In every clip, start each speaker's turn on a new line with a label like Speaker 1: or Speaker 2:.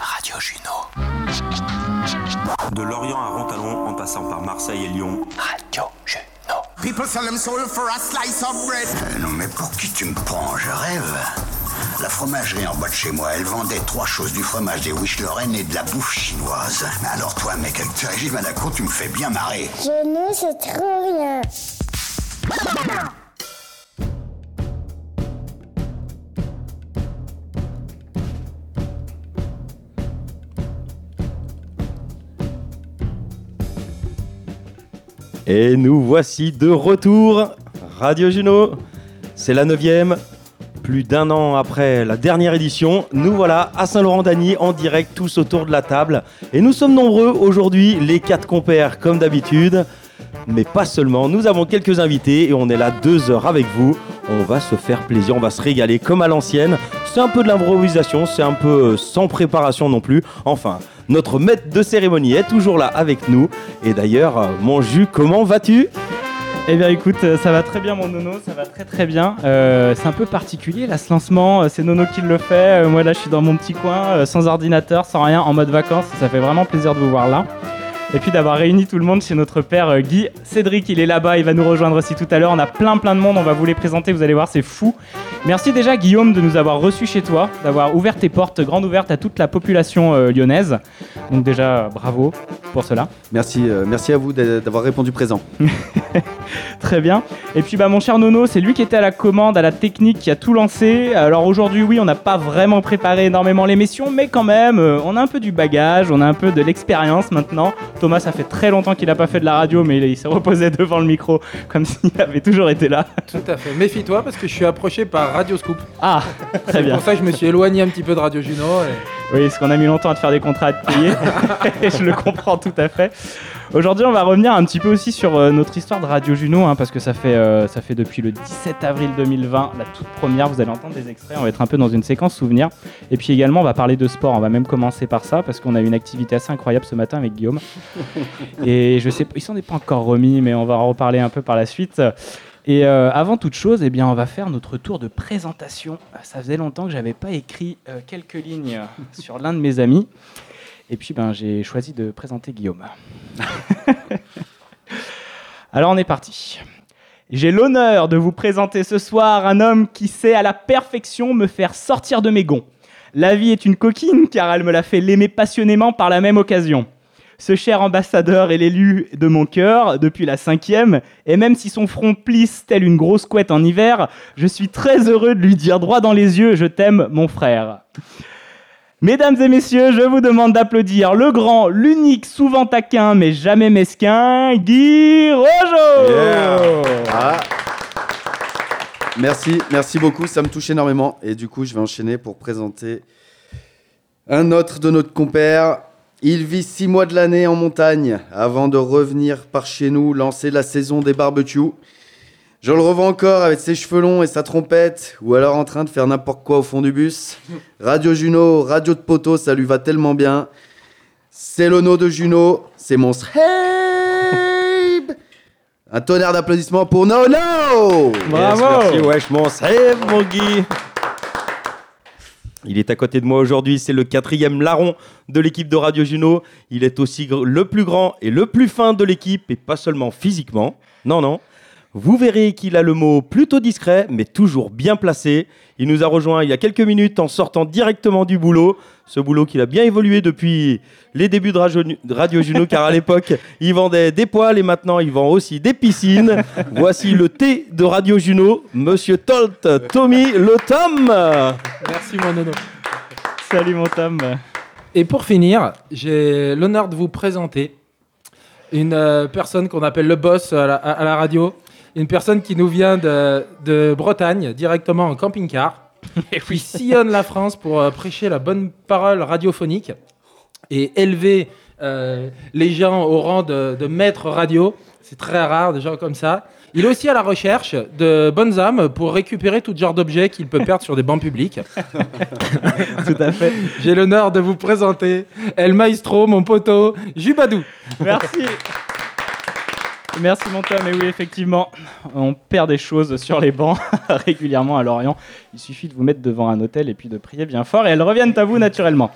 Speaker 1: Radio Juno.
Speaker 2: De Lorient à Rontalon, en passant par Marseille et Lyon.
Speaker 1: Radio Juno.
Speaker 3: People sell them soul for a slice of bread.
Speaker 4: Euh, Non mais pour qui tu me prends Je rêve. La fromagerie en bas de chez moi, elle vendait trois choses, du fromage, des wish Lorraine et de la bouffe chinoise. Mais alors toi, mec, avec tes régimes à la con, tu me fais bien marrer.
Speaker 5: Genou, c'est trop rien.
Speaker 6: Et nous voici de retour, Radio Juno. C'est la neuvième. Plus d'un an après la dernière édition, nous voilà à Saint-Laurent-d'Agny en direct tous autour de la table. Et nous sommes nombreux aujourd'hui, les quatre compères comme d'habitude. Mais pas seulement, nous avons quelques invités et on est là deux heures avec vous. On va se faire plaisir, on va se régaler comme à l'ancienne. C'est un peu de l'improvisation, c'est un peu euh, sans préparation non plus. Enfin, notre maître de cérémonie est toujours là avec nous. Et d'ailleurs, euh, mon jus, comment vas-tu
Speaker 7: Eh bien écoute, euh, ça va très bien mon nono, ça va très très bien. Euh, c'est un peu particulier là ce lancement, euh, c'est nono qui le fait, Euh, moi là je suis dans mon petit coin, euh, sans ordinateur, sans rien, en mode vacances, ça fait vraiment plaisir de vous voir là. Et puis d'avoir réuni tout le monde chez notre père euh, Guy. Cédric, il est là-bas, il va nous rejoindre aussi tout à l'heure. On a plein plein de monde, on va vous les présenter, vous allez voir, c'est fou. Merci déjà Guillaume de nous avoir reçus chez toi, d'avoir ouvert tes portes grandes ouvertes à toute la population euh, lyonnaise. Donc déjà, euh, bravo pour cela.
Speaker 8: Merci, euh, merci à vous d'a- d'avoir répondu présent.
Speaker 7: Très bien. Et puis bah mon cher Nono, c'est lui qui était à la commande, à la technique, qui a tout lancé. Alors aujourd'hui, oui, on n'a pas vraiment préparé énormément l'émission, mais quand même, euh, on a un peu du bagage, on a un peu de l'expérience maintenant. Thomas, ça fait très longtemps qu'il n'a pas fait de la radio, mais il, il s'est reposé devant le micro comme s'il avait toujours été là.
Speaker 9: Tout à fait. Méfie-toi parce que je suis approché par Radio Scoop.
Speaker 7: Ah, très
Speaker 9: C'est
Speaker 7: bien.
Speaker 9: pour ça que je me suis éloigné un petit peu de Radio Juno. et-
Speaker 7: Oui, parce qu'on a mis longtemps à te faire des contrats à te payer. Et je le comprends tout à fait. Aujourd'hui, on va revenir un petit peu aussi sur euh, notre histoire de Radio Juno, hein, parce que ça fait, euh, ça fait depuis le 17 avril 2020, la toute première. Vous allez entendre des extraits. On va être un peu dans une séquence souvenir. Et puis également, on va parler de sport. On va même commencer par ça, parce qu'on a eu une activité assez incroyable ce matin avec Guillaume. Et je sais, pas- il s'en est pas encore remis, mais on va en reparler un peu par la suite. Et euh, avant toute chose, eh bien, on va faire notre tour de présentation. Euh, Ça faisait longtemps que j'avais pas écrit euh, quelques lignes euh, sur l'un de mes amis. Et puis, ben, j'ai choisi de présenter Guillaume. Alors, on est parti. J'ai l'honneur de vous présenter ce soir un homme qui sait à la perfection me faire sortir de mes gonds. La vie est une coquine car elle me l'a fait l'aimer passionnément par la même occasion. Ce cher ambassadeur est l'élu de mon cœur depuis la cinquième, et même si son front plisse telle une grosse couette en hiver, je suis très heureux de lui dire droit dans les yeux Je t'aime, mon frère. Mesdames et messieurs, je vous demande d'applaudir le grand, l'unique, souvent taquin, mais jamais mesquin, Guy Rojo
Speaker 8: Ah. Merci, merci beaucoup, ça me touche énormément. Et du coup, je vais enchaîner pour présenter un autre de notre compère. Il vit six mois de l'année en montagne avant de revenir par chez nous lancer la saison des barbecues. Je le revois encore avec ses cheveux longs et sa trompette, ou alors en train de faire n'importe quoi au fond du bus. Radio Juno, radio de poteau, ça lui va tellement bien. C'est l'ono de Juno, c'est mon Srabe. Un tonnerre d'applaudissements pour No No
Speaker 7: Bravo
Speaker 6: Yes, merci, wesh, mon save, mon Guy Il est à côté de moi aujourd'hui, c'est le quatrième larron de l'équipe de Radio Juno. Il est aussi gr- le plus grand et le plus fin de l'équipe, et pas seulement physiquement. Non, non. Vous verrez qu'il a le mot plutôt discret, mais toujours bien placé. Il nous a rejoint il y a quelques minutes en sortant directement du boulot. Ce boulot qu'il a bien évolué depuis les débuts de Radio, de Radio Juno, car à l'époque, il vendait des poils et maintenant, il vend aussi des piscines. Voici le thé de Radio Juno, Monsieur Tolt, Tommy Le Tom.
Speaker 9: Merci, mon nono.
Speaker 7: Salut mon Tom
Speaker 9: Et pour finir, j'ai l'honneur de vous présenter une euh, personne qu'on appelle le boss à la, à- à la radio. Une personne qui nous vient de, de Bretagne, directement en camping-car. Et qui sillonne la France pour euh, prêcher la bonne parole radiophonique et élever euh, les gens au rang de, de maître radio. C'est très rare, des gens comme ça. Il est aussi à la recherche de bonnes âmes pour récupérer tout genre d'objets qu'il peut perdre sur des bancs publics.
Speaker 7: Tout à fait.
Speaker 9: J'ai l'honneur de vous présenter El Maestro, mon poteau, Jubadou.
Speaker 7: Merci Merci mon Tom. Et oui, effectivement, on perd des choses sur les bancs régulièrement à Lorient. Il suffit de vous mettre devant un hôtel et puis de prier bien fort et elles reviennent à vous naturellement.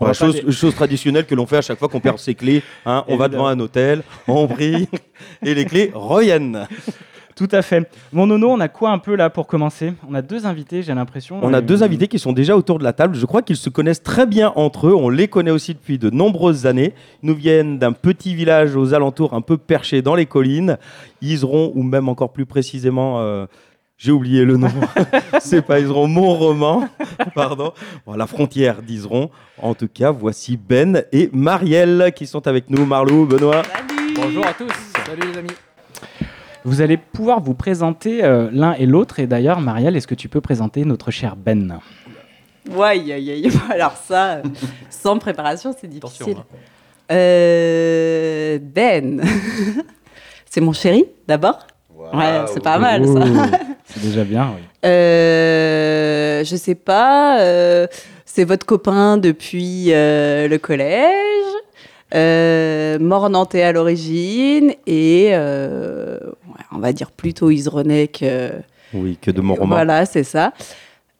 Speaker 7: On
Speaker 6: Voilà,
Speaker 7: va pas
Speaker 6: Bah, chose,
Speaker 7: les-
Speaker 6: chose traditionnelle que l'on fait à chaque fois qu'on perd ses clés. hein. on va devant
Speaker 7: Évidemment.
Speaker 6: un hôtel, on brille et les clés reviennent.
Speaker 7: Tout à fait. Mon nono, on a quoi un peu là pour commencer On a deux invités, j'ai l'impression.
Speaker 6: On a
Speaker 7: Et-
Speaker 6: deux invités qui sont déjà autour de la table. Je crois qu'ils se connaissent très bien entre eux. On les connaît aussi depuis de nombreuses années. Ils nous viennent d'un petit village aux alentours, un peu perché dans les collines. Iseron, ou même encore plus précisément, euh, j'ai oublié le nom. C'est pas Iseron, mon roman. Pardon. Bon, la frontière d'Iseron. En tout cas, voici Ben et Marielle qui sont avec nous. Marlou, Benoît.
Speaker 9: Bonjour à tous. Salut les amis.
Speaker 7: Vous allez pouvoir vous présenter euh, l'un et l'autre. Et d'ailleurs, Marielle, est-ce que tu peux présenter notre cher Ben
Speaker 10: Ouais, aïe, aïe, aïe. alors ça, euh, sans préparation, c'est difficile. Euh, ben, c'est mon chéri d'abord. Ouais, c'est pas mal ça.
Speaker 7: Ouh, C'est déjà bien, oui.
Speaker 10: Euh, je sais pas, euh, c'est votre copain depuis euh, le collège, euh, mort nantais à l'origine et euh, ouais, on va dire plutôt iseronais que.
Speaker 6: Oui, que de mon roman.
Speaker 10: Voilà, c'est ça.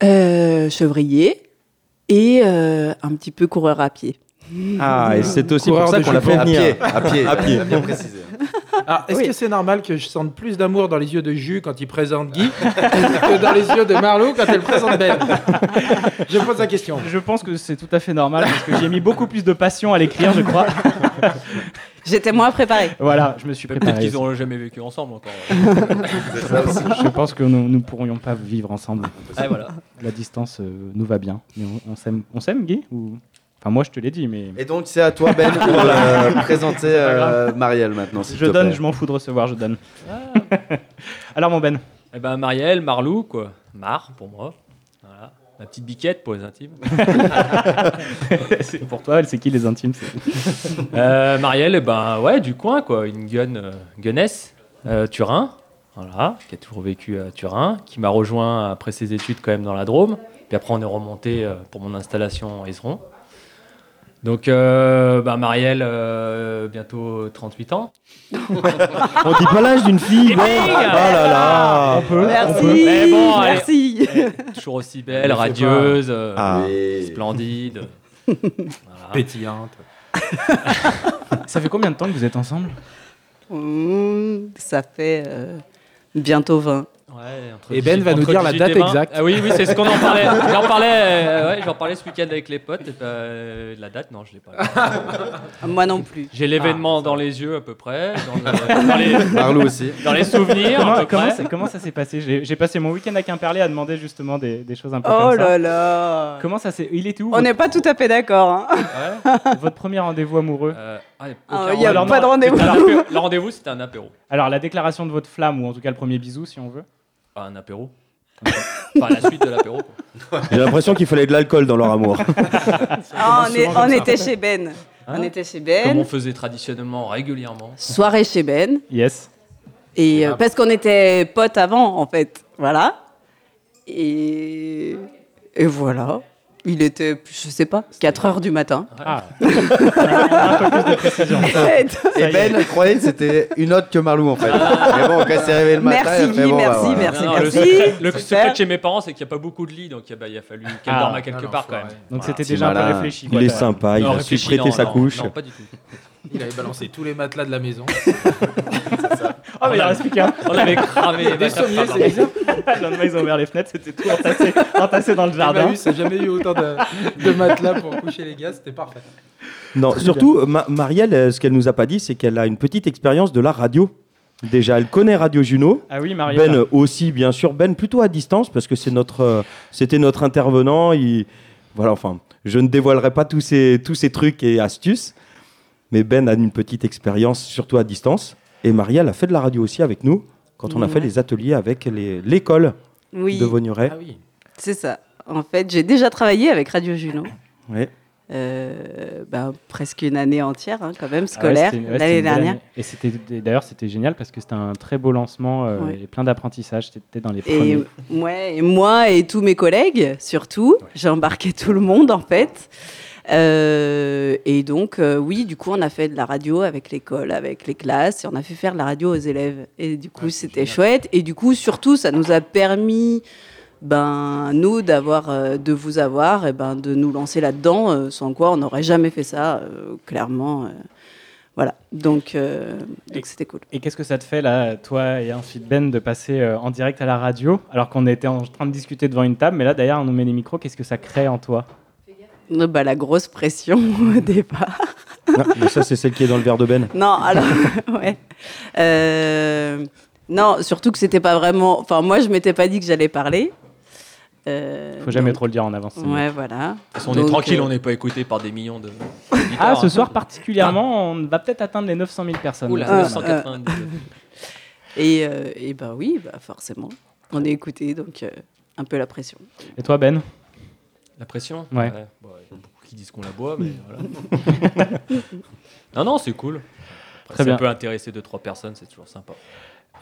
Speaker 10: Euh, chevrier et euh, un petit peu coureur à pied.
Speaker 6: Ah, et c'est aussi
Speaker 9: Coureur
Speaker 6: pour ça
Speaker 9: de
Speaker 6: qu'on l'a fait
Speaker 9: jupons.
Speaker 8: À
Speaker 6: venir.
Speaker 8: pied, à pied.
Speaker 6: À pied.
Speaker 8: Bien précisé.
Speaker 9: Alors, Ah, est-ce
Speaker 10: Oui.
Speaker 9: que c'est normal que je sente plus d'amour dans les yeux de Jus quand il présente Guy que dans les yeux de Marlou quand elle présente Ben Je pose la question.
Speaker 7: Je pense que c'est tout à fait normal parce que j'ai mis beaucoup plus de passion à l'écrire, je crois.
Speaker 10: J'étais moins préparée.
Speaker 7: Voilà, je me suis
Speaker 11: Peut-être
Speaker 7: préparé.
Speaker 11: qu'ils n'ont jamais vécu ensemble encore.
Speaker 7: Je pense que nous ne pourrions pas vivre ensemble.
Speaker 11: ah, voilà.
Speaker 7: La distance euh, nous va bien. Mais on, on s'aime, on s'aime, Guy Ou- Enfin, moi, je te l'ai dit, mais
Speaker 8: Et donc, c'est à toi, Ben, pour euh, présenter euh, Marielle maintenant. s'il
Speaker 7: je
Speaker 8: te
Speaker 7: donne,
Speaker 8: plaît.
Speaker 7: je m'en fous de recevoir, je donne. Alors, mon Ben,
Speaker 11: Ah. Eh ben, Marielle, Marlou, quoi. Mar, pour moi. Voilà. Ma petite biquette pour les intimes.
Speaker 7: c'est pour toi, c'est qui les intimes c'est-
Speaker 11: Euh, Marielle, eh ben, ouais, du coin, quoi. Une gun, euh, gunnesse, euh, Turin. Voilà, qui a toujours vécu à Turin, qui m'a rejoint après ses études quand même dans la Drôme. Puis après, on est remonté euh, pour mon installation en Iseron. Donc, euh, bah, Marielle, euh, bientôt 38 ans. Eh
Speaker 6: On dit pas l'âge d'une fille. Ben. Oh là là.
Speaker 10: Merci.
Speaker 11: Mais bon, allez.
Speaker 10: merci.
Speaker 11: Elle est toujours aussi belle,
Speaker 9: Je sais
Speaker 11: radieuse, euh,
Speaker 6: Ah.
Speaker 8: Oui.
Speaker 11: splendide. Voilà.
Speaker 9: Pétillante.
Speaker 7: Ça fait combien de temps que vous êtes ensemble
Speaker 10: Mmh, ça fait euh, bientôt 20.
Speaker 11: Ouais, entre
Speaker 9: Et Ben
Speaker 11: 18
Speaker 9: va nous
Speaker 11: entre
Speaker 9: dire la
Speaker 11: 18 et
Speaker 9: date
Speaker 11: 20.
Speaker 9: exacte.
Speaker 11: Ah oui, oui, c'est ce qu'on en parlait. J'en parlais, euh, ouais, j'en parlais ce week-end avec les potes. et bah, euh, la date, non, je l'ai pas.
Speaker 10: Moi non plus. Ah.
Speaker 11: J'ai l'événement dans les yeux à peu près, dans, le- dans les,
Speaker 8: Marlou aussi.
Speaker 11: dans les souvenirs à
Speaker 7: comment,
Speaker 11: peu
Speaker 7: comment
Speaker 11: près.
Speaker 7: ça, comment ça s'est passé J'ai j'ai passé mon week-end à Quimperlé à demander justement des, des choses un peu
Speaker 10: Oh
Speaker 7: comme ça.
Speaker 10: là là.
Speaker 7: Comment ça s'est... Il était où
Speaker 10: On n'est pas tout à fait d'accord. hein.
Speaker 11: Ouais.
Speaker 7: votre, votre premier rendez-vous amoureux
Speaker 11: Euh, ah, aucun
Speaker 10: Ah, Il n'y a
Speaker 11: rendez-vous.
Speaker 10: pas de rendez-vous.
Speaker 11: Alors, l'apéro- le rendez-vous, c'était un apéro.
Speaker 7: Alors, la déclaration de votre flamme, ou en tout cas le premier bisou, si on veut.
Speaker 11: Enfin, Ah, un apéro. Enfin, la suite de l'apéro. quoi.
Speaker 6: J'ai l'impression qu'il fallait de l'alcool dans leur amour.
Speaker 10: Ah, on, est-
Speaker 11: souvent
Speaker 10: on
Speaker 11: comme ça.
Speaker 10: était chez Ben.
Speaker 11: Hein
Speaker 10: on était chez
Speaker 11: Comme
Speaker 10: Ben.
Speaker 11: on faisait traditionnellement, régulièrement.
Speaker 10: Soirée chez Ben.
Speaker 7: Yes.
Speaker 10: Et, euh,
Speaker 11: Ah.
Speaker 10: parce qu'on était potes avant, en fait. Voilà. Et, et voilà. Il était, je sais pas, 4 heures du matin.
Speaker 7: Ah,
Speaker 8: Et Ben croyait que c'était une autre que Marlou en fait. Mais bon, quand elle s'est réveillée le matin,
Speaker 10: Merci,
Speaker 8: elle a fait,
Speaker 10: Guy,
Speaker 8: bon, bah,
Speaker 10: merci,
Speaker 8: voilà.
Speaker 10: merci.
Speaker 11: le
Speaker 10: merci.
Speaker 11: secret, le
Speaker 10: Super.
Speaker 11: secret de chez mes parents, c'est qu'il n'y a pas beaucoup de lits, donc eh ben, il a fallu qu'elle
Speaker 7: Ah,
Speaker 11: dorme à quelque part quand même.
Speaker 7: donc
Speaker 8: Voilà,
Speaker 7: c'était
Speaker 8: petit
Speaker 7: déjà un peu
Speaker 8: malin.
Speaker 7: réfléchi. quoi.
Speaker 6: Il est sympa, il
Speaker 11: Non,
Speaker 6: a su
Speaker 11: réfléchis,
Speaker 6: prêter
Speaker 11: non,
Speaker 6: sa
Speaker 11: non,
Speaker 6: couche.
Speaker 11: Non, pas du tout.
Speaker 9: Il avait balancé tous les matelas de la maison.
Speaker 7: Oh, mais il en reste plus qu'un.
Speaker 11: On avait cramé les
Speaker 9: Des
Speaker 11: vaches à
Speaker 9: sommiers,
Speaker 11: frapper.
Speaker 9: c'est bizarre.
Speaker 7: Le lendemain, ils ont ouvert les fenêtres, c'était tout entassé, entassé dans le jardin.
Speaker 9: Emmaüs a jamais eu autant de, de matelas pour coucher les gars, c'était parfait.
Speaker 6: Non, surtout, Ma- Marielle, euh, ce qu'elle nous a pas dit, c'est qu'elle a une petite expérience de la radio. Déjà, elle connaît Radio Juno.
Speaker 7: Ah oui,
Speaker 6: Ben
Speaker 7: Marielle.
Speaker 6: euh, aussi, bien sûr. Ben plutôt à distance parce que c'est notre, euh, c'était notre intervenant. Il, voilà, enfin, je ne dévoilerai pas tous ces, tous ces trucs et astuces. Mais Ben a une petite expérience, surtout à distance. Et Marielle a fait de la radio aussi avec nous quand on a fait
Speaker 10: Ouais.
Speaker 6: les ateliers avec les- l'école
Speaker 10: Oui,
Speaker 6: de Vaugneray.
Speaker 11: Ah oui.
Speaker 10: c'est ça. En fait, j'ai déjà travaillé avec Radio Juno.
Speaker 6: Ouais.
Speaker 10: Euh, ben, presque une année entière, hein, quand même,
Speaker 7: Ah ouais,
Speaker 10: scolaire,
Speaker 7: c'était une- ouais, c'était
Speaker 10: l'année
Speaker 7: une belle
Speaker 10: dernière.
Speaker 7: année. Et c'était et d'ailleurs c'était génial parce que c'était un très beau lancement euh,
Speaker 10: Ouais.
Speaker 7: et plein d'apprentissage. C'était dans les
Speaker 10: Et,
Speaker 7: premiers.
Speaker 10: ouais, et moi et tous mes collègues, surtout, j'ai embarqué tout le monde en fait. Euh, et donc, euh, oui, du coup, on a fait de la radio avec l'école, avec les classes, et on a fait faire de la radio aux élèves. Et du coup, c'était chouette. Et du coup, surtout, ça nous a permis, ben, nous, d'avoir, euh, de vous avoir, et ben, de nous lancer là-dedans, euh, sans quoi on n'aurait jamais fait ça, euh, clairement. euh, voilà. Donc, euh, donc c'était cool.
Speaker 7: Et qu'est-ce que ça te fait là, toi et un Ben, de passer euh, en direct à la radio alors qu'on était en train de discuter devant une table, mais là d'ailleurs on nous met les micros, qu'est-ce que ça crée en toi
Speaker 10: Euh, bah, la grosse pression au départ.
Speaker 6: Ah, mais ça, c'est celle qui est dans le verre de Ben.
Speaker 10: Non, alors, ouais. Euh, non, surtout que c'était pas vraiment. Enfin, moi, je m'étais pas dit que j'allais parler. Euh,
Speaker 7: Faut jamais
Speaker 10: donc-
Speaker 7: trop le dire en avance. c'est
Speaker 10: Ouais,
Speaker 7: mieux.
Speaker 10: voilà. De
Speaker 11: toute façon, on
Speaker 7: Donc,
Speaker 11: est tranquille,
Speaker 7: euh,
Speaker 11: on n'est pas écouté par des millions de.
Speaker 7: Ah,
Speaker 11: d'auditeurs,
Speaker 7: ce
Speaker 11: hein.
Speaker 7: soir particulièrement, on va peut-être atteindre les 900 000 personnes.
Speaker 11: Oula,
Speaker 10: Ah,
Speaker 7: Euh,
Speaker 11: 990.
Speaker 10: Et, euh, et ben oui, bah, forcément. On est écouté, donc euh, un peu la pression.
Speaker 7: Et toi, Ben
Speaker 11: La pression
Speaker 7: Ouais.
Speaker 11: Bon, il y en a beaucoup qui disent qu'on la boit, mais voilà. non, non, c'est cool. Après,
Speaker 7: Très
Speaker 11: ça
Speaker 7: bien.
Speaker 11: peut intéresser deux, trois personnes, c'est toujours sympa.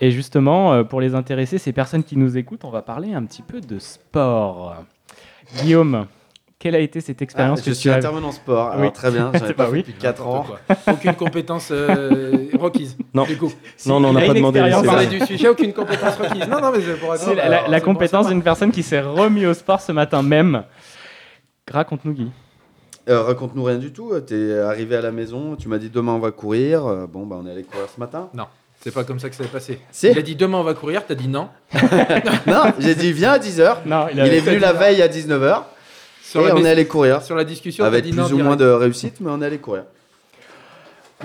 Speaker 7: Et justement, euh, pour les intéresser, ces personnes qui nous écoutent, on va parler un petit peu de sport. Guillaume, quelle a été cette expérience
Speaker 8: Ah, je
Speaker 7: que
Speaker 8: suis
Speaker 7: tu as-
Speaker 8: intervenant sport, alors très bien, j'en ai
Speaker 7: C'est pas
Speaker 8: pas fait
Speaker 7: oui.
Speaker 8: depuis quatre ans. N'importe
Speaker 9: Aucune compétence euh, requise.
Speaker 6: Non.
Speaker 9: Du coup.
Speaker 6: Non, non, on n'a
Speaker 7: Il a
Speaker 6: pas
Speaker 7: une
Speaker 6: demandé.
Speaker 7: expérience.
Speaker 6: c'est
Speaker 9: On parlait
Speaker 6: vrai.
Speaker 9: du sujet, aucune compétence requise. Non, non, mais c'est pour être-
Speaker 7: C'est la,
Speaker 8: Ah,
Speaker 7: la- la compétence d'une personne qui s'est remis au sport ce matin même. Raconte-nous, Guy.
Speaker 8: Euh, Raconte-nous rien du tout. euh, T'es arrivé à la maison, tu m'as dit demain on va courir. euh, Bon, bah on est allé courir ce matin.
Speaker 9: Non, c'est pas comme ça que ça s'est passé.
Speaker 8: Si.
Speaker 9: Il a dit demain on va courir, t'as dit non.
Speaker 8: non, j'ai dit viens à 10h.
Speaker 7: Non,
Speaker 8: Il est venu la veille à 19h. Et
Speaker 9: la
Speaker 8: on est
Speaker 9: dis-
Speaker 8: allé courir.
Speaker 9: Sur la discussion,
Speaker 8: Avec
Speaker 9: t'as
Speaker 8: plus
Speaker 9: dit non.
Speaker 8: ou moins
Speaker 9: direct.
Speaker 8: de réussite, mais on est allé courir.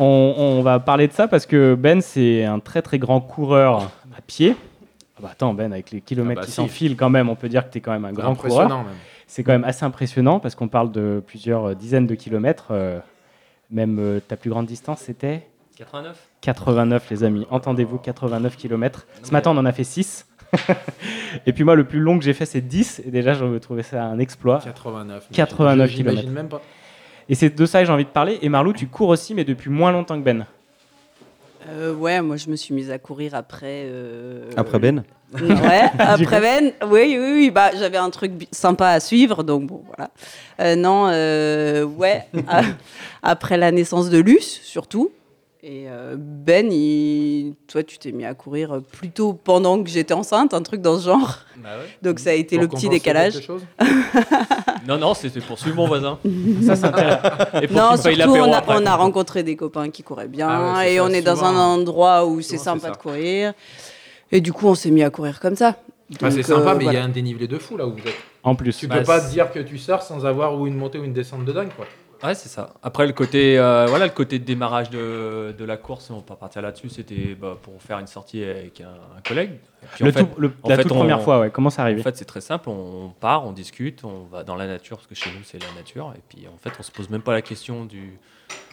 Speaker 7: On, on va parler de ça parce que Ben, c'est un très très grand coureur à pied. Ah bah attends, Ben, avec les kilomètres
Speaker 9: Ah bah
Speaker 7: qui
Speaker 9: si.
Speaker 7: s'enfilent quand même, on peut dire que tu es quand même un grand
Speaker 9: Impressionnant
Speaker 7: coureur.
Speaker 9: même.
Speaker 7: C'est quand même assez impressionnant parce qu'on parle de plusieurs euh, dizaines de kilomètres. euh, même euh, ta plus grande distance, c'était
Speaker 11: 89
Speaker 7: 89, les amis. Entendez-vous, 89 km. Ce matin, on en a fait 6. et puis moi, le plus long que j'ai fait, c'est 10. Et déjà, je trouvais ça un exploit.
Speaker 9: 89.
Speaker 7: 89
Speaker 9: J'imagine
Speaker 7: kilomètres.
Speaker 9: même pas.
Speaker 7: Et c'est de ça que j'ai envie de parler. Et Marlou, tu cours aussi, mais depuis moins longtemps que Ben.
Speaker 10: Euh, ouais, moi, je me suis mise à courir après. euh,
Speaker 6: Après Ben
Speaker 10: Ouais, après Ben, oui, oui, oui, bah, j'avais un truc bi- sympa à suivre, donc bon, voilà. Euh, non, euh, ouais, a- après la naissance de Luce, surtout. Et euh, Ben, il- toi, tu t'es mis à courir plutôt pendant que j'étais enceinte, un truc dans ce genre.
Speaker 11: Bah ouais.
Speaker 10: Donc ça a été
Speaker 9: Pour
Speaker 10: le petit
Speaker 9: compenser
Speaker 10: décalage.
Speaker 9: quelque chose
Speaker 11: Non, non, c'était pour suivre mon voisin.
Speaker 7: Ça, c'est intéressant.
Speaker 11: Et pour
Speaker 10: Mm-hmm. Non,
Speaker 11: qu'il paye
Speaker 10: surtout,
Speaker 11: l'apéro
Speaker 10: on a,
Speaker 11: après.
Speaker 10: on a rencontré des copains qui couraient bien
Speaker 9: Ah ouais, c'est
Speaker 10: et
Speaker 9: ça,
Speaker 10: on est dans
Speaker 9: souvent.
Speaker 10: un endroit où c'est
Speaker 9: Souvent, c'est
Speaker 10: sympa
Speaker 9: ça.
Speaker 10: de courir. Et du coup, on s'est mis à courir comme ça.
Speaker 9: Bah, c'est
Speaker 10: Donc,
Speaker 9: sympa,
Speaker 10: euh,
Speaker 9: mais il
Speaker 10: voilà.
Speaker 9: y a un dénivelé de fou là où vous êtes.
Speaker 7: En plus.
Speaker 9: Tu
Speaker 11: Bah,
Speaker 9: peux pas
Speaker 11: c'est-
Speaker 9: dire que tu sors sans avoir ou une montée ou une descente de dingue quoi.
Speaker 11: Ouais, c'est ça. Après, le côté, euh, voilà, le côté de démarrage de, de la course, on va pas partir là-dessus, c'était bah, pour faire une sortie avec un, un collègue. Et puis,
Speaker 7: Le
Speaker 11: en fait,
Speaker 7: tout- le-
Speaker 11: en
Speaker 7: la
Speaker 11: fait,
Speaker 7: toute
Speaker 11: on-
Speaker 7: première fois, ouais. Comment ça
Speaker 11: En
Speaker 7: arrivé
Speaker 11: fait, c'est très simple. On part, on discute, on va dans la nature parce que chez nous c'est la nature. Et puis en fait, on se pose même pas la question du.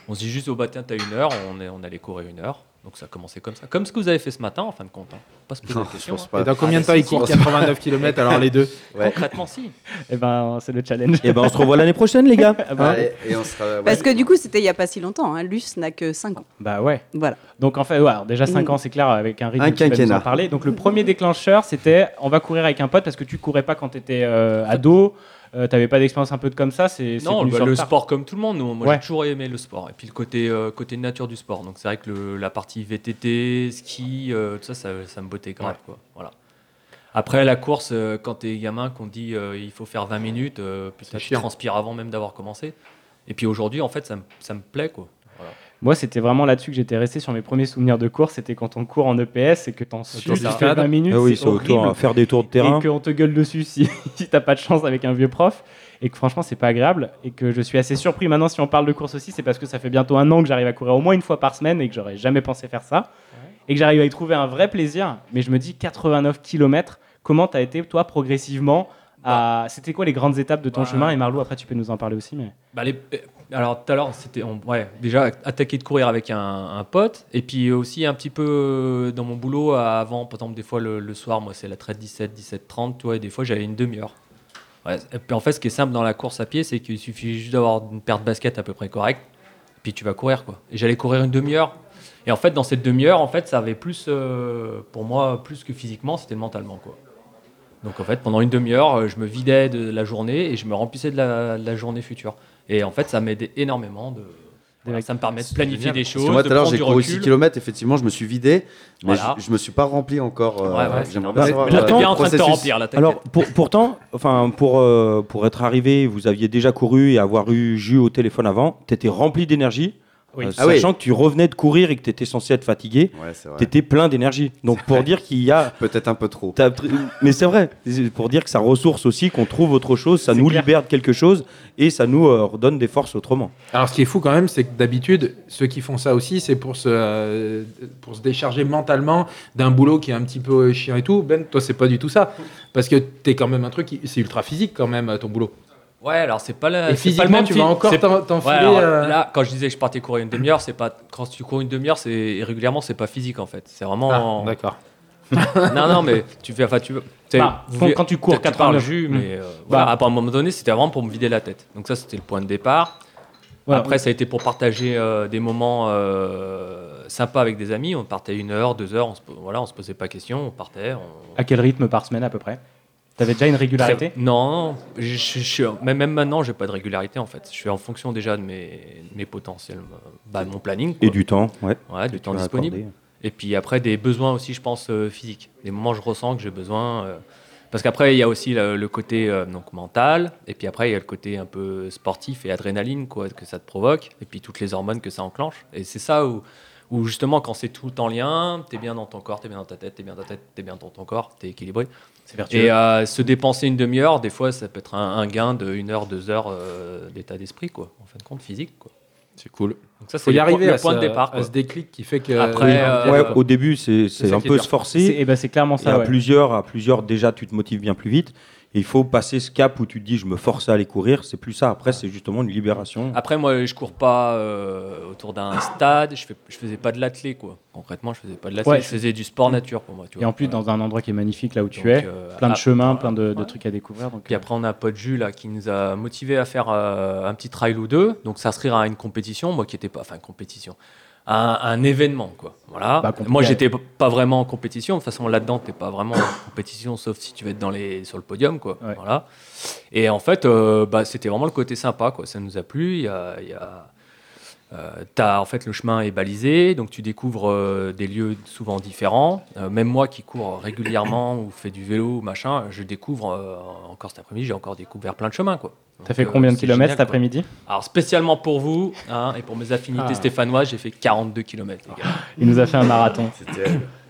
Speaker 11: On se dit juste au matin, t'as une heure. On est, on allait courir une heure. Donc ça a commencé comme ça, comme ce que vous avez fait ce matin en fin de compte. hein. Pas se poser
Speaker 8: Non,
Speaker 11: la
Speaker 8: je
Speaker 11: question.
Speaker 8: pense
Speaker 11: hein.
Speaker 8: pas.
Speaker 9: Et dans combien de
Speaker 11: Ah,
Speaker 9: temps
Speaker 11: mais
Speaker 9: ils
Speaker 11: si,
Speaker 9: courent
Speaker 11: si.
Speaker 9: 89 km alors les deux
Speaker 8: Ouais.
Speaker 11: Concrètement, si.
Speaker 7: Eh ben, c'est le challenge.
Speaker 6: Eh ben, on se revoit l'année prochaine, les gars.
Speaker 7: Ah bah,
Speaker 8: Allez, et on
Speaker 11: Euh,
Speaker 8: sera. ouais.
Speaker 10: Parce que du coup, c'était il y a pas si longtemps. Hein. Luce n'a que 5 ans.
Speaker 7: bah ouais.
Speaker 10: Voilà.
Speaker 7: Donc en fait, ouais, alors déjà 5
Speaker 10: Mm.
Speaker 7: ans, c'est clair, avec un rythme
Speaker 8: Un
Speaker 7: qui va nous en
Speaker 8: quinquennat.
Speaker 7: parler. Donc le premier déclencheur, c'était on va courir avec un pote parce que tu courais pas quand t'étais euh, ado, euh, t'avais pas d'expérience un peu de comme ça. C'est c'est
Speaker 11: Non,
Speaker 7: venu
Speaker 11: bah,
Speaker 7: sur
Speaker 11: le
Speaker 7: tard.
Speaker 11: sport comme tout le monde. Nous, moi,
Speaker 7: Ouais.
Speaker 11: j'ai toujours aimé le sport. Et puis le côté, euh, côté nature du sport. Donc c'est vrai que le- la partie VTT, ski, euh, tout ça, ça, ça me bottait grave. Quoi. Voilà. Après la course, euh, quand t'es gamin, qu'on te dit euh, il faut faire 20 minutes, euh, putain, tu
Speaker 9: chiant.
Speaker 11: transpires avant même d'avoir commencé. Et puis aujourd'hui, en fait, ça, me- ça me plaît. Quoi.
Speaker 7: Moi, c'était vraiment là-dessus que j'étais resté sur mes premiers souvenirs de course. C'était quand on court en EPS et que t'en
Speaker 11: Autour
Speaker 7: suis
Speaker 11: du
Speaker 7: jusqu'à
Speaker 9: stade.
Speaker 7: 20 minutes.
Speaker 6: Ah oui,
Speaker 7: c'est
Speaker 6: c'est autour,
Speaker 7: horrible.
Speaker 6: à faire des tours de terrain.
Speaker 7: et qu'on te gueule dessus si, si t'as pas de chance avec un vieux prof et que franchement c'est pas agréable et que je suis assez surpris maintenant si on parle de course aussi c'est parce que ça fait bientôt un an que j'arrive à courir au moins une fois par semaine et que j'aurais jamais pensé faire ça et que j'arrive à y trouver un vrai plaisir mais je me dis 89 km comment t'as été toi progressivement à... c'était quoi les grandes étapes de ton
Speaker 11: Bah.
Speaker 7: chemin et Marlou après tu peux nous en parler aussi mais
Speaker 11: Bah, les- euh, alors tout à l'heure, c'était on- ouais, déjà attaquer de courir avec un, un pote. Et puis aussi un petit peu euh, dans mon boulot à- avant, par exemple, des fois le, le soir, moi c'est la traite 17, 17, 30, tu vois, et des fois j'avais une demi-heure. Ouais, et puis en fait, ce qui est simple dans la course à pied, c'est qu'il suffit juste d'avoir une paire de baskets à peu près correcte, puis tu vas courir quoi. Et j'allais courir une demi-heure. Et en fait, dans cette demi-heure, en fait, ça avait plus, euh, pour moi, plus que physiquement, c'était mentalement quoi. Donc en fait, pendant une demi-heure, euh, je me vidais de la journée et je me remplissais de la, de la journée future. Et en fait, ça m'aidait énormément de. voilà, ça me permet de planifier des
Speaker 8: Parce
Speaker 11: choses.
Speaker 8: que moi,
Speaker 11: de
Speaker 8: tout à l'heure,
Speaker 11: prendre
Speaker 8: j'ai
Speaker 11: du
Speaker 8: couru
Speaker 11: recul.
Speaker 8: 6 km, effectivement, je me suis vidé, mais
Speaker 11: Voilà.
Speaker 8: je, je me suis pas rempli encore. euh,
Speaker 11: Ouais, ouais, c'est
Speaker 8: J'aimerais
Speaker 11: normal.
Speaker 8: bien
Speaker 11: Mais
Speaker 8: savoir.
Speaker 11: là, t'es
Speaker 8: euh,
Speaker 11: bien
Speaker 8: le
Speaker 11: en train de te
Speaker 8: processus.
Speaker 11: remplir, là, t'inquiète.
Speaker 6: Alors pour- pourtant, enfin pour euh, pour être arrivé, vous aviez déjà couru et avoir eu jus au téléphone avant, t'étais rempli d'énergie.
Speaker 11: Oui.
Speaker 6: euh,
Speaker 11: Ah oui.
Speaker 6: sachant que tu revenais de courir et que t'étais censé être fatigué, t'étais plein d'énergie. Donc pour dire qu'il y a
Speaker 8: peut-être un peu trop.
Speaker 6: Mais c'est vrai, C'est pour dire que ça ressource aussi, qu'on trouve autre chose, ça
Speaker 9: C'est
Speaker 6: nous
Speaker 9: clair.
Speaker 6: libère de quelque chose et ça nous euh, redonne des forces autrement.
Speaker 9: Alors, ce qui est fou quand même, c'est que d'habitude, ceux qui font ça aussi, c'est pour se, euh, pour se décharger mentalement d'un boulot qui est un petit peu chiant et tout. Ben, toi, c'est pas du tout ça. Parce que t'es quand même un truc, qui- c'est ultra physique quand même, ton boulot.
Speaker 11: Ouais, alors c'est pas la.
Speaker 9: Et
Speaker 11: c'est pas le
Speaker 9: physiquement,
Speaker 11: même
Speaker 9: tu
Speaker 11: film.
Speaker 9: vas encore
Speaker 11: C'est-
Speaker 9: t'en- t'enfiler,
Speaker 11: Ouais, alors,
Speaker 9: euh,
Speaker 11: Là, quand je disais que je partais courir une demi-heure, c'est pas quand tu cours une demi-heure, c'est régulièrement, c'est pas physique en fait. C'est vraiment.
Speaker 9: Ah, d'accord.
Speaker 11: non, non, mais tu fais, enfin, tu veux. t'sais,
Speaker 7: Bah,
Speaker 11: vous
Speaker 7: quand-
Speaker 11: voulez-
Speaker 7: quand tu cours
Speaker 11: peut-être
Speaker 7: 89,
Speaker 11: parles jus,
Speaker 7: mm.
Speaker 11: mais euh,
Speaker 7: Bah.
Speaker 11: voilà, à un moment donné, c'était vraiment pour me vider la tête. Donc ça, c'était le point de départ.
Speaker 7: Voilà.
Speaker 11: Après, ça a été pour partager euh, des moments euh, sympas avec des amis. On partait une heure, deux heures, on se, po- voilà, on se posait pas question, on partait, on-
Speaker 7: À quel rythme par semaine à peu près T'avais déjà une régularité
Speaker 11: Très- Non, je, je- je suis- mais même maintenant, j'ai pas de régularité en fait. Je suis en fonction déjà de mes, de mes potentiels, euh, bah, de mon planning. quoi.
Speaker 6: Et du temps, ouais.
Speaker 11: Ouais, du
Speaker 6: Que tu
Speaker 11: temps
Speaker 6: vas
Speaker 11: disponible.
Speaker 6: accorder.
Speaker 11: Et puis après, des besoins aussi, je pense, euh, physiques. Des moments où je ressens que j'ai besoin. euh, parce qu'après, il y a aussi le, le côté euh, donc, mental. Et puis après, il y a le côté un peu sportif et adrénaline quoi, que ça te provoque. Et puis toutes les hormones que ça enclenche. Et c'est ça où, où justement, quand c'est tout en lien, t'es bien dans ton corps, t'es bien dans ta tête, t'es bien dans ta tête, t'es bien dans ton corps, t'es équilibré.
Speaker 7: C'est vertueux.
Speaker 11: Et euh, se dépenser une demi-heure, des fois, ça peut être un, un gain de une heure, deux heures euh, d'état d'esprit, quoi. En fin de compte, physique, quoi.
Speaker 9: C'est cool.
Speaker 11: Donc ça,
Speaker 9: Faut
Speaker 11: c'est
Speaker 9: y
Speaker 11: le,
Speaker 9: arriver
Speaker 11: point- le
Speaker 9: à
Speaker 11: point
Speaker 9: ce-
Speaker 11: de départ.
Speaker 9: à
Speaker 11: quoi.
Speaker 9: ce déclic qui fait que-
Speaker 11: Après,
Speaker 9: Oui,
Speaker 11: euh,
Speaker 6: Ouais, au début, c'est
Speaker 9: C'est
Speaker 6: c'est
Speaker 9: ça
Speaker 6: un
Speaker 9: qui est
Speaker 6: peu
Speaker 9: dur.
Speaker 6: se forcer.
Speaker 7: C'est- eh ben, c'est clairement ça,
Speaker 6: Et à
Speaker 7: ouais.
Speaker 6: plusieurs, à plusieurs, déjà, tu te motives bien plus vite. Et il faut passer ce cap où tu te dis, je me force à aller courir. C'est plus ça. Après, c'est justement une libération.
Speaker 11: Après, moi, je cours pas euh, autour d'un stade. Je, fais, je faisais pas de l'athlé, quoi. Concrètement, je faisais pas de l'athlé.
Speaker 7: Ouais,
Speaker 11: je
Speaker 7: c'est-
Speaker 11: faisais du sport nature pour moi. Tu
Speaker 7: Et
Speaker 11: vois.
Speaker 7: en plus, dans un endroit qui est magnifique là où tu
Speaker 11: Donc,
Speaker 7: es,
Speaker 11: euh,
Speaker 7: plein de
Speaker 11: ah,
Speaker 7: chemins,
Speaker 11: voilà.
Speaker 7: plein de, de
Speaker 11: Ouais.
Speaker 7: trucs à découvrir. Donc, euh,
Speaker 11: Puis après, on a un pote Jules là, qui nous a motivé à faire euh, un petit trail ou deux. Donc, s'inscrire à une compétition, moi qui n'étais pas. Enfin, compétition. Un, un événement, quoi. Voilà.
Speaker 7: Bah, compliqué.
Speaker 11: moi, j'étais p- pas vraiment en compétition. De toute façon, là-dedans, t'es pas vraiment en compétition, sauf si tu veux être dans les, sur le podium, quoi. Voilà. Et en fait, euh, bah, c'était vraiment le côté sympa, quoi. Ça nous a plu. Il y a. il y a- euh, t'as- en fait, le chemin est balisé, donc tu découvres euh, des lieux souvent différents. Euh, même moi qui cours régulièrement ou fais du vélo, machin, je découvre euh, encore cet après-midi, j'ai encore découvert plein de chemins. quoi.
Speaker 7: T'as
Speaker 11: Donc,
Speaker 7: fait
Speaker 11: euh,
Speaker 7: combien de
Speaker 11: c'est
Speaker 7: kilomètres
Speaker 11: génial,
Speaker 7: cet
Speaker 11: quoi.
Speaker 7: après-midi
Speaker 11: Alors, spécialement pour vous hein, et pour mes affinités
Speaker 7: Ah.
Speaker 11: stéphanoises, j'ai fait 42 km.
Speaker 7: Il nous a fait un marathon.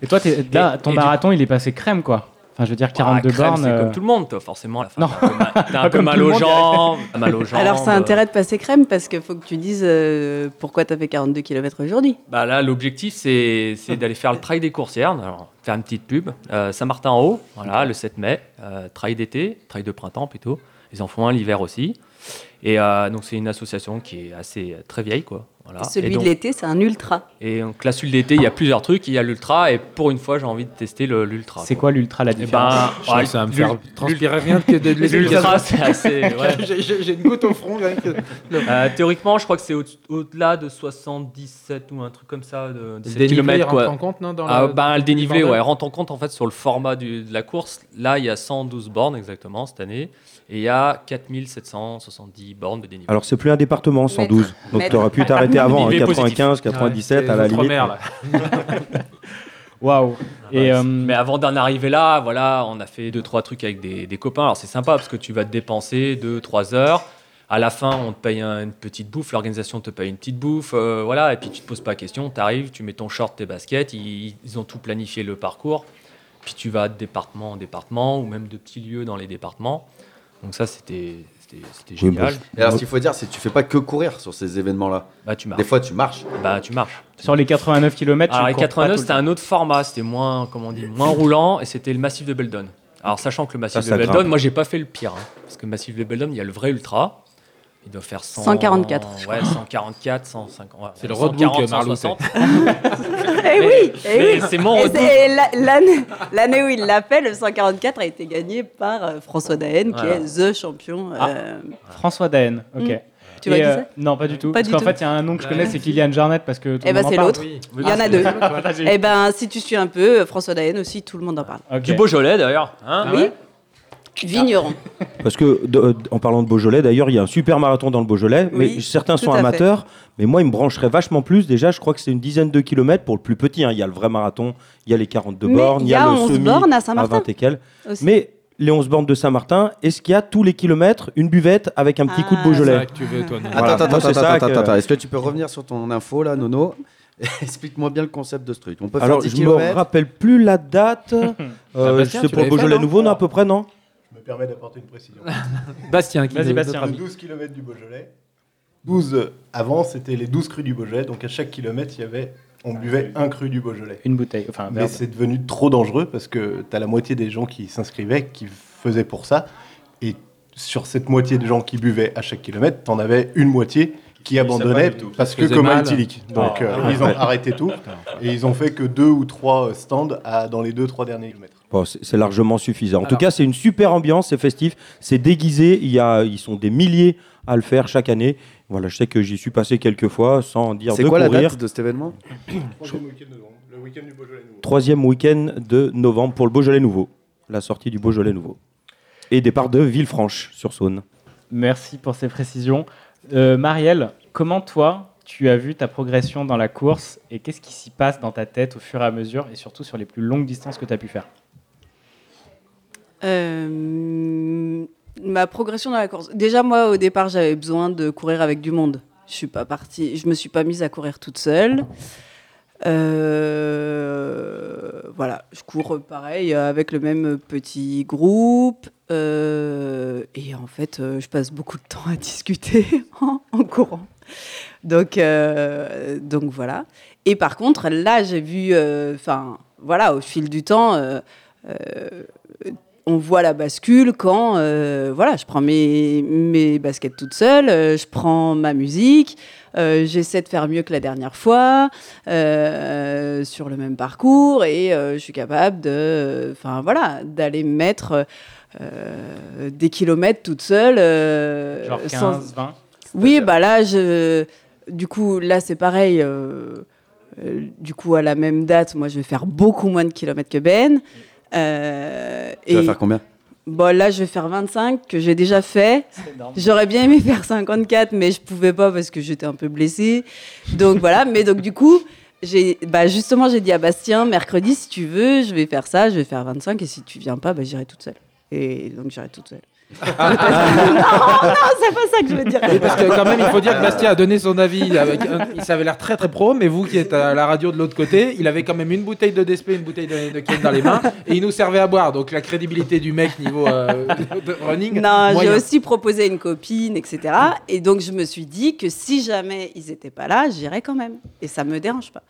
Speaker 7: Et toi, t'es- là, ton
Speaker 11: et du- Ah,
Speaker 7: marathon, il est passé crème, quoi. Enfin, je veux dire, 42 bornes.
Speaker 11: C'est
Speaker 7: euh,
Speaker 11: comme tout le monde, toi, forcément. à la fin,
Speaker 7: Non.
Speaker 11: T'as un peu mal, t'as un
Speaker 7: Pas
Speaker 11: peu
Speaker 7: comme
Speaker 11: mal
Speaker 7: tout le
Speaker 11: aux
Speaker 7: monde,
Speaker 11: jambes.
Speaker 7: direct.
Speaker 11: t'as mal aux jambes.
Speaker 10: Alors, ça a
Speaker 11: euh,
Speaker 10: intérêt de passer crème parce qu'il faut que tu dises euh, pourquoi t'as fait 42 km aujourd'hui.
Speaker 11: Bah là, l'objectif, c'est c'est d'aller faire le trail des coursières. Alors, faire une petite pub. Euh, Saint-Martin-en-Haut, voilà, le 7 mai. Euh, trail d'été, trail de printemps plutôt. Ils en font un l'hiver aussi. Et euh, donc, c'est une association qui est assez euh, très vieille, quoi. Voilà.
Speaker 10: Celui
Speaker 11: Et donc-
Speaker 10: de l'été, c'est un ultra.
Speaker 11: Et donc, là, celui de l'été, il y a plusieurs trucs. Il y a l'ultra, et pour une fois, j'ai envie de tester le- l'ultra.
Speaker 7: C'est quoi l'ultra, la
Speaker 11: Eh ben,
Speaker 7: différence
Speaker 9: Je pense que ça va me faire
Speaker 11: l'ul-
Speaker 9: transpirer rien que de- de
Speaker 11: L'ultra, c'est assez. ouais.
Speaker 9: J'ai- j'ai- J'ai une goutte au front. rien que-
Speaker 11: Euh, théoriquement, je crois que c'est au- au-delà de 77 ou un truc comme ça, de 17
Speaker 9: dénivelé, il
Speaker 11: km.
Speaker 9: rentre
Speaker 11: Quoi.
Speaker 9: en compte, non, dans
Speaker 11: Ah,
Speaker 9: le-
Speaker 11: ben, le
Speaker 9: du
Speaker 11: dénivelé,
Speaker 9: bordel
Speaker 11: ouais, rentre en compte en fait sur le format du- de la course. Là, il y a 112 bornes exactement cette année, et il y a 4770 bornes de dénivelé.
Speaker 6: Alors, c'est plus un département, 112. Donc,
Speaker 11: Mètres.
Speaker 6: tu aurais pu t'arrêter avant, hein,
Speaker 11: Niveau
Speaker 6: 95,
Speaker 11: positif.
Speaker 6: 97, à la limite.
Speaker 7: Waouh. Et, euh,
Speaker 11: Mais avant d'en arriver là, voilà, on a fait deux trois trucs avec des, des copains. Alors c'est sympa parce que tu vas te dépenser 2 3 heures. À la fin, on te paye un- une petite bouffe, l'organisation te paye une petite bouffe, euh, voilà, et puis tu te poses pas question, tu arrives, tu mets ton short, tes baskets, ils, ils ont tout planifié le parcours, puis tu vas de département en département ou même de petits lieux dans les départements. Donc ça, c'était c'était- c'était
Speaker 6: bah,
Speaker 11: génial.
Speaker 8: Et alors, ce qu'il faut dire, c'est que tu fais pas que courir sur ces événements-là.
Speaker 11: Bah, tu marches.
Speaker 8: Des fois, tu marches.
Speaker 11: Bah, tu marches.
Speaker 7: Sur les 89 km,
Speaker 11: Alors, les 89, c'était un autre format, c'était moins, comment on dit, moins roulant, et c'était le massif de Beldon. Alors, sachant que le massif
Speaker 7: Ça, ça
Speaker 11: de Beldon,
Speaker 7: grimpe.
Speaker 11: moi, j'ai pas fait le pire, hein, parce que le massif de Beldon, il y a le vrai ultra. Il doit faire 100
Speaker 10: 144, je
Speaker 11: Ouais,
Speaker 10: crois.
Speaker 11: 144, 150. ouais,
Speaker 9: C'est le
Speaker 11: 140,
Speaker 9: roadbook, euh, Marlou,
Speaker 11: 160.
Speaker 10: Eh oui, eh
Speaker 11: Ah mais
Speaker 10: oui.
Speaker 11: c'est mon
Speaker 10: Et
Speaker 11: retour.
Speaker 10: c'est- et la- l'année- L'année où il l'a fait, le 144 a été gagné par euh, François Daen, qui
Speaker 7: Voilà.
Speaker 10: est the champion.
Speaker 11: Ah.
Speaker 10: euh,
Speaker 7: François Daen, ok.
Speaker 10: Mm. Tu
Speaker 7: Et,
Speaker 10: vois qui
Speaker 7: euh,
Speaker 10: c'est
Speaker 7: Non, pas du tout.
Speaker 10: Pas
Speaker 7: parce
Speaker 10: du
Speaker 7: qu'en
Speaker 10: tout.
Speaker 7: fait, il y a un nom que je connais, c'est Kylian Jarnet, parce que tout
Speaker 10: Eh
Speaker 7: le
Speaker 10: ben
Speaker 7: monde en
Speaker 10: c'est
Speaker 7: parle.
Speaker 10: l'autre. Il y
Speaker 7: Ah,
Speaker 10: en a deux. Eh ben si tu suis un peu, François euh, Daen aussi, tout le monde en parle.
Speaker 7: Ah,
Speaker 11: Du Beaujolais, d'ailleurs. hein.
Speaker 10: Oui. Vigneron.
Speaker 6: Parce que de- de- en parlant de Beaujolais, d'ailleurs, il y a un super marathon dans le Beaujolais.
Speaker 10: Oui,
Speaker 6: mais certains
Speaker 10: tout
Speaker 6: sont
Speaker 10: à fait.
Speaker 6: amateurs, mais moi, ils me brancheraient vachement plus. Déjà, je crois que c'est une dizaine de kilomètres pour le plus petit. hein. Il y a le vrai marathon, il y a les 42
Speaker 10: Mais
Speaker 6: bornes,
Speaker 10: il y a
Speaker 6: le
Speaker 10: 11
Speaker 6: semi
Speaker 10: bornes à Saint-Martin
Speaker 6: 20 et quelques.
Speaker 10: aussi.
Speaker 6: Mais les 11 bornes de Saint-Martin, est-ce qu'il y a tous les kilomètres une buvette avec un petit coup de
Speaker 9: Ah,
Speaker 10: Ah,
Speaker 9: C'est
Speaker 6: Beaujolais
Speaker 9: ça que tu veux, toi,
Speaker 6: Voilà.
Speaker 9: Nono.
Speaker 8: Attends,
Speaker 6: Moi,
Speaker 8: attends,
Speaker 6: c'est
Speaker 8: attends,
Speaker 6: ça
Speaker 8: attends,
Speaker 6: que-
Speaker 8: attends. Est-ce que tu peux revenir sur ton info là, Nono Explique-moi bien le concept de ce truc. On peut
Speaker 6: Alors,
Speaker 8: faire 10
Speaker 6: je me
Speaker 8: km.
Speaker 6: rappelle plus la date.
Speaker 9: Ah,
Speaker 6: Euh,
Speaker 11: Sébastien,
Speaker 6: c'est
Speaker 11: tu
Speaker 6: pour
Speaker 11: l'avais
Speaker 6: Beaujolais
Speaker 11: fait, non
Speaker 6: Nouveau, non, à peu près, non
Speaker 12: Je me permets d'apporter une précision.
Speaker 9: Bastien, qui
Speaker 7: Vas-y,
Speaker 9: nous-
Speaker 7: Bastien.
Speaker 12: Le 12 km du Beaujolais. 12 avant, c'était les 12 crus du Beaujolais. Donc à chaque kilomètre, il y avait, on buvait un cru du Beaujolais.
Speaker 7: Une bouteille, enfin un
Speaker 12: Mais
Speaker 7: verre.
Speaker 12: c'est devenu trop dangereux parce que tu as la moitié des gens qui s'inscrivaient, qui faisaient pour ça. Et sur cette moitié de gens qui buvaient à chaque kilomètre, tu en avais une moitié qui abandonnait
Speaker 11: du tout.
Speaker 12: parce que
Speaker 9: Faisait
Speaker 12: comme
Speaker 9: mal.
Speaker 12: alcoolique. Donc
Speaker 11: Ah,
Speaker 12: euh,
Speaker 11: ah,
Speaker 12: ils ont
Speaker 11: ouais.
Speaker 12: arrêté tout et ils ont fait que deux ou trois euh, stands à- dans les deux trois derniers kilomètres.
Speaker 6: Bon, c'est c'est largement suffisant. En tout
Speaker 9: Alors-
Speaker 6: cas, c'est une super ambiance, c'est festif, c'est déguisé. Il y a, ils sont des milliers à le faire chaque année. Voilà, je sais que j'y suis passé quelques fois sans dire
Speaker 8: C'est
Speaker 6: de
Speaker 8: quoi la
Speaker 6: courir.
Speaker 8: date de cet événement
Speaker 12: le week-end du Beaujolais nouveau.
Speaker 6: Troisième week-end de novembre pour le Beaujolais Nouveau, la sortie du Beaujolais Nouveau et départ de Villefranche sur Saône.
Speaker 7: Merci pour ces précisions. Euh, Marielle, comment toi, tu as vu ta progression dans la course et qu'est-ce qui s'y passe dans ta tête au fur et à mesure et surtout sur les plus longues distances que tu as pu faire
Speaker 10: Euh, ma progression dans la course. Déjà, moi, au départ, j'avais besoin de courir avec du monde. Je suis pas partie, je me suis pas mise à courir toute seule. Euh, voilà, je cours pareil euh, avec le même petit groupe. Euh, et en fait, euh, je passe beaucoup de temps à discuter en, en courant. Donc, euh, donc voilà. Et par contre, là, j'ai vu, euh, enfin, voilà, au fil du temps, euh, euh, on voit la bascule quand euh, voilà, je prends mes, mes baskets toute seule, euh, je prends ma musique, euh, j'essaie de faire mieux que la dernière fois euh, sur le même parcours et euh, je suis capable de, enfin voilà, d'aller mettre euh, des kilomètres toute seule. euh,
Speaker 7: Genre 15,
Speaker 10: sans-
Speaker 7: 20
Speaker 10: oui, bah là, je... du coup, là, c'est pareil. euh, euh, du coup, à la même date, moi, je vais faire beaucoup moins de kilomètres que Ben. Euh,
Speaker 8: Tu vas faire combien
Speaker 10: bon, là, je vais faire 25 que j'ai déjà fait. J'aurais bien aimé faire 54, mais je pouvais pas parce que j'étais un peu blessée. Donc voilà. Mais donc du coup, j'ai, bah justement, j'ai dit à Bastien, mercredi, si tu veux, je vais faire ça, je vais faire 25, et si tu viens pas, bah, j'irai toute seule. Et donc j'irai toute seule. Ah, non, non, c'est pas ça que je veux dire.
Speaker 9: Ah. Oui, parce que quand même, il faut dire que Bastien a donné son avis. Avec un- Il s'avait l'air très très pro, mais vous qui êtes à la radio de l'autre côté, il avait quand même une bouteille de DSP, une bouteille de Heineken dans les mains, et il nous servait à boire. Donc la crédibilité du mec niveau euh, de running.
Speaker 10: Non, j'ai
Speaker 9: moyen.
Speaker 10: aussi proposé à une copine, etc. Et donc, je me suis dit que si jamais ils n'étaient pas là, j'irais quand même. Et ça me dérange pas.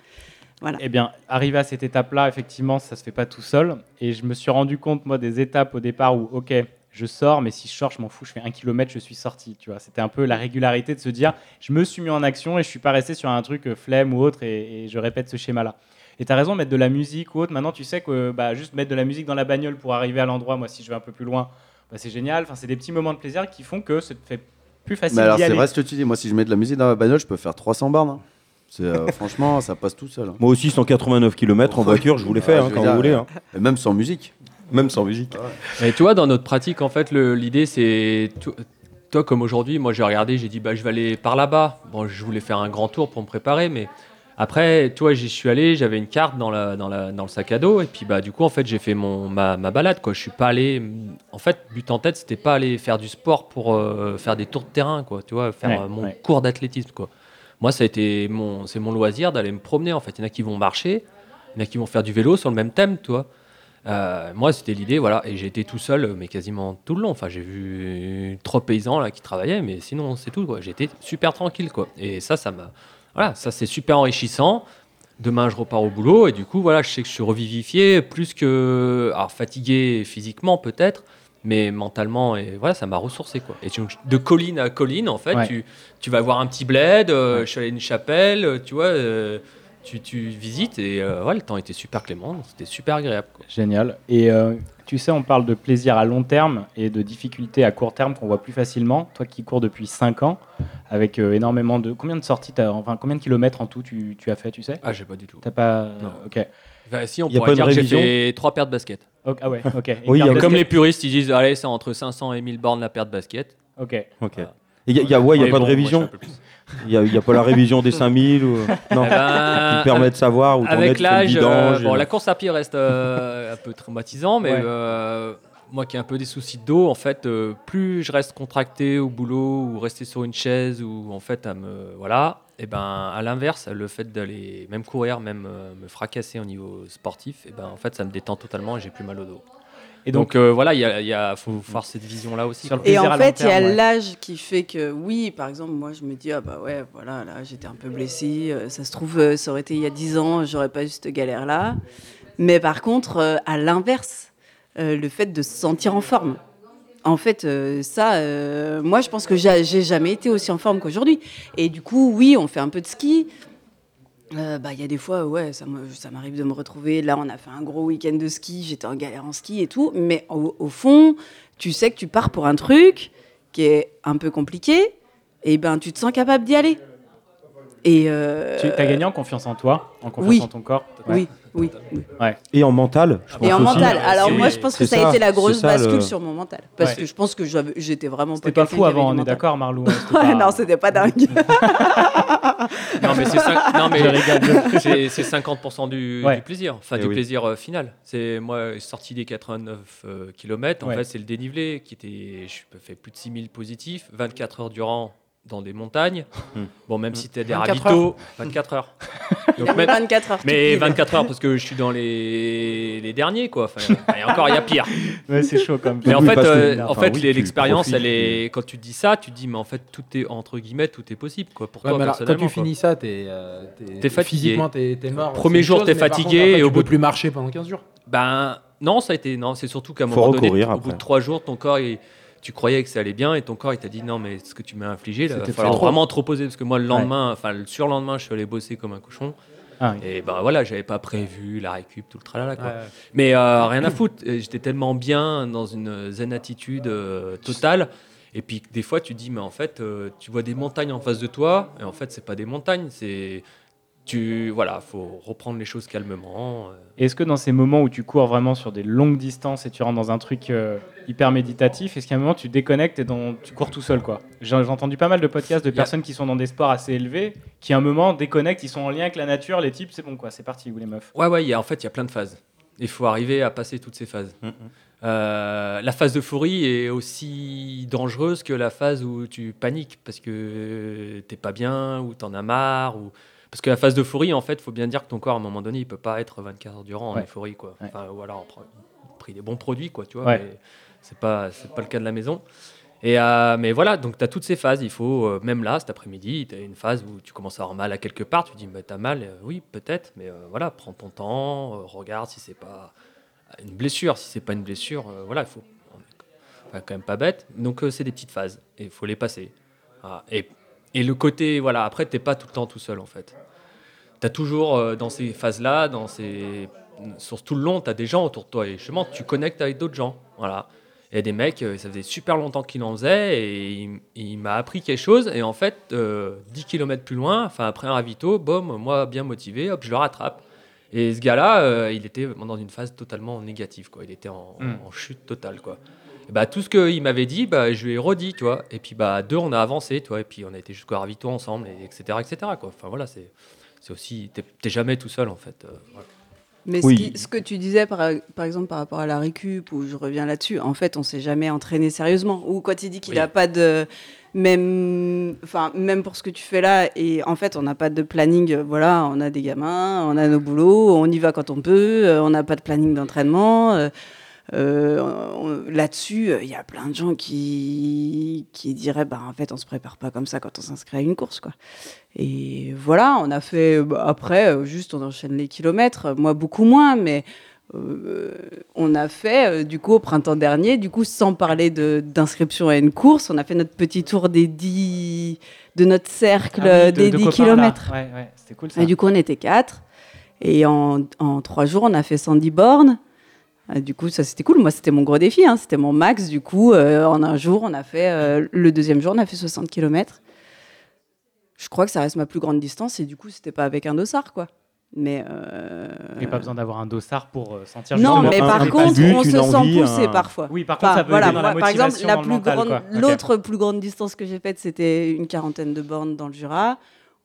Speaker 7: Eh bien, arrivé à cette étape-là, effectivement, ça se fait pas tout seul. Et je me suis rendu compte, moi, des étapes au départ où, ok, je sors, mais si je sors, je m'en fous, je fais un kilomètre, je suis sorti. Tu vois, c'était un peu la régularité de se dire, je me suis mis en action et je suis pas resté sur un truc euh, flemme ou autre et, et je répète ce schéma-là. Et t'as raison, mettre de la musique ou autre. Maintenant, tu sais que bah, juste mettre de la musique dans la bagnole pour arriver à l'endroit, moi, si je vais un peu plus loin, bah, c'est génial. Enfin, c'est des petits moments de plaisir qui font que ça te fait plus facile
Speaker 8: Mais alors,
Speaker 7: d'y
Speaker 8: c'est
Speaker 7: aller.
Speaker 8: vrai ce que tu dis. Moi, si je mets de la musique dans ma bagnole, je peux faire 300 bornes. hein. C'est, euh, franchement, ça passe tout seul. hein.
Speaker 6: Moi aussi, 189 km en voiture, je vous l'ai fait
Speaker 8: Ouais,
Speaker 6: hein,
Speaker 8: je veux
Speaker 6: quand
Speaker 8: dire,
Speaker 6: vous voulez,
Speaker 8: euh,
Speaker 6: hein.
Speaker 8: Et même sans musique.
Speaker 6: même sans musique.
Speaker 11: Mais tu vois, dans notre pratique, en fait, le- l'idée, c'est. to- Toi, comme aujourd'hui, moi, j'ai regardé, j'ai dit, bah, je vais aller par là-bas. Bon, je voulais faire un grand tour pour me préparer, mais après, toi, j'y suis allé, j'avais une carte dans, la, dans, la- dans le sac à dos, et puis, bah, du coup, en fait, j'ai fait mon, ma, ma balade, quoi. Je suis pas allé. En fait, but en tête, c'était pas aller faire du sport pour euh, faire des tours de terrain, quoi. Tu vois, faire
Speaker 7: Ouais,
Speaker 11: euh, mon
Speaker 7: ouais.
Speaker 11: cours d'athlétisme, quoi. Moi, ça a été mon, c'est mon loisir d'aller me promener, en fait. Il y en a qui vont marcher, il y en a qui vont faire du vélo sur le même thème, tu vois. Euh, moi, c'était l'idée, voilà, et j'ai été tout seul, euh, mais quasiment tout le long. Enfin, j'ai vu trois paysans là qui travaillaient, mais sinon, c'est tout. quoi. J'étais super tranquille, quoi. Et ça, ça m'a, voilà, ça c'est super enrichissant. Demain, je repars au boulot, et du coup, voilà, je sais que je suis revivifié, plus que, alors, fatigué physiquement peut-être, mais mentalement, et voilà, ça m'a ressourcé, quoi. Et tu- de colline à colline, en fait,
Speaker 7: Ouais.
Speaker 11: tu, tu vas voir un petit bled, euh, je suis allé à une chapelle, euh, tu vois. euh, tu, tu visites et euh, ouais, le temps était super clément, donc c'était super agréable. quoi.
Speaker 7: Génial. Et euh, tu sais, on parle de plaisir à long terme et de difficultés à court terme qu'on voit plus facilement. Toi qui cours depuis 5 ans, avec euh, énormément de. Combien de sorties t'as- Enfin, combien de kilomètres en tout tu, tu as fait, tu sais
Speaker 11: Ah, j'ai pas du tout.
Speaker 7: T'as pas.
Speaker 11: Non.
Speaker 7: Ok.
Speaker 11: Enfin, si, on
Speaker 6: Y a
Speaker 11: pourrait
Speaker 6: pas
Speaker 11: dire
Speaker 6: une
Speaker 11: que j'ai
Speaker 6: révision
Speaker 11: fait trois paires de baskets.
Speaker 7: Ok, ah ouais, ok. Et
Speaker 6: Oui, il y a-
Speaker 7: carte
Speaker 11: Comme
Speaker 7: basket-
Speaker 11: les puristes, ils disent allez, c'est entre 500 et 1000 bornes la paire de basket.
Speaker 7: Ok.
Speaker 6: Ok. Il n'y a, y a- ouais, y a
Speaker 11: Mais
Speaker 6: pas
Speaker 11: Ah. bon,
Speaker 6: de
Speaker 11: moi, je suis
Speaker 6: révision
Speaker 11: un peu plus.
Speaker 6: Il n'y a, y a pas la révision des 5000 ou... Non,
Speaker 11: Eh ben,
Speaker 6: qui permet de savoir où t'en es,
Speaker 11: Avec
Speaker 6: tu fais le
Speaker 11: l'âge,
Speaker 6: bilan,
Speaker 11: euh,
Speaker 6: j'ai-
Speaker 11: bon, la course à pied reste euh, un peu traumatisant, mais
Speaker 7: Ouais.
Speaker 11: euh, moi qui ai un peu des soucis d'eau, en fait, euh, plus je reste contracté au boulot ou rester sur une chaise ou en fait à me voilà, et ben à l'inverse, le fait d'aller même courir, même euh, me fracasser au niveau sportif, et ben en fait ça me détend totalement et j'ai plus mal au dos.
Speaker 7: Et
Speaker 11: Et donc,
Speaker 7: donc- Mm.
Speaker 11: euh, voilà, il y a, il y a- faut voir cette vision-là aussi.
Speaker 7: Sur le
Speaker 11: quoi.
Speaker 10: Et
Speaker 7: plaisir
Speaker 10: en
Speaker 7: à
Speaker 10: fait, il
Speaker 7: long
Speaker 10: y a
Speaker 7: terme, ouais.
Speaker 10: l'âge qui fait que, oui, par exemple, moi, je me dis, ah bah ouais, voilà, là, j'étais un peu blessée, euh, ça se trouve, euh, ça aurait été il y a 10 ans, j'aurais pas eu cette galère-là. Mais par contre, euh, à l'inverse, euh, le fait de se sentir en forme. En fait, euh, ça, euh, moi, je pense que j'a- j'ai jamais été aussi en forme qu'aujourd'hui. Et du coup, oui, on fait un peu de ski. Euh, bah, il y a des fois, ouais, ça me- ça m'arrive de me retrouver. Là, on a fait un gros week-end de ski, j'étais en galère en ski et tout. Mais au, au fond, tu sais que tu pars pour un truc qui est un peu compliqué, et ben tu te sens capable d'y aller. Et euh,
Speaker 7: Tu as gagné en confiance en toi, en confiance
Speaker 10: oui.
Speaker 7: en ton corps.
Speaker 10: Oui, oui. oui.
Speaker 7: Ouais.
Speaker 6: Et en mental, je pense
Speaker 10: Et en
Speaker 6: aussi.
Speaker 10: mental. Alors moi, je pense que
Speaker 6: C'est
Speaker 10: ça, a été la
Speaker 6: c'est
Speaker 10: grosse
Speaker 6: ça,
Speaker 10: bascule
Speaker 6: le-
Speaker 10: sur mon mental, parce
Speaker 7: Ouais.
Speaker 10: que je pense que j'avais- j'étais vraiment
Speaker 7: T'es pas
Speaker 10: quelqu'un
Speaker 7: fou
Speaker 10: qui avait
Speaker 7: avant,
Speaker 10: du
Speaker 7: on est
Speaker 10: mental.
Speaker 7: d'accord, Marlou hein, c'était
Speaker 10: Ouais,
Speaker 7: pas-
Speaker 10: non, c'était pas dingue.
Speaker 11: Non, mais c'est cin- non, mais
Speaker 7: Je rigole.
Speaker 11: c'est- c'est 50% du,
Speaker 7: Ouais.
Speaker 11: du plaisir, enfin
Speaker 6: Eh
Speaker 11: du
Speaker 6: oui.
Speaker 11: plaisir euh, final. C'est moi sorti des 89 km, en
Speaker 7: Ouais.
Speaker 11: fait c'est le dénivelé qui était, je fais plus de 6000 positifs, 24 heures durant dans des montagnes.
Speaker 6: Hmm.
Speaker 11: Bon, même si t'as des
Speaker 10: 24
Speaker 11: ravitaux, 24 heures. Donc, même-
Speaker 10: 24 heures.
Speaker 11: mais
Speaker 10: tout pile.
Speaker 11: 24 heures parce que je suis dans les, les derniers quoi. Enfin, et encore il y a pire.
Speaker 7: Ouais, c'est chaud quand même.
Speaker 11: Mais en
Speaker 6: Oui,
Speaker 11: fait,
Speaker 6: parce que-
Speaker 11: euh, en
Speaker 6: enfin,
Speaker 11: fait,
Speaker 6: oui,
Speaker 11: les-
Speaker 6: tu
Speaker 11: l'expérience,
Speaker 6: profites,
Speaker 11: elle est. Quand tu te dis ça, tu te dis, mais en fait, tout est entre guillemets, tout est possible, quoi. Pour
Speaker 9: Ouais,
Speaker 11: toi,
Speaker 9: mais alors, quand
Speaker 11: personnellement.
Speaker 9: tu
Speaker 11: quoi.
Speaker 9: finis ça, t'es euh,
Speaker 11: T'es fatigué.
Speaker 9: Physiquement, t'es t'es mort.
Speaker 11: Premier
Speaker 9: c'est une
Speaker 11: jour,
Speaker 9: chose,
Speaker 11: t'es
Speaker 9: mais par contre,
Speaker 11: fatigué,
Speaker 9: après,
Speaker 11: et au
Speaker 9: tu
Speaker 11: bout
Speaker 9: peux
Speaker 11: de-
Speaker 9: plus marcher pendant 15 jours.
Speaker 11: Ben non, ça a été non, c'est surtout qu'à un
Speaker 6: Faut
Speaker 11: moment donné,
Speaker 6: recourir
Speaker 11: au bout
Speaker 6: après.
Speaker 11: de trois jours, ton corps, il- tu croyais que ça allait bien et ton corps il t'a dit non mais ce que tu m'as infligé, là, il va
Speaker 7: C'était
Speaker 11: falloir
Speaker 7: trop.
Speaker 11: vraiment trop poser parce que moi le lendemain, enfin le surlendemain, je suis allé bosser comme un cochon
Speaker 7: Ah oui.
Speaker 11: et ben voilà, j'avais pas prévu la récup, tout le tralala quoi.
Speaker 9: Ouais, ouais.
Speaker 11: Mais euh, rien à foutre, Et j'étais tellement bien dans une zen attitude euh, totale. Et puis des fois tu dis mais en fait euh, tu vois des montagnes en face de toi et en fait c'est pas des montagnes, c'est tu voilà, faut reprendre les choses calmement. euh,
Speaker 7: Est-ce que dans ces moments où tu cours vraiment sur des longues distances et tu rentres dans un truc euh, hyper méditatif, est-ce qu'à un moment tu déconnectes et dans- tu cours tout seul quoi J'ai j'ai entendu pas mal de podcasts de
Speaker 11: Yeah.
Speaker 7: personnes qui sont dans des sports assez élevés, qui à un moment déconnectent, ils sont en lien avec la nature, les types, c'est bon quoi, c'est parti ou les meufs.
Speaker 11: Ouais, ouais, il y a, en fait, il y a plein de phases. Il faut arriver à passer toutes ces phases.
Speaker 7: Mm,
Speaker 11: Euh, la phase d'euphorie est aussi dangereuse que la phase où tu paniques parce que t'es pas bien ou t'en as marre. Ou... Parce que la phase d'euphorie, en fait, faut bien dire que ton corps, à un moment donné, il peut pas être 24 heures durant en
Speaker 7: Ouais.
Speaker 11: euphorie. Quoi.
Speaker 7: Ouais.
Speaker 11: Enfin, ou alors, on prend- on pris des bons produits, quoi, tu vois.
Speaker 7: Ouais.
Speaker 11: mais C'est pas, c'est pas le cas de la maison. Et euh, mais voilà, donc tu as toutes ces phases. Il faut, euh, même là, cet après-midi, tu as une phase où tu commences à avoir mal à quelque part. Tu dis, mais t'as mal, Euh, oui, peut-être, mais euh, voilà, prends ton temps, euh, regarde si c'est pas une blessure. Si c'est pas une blessure, euh, voilà, il faut. on est enfin, quand même pas bête. Donc, euh, c'est des petites phases et il faut les passer. Voilà. Et, et le côté, voilà, après, t'es pas tout le temps tout seul en fait. Tu as toujours euh, dans ces phases-là, dans ces. Sur tout le long, tu as des gens autour de toi et justement, tu connectes avec d'autres gens. Voilà. Et des mecs, euh, ça faisait super longtemps qu'il en faisait et il, il m'a appris quelque chose. Et en fait, euh, 10 km plus loin, enfin après un ravito, boum, moi bien motivé, hop, je le rattrape. Et ce gars-là, euh, il était dans une phase totalement négative, quoi. Il était en,
Speaker 7: Mm.
Speaker 11: en chute totale, quoi. Et bah, tout ce qu'il m'avait dit, bah, je lui ai redit, tu vois. Et puis, bah, à deux, on a avancé, tu vois. Et puis, on a été jusqu'au ravito ensemble, et etc., etc., quoi. Enfin, voilà, c'est c'est aussi t'es t'es jamais tout seul en fait euh, voilà.
Speaker 10: Mais
Speaker 6: Oui.
Speaker 10: ce, qui- ce que tu disais, par, par exemple, par rapport à la récup, où je reviens là-dessus, en fait, on s'est jamais entraîné sérieusement. Ou quand il dit qu'il
Speaker 11: Oui.
Speaker 10: n'a pas de. Même, enfin, même pour ce que tu fais là, et en fait, on n'a pas de planning. euh, Voilà, on a des gamins, on a nos boulots, on y va quand on peut, euh, on n'a pas de planning d'entraînement. euh, euh, on- Là-dessus, euh, il y a plein de gens qui, qui diraient bah, en fait, on se prépare pas comme ça quand on s'inscrit à une course. Quoi. Et voilà, on a fait. bah, après, euh, juste, on enchaîne les kilomètres. Moi, beaucoup moins, mais euh, on a fait, euh, du coup, au printemps dernier, du coup, sans parler de- d'inscription à une course, on a fait notre petit tour des 10. de notre cercle
Speaker 7: Ah
Speaker 10: euh,
Speaker 7: oui, de-
Speaker 10: des
Speaker 7: de
Speaker 10: 10
Speaker 7: copains, là.
Speaker 10: kilomètres.
Speaker 7: Ouais, ouais, c'était cool ça.
Speaker 10: Et du coup, on était quatre. Et en, en trois jours, on a fait 110 bornes. Euh, Du coup, ça c'était cool. Moi, c'était mon gros défi. hein. C'était mon max. Du coup, euh, en un jour, on a fait. euh, le deuxième jour, on a fait 60 km. Je crois que ça reste ma plus grande distance. Et du coup, c'était pas avec un dossard, quoi. Mais. euh,
Speaker 7: Et pas besoin d'avoir un dossard pour euh, sentir
Speaker 10: non,
Speaker 7: justement
Speaker 10: mais
Speaker 7: un-
Speaker 10: par
Speaker 7: un
Speaker 10: contre,
Speaker 7: but,
Speaker 10: on
Speaker 7: une
Speaker 10: se sent
Speaker 7: envie,
Speaker 10: poussé
Speaker 7: un-
Speaker 10: parfois.
Speaker 7: Oui, par
Speaker 10: Enfin,
Speaker 7: contre, ça peut
Speaker 10: voilà,
Speaker 7: aider dans la
Speaker 10: moi, Par exemple,
Speaker 7: motivation,
Speaker 10: la
Speaker 7: dans le
Speaker 10: plus
Speaker 7: mental,
Speaker 10: grande,
Speaker 7: quoi. Ok.
Speaker 10: l'autre plus grande distance que j'ai faite, c'était une quarantaine de bornes dans le Jura,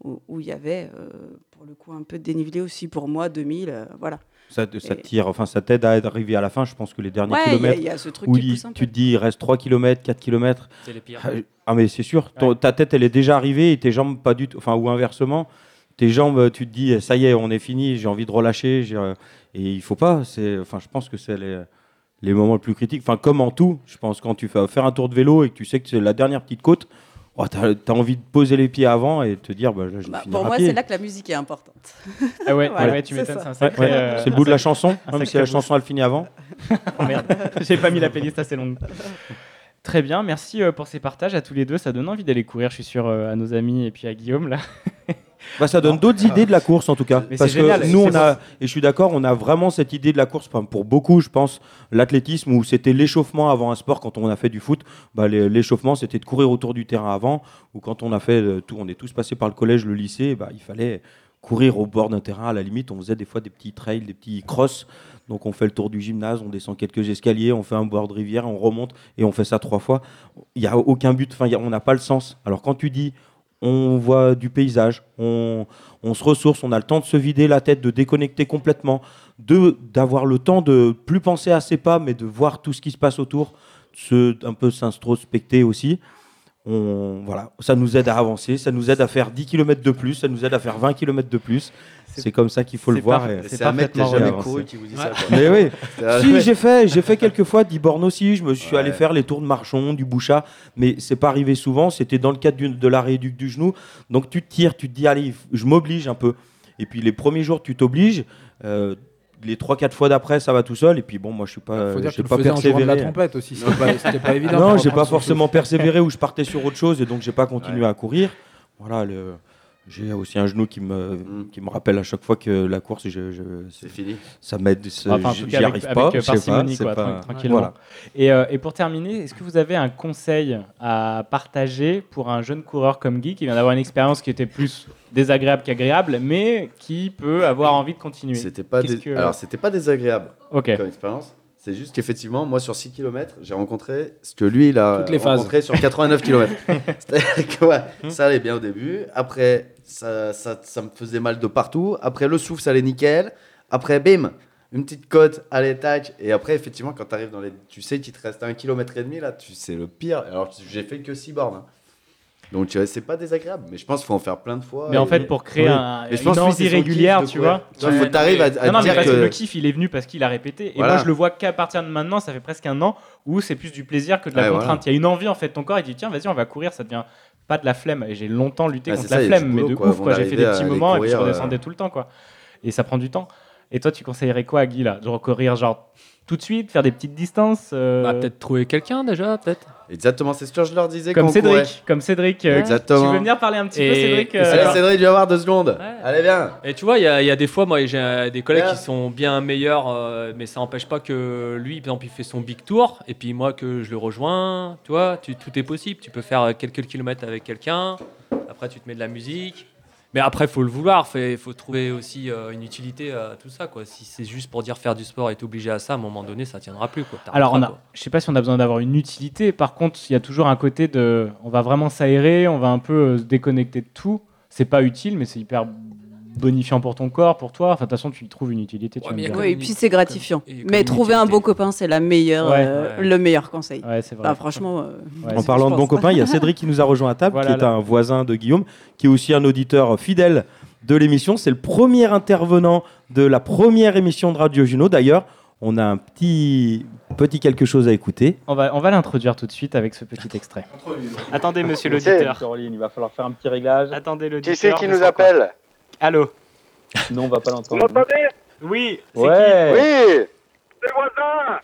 Speaker 10: où où il y avait, euh, pour le coup, un peu de dénivelé aussi pour moi, 2000, euh, voilà.
Speaker 6: Ça, te- ça
Speaker 10: Et-
Speaker 6: te tire, enfin ça t'aide à arriver à la fin. Je pense que les derniers
Speaker 10: Ouais, il y a-
Speaker 6: kilomètres,
Speaker 10: il y a ce truc
Speaker 6: où
Speaker 10: qui
Speaker 6: il-
Speaker 10: pousse un peu.
Speaker 6: tu te dis il reste 3 km, 4 km.
Speaker 11: C'est les pires.
Speaker 6: Ah mais c'est sûr, ton- ta tête elle est déjà arrivée et tes jambes pas du tout, enfin ou inversement, tes jambes euh, tu te dis eh, ça y est on est fini, j'ai envie de relâcher j'ai, euh, et il faut pas. C'est, enfin je pense que c'est les, les moments les plus critiques. Enfin comme en tout, je pense quand tu fais faire un tour de vélo et que tu sais que c'est la dernière petite côte, oh, t'as, t'as envie de poser les pieds avant et de te dire bah, là, je vais
Speaker 10: Bah,
Speaker 6: finir
Speaker 10: pour
Speaker 6: à
Speaker 10: moi,
Speaker 6: pied.
Speaker 10: c'est là que la musique est importante.
Speaker 7: Ah ouais,
Speaker 10: Voilà,
Speaker 7: ouais, tu
Speaker 10: c'est
Speaker 7: m'étonnes,
Speaker 10: ça.
Speaker 7: c'est un sacré.
Speaker 6: Ouais,
Speaker 7: euh,
Speaker 6: c'est le bout de la chanson,
Speaker 7: un
Speaker 6: hein, même si
Speaker 7: sacré
Speaker 6: la
Speaker 7: bout.
Speaker 6: chanson elle finit avant.
Speaker 7: Oh merde, j'ai pas mis la playlist assez longue. Très bien, merci euh, pour ces partages à tous les deux. Ça donne envie d'aller courir, je suis sûr, euh, à nos amis et puis à Guillaume là.
Speaker 6: Bah, ça donne d'autres idées de la course en tout cas.
Speaker 7: Mais
Speaker 6: Parce
Speaker 7: c'est génial,
Speaker 6: que nous,
Speaker 7: c'est
Speaker 6: on a, et je suis d'accord, on a vraiment cette idée de la course enfin, pour beaucoup, je pense. L'athlétisme où c'était l'échauffement avant un sport, quand on a fait du foot, bah, les- l'échauffement c'était de courir autour du terrain avant, ou quand on a fait euh, tout, on est tous passés par le collège, le lycée, bah, il fallait courir au bord d'un terrain à la limite. On faisait des fois des petits trails, des petits crosses. Donc on fait le tour du gymnase, on descend quelques escaliers, on fait un bord de rivière, on remonte et on fait ça trois fois. Il n'y a aucun but, enfin, il y a- on n'a pas le sens. Alors quand tu dis on voit du paysage, on, on se ressource, on a le temps de se vider la tête, de déconnecter complètement, de d'avoir le temps de plus penser à ses pas, mais de voir tout ce qui se passe autour, se, un peu s'introspecter aussi. On, voilà, ça nous aide à avancer, ça nous aide à faire 10 km de plus, ça nous aide à faire 20 km de plus. C'est comme ça qu'il faut le
Speaker 8: c'est
Speaker 6: voir.
Speaker 8: parfait,
Speaker 6: et-
Speaker 8: c'est C'est un mec qui a
Speaker 6: et
Speaker 8: jamais
Speaker 6: avancer.
Speaker 8: couru qui vous dit ça, quoi.
Speaker 6: Mais oui,
Speaker 8: C'est-
Speaker 6: si j'ai fait, j'ai fait quelques fois 10 bornes aussi. Je me suis allé faire les tours de Marchon, du Bouchat, mais c'est pas arrivé souvent. C'était dans le cadre d'une- de la rééduque du genou. Donc tu te tires, tu te dis, allez, je m'oblige un peu. Et puis les premiers jours, tu t'obliges. Euh, les 3-4 fois d'après, ça va tout seul. Et puis bon, moi, je suis pas,
Speaker 9: Faut dire
Speaker 6: j'ai
Speaker 9: que tu le
Speaker 6: pas
Speaker 9: faisais en jouant de la
Speaker 6: persévéré.
Speaker 9: trompette aussi, c'était pas- c'était pas évident pour
Speaker 6: Non, j'ai
Speaker 9: reprendre
Speaker 6: pas
Speaker 9: son
Speaker 6: forcément
Speaker 9: souffle.
Speaker 6: persévéré où je partais sur autre chose et donc j'ai pas continué à courir. Voilà, le- j'ai aussi un genou qui me, qui me rappelle à chaque fois que la course, je, je- c'est
Speaker 8: fini.
Speaker 6: Ça m'aide, c'est-
Speaker 7: Enfin, en tout
Speaker 6: j'y
Speaker 7: cas,
Speaker 6: j'y
Speaker 7: avec-
Speaker 6: arrive
Speaker 7: avec,
Speaker 6: pas.
Speaker 7: euh,
Speaker 6: je sais pas,
Speaker 7: parcimonie,
Speaker 6: c'est
Speaker 7: quoi,
Speaker 6: pas-
Speaker 7: tran- tranquillement.
Speaker 6: voilà.
Speaker 7: Et, euh, et pour terminer, est-ce que vous avez un conseil à partager pour un jeune coureur comme Guy qui vient d'avoir une expérience qui était plus désagréable qu'agréable, mais qui peut avoir envie de continuer
Speaker 8: C'était pas
Speaker 7: Qu'est-ce
Speaker 8: dés-
Speaker 7: que-
Speaker 8: Alors, c'était pas désagréable
Speaker 7: Ok.
Speaker 8: comme expérience. C'est juste qu'effectivement, moi, sur 6 km, j'ai rencontré ce que lui, il a
Speaker 9: Toutes les phases.
Speaker 8: rencontré sur 89 km. C'est-à-dire que ouais, ça allait bien au début. Après, ça, ça, ça me faisait mal de partout. Après, le souffle, ça allait nickel. Après, bim, une petite côte, allez, tac. Et après, effectivement, quand t'arrives dans les. Tu sais qu'il te reste un kilomètre et demi, là, tu c'est le pire. Alors, j'ai fait que 6 bornes. hein. Donc, tu vois, c'est pas désagréable. Mais je pense qu'il faut en faire plein de fois.
Speaker 7: Mais en
Speaker 8: Et-
Speaker 7: fait, pour créer
Speaker 8: Oui.
Speaker 7: un,
Speaker 8: Mais je
Speaker 7: une
Speaker 8: pense que
Speaker 7: envie
Speaker 8: c'est son kiff
Speaker 7: régulière,
Speaker 8: de
Speaker 7: tu
Speaker 8: courir.
Speaker 7: vois.
Speaker 8: Tu vois, faut t'arrives à, à
Speaker 7: non, non, mais
Speaker 8: dire
Speaker 7: parce
Speaker 8: que.
Speaker 7: le kiff, il est venu parce qu'il a répété. Et
Speaker 8: Voilà.
Speaker 7: moi, je le vois qu'à partir de maintenant, ça fait presque un an où c'est plus du plaisir que de la
Speaker 8: Ouais, voilà.
Speaker 7: contrainte. Il y a une envie, en fait, ton corps, il dit tiens, vas-y, on va courir, ça devient pas de la flemme. Et j'ai longtemps lutté
Speaker 8: Ah,
Speaker 7: contre
Speaker 8: c'est ça,
Speaker 7: la
Speaker 8: il y a
Speaker 7: flemme,
Speaker 8: du
Speaker 7: mais
Speaker 8: boulot,
Speaker 7: de
Speaker 8: quoi,
Speaker 7: ouf,
Speaker 8: avant
Speaker 7: quoi. J'ai fait
Speaker 8: d'arriver
Speaker 7: des
Speaker 8: à
Speaker 7: petits
Speaker 8: aller
Speaker 7: moments et puis je
Speaker 8: courir, euh.
Speaker 7: redescendais tout le temps, quoi. Et ça prend du temps. Et toi, tu conseillerais quoi à Guy, là De recourir, genre, tout de suite, faire des petites distances euh,
Speaker 11: Bah, peut-être trouver quelqu'un déjà, peut-être.
Speaker 8: Exactement, c'est ce que je leur disais.
Speaker 7: Comme
Speaker 8: quand on courait.
Speaker 7: Cédric, comme Cédric. euh,
Speaker 8: Exactement.
Speaker 7: Tu veux venir parler un petit peu,
Speaker 11: Et-
Speaker 7: Cédric euh,
Speaker 8: Allez, Cédric, viens voir deux secondes. Allez, viens.
Speaker 11: Et tu vois, il y, a- il y a des fois, moi, j'ai euh, des collègues
Speaker 8: Bien.
Speaker 11: qui sont bien meilleurs, euh, mais ça n'empêche pas que lui, par exemple, il fait son big tour, et puis moi, que je le rejoins. Tu vois, tu- tout est possible. Tu peux faire euh, quelques kilomètres avec quelqu'un, après, tu te mets de la musique. Mais après, il faut le vouloir, il faut trouver aussi euh, une utilité à tout ça. Quoi. Si c'est juste pour dire faire du sport et t'obliger à ça, à un moment donné, ça tiendra plus. Quoi.
Speaker 7: Alors, on
Speaker 11: T'arrêteras,
Speaker 7: a, je sais pas si on a besoin d'avoir une utilité. Par contre, il y a toujours un côté de, on va vraiment s'aérer, on va un peu euh, se déconnecter de tout. C'est pas utile, mais c'est hyper bonifiant pour ton corps, pour toi. Enfin, de toute façon, tu y trouves une utilité. tu vas me dire.
Speaker 10: Oui, et puis c'est gratifiant.
Speaker 11: et
Speaker 10: Mais trouver un bon copain, c'est la meilleure,
Speaker 7: Ouais.
Speaker 10: euh,
Speaker 7: Ouais.
Speaker 10: le meilleur conseil.
Speaker 7: Ouais, c'est vrai.
Speaker 10: Bah, franchement. euh,
Speaker 6: en parlant de bons copains, il y a Cédric qui nous a rejoint à table,
Speaker 7: Voilà,
Speaker 6: qui est
Speaker 7: là.
Speaker 6: un voisin de Guillaume, qui est aussi un auditeur fidèle de l'émission. C'est le premier intervenant de la première émission de Radio Juno. D'ailleurs, on a un petit, petit quelque chose à écouter.
Speaker 7: On va, on va l'introduire tout de suite avec ce petit extrait. Attendez, monsieur l'auditeur. il va falloir faire un petit réglage. Attendez, l'auditeur. je sais encore. Allô Non, on va pas l'entendre. Oui, c'est
Speaker 13: Ouais.
Speaker 7: qui
Speaker 13: Oui.
Speaker 7: C'est voisin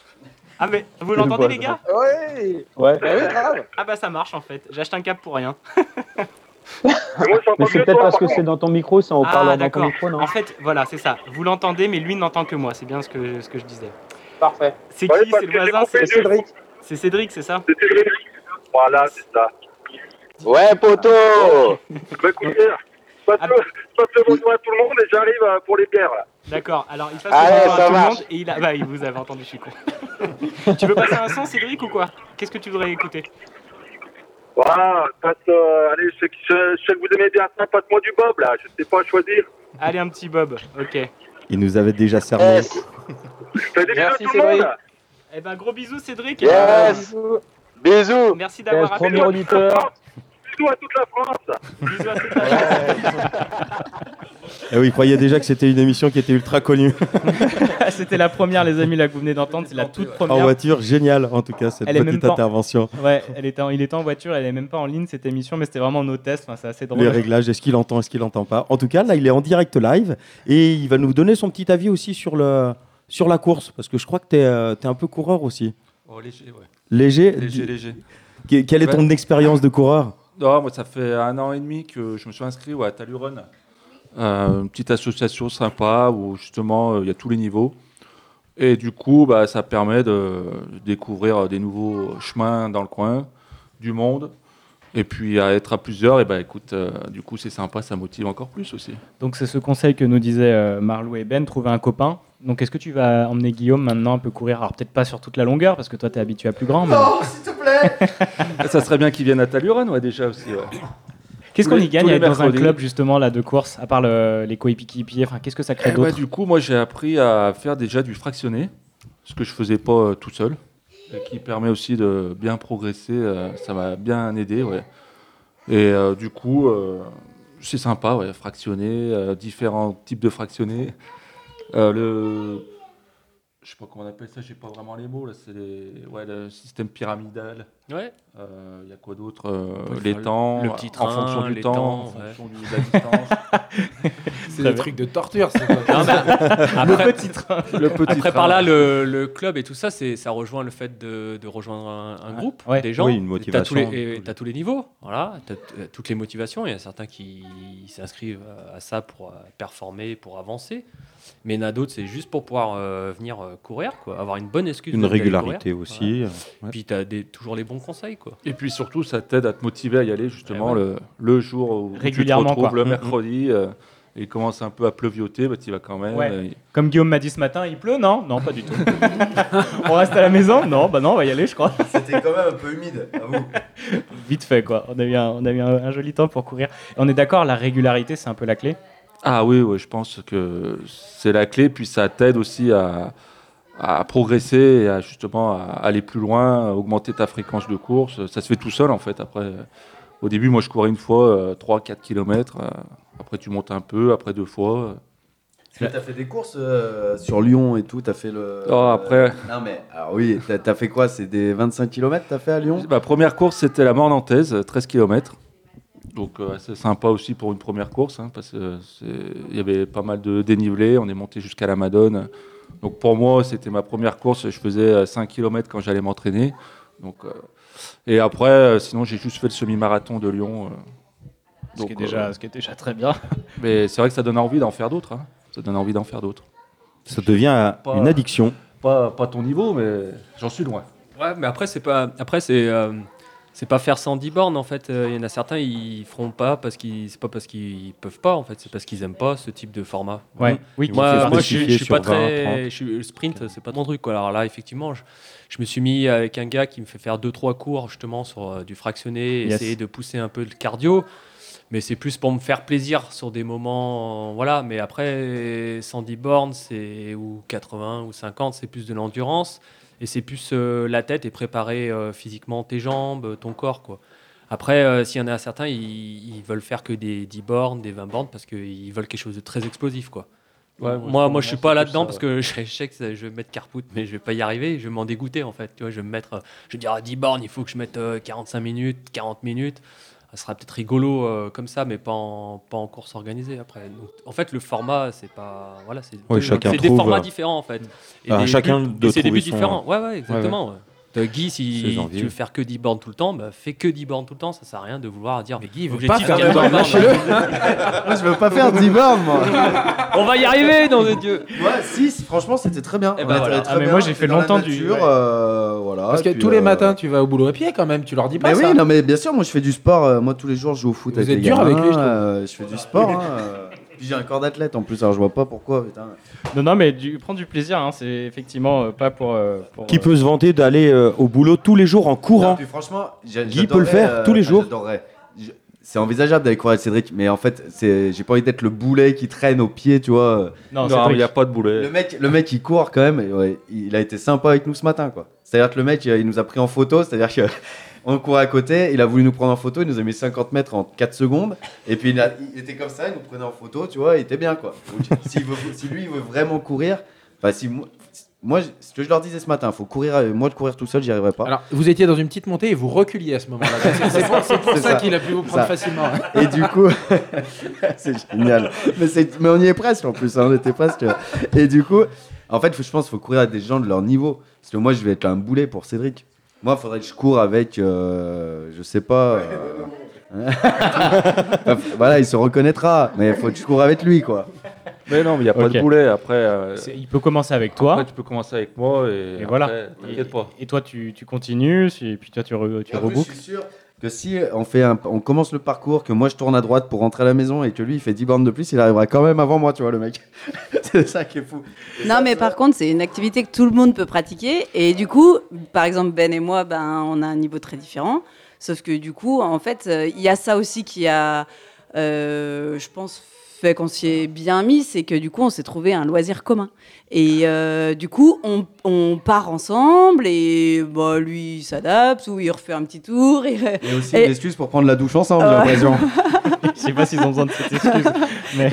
Speaker 7: Ah mais vous
Speaker 13: C'est le
Speaker 7: l'entendez les gars
Speaker 13: Oui
Speaker 7: Ouais.
Speaker 13: Bah oui, grave.
Speaker 7: Ah bah ça marche en fait, j'achète un câble pour rien.
Speaker 14: Mais c'est peut-être parce que c'est dans ton micro, c'est en
Speaker 7: ah
Speaker 14: parlant dans ton
Speaker 7: d'accord,
Speaker 14: micro, non
Speaker 7: en fait voilà c'est ça, vous l'entendez mais lui n'entend que moi, c'est bien ce que, ce que je disais.
Speaker 14: Parfait.
Speaker 7: C'est qui C'est le voisin C'est Cédric C'est Cédric c'est ça C'est Cédric Voilà c'est ça.
Speaker 13: euh, Ouais, poto
Speaker 7: Ah,
Speaker 13: passe le bonjour à tout le monde et j'arrive euh, pour les bières. Là.
Speaker 15: D'accord, alors il passe le
Speaker 13: Allez,
Speaker 15: bonjour
Speaker 13: ça
Speaker 15: à tout
Speaker 13: marche.
Speaker 15: le monde et il a. Bah, il vous avez entendu, je suis con. tu veux passer un son, Cédric, ou quoi Qu'est-ce que tu voudrais écouter
Speaker 13: Voilà, passe, euh, allez, je sais que je- je sais que vous aimez bien ça, passe-moi du Bob là, je sais pas choisir.
Speaker 15: Allez, un petit Bob, ok.
Speaker 6: Il nous avait déjà servi.
Speaker 15: Merci,
Speaker 13: Cédric.
Speaker 15: Eh ben, gros bisous, Cédric. et ben,
Speaker 13: Yes.
Speaker 15: bisous.
Speaker 13: Bisous
Speaker 15: Merci d'avoir appelé.
Speaker 13: Bisous à toute la France
Speaker 15: Bisous à toute la
Speaker 6: Eh oui, il croyait déjà que c'était une émission qui était ultra connue.
Speaker 7: C'était la première, les amis, là que vous venez d'entendre. C'est la toute première.
Speaker 6: en voiture, génial en tout cas cette
Speaker 7: Elle est même
Speaker 6: petite
Speaker 7: pas-
Speaker 6: intervention.
Speaker 7: Ouais, elle était en- il était en voiture, elle est même pas en ligne cette émission, mais c'était vraiment nos tests. Enfin, c'est assez drôle.
Speaker 6: Les réglages, est-ce qu'il entend, est-ce qu'il entend pas. En tout cas, là, il est en direct live et il va nous donner son petit avis aussi sur, le, sur la course parce que je crois que tu es, un peu coureur aussi.
Speaker 16: Oh, léger, ouais.
Speaker 6: Léger
Speaker 16: Léger,
Speaker 6: dis-
Speaker 16: léger.
Speaker 6: Que- Quelle est ton
Speaker 16: Ouais.
Speaker 6: expérience de coureur
Speaker 16: Non, moi, ça fait un an et demi que je me suis inscrit ouais, à Talurun. Euh, une petite association sympa où justement euh, il y a tous les niveaux. Et du coup, bah, ça permet de découvrir euh, des nouveaux chemins dans le coin, du monde. Et puis à être à plusieurs, et bah, écoute, euh, du coup c'est sympa, ça motive encore plus aussi.
Speaker 7: Donc, c'est ce conseil que nous disaient euh, Marlou et Ben trouver un copain. Donc, est-ce que tu vas emmener Guillaume maintenant un peu courir Alors, peut-être pas sur toute la longueur, parce que toi, t'es habitué à plus grand. mais-
Speaker 16: Non, s'il te plaît Ça serait bien qu'ils viennent à Talurun, ouais, déjà aussi. ouais.
Speaker 7: Qu'est-ce
Speaker 16: Tous
Speaker 7: qu'on
Speaker 16: les-
Speaker 7: y gagne
Speaker 16: tous
Speaker 7: à
Speaker 16: les
Speaker 7: être dans un
Speaker 16: mercredis.
Speaker 7: club justement là de course, à part le- les coéquipiers Enfin, qu'est-ce que ça crée
Speaker 16: Eh ben,
Speaker 7: d'autre
Speaker 16: du coup, moi, j'ai appris à faire déjà du fractionné, ce que je faisais pas euh, tout seul, et qui permet aussi de bien progresser. euh, ça m'a bien aidé, ouais. Et euh, du coup, euh, c'est sympa, ouais, fractionné, euh, différents types de fractionnés. Euh, le, je sais pas comment on appelle ça, j'ai pas vraiment les mots là. C'est les- ouais, le système pyramidal.
Speaker 11: Ouais.
Speaker 16: Il y a quoi d'autre Euh,
Speaker 11: Ouais,
Speaker 16: Les
Speaker 11: le-
Speaker 16: temps,
Speaker 11: le petit
Speaker 16: en
Speaker 11: train,
Speaker 16: fonction du
Speaker 11: les
Speaker 16: temps,
Speaker 11: temps,
Speaker 16: en fonction
Speaker 11: ouais.
Speaker 16: du- de la distance.
Speaker 9: C'est des trucs de torture, c'est pas
Speaker 11: Non, mais
Speaker 9: Le petit train.
Speaker 11: Le petit après, par là,
Speaker 9: train.
Speaker 11: le, le club et tout ça, c'est, ça rejoint le fait de, de rejoindre un, un groupe,
Speaker 7: Ouais.
Speaker 11: des gens.
Speaker 7: Oui, une
Speaker 11: T'as
Speaker 7: motivation.
Speaker 11: tous les, et t'as tous les niveaux, voilà. T'as t- euh, toutes les motivations. Il y a certains qui s'inscrivent euh, à ça pour euh, performer, pour avancer. Mais il y en a d'autres, c'est juste pour pouvoir euh, venir euh, courir, quoi. Avoir une bonne excuse.
Speaker 6: Une
Speaker 11: d'aller
Speaker 6: régularité
Speaker 11: courir,
Speaker 6: aussi,
Speaker 11: voilà.
Speaker 6: euh, ouais.
Speaker 11: Puis t'as des, toujours les bons conseils, quoi.
Speaker 16: Et puis surtout, ça t'aide à te motiver à y aller justement
Speaker 11: Eh ouais.
Speaker 16: le, le jour où tu te
Speaker 7: ben, Régulièrement,
Speaker 16: retrouves
Speaker 7: quoi.
Speaker 16: le
Speaker 7: Mhm.
Speaker 16: mercredi euh, et il commence un peu à pleuvioter, bah, tu y vas quand même.
Speaker 7: Ouais.
Speaker 16: euh,
Speaker 7: Comme Guillaume m'a dit ce matin, il pleut Non, non, pas du tout. on reste à la maison Non, bah non, on va y aller, je crois.
Speaker 8: C'était quand même un peu humide, avoue.
Speaker 7: Vite fait, quoi. On a eu un, on a eu un, un joli temps pour courir. Et on est d'accord, la régularité, c'est un peu la clé.
Speaker 16: Ah oui, oui, je pense que c'est la clé, puis ça t'aide aussi à, à progresser et à justement à aller plus loin, à augmenter ta fréquence de course. Ça se fait tout seul en fait. Après, au début, moi je courais une fois euh, 3-4 km, Euh, après tu montes un peu, après deux fois. euh.
Speaker 8: Mais t'as fait des courses euh, sur Lyon et tout, t'as fait le.
Speaker 16: Oh, après.
Speaker 8: Non mais, alors oui, t'as- t'as fait quoi C'est des 25 km t'as fait à Lyon
Speaker 16: Ma première course, c'était la Mornantaise, 13 km. Donc euh, assez sympa aussi pour une première course, hein, parce qu'il y avait pas mal de dénivelé, on est monté jusqu'à la Madone. Donc pour moi, c'était ma première course, je faisais euh, 5 km quand j'allais m'entraîner. Donc, euh, et après, euh, sinon, j'ai juste fait le semi-marathon de Lyon. euh.
Speaker 7: Ce qui est déjà- ce qui est déjà très bien.
Speaker 16: Mais c'est vrai que ça donne envie d'en faire d'autres. hein. Ça donne envie d'en faire d'autres.
Speaker 6: Ça devient
Speaker 16: Pas-
Speaker 6: une addiction.
Speaker 16: Pas, pas ton niveau, mais j'en suis loin.
Speaker 11: Ouais, mais après c'est pas après c'est euh, c'est pas faire 110 bornes en fait. Euh, Il y en a certains ils feront pas parce qu'ils c'est pas parce qu'ils peuvent pas en fait, c'est parce qu'ils aiment pas ce type de format.
Speaker 7: Ouais.
Speaker 11: Mhm.
Speaker 7: Oui, qui
Speaker 11: moi,
Speaker 7: fait
Speaker 11: moi je, suis- je suis
Speaker 7: spécifier
Speaker 11: pas
Speaker 7: sur 20,
Speaker 11: très
Speaker 7: 30.
Speaker 11: je suis- le sprint c'est pas mon truc quoi. Alors là effectivement je, je me suis mis avec un gars qui me fait faire deux trois cours justement sur euh, du fractionné,
Speaker 7: Yes.
Speaker 11: essayer de pousser un peu le cardio. Mais c'est plus pour me faire plaisir sur des moments, euh, voilà. Mais après, 110 bornes, c'est ou 80 ou 50, c'est plus de l'endurance et c'est plus euh, la tête et préparer euh, physiquement tes jambes, euh, ton corps, quoi. Après, euh, s'il y en a certains, ils, ils veulent faire que des 10 bornes, des 20 bornes parce qu'ils veulent quelque chose de très explosif, quoi.
Speaker 16: Ouais, ouais,
Speaker 11: moi,
Speaker 16: pour le
Speaker 11: moi, je suis
Speaker 16: moment,
Speaker 11: pas
Speaker 16: c'est
Speaker 11: là-dedans
Speaker 16: plus
Speaker 11: parce
Speaker 16: ça,
Speaker 11: que je sais que ça- je vais mettre carpout, mais je vais pas y arriver. Je vais m'en dégoûter en fait. Tu vois, je vais me mettre, euh, je vais dire ah, 10 bornes, il faut que je mette euh, 45 minutes, 40 minutes. Ça sera peut-être rigolo euh, comme ça, mais pas en, pas en course organisée après. Donc, en fait, le format, c'est pas voilà, c'est deux-
Speaker 6: Oui, chacun
Speaker 11: c'est des
Speaker 6: trouve,
Speaker 11: formats
Speaker 6: euh,
Speaker 11: différents en fait. Et
Speaker 6: euh,
Speaker 11: des
Speaker 6: chacun
Speaker 11: buts-
Speaker 6: de
Speaker 11: et c'est des
Speaker 6: trouver
Speaker 11: buts
Speaker 6: son-
Speaker 11: différents. Ouais,
Speaker 6: Ouais, ouais.
Speaker 11: ouais, exactement. ouais. T'as Guy, si
Speaker 6: Ses envies.
Speaker 11: tu veux faire que 10 bornes tout le temps, bah, fais que 10 bornes tout le temps, ça sert à rien de vouloir dire. Mais Guy, il
Speaker 8: veut pas faire de bornes, lâchez-le. Moi, je veux pas faire 10 bornes, moi.
Speaker 11: On va y arriver, nom de Dieu.
Speaker 8: Ouais, 6, franchement, c'était très bien.
Speaker 11: Eh
Speaker 8: On
Speaker 11: ben
Speaker 8: était
Speaker 11: voilà.
Speaker 8: très
Speaker 11: Ah, mais
Speaker 8: bien,
Speaker 11: moi, j'ai
Speaker 8: on était
Speaker 11: fait
Speaker 8: dans la
Speaker 11: longtemps du-
Speaker 8: nature,
Speaker 11: ouais.
Speaker 8: euh, voilà,
Speaker 9: Parce que
Speaker 8: puis,
Speaker 9: tous les
Speaker 8: euh,
Speaker 9: matins, tu vas au boulot à pied quand même, tu leur dis pas
Speaker 8: Mais
Speaker 9: ça.
Speaker 8: oui, non mais bien sûr, moi je fais du sport, euh, moi tous les jours je joue au foot
Speaker 9: Vous
Speaker 8: avec
Speaker 9: êtes
Speaker 8: les
Speaker 9: dur
Speaker 8: gamins,
Speaker 9: avec lui, je trouve.
Speaker 8: euh, je fais du sport. hein, euh. Puis j'ai un corps d'athlète en plus, hein. alors je vois pas pourquoi, putain.
Speaker 7: Non, non, mais du, prends du plaisir, hein, c'est effectivement euh, pas pour. euh, pour,
Speaker 6: Qui
Speaker 7: euh,
Speaker 6: peut se vanter d'aller euh, au boulot tous les jours en
Speaker 8: Non,
Speaker 9: Ah
Speaker 6: courant
Speaker 8: puis franchement, j'a-
Speaker 6: Guy peut
Speaker 8: j'adorerais,
Speaker 6: le faire
Speaker 8: euh,
Speaker 6: tous les
Speaker 8: ah,
Speaker 6: jours.
Speaker 8: j'adorerais. Je- C'est envisageable d'aller courir avec Cédric, mais en fait, c'est- j'ai pas envie d'être le boulet qui traîne au pied, tu vois.
Speaker 16: Non, Non, Cédric. mais il y a pas de boulet.
Speaker 8: Le mec, le mec, il court quand même. et ouais, il a été sympa avec nous ce matin, quoi. C'est-à-dire que le mec, il nous a pris en photo, c'est-à-dire que. On courait à côté, il a voulu nous prendre en photo, il nous a mis 50 mètres en 4 secondes, et puis il, a- il était comme ça, il nous prenait en photo, tu vois, il était bien quoi. Donc, s'il veut- si lui il veut vraiment courir, enfin si moi, moi, je- ce que je leur disais ce matin, faut courir, euh, moi de courir tout seul, j'y arriverai pas.
Speaker 9: Alors, vous étiez dans une petite montée et vous reculiez à ce moment-là. C'est- C'est pour, c'est pour
Speaker 8: C'est
Speaker 9: ça,
Speaker 8: ça.
Speaker 9: qu'il a pu vous prendre
Speaker 8: Ça.
Speaker 9: facilement.
Speaker 8: Et du coup, c'est génial. Mais, c'est- mais on y est presque en plus, hein, on était presque. Et du coup, en fait, faut- je pense qu'il faut courir à des gens de leur niveau. Parce que moi, je vais être un boulet pour Cédric. Moi, il faudrait que je cours avec, euh, je sais pas. euh, voilà, il se reconnaîtra. Mais il faut que je cours avec lui, quoi.
Speaker 16: Mais non, mais il n'y a pas
Speaker 7: Ok.
Speaker 16: de boulet. Après, euh,
Speaker 7: C'est- Il peut commencer avec toi.
Speaker 16: Après, tu peux commencer avec moi. Et,
Speaker 7: Et
Speaker 16: après,
Speaker 7: voilà.
Speaker 16: T'inquiète pas.
Speaker 7: Et toi, tu, tu continues, si- et puis toi, tu, re- tu
Speaker 8: En plus,
Speaker 7: reboucles.
Speaker 8: je suis sûr que si on, fait un- on commence le parcours, que moi je tourne à droite pour rentrer à la maison et que lui il fait 10 bornes de plus, il arrivera quand même avant moi, tu vois, le mec. c'est ça qui est fou.
Speaker 10: Non, mais par contre, c'est une activité que tout le monde peut pratiquer. Et du coup, par exemple, Ben et moi, ben, on a un niveau très différent. Sauf que du coup, en fait, euh, il y a ça aussi qui a, euh, je pense, fait qu'on s'y est bien mis. C'est que du coup, on s'est trouvé un loisir commun. Et euh, du coup, on, on part ensemble et bah, lui, il s'adapte ou il refait un petit tour. Et,
Speaker 8: Et aussi
Speaker 10: et-
Speaker 8: une excuse pour prendre la douche ensemble, j'ai
Speaker 10: Ah ouais.
Speaker 8: l'impression.
Speaker 7: Je sais pas s'ils ont besoin de cette excuse. Mais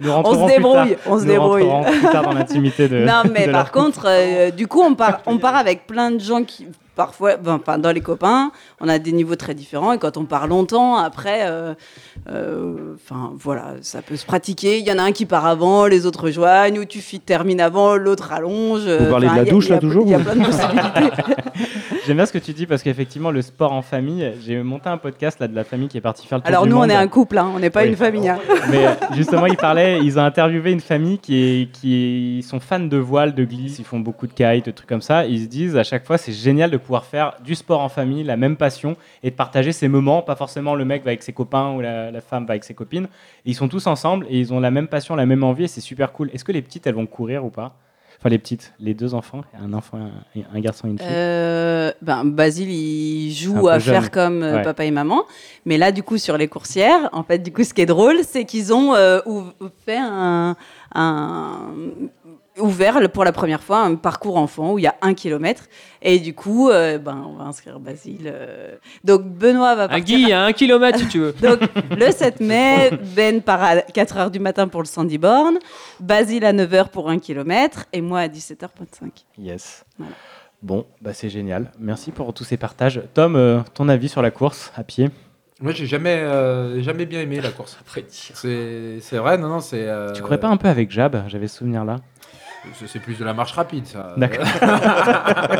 Speaker 7: nous
Speaker 10: on
Speaker 7: rentrerons
Speaker 10: se
Speaker 7: plus
Speaker 10: débrouille,
Speaker 7: tard-
Speaker 10: on se
Speaker 7: nous
Speaker 10: débrouille.
Speaker 7: rentrerons plus tard dans l'intimité de.
Speaker 10: Non, mais
Speaker 7: de
Speaker 10: par
Speaker 7: leur-
Speaker 10: contre, euh, du coup, on part, on part avec plein de gens qui, parfois, ben, enfin, dans les copains, on a des niveaux très différents. Et quand on part longtemps, après, euh, euh, enfin, voilà, ça peut se pratiquer. Il y en a un qui part avant, les autres rejoignent, ou tu fi- termines avant, l'autre rallonge. euh,
Speaker 6: Vous parlez de la douche, là, toujours
Speaker 10: Il y a
Speaker 6: ou-
Speaker 10: plein de possibilités.
Speaker 7: J'aime bien ce que tu dis parce qu'effectivement, le sport en famille, j'ai monté un podcast là de la famille qui est partie faire le tour
Speaker 10: Alors,
Speaker 7: du
Speaker 10: nous, on
Speaker 7: monde.
Speaker 10: est un couple, hein, on n'est pas
Speaker 7: Oui.
Speaker 10: une famille. hein.
Speaker 7: Mais euh, justement, ils parlaient, ils ont interviewé une famille qui, est, qui est- ils sont fans de voile, de glisse, ils font beaucoup de kite, de trucs comme ça. Ils se disent à chaque fois, c'est génial de pouvoir faire du sport en famille, la même passion, et de partager ces moments. Pas forcément le mec va avec ses copains ou la, la femme va avec ses copines. Et ils sont tous ensemble et ils ont la même passion, la même envie, et c'est super cool. Est-ce que les petites, elles vont courir ou pas Enfin, les petites, les deux enfants, un enfant, et un, un garçon et une fille.
Speaker 10: Euh, ben, Basile, il
Speaker 7: C'est un
Speaker 10: joue
Speaker 7: peu
Speaker 10: à
Speaker 7: jeune.
Speaker 10: faire comme euh,
Speaker 7: Ouais.
Speaker 10: papa et maman. Mais là, du coup, sur les coursières, en fait, du coup, ce qui est drôle, c'est qu'ils ont euh, ouv- fait un, un- ouvert le- pour la première fois un parcours enfant où il y a un kilomètre. Et du coup, euh, ben, on va inscrire Basile. euh. Donc, Benoît va
Speaker 11: Un
Speaker 10: partir.
Speaker 11: Guy, à un kilomètre si tu veux.
Speaker 10: Donc, le 7 mai, Ben part à 4h du matin pour le Sandy Born, Basile à 9h pour un kilomètre et moi à 17h25.
Speaker 7: Yes.
Speaker 10: Voilà.
Speaker 7: Bon, bah c'est génial. Merci pour tous ces partages. Tom, euh, ton avis sur la course à pied
Speaker 9: Moi, j'ai jamais, euh, jamais bien aimé la course. C'est c'est vrai, non, non, c'est. euh,
Speaker 7: Tu courais pas un peu avec Jab J'avais ce souvenir là.
Speaker 9: C'est c'est plus de la marche rapide, ça.
Speaker 7: D'accord.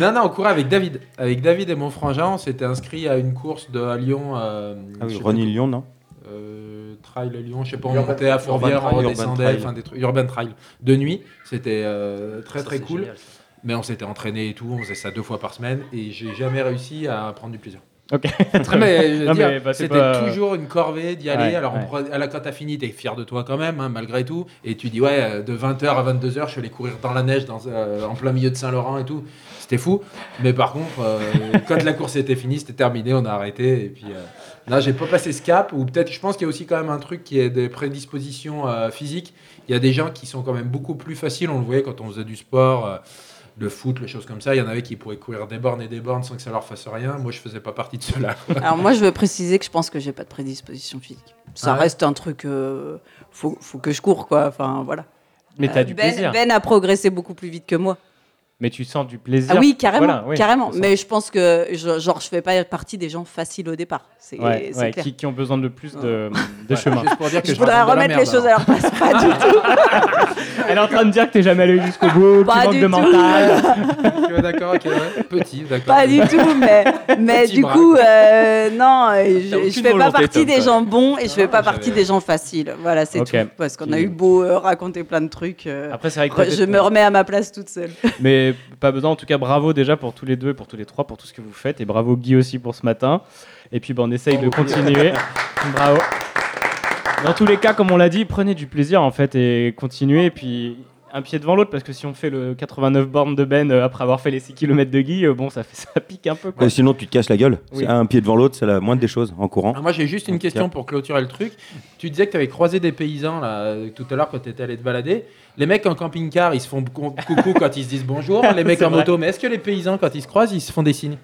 Speaker 9: non, non, on courait avec David. Avec David et mon frangin, on s'était inscrit à une course de à Lyon. euh,
Speaker 6: Ah oui,
Speaker 9: je sais
Speaker 6: Ronny
Speaker 9: plus-
Speaker 6: Lyon, non
Speaker 9: euh, Trail à Lyon, je sais pas, on
Speaker 6: Urban-
Speaker 9: montait à Fourvière,
Speaker 6: Urban
Speaker 9: on
Speaker 6: Trail, Urban
Speaker 9: redescendait,
Speaker 6: Trail.
Speaker 9: enfin des trucs. Urban Trail. De nuit, c'était euh, très
Speaker 6: Ça,
Speaker 9: très
Speaker 6: c'est
Speaker 9: cool.
Speaker 6: génial, ça.
Speaker 9: mais on s'était entraîné et tout, on faisait ça deux fois par semaine et j'ai jamais réussi à prendre du plaisir.
Speaker 7: Ok.
Speaker 9: Non, mais, je veux
Speaker 7: Non,
Speaker 9: dire,
Speaker 7: mais, bah, c'est
Speaker 9: c'était
Speaker 7: pas-
Speaker 9: toujours une corvée d'y aller.
Speaker 7: Ouais,
Speaker 9: Alors, on
Speaker 7: ouais.
Speaker 9: pre- à la quand t'as fini, t'es fier de toi quand même, hein, malgré tout. Et tu dis, ouais, euh, de 20h à 22h, je suis allé courir dans la neige, dans, euh, en plein milieu de Saint-Laurent et tout. C'était fou. Mais par contre, euh, quand la course était finie, c'était terminé, on a arrêté. Et puis, euh, là, j'ai pas passé ce cap. Ou peut-être, je pense qu'il y a aussi quand même un truc qui est des prédispositions euh, physiques. Il y a des gens qui sont quand même beaucoup plus faciles. On le voyait quand on faisait du sport. euh, le foot, les choses comme ça, il y en avait qui pouvaient courir des bornes et des bornes sans que ça leur fasse rien. Moi, je faisais pas partie de ceux-là.
Speaker 10: Alors moi, je veux préciser que je pense que j'ai pas de prédisposition physique. Ça
Speaker 9: Ah ouais
Speaker 10: reste un truc. euh, faut, faut que je cours, quoi. Enfin, voilà.
Speaker 7: Mais t'as
Speaker 10: Euh,
Speaker 7: du
Speaker 10: ben,
Speaker 7: plaisir.
Speaker 10: Ben a progressé beaucoup plus vite que moi.
Speaker 7: Mais tu sens du plaisir.
Speaker 10: Ah oui, carrément,
Speaker 7: Voilà, oui,
Speaker 10: carrément.
Speaker 7: c'est ça.
Speaker 10: Mais je pense que je, genre je fais pas partie des gens faciles au départ. C'est
Speaker 7: Ouais,
Speaker 10: c'est
Speaker 7: ouais,
Speaker 10: clair.
Speaker 7: qui, qui ont besoin de plus de, de
Speaker 9: Ouais.
Speaker 7: chemin.
Speaker 9: Juste pour dire que
Speaker 10: Je
Speaker 9: je
Speaker 10: voudrais
Speaker 9: raconte de la
Speaker 10: remettre les
Speaker 9: merde, hein.
Speaker 10: choses à leur place, pas du
Speaker 7: Elle est en train de dire que t'es jamais allé jusqu'au bout, que
Speaker 10: Pas
Speaker 7: tu manques de
Speaker 10: du tout.
Speaker 7: mental.
Speaker 9: Tu vois, d'accord, ok, ouais. Petit, d'accord.
Speaker 10: Pas du tout, mais, mais
Speaker 9: Petit
Speaker 10: du
Speaker 9: bras.
Speaker 10: coup, euh, non, euh,
Speaker 9: T'as
Speaker 10: je,
Speaker 9: aucune
Speaker 10: je fais pas
Speaker 9: volonté,
Speaker 10: partie
Speaker 9: Tom,
Speaker 10: des
Speaker 9: toi.
Speaker 10: gens bons et je fais pas
Speaker 7: j'avais-
Speaker 10: partie des gens faciles. Voilà, c'est
Speaker 7: Ok.
Speaker 10: tout. Parce qu'on a
Speaker 7: Qui-
Speaker 10: eu beau euh, raconter plein de trucs. euh,
Speaker 7: Après, c'est vrai que
Speaker 10: re-
Speaker 7: peut-être-
Speaker 10: je me remets à ma place toute seule.
Speaker 7: Mais pas besoin. En tout cas, bravo déjà pour tous les deux, pour tous les trois, pour tout ce que vous faites. Et bravo Guy aussi pour ce matin. Et puis, ben, on essaye de continuer. bravo. Dans tous les cas, comme on l'a dit, prenez du plaisir en fait et continuez. Et puis un pied devant l'autre parce que si on fait le 89 bornes de Ben euh, après avoir fait les 6 km de Guy, euh, bon, ça, fait, ça pique un peu. Quoi.
Speaker 6: Et sinon, tu te casses la gueule.
Speaker 7: Oui.
Speaker 6: C'est Un pied devant l'autre, c'est la moindre des choses en courant.
Speaker 9: Alors Ah, moi j'ai juste une question pour clôturer le truc. Tu disais que tu avais croisé des paysans là euh, tout à l'heure quand tu étais allé te balader. Les mecs en camping-car, ils se font cou- coucou quand ils se disent bonjour. Les mecs
Speaker 11: C'est
Speaker 9: en
Speaker 11: vrai.
Speaker 9: moto, mais est-ce que les paysans quand ils se croisent, ils se font des signes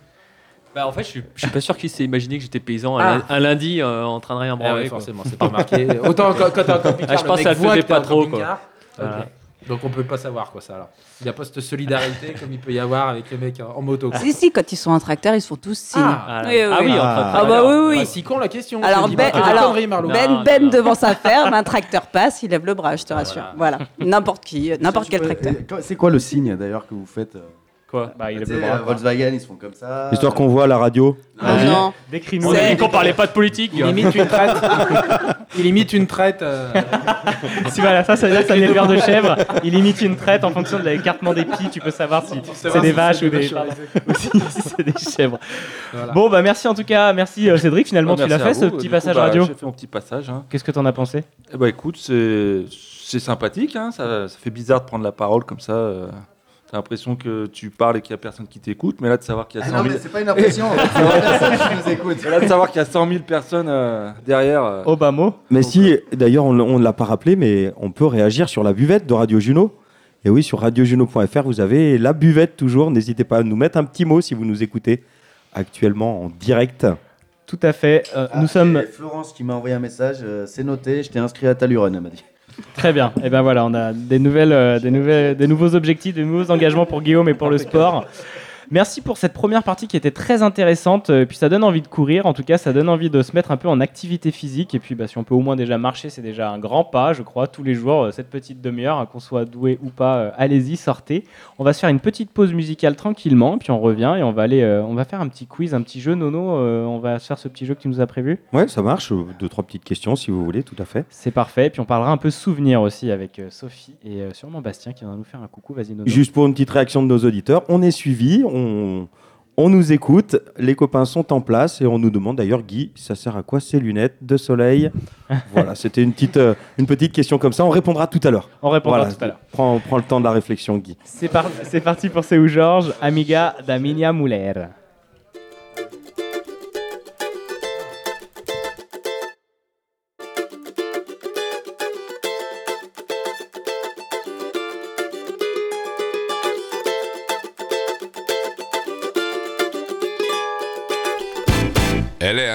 Speaker 11: Bah, en fait, je suis, je suis pas sûr qu'il s'est imaginé que j'étais paysan
Speaker 9: Ah.
Speaker 11: un, lin- un lundi euh, en train de rien branler.
Speaker 9: ouais,
Speaker 11: quoi.
Speaker 9: Eh forcément, c'est pas marqué. Autant quand- quand t'es en camping-car,
Speaker 11: Ah, je
Speaker 9: le
Speaker 11: pense
Speaker 9: mec
Speaker 11: que ça le
Speaker 9: voit
Speaker 11: faisait
Speaker 9: que t'es
Speaker 11: pas
Speaker 9: en
Speaker 11: trop. Quoi. Ah.
Speaker 9: camping-car.
Speaker 11: Voilà.
Speaker 9: Ok. Donc on peut pas savoir quoi ça alors. Il n'y a pas cette solidarité comme il peut y avoir avec les mecs en, en moto. quoi.
Speaker 10: Si, si, quand ils sont en tracteur, ils se font tous signe.
Speaker 9: Ah. Ah oui, en tracteur.
Speaker 10: Ah bah oui, oui.
Speaker 9: Bah, c'est con, la question.
Speaker 10: Alors,
Speaker 9: Tu dis
Speaker 10: ben,
Speaker 9: pas que des
Speaker 10: alors,
Speaker 9: conneries, Marlon.
Speaker 10: ben,
Speaker 9: Non,
Speaker 10: Ben devant sa ferme, un tracteur passe, il lève le bras, je te rassure. Voilà. N'importe qui, euh, n'importe quel tracteur.
Speaker 8: C'est quoi le signe d'ailleurs que vous faites euh
Speaker 7: Quoi Bah,
Speaker 8: il
Speaker 7: le bras.
Speaker 8: euh, Volkswagen, ils se font comme ça.
Speaker 6: Histoire qu'on voit à la radio.
Speaker 9: Ah,
Speaker 6: Vas-y.
Speaker 10: non.
Speaker 7: Décris-nous.
Speaker 11: On a
Speaker 9: C'est-
Speaker 11: dit qu'on parlait pas de politique.
Speaker 9: Il imite une traite. il imite une traite. euh,
Speaker 7: Si voilà, ça, ça veut dire que c'est un éleveur de chèvres. Il imite une traite en fonction de l'écartement des pieds. Tu peux savoir si c'est
Speaker 9: savoir
Speaker 7: des
Speaker 9: si
Speaker 7: vaches
Speaker 9: c'est
Speaker 7: ou
Speaker 9: des
Speaker 7: des,
Speaker 9: vaches,
Speaker 7: ou si si c'est des chèvres.
Speaker 9: Voilà.
Speaker 7: Bon, bah merci en tout cas. Merci euh, Cédric. Finalement,
Speaker 16: Ah,
Speaker 7: tu l'as
Speaker 16: merci
Speaker 7: fait
Speaker 16: à
Speaker 7: ce
Speaker 16: vous.
Speaker 7: petit
Speaker 16: Du coup,
Speaker 7: passage
Speaker 16: bah,
Speaker 7: radio.
Speaker 16: J'ai fait mon petit passage. hein.
Speaker 7: Qu'est-ce que t'en as pensé
Speaker 16: Eh ben écoute, c'est c'est sympathique, hein, ça, ça fait bizarre de prendre la parole comme ça. euh, T'as l'impression que tu parles et qu'il n'y a personne qui t'écoute, mais là de savoir qu'il y a
Speaker 8: Ah
Speaker 16: 100
Speaker 8: non,
Speaker 16: 000...
Speaker 8: mais c'est pas une impression, c'est la personne qui nous écoute.
Speaker 16: Mais là de savoir qu'il y a 100 000 personnes euh, derrière... euh,
Speaker 7: Obama.
Speaker 6: Mais si, d'ailleurs, on on ne l'a pas rappelé, mais on peut réagir sur la buvette de Radio Juno. Et oui, sur radiojuno.fr, vous avez la buvette toujours. N'hésitez pas à nous mettre un petit mot si vous nous écoutez actuellement en direct.
Speaker 7: Tout à fait. Euh,
Speaker 8: Ah,
Speaker 7: nous sommes
Speaker 8: c'est Florence qui m'a envoyé un message, euh, c'est noté, je t'ai inscrit à Talurun, elle m'a dit.
Speaker 7: Très bien. Et ben voilà, on a des nouvelles, euh, des nouvelles, des nouveaux objectifs, des nouveaux engagements pour Guillaume et pour le sport. Merci pour cette première partie qui était très intéressante. euh, Puis ça donne envie de courir. En tout cas, ça donne envie de se mettre un peu en activité physique. Et puis, bah, si on peut au moins déjà marcher, c'est déjà un grand pas, je crois. Tous les jours, euh, cette petite demi-heure, hein, qu'on soit doué ou pas, euh, allez-y, sortez. On va se faire une petite pause musicale tranquillement. Puis on revient et on va aller, euh, on va faire un petit quiz, un petit jeu. Nono, euh, on va se faire ce petit jeu que tu nous as prévu.
Speaker 6: Ouais, ça marche. Deux, trois petites questions si vous voulez, tout à fait.
Speaker 7: C'est parfait. Puis on parlera un peu souvenirs aussi avec euh, Sophie et euh, sûrement Bastien qui va nous faire un coucou. Vas-y, Nono.
Speaker 6: Juste pour une petite réaction de nos auditeurs, on est suivi, on, on nous écoute, les copains sont en place et on nous demande d'ailleurs, Guy, ça sert à quoi ces lunettes de soleil Voilà, c'était une petite, euh, une petite question comme ça, on répondra tout à l'heure.
Speaker 7: On répondra
Speaker 6: Voilà,
Speaker 7: tout à l'heure.
Speaker 6: Prends, prends le temps de la réflexion, Guy.
Speaker 7: C'est par- c'est parti pour C'est où Georges Amiga d'Aminia Muller.
Speaker 17: Ela é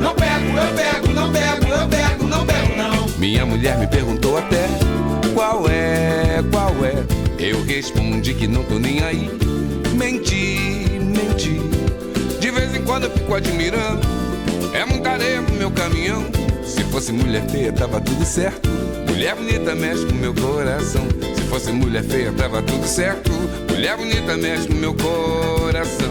Speaker 17: Não pego, eu pego, não pego, eu pego, não pego, não. Minha mulher me perguntou até qual é, qual é. Eu respondi que não tô nem aí. Menti, menti. De vez em quando eu fico admirando. É muita areia pro meu caminhão. Se fosse mulher feia, tava tudo certo. Mulher bonita mexe com meu coração. Se fosse mulher feia, tava tudo certo. Mulher bonita mexe com meu coração.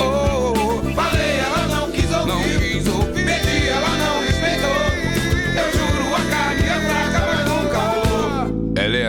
Speaker 17: Oh, falei, ela não quis ouvir. Não quis ouvir. Pedi, ela não respeitou. Eu juro, a carne é fraca, mas nunca rolou. Ela é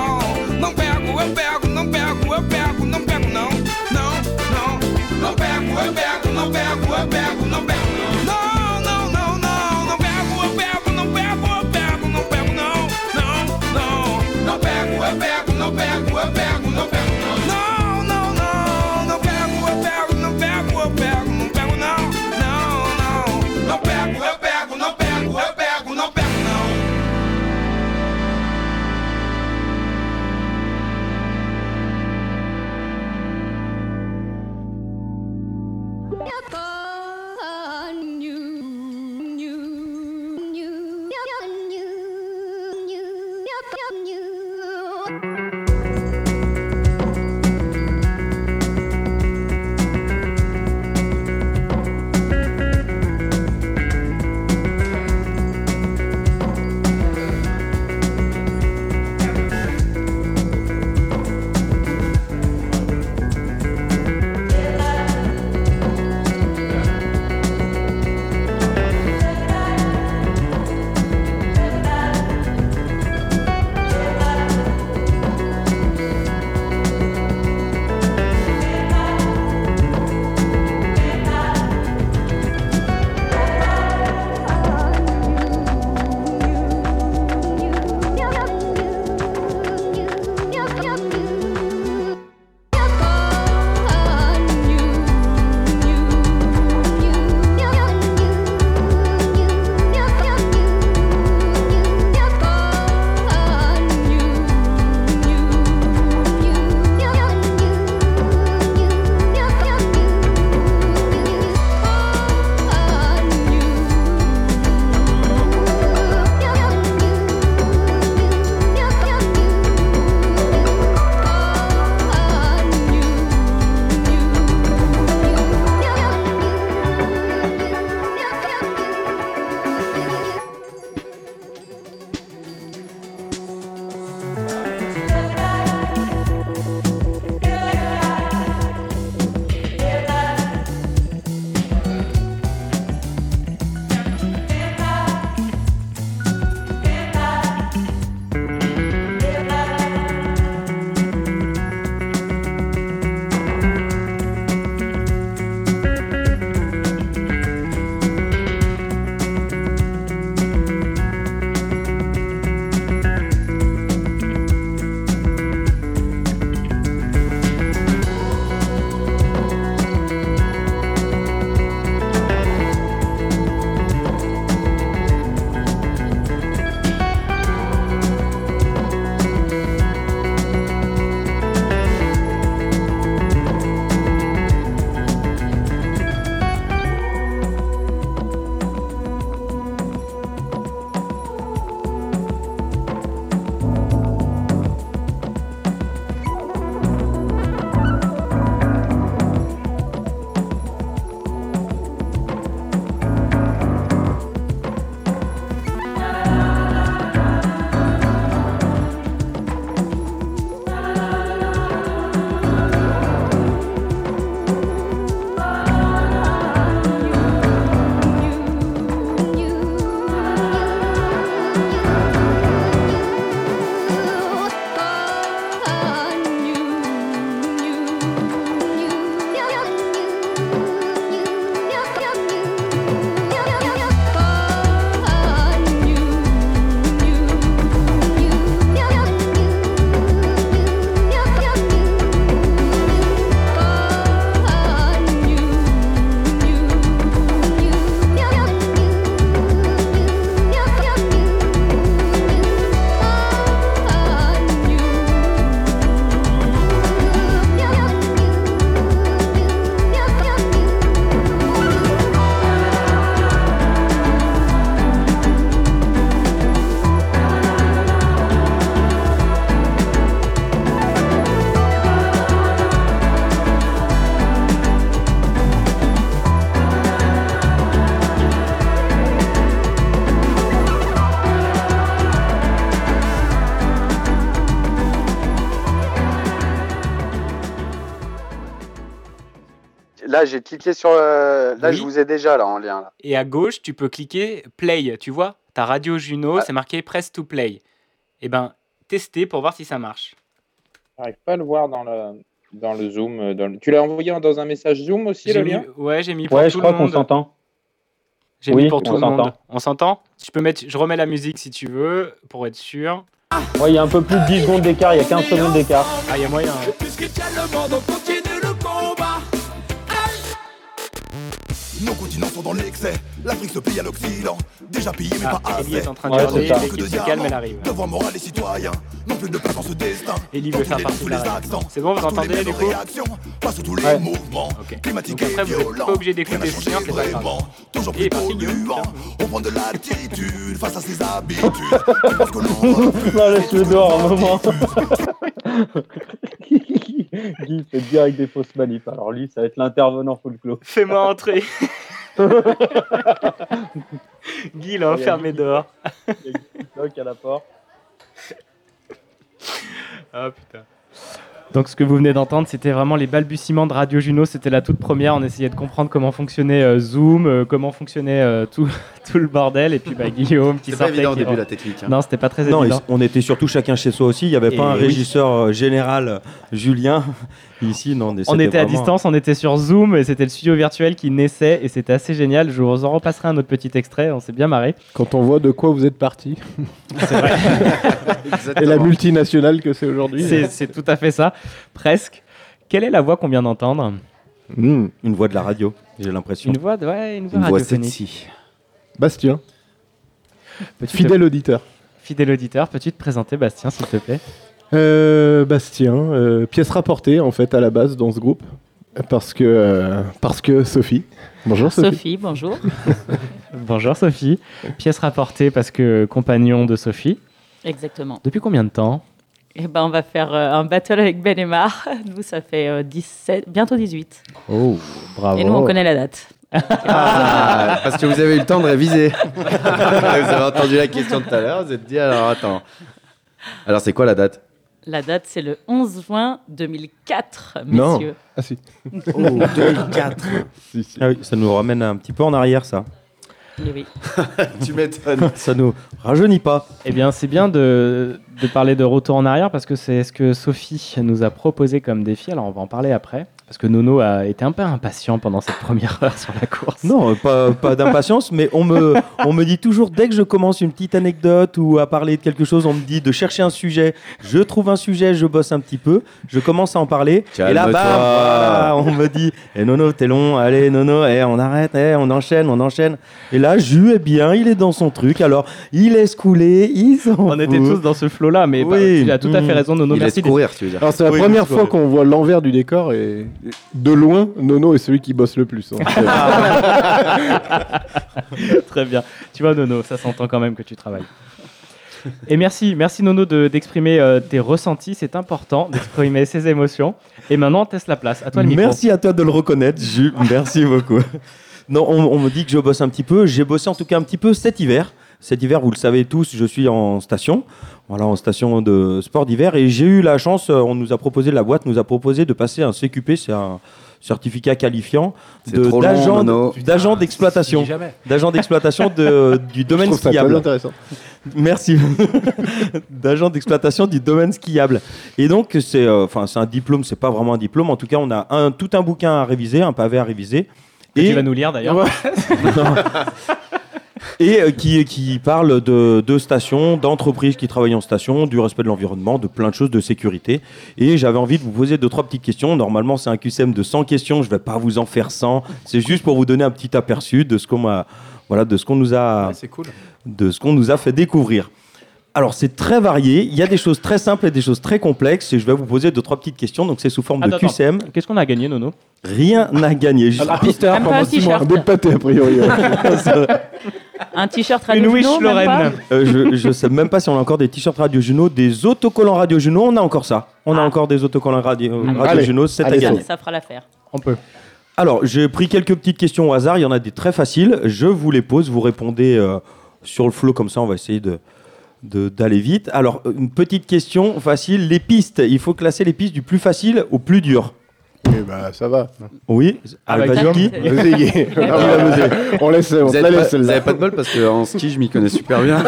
Speaker 18: là, j'ai cliqué sur. le- Là,
Speaker 15: Oui.
Speaker 18: je vous ai déjà là en lien. là.
Speaker 15: Et à gauche, tu peux cliquer play, tu vois Ta radio
Speaker 14: Ah.
Speaker 15: Juno, c'est marqué press to play. Eh ben, tester pour voir si ça marche.
Speaker 14: J'arrive pas à le voir dans le, dans le Zoom. euh, dans le- Tu l'as envoyé en- dans un message Zoom aussi,
Speaker 15: J'ai
Speaker 14: le
Speaker 15: mis-
Speaker 14: lien
Speaker 15: Ouais, j'ai mis pour
Speaker 14: Ouais,
Speaker 15: tout
Speaker 14: je crois
Speaker 15: le
Speaker 14: qu'on
Speaker 15: monde.
Speaker 14: s'entend.
Speaker 15: J'ai
Speaker 14: Oui,
Speaker 15: mis pour
Speaker 14: on
Speaker 15: tout le
Speaker 14: s'entend.
Speaker 15: monde. On s'entend Je peux mettre, je remets la musique si tu veux, pour être sûr.
Speaker 14: Ouais, il y a un peu plus de 10 secondes d'écart, il y a 15 secondes d'écart.
Speaker 15: Ah, il y a moyen.
Speaker 17: Nos continents sont dans l'excès, l'Afrique se plie à l'Occident. Déjà pillé mais pas assez.
Speaker 15: Ellie est en train de Ouais, hurler, c'est ça. l'équipe se calme, elle arrive.
Speaker 17: Devoir moral des citoyens, non plus de place dans ce destin.
Speaker 15: Ellie veut faire partie de la réaction. C'est bon, vous entendez du coup
Speaker 17: Pas sous tous les mouvements, climatiques
Speaker 15: Donc après, vous
Speaker 17: et
Speaker 15: n'êtes
Speaker 17: violents.
Speaker 15: pas obligé
Speaker 17: Rien n'a
Speaker 15: d'écouter ce
Speaker 17: changé
Speaker 15: chien, c'est pas grave.
Speaker 17: vraiment, toujours plus polluant. On prend de l'attitude face à ses habitudes.
Speaker 14: non, laisse-le dehors un moment. Guy fait direct des fausses manips. Alors lui, ça va être l'intervenant full clos.
Speaker 15: Fais-moi entrer. Guy l'a
Speaker 14: Ouais, y a
Speaker 15: enfermé
Speaker 14: Guy.
Speaker 15: dehors.
Speaker 14: Il y a Guy qui toque à la porte.
Speaker 15: Ah putain.
Speaker 7: Donc ce que vous venez d'entendre, c'était vraiment les balbutiements de Radio Juno. C'était la toute première. On essayait de comprendre comment fonctionnait euh, Zoom, euh, comment fonctionnait euh, tout, tout le bordel. Et puis bah, Guillaume qui
Speaker 8: C'était pas
Speaker 7: sortait,
Speaker 8: évident au
Speaker 7: qui-
Speaker 8: début, la technique, hein.
Speaker 7: Non, c'était pas très
Speaker 6: Non,
Speaker 7: évident.
Speaker 6: ils- on était surtout chacun chez soi aussi. Il n'y avait
Speaker 7: Et
Speaker 6: pas un
Speaker 7: oui.
Speaker 6: régisseur euh, général euh, Julien ici. Non, mais
Speaker 7: On
Speaker 6: c'était
Speaker 7: était à
Speaker 6: vraiment-
Speaker 7: distance, on était sur Zoom et c'était le studio virtuel qui naissait et c'était assez génial. Je vous en repasserai un autre petit extrait, on s'est bien marré.
Speaker 19: Quand on voit de quoi vous êtes parti.
Speaker 7: C'est vrai.
Speaker 19: Et la multinationale que c'est aujourd'hui.
Speaker 7: C'est c'est tout à fait ça, presque. Quelle est la voix qu'on vient d'entendre
Speaker 19: Hmm.
Speaker 6: Mmh, une voix de la radio, j'ai l'impression.
Speaker 7: Une voix, de, ouais, une voix radiophonique.
Speaker 19: Bastien.
Speaker 7: Petit-
Speaker 19: Fidèle auditeur.
Speaker 7: Fidèle auditeur, peux-tu te présenter, Bastien, s'il te plaît
Speaker 19: Euh, Bastien, euh, pièce rapportée en fait à la base dans ce groupe. Parce que, euh, parce que Sophie. Bonjour Sophie.
Speaker 20: bonjour.
Speaker 7: Bonjour Sophie, pièce rapportée parce que compagnon de Sophie.
Speaker 20: Exactement.
Speaker 7: Depuis combien de temps
Speaker 20: Eh ben, on va faire euh, un battle avec Ben et Mar. Nous, ça fait euh, 17, bientôt 18.
Speaker 7: Oh, bravo.
Speaker 20: Et nous, on connaît la date.
Speaker 8: Ah, parce que vous avez eu le temps de réviser. vous avez entendu la question de tout à l'heure, vous êtes dit alors attends. Alors c'est quoi la date
Speaker 20: La date, c'est le 11 juin 2004, messieurs.
Speaker 19: Ah si.
Speaker 20: Oh, 2004.
Speaker 6: Ah oui, ça nous ramène un petit peu en arrière, ça.
Speaker 20: Eh oui.
Speaker 8: tu m'étonnes.
Speaker 6: ça nous rajeunit pas.
Speaker 7: Eh bien, c'est bien de, de parler de retour en arrière parce que c'est ce que Sophie nous a proposé comme défi. Alors, on va en parler après. Parce que Nono a été un peu impatient pendant cette première heure sur la course.
Speaker 6: Non, euh, pas, pas d'impatience, mais on me, on me dit toujours, dès que je commence une petite anecdote ou à parler de quelque chose, on me dit de chercher un sujet. Je trouve un sujet, je bosse un petit peu, je commence à en parler. Et là,
Speaker 8: Calme-toi.
Speaker 6: bam, voilà, on me dit, eh Nono, t'es long, allez Nono, eh, on arrête, eh, on enchaîne, on enchaîne. Et là, Jus est bien, il est dans son truc, alors il laisse couler, il s'en
Speaker 7: On était tous dans ce flow-là, mais bah,
Speaker 6: Oui.
Speaker 7: tu as tout à fait
Speaker 6: Mmh.
Speaker 7: raison, Nono.
Speaker 6: Il
Speaker 7: merci
Speaker 6: laisse
Speaker 7: d'être-
Speaker 6: courir, tu veux dire.
Speaker 19: Hmm. Alors c'est la
Speaker 6: Oui,
Speaker 19: première
Speaker 6: parce que-
Speaker 19: fois qu'on voit l'envers du décor et de loin, Nono est celui qui bosse le plus. hein. C'est-
Speaker 7: Très bien. Tu vois, Nono, ça s'entend quand même que tu travailles. Et merci, merci Nono de- d'exprimer euh, tes ressentis, c'est important d'exprimer ses émotions. Et maintenant, on teste la place. À toi le micro.
Speaker 6: Merci à toi de le reconnaître, Jules. Merci beaucoup. Non, on, on me dit que je bosse un petit peu. J'ai bossé en tout cas un petit peu cet hiver. Cet hiver, vous le savez tous, je suis en station. Voilà, en station de sport d'hiver. Et j'ai eu la chance, euh, on nous a proposé, la boîte nous a proposé de passer un CQP, c'est un certificat qualifiant
Speaker 8: C'est trop long,
Speaker 6: d'agent-
Speaker 8: Nono.
Speaker 6: d'agent d'exploitation.
Speaker 8: dis jamais.
Speaker 6: D'agent d'exploitation de- du domaine
Speaker 19: trouve ça
Speaker 6: skiable.
Speaker 19: très intéressant.
Speaker 6: Merci. D'agent d'exploitation du domaine skiable. Et donc, c'est euh, enfin, c'est un diplôme, c'est pas vraiment un diplôme. En tout cas, on a un, tout un bouquin à réviser, un pavé à réviser.
Speaker 7: Que tu vas nous lire, d'ailleurs.
Speaker 6: et euh, qui, qui parle de, de stations, d'entreprises qui travaillent en station, du respect de l'environnement, de plein de choses, de sécurité. Et j'avais envie de vous poser deux, trois petites questions. Normalement, c'est un QCM de 100 questions. Je vais pas vous en faire 100. C'est juste pour vous donner un petit aperçu de ce qu'on m'a- voilà, de ce qu'on nous a, de ce qu'on nous a fait découvrir. Alors, c'est très varié. Il y a des choses très simples et des choses très complexes. Et je vais vous poser deux, trois petites questions. Donc, c'est sous forme
Speaker 7: Attends,
Speaker 6: de
Speaker 7: attends.
Speaker 6: QCM.
Speaker 7: Qu'est-ce qu'on a gagné, Nono
Speaker 6: Rien n'a gagné. Juste
Speaker 19: Un poster Même pas pendant un six mois. t-shirt. Un bout de pâté, a priori, ouais.
Speaker 20: Un t-shirt Radio Juno, même pas
Speaker 6: Euh, je, je sais même pas si on a encore des t-shirts Radio Juno, des autocollants Radio Juno. On a encore ça. On a encore des autocollants Radio,
Speaker 20: Ah. Allez.
Speaker 6: Radio Juno. C'est à gagner.
Speaker 20: Ça fera l'affaire.
Speaker 7: On peut.
Speaker 6: Alors, j'ai pris quelques petites questions au hasard. Il y en a des très faciles. Je vous les pose. Vous répondez euh, sur le flot comme ça. On va essayer de de- d'aller vite. Alors, une petite question facile. Les pistes. Il faut classer les pistes du plus facile au plus dur.
Speaker 19: Eh
Speaker 12: Oui,
Speaker 19: ben,
Speaker 12: bah ça va.
Speaker 6: Oui,
Speaker 8: Ah, bah, tiens,
Speaker 12: Guillaume
Speaker 8: c'est-
Speaker 12: Moseillé.
Speaker 8: Ah,
Speaker 12: Non,
Speaker 8: bah,
Speaker 12: non,
Speaker 8: ouais.
Speaker 12: Moseillé. On laisse, on
Speaker 8: vous
Speaker 12: te la
Speaker 8: avez pas-
Speaker 12: laisse, celle-là.
Speaker 8: Vous avez pas de bol parce qu'en ski, je m'y connais super bien.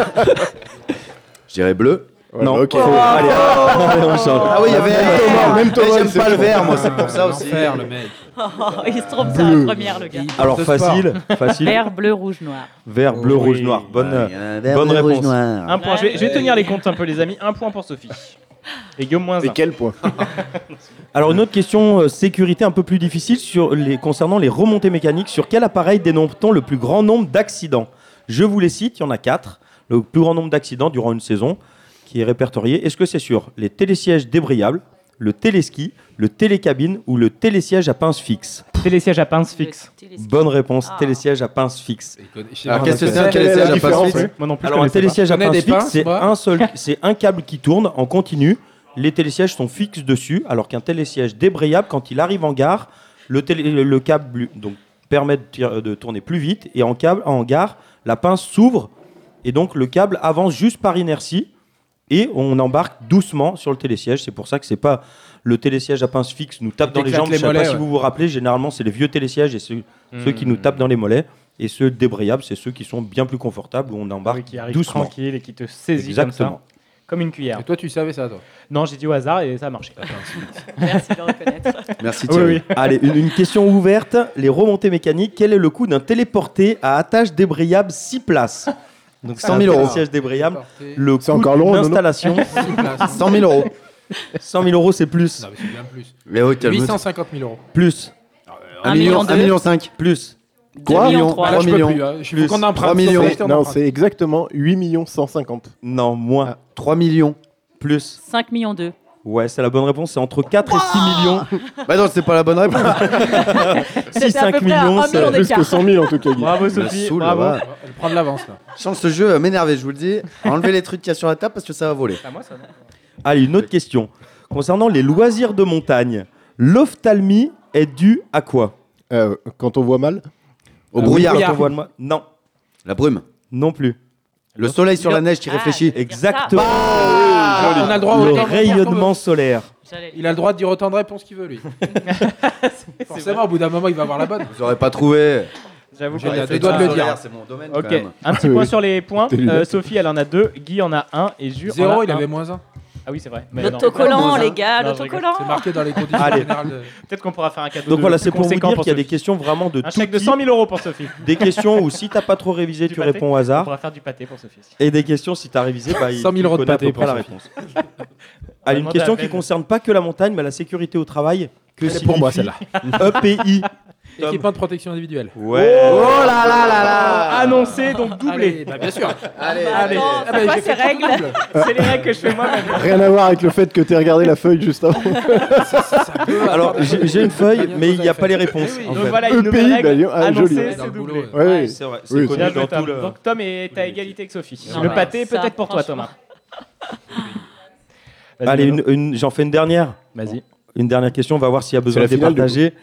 Speaker 8: Je dirais bleu.
Speaker 6: non,
Speaker 8: ok.
Speaker 6: Oh. Allez, allez, on change.
Speaker 8: Ah oui, il y avait Mais
Speaker 6: Même Thomas, même Thomas, il
Speaker 8: J'aime
Speaker 6: sait
Speaker 8: pas le
Speaker 6: pas.
Speaker 8: vert, moi, c'est pour ça aussi.
Speaker 9: Enfer, le mec.
Speaker 20: Oh, il se trompe sur la première, le gars.
Speaker 6: Alors facile, facile.
Speaker 20: Vert, bleu, rouge, noir.
Speaker 6: Vert, bleu, rouge, noir. Bonne,
Speaker 8: Ouais, il y en a vert,
Speaker 6: bonne
Speaker 8: bleu, rouge,
Speaker 6: réponse.
Speaker 8: noir.
Speaker 7: Un point. Je vais, je vais tenir les comptes un peu, les amis. Un point pour Sophie. Et Guillaume moins
Speaker 6: Et
Speaker 7: un.
Speaker 6: quel point Alors une autre question euh, sécurité un peu plus difficile sur les, concernant les remontées mécaniques. Sur quel appareil dénombre-t-on le plus grand nombre d'accidents Je vous les cite, il y en a quatre. Le plus grand nombre d'accidents durant une saison qui est répertorié. Est-ce que c'est sur les télésièges débrayables, le téléski, le télécabine ou le télésiège à pince fixe
Speaker 7: Télésiège à pince fixe.
Speaker 6: Bonne réponse, télésiège à pince fixe. Ah,
Speaker 7: Alors, qu'est-ce que c'est un Quelle est la télésiège à pince différence, fixe oui Moi non plus, je
Speaker 6: Alors un
Speaker 7: connaissais pas.
Speaker 6: télésiège à
Speaker 7: Je connais
Speaker 6: pince
Speaker 7: des
Speaker 6: fixe,
Speaker 7: pinces,
Speaker 6: c'est
Speaker 7: moi.
Speaker 6: un seul, c'est un câble qui tourne en continu. Les télésièges sont fixes dessus, alors qu'un télésiège débrayable, quand il arrive en gare, le, télé- le câble lui- donc permet de, tir- de tourner plus vite et en câble en gare, la pince s'ouvre et donc le câble avance juste par inertie et on embarque doucement sur le télésiège. C'est pour ça que c'est pas le télésiège à pince fixe nous tape
Speaker 9: Il
Speaker 6: dans les
Speaker 9: t'éclate
Speaker 6: jambes.
Speaker 9: les
Speaker 6: Je sais pas
Speaker 9: mollets,
Speaker 6: si
Speaker 9: ouais. Hmm.
Speaker 6: vous vous rappelez, généralement c'est les vieux télésièges et ceux, ceux qui nous tapent dans les mollets. Et ceux débrayables, c'est ceux qui sont bien plus confortables où on embarque
Speaker 7: Qui arrive
Speaker 6: doucement.
Speaker 7: tranquille et qui te saisit
Speaker 6: Exactement.
Speaker 7: comme ça. Comme une cuillère.
Speaker 9: Et toi, tu savais ça, toi
Speaker 7: Non, j'ai dit au hasard et ça a marché.
Speaker 20: Merci de reconnaître.
Speaker 6: Allez, une, une question ouverte. Les remontées mécaniques, quel est le coût d'un téléporté à attache débrayable 6 places Donc
Speaker 8: 100 000
Speaker 6: un
Speaker 8: euros.
Speaker 6: Siège débrayable. Le coût
Speaker 8: encore long, non, non
Speaker 6: d'installation.
Speaker 8: Six places. 100 000 euros.
Speaker 6: 100 000 euros, c'est plus.
Speaker 9: Non, mais c'est bien plus.
Speaker 8: Mais oui, calme-toi.
Speaker 9: 850 000 euros.
Speaker 6: Plus.
Speaker 9: Un Un million, million deux. un million cinq.
Speaker 6: Plus.
Speaker 9: Quoi Deux millions Millions, trois. trois
Speaker 6: Là, je peux
Speaker 9: millions.
Speaker 6: plus, hein.
Speaker 9: Plus.
Speaker 6: qu'on emprunte.
Speaker 9: Trois millions.
Speaker 6: Sauf que je t'en
Speaker 19: Non,
Speaker 6: emprunte.
Speaker 19: c'est exactement 8 millions 150.
Speaker 6: Non, moins.
Speaker 8: 3 millions.
Speaker 6: Plus.
Speaker 20: 5 millions 2.
Speaker 6: Ouais, c'est la bonne réponse. C'est entre 4 et 6 millions.
Speaker 8: Bah non, c'est pas la bonne réponse.
Speaker 6: 6-5 millions, c'est
Speaker 8: plus que 100 000 en tout cas.
Speaker 7: Bravo Sophie, bravo.
Speaker 9: Elle prend de l'avance, là.
Speaker 8: Chance, ce jeu euh, m'énervait, je vous le dis. Enlevez les trucs qu'il y a sur la table parce que ça va voler.
Speaker 6: Allez, Ah, une autre question. Concernant les loisirs de montagne, l'ophtalmie est due à quoi
Speaker 19: Euh, Quand on voit mal
Speaker 8: Au brouillard.
Speaker 6: Quand on voit le mo- Non.
Speaker 8: La brume
Speaker 6: Non plus.
Speaker 8: Le soleil sur la
Speaker 7: Ah,
Speaker 8: neige qui réfléchit.
Speaker 6: Ah, Exactement.
Speaker 9: Ah, joli. on a le droit au
Speaker 6: le
Speaker 9: temps de revenir quand on
Speaker 6: rayonnement
Speaker 9: veut.
Speaker 6: solaire.
Speaker 9: Il a le droit de dire autant de réponses qu'il veut, lui. Forcément, au bout d'un moment, il va avoir la bonne.
Speaker 8: Vous aurez pas trouvé.
Speaker 7: J'avoue que
Speaker 9: J'ai
Speaker 7: j'ai
Speaker 9: les doigts de le dire.
Speaker 8: C'est mon domaine.
Speaker 7: Ok,
Speaker 8: quand même.
Speaker 7: un petit point sur les points. Euh, Sophie, elle en a deux. Guy en a un et Jure.
Speaker 9: Zéro,
Speaker 7: en a
Speaker 9: il
Speaker 7: un.
Speaker 9: avait moins un.
Speaker 7: Ah oui, c'est vrai. Mais non.
Speaker 20: L'autocollant, les gars,
Speaker 7: Non, je rigole.
Speaker 20: l'autocollant.
Speaker 9: C'est marqué dans les conditions
Speaker 6: Allez.
Speaker 9: générales de.
Speaker 7: Peut-être qu'on pourra faire un cadeau.
Speaker 6: Donc
Speaker 7: de
Speaker 6: voilà,
Speaker 7: plus
Speaker 6: c'est pour vous
Speaker 7: conséquent
Speaker 6: dire qu'il y a des
Speaker 7: Sophie.
Speaker 6: questions vraiment de
Speaker 7: Un
Speaker 6: tout
Speaker 7: chèque de
Speaker 6: type.
Speaker 7: 100 000 euros pour Sophie.
Speaker 6: Des questions où si t'as pas trop révisé,
Speaker 7: Du
Speaker 6: tu
Speaker 7: pâté.
Speaker 6: réponds
Speaker 7: On
Speaker 6: au hasard.
Speaker 7: pourra faire du pâté pour Sophie.
Speaker 6: Et des questions si t'as révisé, bah,
Speaker 9: 100 000 euros de
Speaker 6: tu connais à
Speaker 9: pâté
Speaker 6: peu près
Speaker 9: pour
Speaker 6: la
Speaker 9: Sophie.
Speaker 6: réponse. Allez, une
Speaker 7: demander
Speaker 6: question
Speaker 7: à
Speaker 6: qui
Speaker 7: Ben.
Speaker 6: concerne pas que la montagne, mais la sécurité au travail. Que E
Speaker 9: Elle est pour moi, celle-là.
Speaker 6: EPI.
Speaker 9: Équipement de protection individuelle.
Speaker 6: Ouais.
Speaker 9: Oh
Speaker 8: là là là
Speaker 7: là Annoncé, donc doublé.
Speaker 9: Allez, bah, bien sûr.
Speaker 8: Allez,
Speaker 9: allez.
Speaker 20: Attends,
Speaker 9: Ah,
Speaker 20: c'est
Speaker 9: bah,
Speaker 20: quoi
Speaker 9: j'ai
Speaker 20: ces
Speaker 9: fait
Speaker 20: règles
Speaker 7: C'est les règles que je fais moi-même.
Speaker 19: Rien à voir avec le fait que t'aies regardé la feuille juste avant.
Speaker 6: Alors, j'ai j'ai une feuille, mais il n'y a pas les réponses.
Speaker 7: Oui,
Speaker 6: en
Speaker 7: donc
Speaker 6: fait.
Speaker 7: voilà une nouvelle
Speaker 19: EPI,
Speaker 7: règle.
Speaker 19: bah, yo- ah,
Speaker 7: annoncée,
Speaker 19: joli. Dans
Speaker 7: c'est
Speaker 19: le
Speaker 7: doublé.
Speaker 19: boulot, ouais. Ouais,
Speaker 6: c'est vrai, c'est
Speaker 7: Bien
Speaker 6: connu
Speaker 7: joué,
Speaker 6: dans
Speaker 7: Tom.
Speaker 6: tout le-
Speaker 8: hein.
Speaker 7: Donc Tom est à égalité avec Sophie.
Speaker 20: Non,
Speaker 7: le
Speaker 20: bah,
Speaker 7: pâté
Speaker 20: ça,
Speaker 7: peut-être pour toi
Speaker 20: franchement.
Speaker 7: Thomas. Vas-y,
Speaker 6: Allez,
Speaker 7: Mano.
Speaker 6: une, une- j'en fais une dernière.
Speaker 7: Vas-y.
Speaker 6: Une dernière question, on va voir s'il y a besoin
Speaker 7: la
Speaker 6: de les
Speaker 7: finale, du
Speaker 6: partager.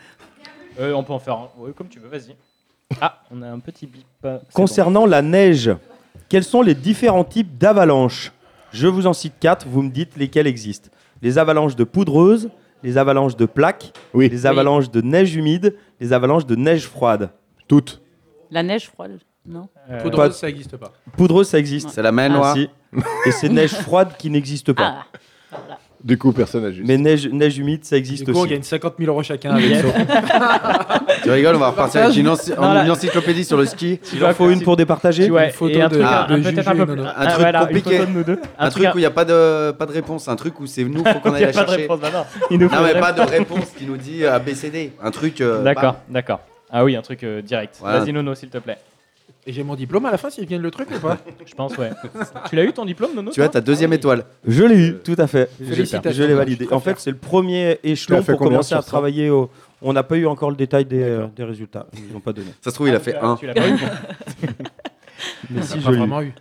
Speaker 7: Euh, on peut en faire un. Ouais, comme tu veux, vas-y. Ah, on a un petit bip. euh, c'est
Speaker 6: Concernant la neige, quels sont les différents types d'avalanches Je vous en cite quatre, vous me dites lesquelles existent. Les avalanches de poudreuse, les avalanches de plaques, les avalanches de neige humide, les avalanches de neige froide.
Speaker 19: Toutes.
Speaker 20: La neige froide, non
Speaker 6: Euh,
Speaker 9: Poudreuse, ça n'existe pas.
Speaker 6: Poudreuse, ça existe.
Speaker 8: C'est la Maine-Loire.
Speaker 6: Merci. Et c'est neige froide qui n'existe pas.
Speaker 8: Ah.
Speaker 19: Du coup, personne n'a juste.
Speaker 6: Mais neige, neige humide, ça existe
Speaker 9: Du coup, on
Speaker 6: aussi.
Speaker 9: gagne 50 000 euros chacun avec
Speaker 6: Yes.
Speaker 9: ça.
Speaker 8: Tu rigoles, on va repartir avec une, enci-
Speaker 7: Non, là-
Speaker 8: une encyclopédie sur le ski.
Speaker 6: Il en faut une pour départager
Speaker 7: Tu- ouais,
Speaker 6: Une photo
Speaker 7: et un
Speaker 6: de-
Speaker 7: truc,
Speaker 8: Ah,
Speaker 7: un- un- peut-être un peu plus.
Speaker 8: Un
Speaker 7: Ah,
Speaker 8: truc
Speaker 7: voilà, une
Speaker 8: compliqué.
Speaker 7: photo de nous deux.
Speaker 8: Un, truc où il n'y a pas de, pas de réponse. Un truc où c'est nous, faut qu'on
Speaker 7: Il y
Speaker 8: aille
Speaker 7: a
Speaker 8: la
Speaker 7: pas de
Speaker 8: chercher.
Speaker 7: réponse, bah non. Il nous faut
Speaker 8: non,
Speaker 7: une
Speaker 8: mais pas de
Speaker 7: réponse.
Speaker 8: réponse qui nous dit euh, ABCD. Un truc. euh,
Speaker 7: D'accord,
Speaker 8: bam.
Speaker 7: d'accord. Ah oui, un truc euh, direct.
Speaker 8: Voilà.
Speaker 7: Vas-y, Nono, s'il te plaît.
Speaker 9: Et j'ai mon diplôme à la fin s'ils viennent le truc ou pas
Speaker 7: Je pense, ouais. tu l'as eu ton diplôme, Nono
Speaker 8: Tu as ta deuxième étoile.
Speaker 6: Je l'ai eu, tout à fait.
Speaker 9: Félicitations.
Speaker 6: hein. Ah Je l'ai validé. En fait, c'est le premier échelon
Speaker 8: T'as fait
Speaker 6: pour
Speaker 8: combien
Speaker 6: commencer
Speaker 8: sur
Speaker 6: à
Speaker 8: cent
Speaker 6: travailler au. On n'a pas eu encore le détail des, euh, des résultats. Ils n'ont pas donné.
Speaker 8: Ça se trouve, il a fait
Speaker 7: l'as-
Speaker 8: un.
Speaker 7: Ah, tu l'as pas eu.
Speaker 6: Mais si,
Speaker 9: pas
Speaker 6: je l'ai
Speaker 9: vraiment eu.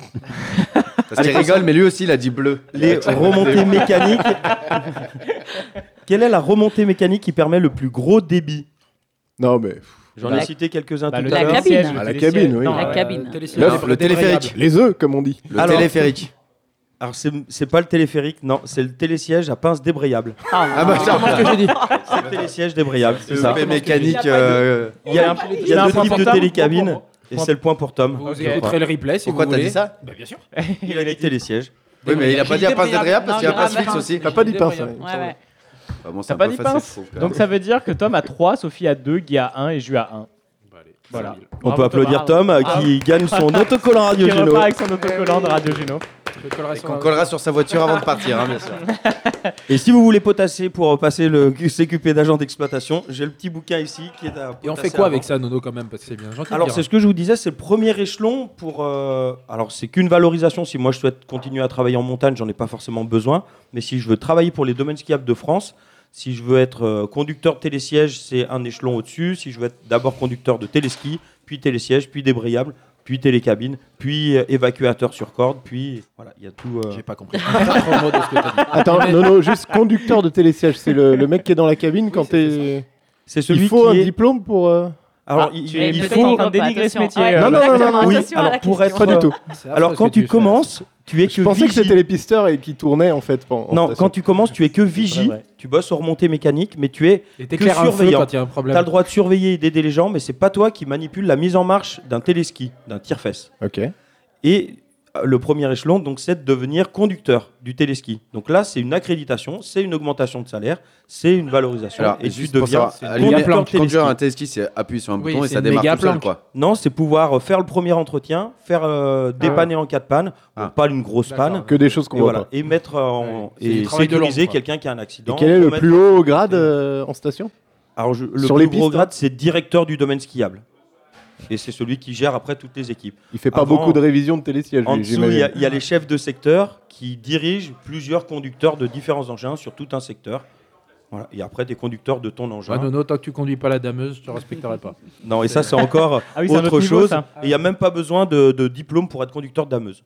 Speaker 8: Parce qu'il rigole, mais lui aussi, il a dit bleu.
Speaker 6: Les remontées mécaniques. Quelle est la remontée mécanique qui permet le plus gros débit
Speaker 19: Non, mais.
Speaker 6: J'en
Speaker 19: La-
Speaker 6: ai cité quelques-uns
Speaker 7: Bah,
Speaker 6: tout
Speaker 7: le
Speaker 6: à l'heure.
Speaker 7: télésiège,
Speaker 19: Ah,
Speaker 7: le
Speaker 19: la
Speaker 7: télésiège.
Speaker 19: cabine, oui.
Speaker 7: Non,
Speaker 20: La
Speaker 7: euh,
Speaker 20: cabine.
Speaker 9: Télésiège.
Speaker 19: L'œuf, le téléphérique. Les œufs, comme on dit.
Speaker 8: Le
Speaker 6: Alors-
Speaker 8: téléphérique.
Speaker 6: Alors, c'est c'est pas le téléphérique, non, c'est le télésiège à pince débrayable.
Speaker 9: Ah, Ah, bah, ça- comment est-ce que j'ai dit
Speaker 6: C'est le télésiège débrayable, c'est
Speaker 9: C'est
Speaker 6: ça.
Speaker 9: l'aspect mécanique,
Speaker 6: Il y a pas de-
Speaker 9: euh,
Speaker 6: Il y a,
Speaker 9: on a un-
Speaker 6: il y a
Speaker 9: on a un
Speaker 6: deux
Speaker 9: point
Speaker 6: types
Speaker 9: pour
Speaker 6: de
Speaker 9: Tom.
Speaker 6: télécabine,
Speaker 9: Point
Speaker 6: et
Speaker 9: pour-
Speaker 6: c'est le point pour Tom.
Speaker 9: Vous écouterez le replay si Pourquoi vous t'as dit voulez. ça
Speaker 6: Bah, bien sûr. Il a dit télésiège.
Speaker 8: Oui, mais il a pas dit à pince débrayable parce qu'il y a
Speaker 9: Non, il a
Speaker 8: pince
Speaker 9: pas
Speaker 8: fixe
Speaker 9: dit-
Speaker 8: aussi.
Speaker 9: il a pas dit pince, ouais, il me semble.
Speaker 20: ouais.
Speaker 8: Bah bon, c'est
Speaker 7: T'as
Speaker 8: un
Speaker 7: pas
Speaker 8: peu
Speaker 7: dit
Speaker 8: facile,
Speaker 7: pince
Speaker 8: je trouve, quand
Speaker 7: Donc
Speaker 8: même.
Speaker 7: ça veut dire que Tom a 3, Sophie a 2, Guy a 1 et Ju a 1. Voilà. Ah.
Speaker 6: On peut applaudir Tom, euh, qui gagne son autocollant Radio
Speaker 7: Qui repart
Speaker 6: Juno.
Speaker 7: avec son autocollant de Radio Juno.
Speaker 8: Et qu'on collera sur sa voiture avant de partir, hein, bien sûr.
Speaker 6: Et si vous voulez potasser pour euh, passer le CQP d'agent d'exploitation, j'ai le petit bouquin ici qui est à.
Speaker 9: Et on fait
Speaker 6: potasser
Speaker 9: quoi
Speaker 6: avant.
Speaker 9: avec ça, Nono, quand même Parce que c'est bien gentil. hein. de
Speaker 6: hein. Alors
Speaker 9: dire.
Speaker 6: c'est ce que je vous disais, c'est le premier échelon pour. euh, alors c'est qu'une valorisation. Si moi je souhaite continuer à travailler en montagne, j'en ai pas forcément besoin. Mais si je veux travailler pour les domaines skiables de France, si je veux être euh, conducteur de télésiège, c'est un échelon au-dessus. Si je veux être d'abord conducteur de téléski, puis télésiège, puis débrayable, puis télécabine, puis euh, évacuateur sur corde, puis voilà, il y a tout. euh. J'ai pas compris.
Speaker 19: Attends, non, non, juste conducteur de télésiège, c'est le, le mec qui est dans la cabine quand t'es.
Speaker 6: C'est celui
Speaker 19: Il faut
Speaker 6: qui
Speaker 19: un
Speaker 6: est-
Speaker 19: diplôme pour. euh,
Speaker 6: Alors,
Speaker 19: Ah,
Speaker 6: il,
Speaker 19: tu es
Speaker 6: il
Speaker 19: peut-être
Speaker 6: faut
Speaker 19: en train de dénigrer ce métier, euh,
Speaker 6: Non, non, non, non,
Speaker 19: Exactement,
Speaker 6: non, oui,
Speaker 19: attention à la
Speaker 6: alors pour être
Speaker 19: question. Pas du tout. C'est
Speaker 6: Alors
Speaker 19: affreux
Speaker 6: quand
Speaker 19: ce que tu
Speaker 6: tu
Speaker 19: fais,
Speaker 6: commences, tu es que
Speaker 19: Je pensais que
Speaker 6: vigie.
Speaker 19: c'était les pisteurs et qui tournaient en fait. pen- en
Speaker 6: Non,
Speaker 19: station.
Speaker 6: quand tu commences, tu es que vigie, tu bosses aux remontées mécaniques, mais tu es
Speaker 9: Et
Speaker 6: que
Speaker 9: t'éclaires un feu
Speaker 6: surveillant.
Speaker 9: quand il y
Speaker 6: Tu
Speaker 9: a un problème.
Speaker 6: as le droit de surveiller et d'aider les gens, mais c'est pas toi qui manipule la mise en marche d'un téléski, d'un tire-fesse.
Speaker 19: Ok.
Speaker 6: Et euh, le premier échelon, donc, c'est de devenir conducteur du téléski. Donc là, c'est une accréditation, c'est une augmentation de salaire, c'est une valorisation.
Speaker 8: Alors,
Speaker 6: et tu
Speaker 8: juste pour
Speaker 6: deviens
Speaker 8: savoir, à la
Speaker 6: conducteur
Speaker 8: planque,
Speaker 6: de téléski.
Speaker 8: conduire un téléski, c'est appuyer sur un bouton et ça démarre tout seul, quoi. Ah
Speaker 6: Non, c'est pouvoir euh, faire le premier entretien, faire euh, dépanner en cas de panne, bon, pas une grosse panne.
Speaker 19: Que des choses qu'on
Speaker 6: et
Speaker 19: voit pas.
Speaker 6: Et mettre en.
Speaker 19: C'est du
Speaker 6: Et
Speaker 19: travail de l'ombre,
Speaker 6: sécuriser
Speaker 19: quoi.
Speaker 6: quelqu'un qui a un accident.
Speaker 19: Et quel est le
Speaker 6: remettre-
Speaker 19: plus haut grade euh, en station
Speaker 6: Alors, je- le
Speaker 19: Sur
Speaker 6: plus
Speaker 19: les
Speaker 6: gros
Speaker 19: pistes, hein.
Speaker 6: grade, c'est directeur du domaine skiable. Et c'est celui qui gère après toutes les équipes.
Speaker 19: Il fait pas beaucoup de révisions de télésiège,
Speaker 6: En
Speaker 19: lui,
Speaker 6: dessous, il y, a,
Speaker 19: j'imagine.
Speaker 6: il y a les chefs de secteur qui dirigent plusieurs conducteurs de différents engins sur tout un secteur. Voilà. Et après, des conducteurs de ton engin.
Speaker 9: Ouais, Bah, Nono, tant que tu conduis pas la dameuse, je te respecterai pas.
Speaker 6: Non, et ça, c'est encore
Speaker 9: Ah
Speaker 6: autre chose. Et il n'y a même pas besoin de, de diplôme pour être conducteur de dameuse.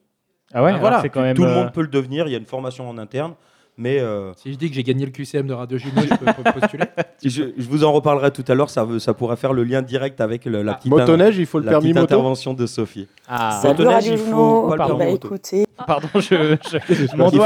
Speaker 9: Ah ouais, Ah, alors voilà. c'est quand même,
Speaker 6: Tout le
Speaker 9: euh,
Speaker 6: monde peut le devenir. Il y a une formation en interne. Mais euh,
Speaker 9: Si je dis que j'ai gagné le QCM de Radio Juno, je peux pas postuler
Speaker 6: je, je vous en reparlerai tout à l'heure. Ça, veut- ça pourrait faire le lien direct avec le- la petite,
Speaker 19: Ah, Motoneige, il faut le
Speaker 6: la
Speaker 19: permis
Speaker 6: petite
Speaker 19: moto
Speaker 6: intervention de Sophie.
Speaker 7: Ah.
Speaker 6: Motoneige,
Speaker 7: Radio
Speaker 6: il faut
Speaker 7: Juno,
Speaker 6: pas le
Speaker 7: pardon.
Speaker 6: permis moto.
Speaker 7: écoutez. Pardon, je. je
Speaker 6: Il faut le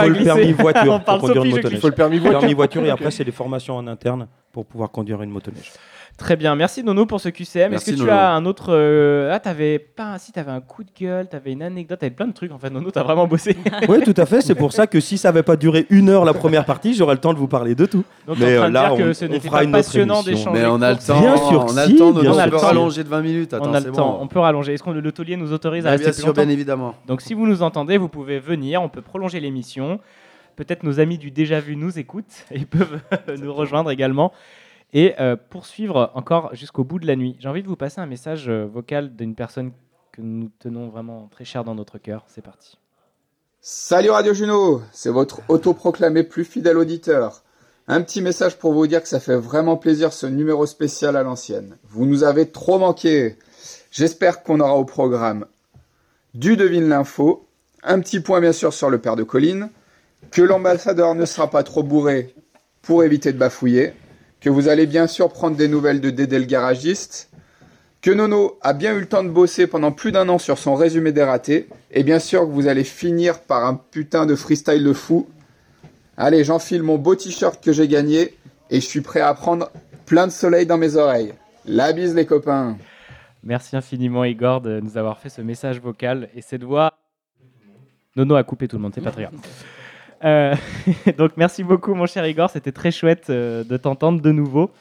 Speaker 6: permis voiture pour conduire une motoneige.
Speaker 7: Il faut le permis voiture.
Speaker 6: Permis voiture et après, c'est des formations en interne pour pouvoir conduire une motoneige.
Speaker 7: Très bien, merci Nono pour ce QCM. Est-ce
Speaker 6: Merci,
Speaker 7: que tu
Speaker 6: Nono.
Speaker 7: as un autre. euh, Ah, t'avais pas. Si, t'avais un coup de gueule, t'avais une anecdote, t'avais plein de trucs en fait. Nono, t'as vraiment bossé.
Speaker 6: Oui, tout à fait. C'est pour ça que si ça n'avait pas duré une heure la première partie, j'aurais le temps de vous parler de tout.
Speaker 7: Donc, t'es en train de dire que ce n'était pas passionnant d'échanger
Speaker 8: Mais on a le
Speaker 7: court.
Speaker 8: temps,
Speaker 6: Bien sûr,
Speaker 8: on a
Speaker 6: si,
Speaker 8: le temps, Nono,
Speaker 6: bien
Speaker 8: on
Speaker 6: sûr.
Speaker 8: peut rallonger de 20 minutes. Attends,
Speaker 7: on a le
Speaker 8: c'est
Speaker 7: temps,
Speaker 8: bon.
Speaker 7: on peut rallonger. Est-ce que le taulier nous autorise à
Speaker 8: Mais
Speaker 7: rester
Speaker 8: bien
Speaker 7: plus
Speaker 8: sûr,
Speaker 7: longtemps
Speaker 8: bien évidemment.
Speaker 7: Donc si vous nous entendez, vous pouvez venir, on peut prolonger l'émission. Peut-être nos amis du déjà vu nous écoutent et peuvent euh, nous rejoindre également et euh, poursuivre encore jusqu'au bout de la nuit. J'ai envie de vous passer un message euh, vocal d'une personne que nous tenons vraiment très cher dans notre cœur. C'est parti.
Speaker 21: Salut Radio Juno, c'est votre autoproclamé plus fidèle auditeur. Un petit message pour vous dire que ça fait vraiment plaisir ce numéro spécial à l'ancienne. Vous nous avez trop manqué. J'espère qu'on aura au programme du devine l'info, un petit point bien sûr sur le père de Colline, que l'ambassadeur ne sera pas trop bourré pour éviter de bafouiller, que vous allez bien sûr prendre des nouvelles de Dédé le garagiste, que Nono a bien eu le temps de bosser pendant plus d'un an sur son résumé des ratés, et bien sûr que vous allez finir par un putain de freestyle de fou. Allez, j'enfile mon beau t-shirt que j'ai gagné, et je suis prêt à prendre plein de soleil dans mes oreilles. La bise les copains
Speaker 7: Merci infiniment Igor de nous avoir fait ce message vocal et cette voix. Nono a coupé tout le monde, c'est pas très grave. Euh, donc merci beaucoup mon cher Igor, c'était très chouette euh, de t'entendre de nouveau.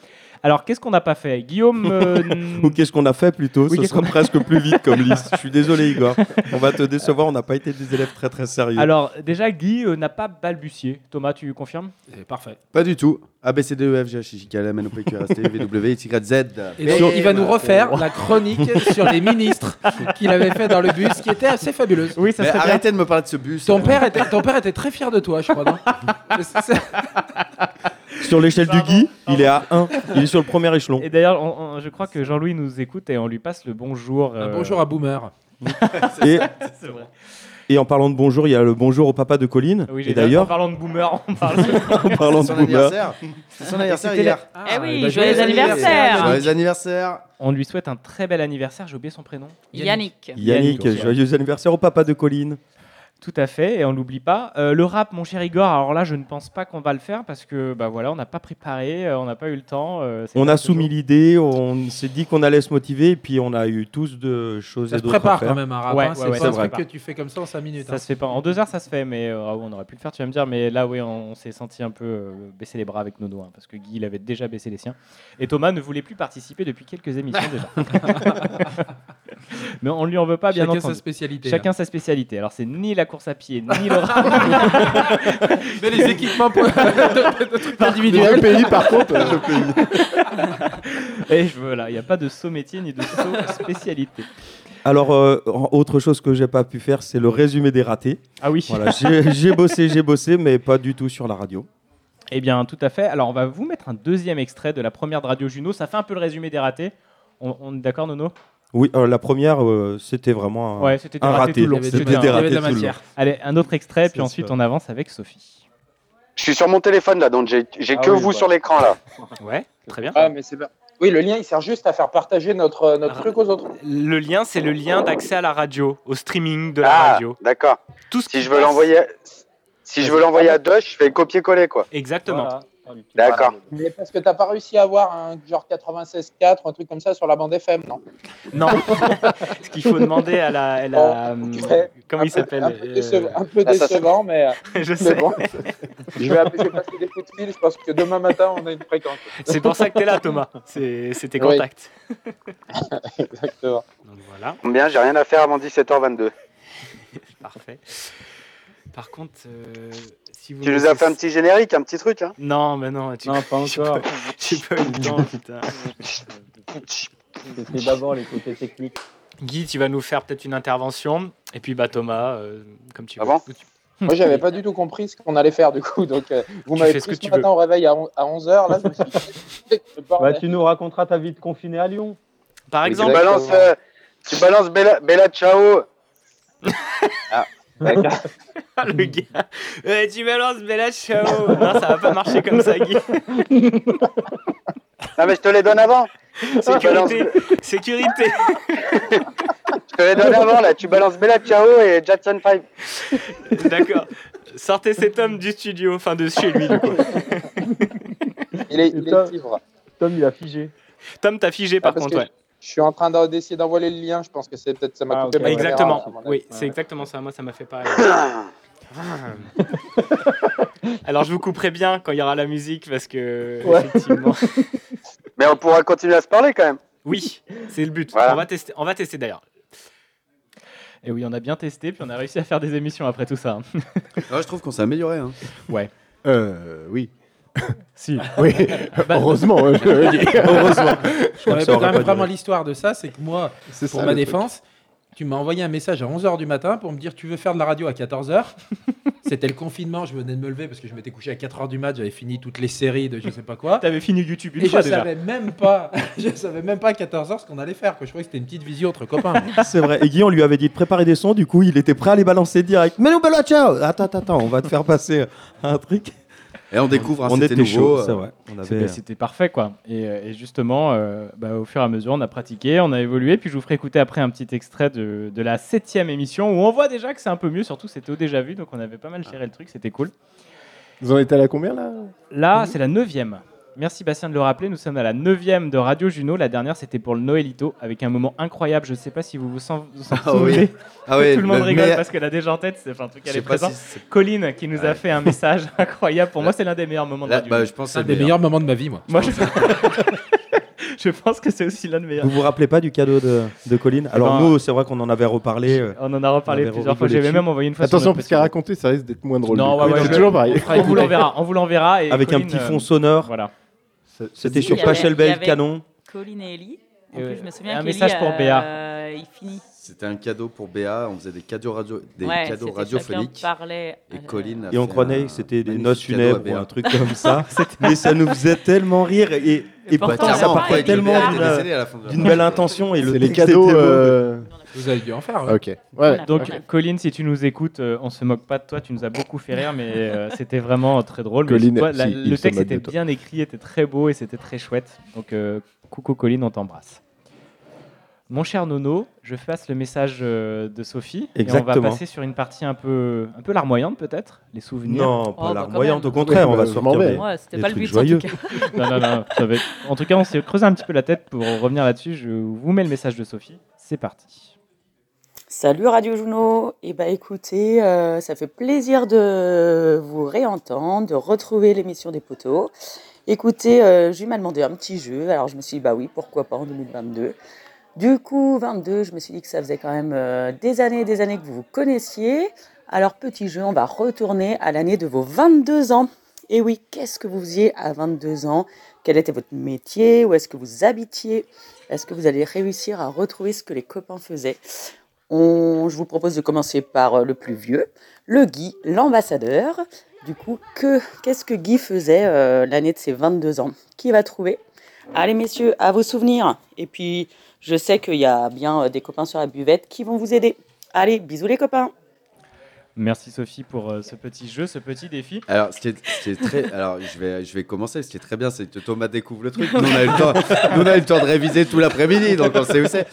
Speaker 7: Alors qu'est-ce qu'on n'a pas fait Guillaume... euh,
Speaker 6: Ou qu'est-ce qu'on a fait plutôt
Speaker 7: Oui,
Speaker 6: Ce
Speaker 7: qu'est-ce
Speaker 6: sera
Speaker 7: qu'on a-
Speaker 6: presque plus vite comme liste. Je suis désolé, Igor. On va te décevoir. On n'a pas été des élèves très très sérieux.
Speaker 7: Alors déjà Guy euh, n'a pas balbutié. Thomas, tu confirmes
Speaker 9: Parfait.
Speaker 8: Pas du tout. A, B, C, D, E, F, G, H, I, J, K, L, M, N, O, P, Q, R, S, T, U, V, W, X, Y, Z.
Speaker 9: Et donc, il va nous refaire la chronique sur les ministres qu'il avait fait dans le bus, qui était assez fabuleuse.
Speaker 7: Oui, ça
Speaker 8: Mais arrêtez de me parler de ce bus.
Speaker 9: Ton père, était, ton père était très fier de toi, je crois. non C'est-
Speaker 6: Sur l'échelle du Guy, il est à 1. Il est sur le premier échelon.
Speaker 7: Et d'ailleurs, on- on- je crois que Jean-Louis nous écoute et on lui passe le bonjour. euh,
Speaker 9: bonjour à Boomer.
Speaker 6: Et,
Speaker 7: C'est vrai.
Speaker 6: et en parlant de bonjour, il y a le bonjour au papa de Colline.
Speaker 7: Ah Oui,
Speaker 6: et
Speaker 7: j'ai- en
Speaker 6: d'ailleurs,
Speaker 7: parlant de boomer, on parle.
Speaker 6: En parlant de
Speaker 7: C'est son
Speaker 6: boomer.
Speaker 7: anniversaire.
Speaker 8: C'est son anniversaire
Speaker 7: C'était la-
Speaker 8: hier.
Speaker 7: Eh oui,
Speaker 8: bah,
Speaker 7: joyeux anniversaire.
Speaker 8: Joyeux anniversaire.
Speaker 7: On lui souhaite un très bel anniversaire. J'ai oublié son prénom.
Speaker 20: Yannick.
Speaker 6: Yannick, joyeux anniversaire au papa de Colline.
Speaker 7: Tout à fait, et on l'oublie pas. Euh, le rap, mon cher Igor, alors là, je ne pense pas qu'on va le faire parce que, bah voilà, on n'a pas préparé, euh, on n'a pas eu le temps. euh, c'est
Speaker 6: On
Speaker 7: pas
Speaker 6: a
Speaker 7: ce
Speaker 6: soumis l'idée, on s'est dit qu'on allait se motiver, et puis on a eu tous de choses
Speaker 9: Ça
Speaker 6: et
Speaker 9: se
Speaker 6: d'autres
Speaker 9: prépare
Speaker 6: à faire.
Speaker 9: quand même un rap,
Speaker 7: Ouais,
Speaker 9: hein,
Speaker 7: ouais,
Speaker 9: c'est
Speaker 7: ouais,
Speaker 9: pas un
Speaker 7: ça se
Speaker 9: truc
Speaker 7: prépare.
Speaker 9: que tu fais comme ça en 5 minutes.
Speaker 7: Ça
Speaker 9: hein.
Speaker 7: se fait pas. En deux heures, ça se fait, mais euh, ah ouais, on aurait pu le faire, tu vas me dire. Mais là, oui, on, on s'est senti un peu euh, baisser les bras avec nos doigts, hein, parce que Guy, il avait déjà baissé les siens. Et Thomas ne voulait plus participer depuis quelques émissions déjà. mais on lui en veut pas, bien
Speaker 9: Chacun
Speaker 7: entendu.
Speaker 9: sa spécialité, hein.
Speaker 7: Chacun
Speaker 9: là.
Speaker 7: sa spécialité. Alors, c'est ni la course à pied, ni le rap.
Speaker 9: Mais les équipements pour- de- de- de trucs individuels. Le pays, par contre, euh, le
Speaker 7: Et je- voilà, il n'y a pas de saut métier ni de saut spécialité.
Speaker 6: Alors, euh, en- autre chose que j'ai pas pu faire, c'est le résumé des ratés.
Speaker 7: Ah oui.
Speaker 6: Voilà, j'ai j'ai bossé, j'ai bossé, mais pas du tout sur la radio.
Speaker 7: Eh bien, tout à fait. Alors, on va vous mettre un deuxième extrait de la première de Radio Juno. Ça fait un peu le résumé des ratés. On, on est d'accord, Nono
Speaker 6: Oui, euh, la première, euh, c'était vraiment un,
Speaker 7: Ouais, c'était des
Speaker 6: un
Speaker 7: ratés
Speaker 6: raté.
Speaker 7: tout le long.
Speaker 6: C'était
Speaker 7: C'était un-
Speaker 6: des
Speaker 7: il y avait
Speaker 6: ratés
Speaker 7: de la
Speaker 6: tout le long.
Speaker 7: matière. Allez, un autre extrait, puis ensuite on avance avec Sophie.
Speaker 18: Je suis sur mon téléphone là, donc j'ai j'ai
Speaker 7: Ah
Speaker 18: que
Speaker 7: oui,
Speaker 18: vous
Speaker 7: bah.
Speaker 18: sur l'écran là.
Speaker 15: Ouais, très bien.
Speaker 14: Ah, mais c'est pas- Oui, le lien, il sert juste à faire partager notre, euh, notre truc aux autres.
Speaker 15: Le lien, c'est le lien d'accès à la radio, au streaming de la
Speaker 18: Ah,
Speaker 15: radio.
Speaker 18: d'accord.
Speaker 15: Tout ce
Speaker 18: Si
Speaker 15: qui
Speaker 18: je veux
Speaker 15: passe-
Speaker 18: l'envoyer, à- si je veux l'envoyer à Dosh, je fais copier-coller quoi.
Speaker 15: Exactement.
Speaker 18: D'accord.
Speaker 14: Mais parce que t'as pas réussi à avoir un genre 96.4 ou un truc comme ça sur la bande FM, non
Speaker 15: Non. Ce qu'il faut demander à la. à la,
Speaker 6: Oh.
Speaker 15: euh, comment il s'appelle
Speaker 14: Un peu
Speaker 15: euh,
Speaker 14: décevant, un peu
Speaker 15: l'assassin.
Speaker 14: décevant, mais. euh,
Speaker 15: Je
Speaker 14: mais
Speaker 15: sais.
Speaker 14: bon. je, vais appeler- je vais passer des coups de fil, je pense que demain matin, on a une fréquence.
Speaker 15: C'est pour ça que t'es là, Thomas. C'est c'est tes
Speaker 14: Oui.
Speaker 15: contacts.
Speaker 14: Exactement.
Speaker 18: Combien J'ai rien à faire avant 17h22.
Speaker 15: Parfait. Par contre, euh, si vous.
Speaker 18: Tu nous as fait un petit générique, un petit truc hein
Speaker 15: Non, mais non. Tu...
Speaker 18: Non, pas encore.
Speaker 15: J'ai pas eu le temps, putain.
Speaker 14: C'était d'abord les côtés techniques.
Speaker 15: Guy, tu vas nous faire peut-être une intervention. Et puis, bah, Thomas, euh, comme
Speaker 18: Ah
Speaker 15: tu veux.
Speaker 14: Moi, j'avais pas du tout compris ce qu'on allait faire, du coup. Donc, euh, vous
Speaker 15: Tu
Speaker 14: m'avez
Speaker 15: fais ce
Speaker 14: pris
Speaker 15: que tu
Speaker 14: ce matin
Speaker 15: veux.
Speaker 14: au réveil à 11h. Là, je me suis dit, le bordel.
Speaker 2: Bah, tu nous raconteras ta vie de confiné à Lyon.
Speaker 15: Par
Speaker 18: tu balances, euh, tu balances Bella, Bella Ciao. Ah,
Speaker 15: Ah, le gars. Eh, tu balances Bella Ciao. non, ça va pas marcher comme ça, Guy.
Speaker 18: Non mais je te les donne avant. Tu balances-
Speaker 15: Sécurité. Sécurité.
Speaker 18: je te les donne avant là. Tu balances Bella Ciao et Jackson 5.
Speaker 15: D'accord. Sortez cet homme du studio, enfin de chez lui, du coup.
Speaker 14: Il est,
Speaker 2: Et
Speaker 14: il
Speaker 2: Tom-
Speaker 14: est ivre.
Speaker 2: Tom, il a figé.
Speaker 15: Tom, t'as figé par
Speaker 14: Ah, parce
Speaker 15: contre,
Speaker 14: que
Speaker 15: ouais.
Speaker 14: Je suis en train d'en- d'essayer d'envoyer le lien. Je pense que c'est peut-être ça m'a coupé.
Speaker 15: Ah,
Speaker 14: ma caméra, à
Speaker 15: exactement.
Speaker 14: mon avis.
Speaker 15: Oui, c'est exactement ça. Moi, ça m'a fait pareil.
Speaker 7: Ah.
Speaker 15: Alors, je vous couperai bien quand il y aura la musique parce que. Effectivement.
Speaker 18: Mais on pourra continuer à se parler quand même.
Speaker 15: Oui, c'est le but.
Speaker 18: Voilà.
Speaker 15: On va tester. On va tester d'ailleurs.
Speaker 7: Et oui, on a bien testé, puis on a réussi à faire des émissions après tout ça. hein.
Speaker 8: je trouve qu'on s'est amélioré. hein.
Speaker 7: Ouais.
Speaker 19: Euh, oui.
Speaker 7: si.
Speaker 19: Oui.
Speaker 7: Bah-
Speaker 19: Heureusement. euh, je le dis. Heureusement. Je pense
Speaker 9: Non, mais
Speaker 19: que ça aurait
Speaker 9: quand même
Speaker 19: pas duré.
Speaker 9: vraiment l'histoire de ça, c'est que moi,
Speaker 19: C'est
Speaker 9: pour
Speaker 19: ça,
Speaker 9: ma
Speaker 19: le truc.
Speaker 9: défense, tu m'as envoyé un message à 11h du matin pour me dire tu veux faire de la radio à 14h. C'était le confinement, je venais de me lever parce que je m'étais couché à 4h du mat, j'avais fini toutes les séries de je sais pas quoi.
Speaker 7: T'avais fini YouTube une
Speaker 9: Et
Speaker 7: fois
Speaker 9: je
Speaker 7: déjà.
Speaker 9: savais même pas, je savais même pas à 14h ce qu'on allait faire, que je croyais que c'était une petite visio entre copains.
Speaker 6: C'est vrai. Et Guy, on lui avait dit de préparer des sons, du coup, il était prêt à les balancer direct. Mais nous, Bella Ciao Attends, attends, attends, on va te faire passer euh, un truc.
Speaker 8: Et on découvre, hein,
Speaker 6: on
Speaker 8: c'était
Speaker 6: était
Speaker 8: nouveau,
Speaker 6: chaud,
Speaker 8: euh,
Speaker 6: c'est vrai. On avait-
Speaker 7: C'était- C'était parfait, quoi. Et, euh, et justement, euh, bah, au fur et à mesure, on a pratiqué, on a évolué. Puis je vous ferai écouter après un petit extrait de, de la septième émission où on voit déjà que c'est un peu mieux. Surtout, c'était au déjà vu, donc on avait pas mal géré le truc, c'était cool.
Speaker 19: Vous en êtes à la combien là
Speaker 7: Là, c'est la neuvième. Merci Bastien de le rappeler, nous sommes à la neuvième de Radio Juno. La dernière, c'était pour le Noëlito, avec un moment incroyable. Je sais pas si vous vous sentez
Speaker 8: Ah oui. Ah oui,
Speaker 7: Tout le monde
Speaker 8: le
Speaker 7: rigole
Speaker 8: meilleur-
Speaker 7: parce qu'elle a déjà en tête, c'est enfin, un truc qu'elle
Speaker 8: Je sais
Speaker 7: est
Speaker 8: pas
Speaker 7: présente.
Speaker 8: si c'est-
Speaker 7: Colline qui nous a
Speaker 8: Ouais.
Speaker 7: fait un message incroyable. Pour moi, c'est l'un des meilleurs moments de
Speaker 8: Là,
Speaker 7: Radio
Speaker 8: bah,
Speaker 7: Juno.
Speaker 8: je pense que
Speaker 9: c'est Un le des meilleur. meilleurs moments de ma vie, moi.
Speaker 7: Moi, je, je pense que c'est aussi l'un des meilleurs.
Speaker 6: euh, Vous vous rappelez pas du cadeau de, de Colline Alors,
Speaker 7: ben,
Speaker 6: nous, c'est vrai qu'on en avait reparlé. euh,
Speaker 7: On en a reparlé
Speaker 6: avait
Speaker 7: plusieurs
Speaker 6: rigolé
Speaker 7: fois. J'avais
Speaker 6: dessus.
Speaker 7: même envoyé une fois. sur
Speaker 19: Attention,
Speaker 7: notre
Speaker 19: parce qu'à raconter, ça risque d'être moins drôle.
Speaker 7: Non,
Speaker 19: du coup.
Speaker 7: ouais, ouais,
Speaker 19: c'est
Speaker 7: je-
Speaker 19: toujours pareil.
Speaker 7: on vous l'enverra, on vous l'enverra. et
Speaker 6: Avec un
Speaker 7: Colline,
Speaker 6: petit
Speaker 7: euh,
Speaker 6: fond sonore.
Speaker 7: Voilà.
Speaker 6: C'était
Speaker 20: Il
Speaker 6: sur
Speaker 20: y avait- il y
Speaker 6: Pachelbel
Speaker 20: avait
Speaker 6: Canon.
Speaker 20: Colline et Ellie. En
Speaker 7: Euh,
Speaker 20: plus, je me souviens
Speaker 7: un
Speaker 20: qu'Ellie,
Speaker 7: message pour
Speaker 20: euh,
Speaker 7: Béa.
Speaker 20: il finit.
Speaker 8: C'était un cadeau pour Béa. On faisait des cadeaux, radio... des
Speaker 20: Ouais,
Speaker 8: cadeaux
Speaker 20: c'était
Speaker 8: radiophoniques.
Speaker 20: chacun parlait. euh,
Speaker 8: Et Colline. a
Speaker 6: Et on
Speaker 8: fait
Speaker 6: croyait
Speaker 8: un
Speaker 6: que c'était des
Speaker 8: magnifique
Speaker 6: noces
Speaker 8: cadeau à
Speaker 6: funèbres ou
Speaker 8: Béa.
Speaker 6: un truc comme ça. mais ça nous faisait tellement rire. Et, et
Speaker 8: pourtant,
Speaker 6: pourtant, ça
Speaker 8: clairement, après,
Speaker 6: partait
Speaker 8: avec le
Speaker 6: tellement euh,
Speaker 8: Béa, elle
Speaker 6: d'une-
Speaker 8: est décédée à la fin de la
Speaker 6: d'une
Speaker 8: soirée.
Speaker 6: belle intention. Et le
Speaker 8: C'est les
Speaker 6: texte
Speaker 8: cadeaux,
Speaker 6: était beau.
Speaker 8: euh,
Speaker 9: Vous avez dû en faire. hein.
Speaker 19: Ok. Ouais.
Speaker 7: Donc,
Speaker 19: Ok.
Speaker 7: Colline, si tu nous écoutes, euh, on se moque pas de toi. Tu nous as beaucoup fait rire, mais euh, c'était vraiment euh, très drôle. Mais
Speaker 19: Colline,
Speaker 7: toi, la-
Speaker 19: si, il
Speaker 7: le
Speaker 19: se
Speaker 7: texte
Speaker 19: moque de
Speaker 7: était
Speaker 19: toi.
Speaker 7: bien écrit, était très beau et c'était très chouette. Donc, euh, coucou Colline, on t'embrasse. Mon cher Nono, je fasse le message euh, de Sophie. Et on
Speaker 6: Exactement.
Speaker 7: va passer sur une partie un peu, un peu larmoyante, peut-être Les souvenirs
Speaker 6: Non, pas Oh, bah, larmoyante, quand même. bah, au contraire, on va se sortir des- Ouais, c'était des pas le trucs but, en joyeux. tout cas.
Speaker 7: non, non, non, ça va être- En tout cas, on s'est creusé un petit peu la tête pour revenir là-dessus. Je vous mets le message de Sophie. C'est parti.
Speaker 20: Salut Radio Juno. Et bah écoutez, euh, ça fait plaisir de vous réentendre, de retrouver l'émission des poteaux. Écoutez, euh, Jules m'a demandé un petit jeu, alors je me suis dit bah oui, pourquoi pas en 2022. Du coup, 22, je me suis dit que ça faisait quand même euh, des années et des années que vous vous connaissiez. Alors petit jeu, on va retourner à l'année de vos 22 ans. Et oui, qu'est-ce que vous faisiez à 22 ans Quel était votre métier Où est-ce que vous habitiez Est-ce que vous allez réussir à retrouver ce que les copains faisaient on- je vous propose de commencer par euh, le plus vieux, le Guy, l'ambassadeur. Du coup, que, qu'est-ce que Guy faisait euh, l'année de ses 22 ans Qui va trouver Allez messieurs, à vos souvenirs. Et puis, je sais qu'il y a bien euh, des copains sur la buvette qui vont vous aider. Allez, bisous les copains
Speaker 7: Merci Sophie pour euh, ce petit jeu, ce petit défi.
Speaker 8: Alors, ce qui est, ce qui est très. Alors, je vais, je vais commencer. Ce qui est très bien, c'est que Thomas découvre le truc. Nous, on a eu le temps, nous, on a eu le temps de réviser tout l'après-midi, donc on sait où c'est.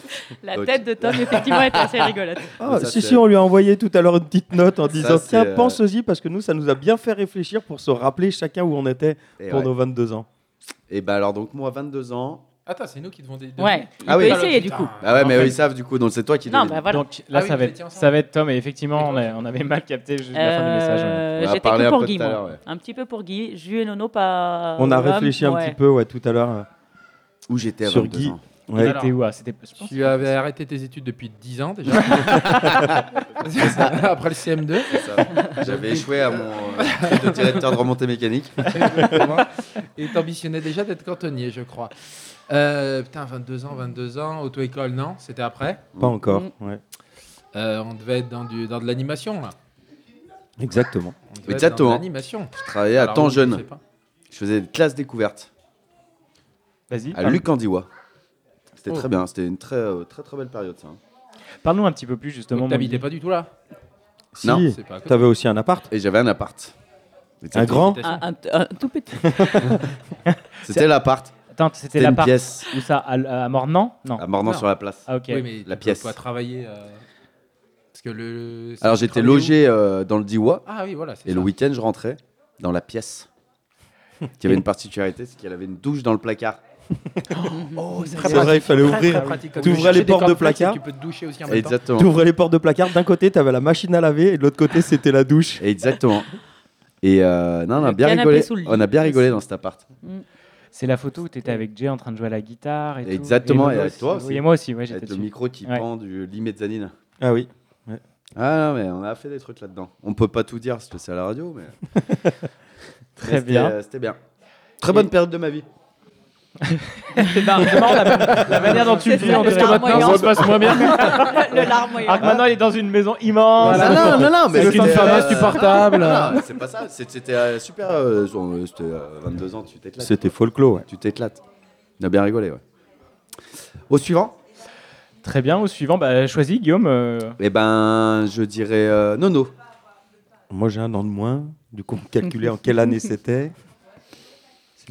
Speaker 19: La
Speaker 8: Donc,
Speaker 19: tête de Tom, effectivement, était assez rigolote.
Speaker 6: Ah,
Speaker 8: Ça,
Speaker 6: si,
Speaker 8: c'est-
Speaker 6: si, on lui a envoyé tout à l'heure une petite note en disant
Speaker 8: c'est,
Speaker 6: Tiens,
Speaker 8: euh,
Speaker 6: pense-y, parce que nous, ça nous a bien fait réfléchir pour se rappeler chacun où on était
Speaker 8: Et
Speaker 6: pour
Speaker 8: ouais.
Speaker 6: nos 22 ans.
Speaker 8: Et ben alors, donc, moi, 22 ans.
Speaker 9: Attends, c'est nous qui devons. dé-
Speaker 19: Ouais,
Speaker 9: deviner.
Speaker 19: il peut essayer du coup.
Speaker 8: Ah ouais, mais
Speaker 7: En
Speaker 8: eux,
Speaker 7: fait-
Speaker 8: ils savent du coup, donc c'est toi qui
Speaker 19: Non,
Speaker 8: devine.
Speaker 19: bah voilà.
Speaker 7: Donc là,
Speaker 19: Ah oui,
Speaker 7: ça,
Speaker 19: vous
Speaker 7: va
Speaker 19: étiez
Speaker 7: être, ça va être Tom, et effectivement, on, a- on avait mal capté juste la fin du
Speaker 6: hein.
Speaker 7: message.
Speaker 19: Euh,
Speaker 7: ouais.
Speaker 19: J'étais que pour Guy, moi. Un petit peu pour Guy. Jus et Nono,
Speaker 20: Euh,
Speaker 19: pas.
Speaker 6: on a
Speaker 19: Rome,
Speaker 6: réfléchi un
Speaker 19: ouais.
Speaker 6: petit peu, ouais, tout à l'heure. euh,
Speaker 8: Où j'étais à
Speaker 6: Sur
Speaker 8: 22
Speaker 6: Guy.
Speaker 8: ans.
Speaker 6: Ouais.
Speaker 9: Alors, Tu avais arrêté tes études depuis 10 ans déjà.
Speaker 8: C'est ça.
Speaker 9: Après le CM2.
Speaker 8: C'est ça. J'avais échoué à mon euh, truc de directeur de remontée mécanique.
Speaker 9: Exactement. Et t'ambitionnais déjà d'être cantonnier, je crois. Euh, putain, 22 ans, 22 ans, auto-école, non C'était après
Speaker 6: Pas encore,
Speaker 9: Mm.
Speaker 6: ouais.
Speaker 9: Euh, on devait être dans, du, dans de l'animation, là.
Speaker 6: Exactement.
Speaker 9: On devait être dans
Speaker 8: Exactement.
Speaker 9: de l'animation.
Speaker 8: Je travaillais à
Speaker 9: Alors,
Speaker 8: temps
Speaker 9: oui, je
Speaker 8: jeune.
Speaker 9: sais pas.
Speaker 8: Je faisais des classes découvertes.
Speaker 7: Vas-y.
Speaker 8: À
Speaker 7: parle-
Speaker 8: Lucandiwa. C'était
Speaker 9: Oh.
Speaker 8: très bien. C'était une très, euh, très, très belle période, ça.
Speaker 7: Parle-nous un petit peu plus justement.
Speaker 9: Donc,
Speaker 7: mon
Speaker 9: t'habitais
Speaker 7: Guy.
Speaker 9: pas du tout là
Speaker 6: Si,
Speaker 8: Non,
Speaker 9: c'est pas à côté.
Speaker 6: t'avais aussi un appart.
Speaker 8: Et j'avais un appart.
Speaker 6: Un grand
Speaker 19: Un, un- un tout petit.
Speaker 8: C'était l'appart.
Speaker 7: Attends, c'était
Speaker 8: une
Speaker 7: l'appart
Speaker 8: pièce.
Speaker 7: où ça à, à Mornan Non.
Speaker 8: À Mornan
Speaker 7: Non.
Speaker 8: sur la place.
Speaker 7: Ah ok.
Speaker 9: Oui, mais
Speaker 8: La
Speaker 9: tu
Speaker 8: pièce.
Speaker 9: peux pas travailler. euh, Parce que le.
Speaker 8: Alors j'étais
Speaker 9: travailler où
Speaker 8: logé euh, dans le Diwa.
Speaker 9: Ah oui, voilà, c'est
Speaker 8: Et le week-end, je rentrais dans la pièce. Qui avait une particularité, c'est qu'elle avait une douche dans le placard.
Speaker 9: Oh, ça,
Speaker 6: C'est vrai, il fallait ouvrir. T'ouvrais les portes de placard.
Speaker 9: Tu peux te doucher aussi en même temps.
Speaker 8: Exactement.
Speaker 6: T'ouvrais les portes de placard. D'un côté, t'avais la machine à laver et de l'autre côté, c'était la douche.
Speaker 8: Exactement. Et euh, non, on a
Speaker 6: Le
Speaker 8: bien
Speaker 6: canapé
Speaker 8: rigolé.
Speaker 6: sous le lit
Speaker 8: On a bien rigolé dans cet appart.
Speaker 19: Mm.
Speaker 7: C'est la photo où t'étais avec Jay en train de jouer à la guitare. Et tout.
Speaker 8: Exactement.
Speaker 7: Et
Speaker 8: Et,
Speaker 7: Nono
Speaker 8: avec toi aussi.
Speaker 7: Oui, et moi aussi. Ouais, j'étais
Speaker 8: avec le
Speaker 7: dessus.
Speaker 8: micro qui
Speaker 7: Ouais.
Speaker 8: pend du lit mezzanine.
Speaker 6: Ah oui.
Speaker 8: Ah non, mais on a fait des trucs là-dedans. On peut pas tout dire parce que c'est à la radio, mais.
Speaker 7: Très
Speaker 8: Mais c'était,
Speaker 7: bien.
Speaker 8: euh, C'était bien. Très bonne période de ma vie.
Speaker 7: C'est marrant, c'est marrant la, la manière dont tu le
Speaker 19: C'est
Speaker 7: vis
Speaker 19: ça,
Speaker 7: en
Speaker 19: le
Speaker 7: tout cas maintenant,
Speaker 19: larmoyant.
Speaker 7: ça se passe moins bien.
Speaker 19: Le larmoyant.
Speaker 7: Alors que maintenant, il est dans une maison immense.
Speaker 8: Ah non, non, non, mais
Speaker 7: avec une
Speaker 8: c'était,
Speaker 7: femme
Speaker 8: euh,
Speaker 7: insupportable.
Speaker 8: non, non, Ah, C'est pas ça, c'est- c'était euh, super. euh, euh, c'était euh, 22 ans, tu t'éclates.
Speaker 6: C'était folklore, ouais.
Speaker 8: Tu t'éclates. On a bien rigolé, ouais. Au suivant
Speaker 7: Très bien, au suivant, bah, choisis Guillaume. euh,
Speaker 8: Eh ben, je dirais euh, Nono.
Speaker 6: Moi, j'ai un an de moins. Du coup, on calculait en quelle année c'était.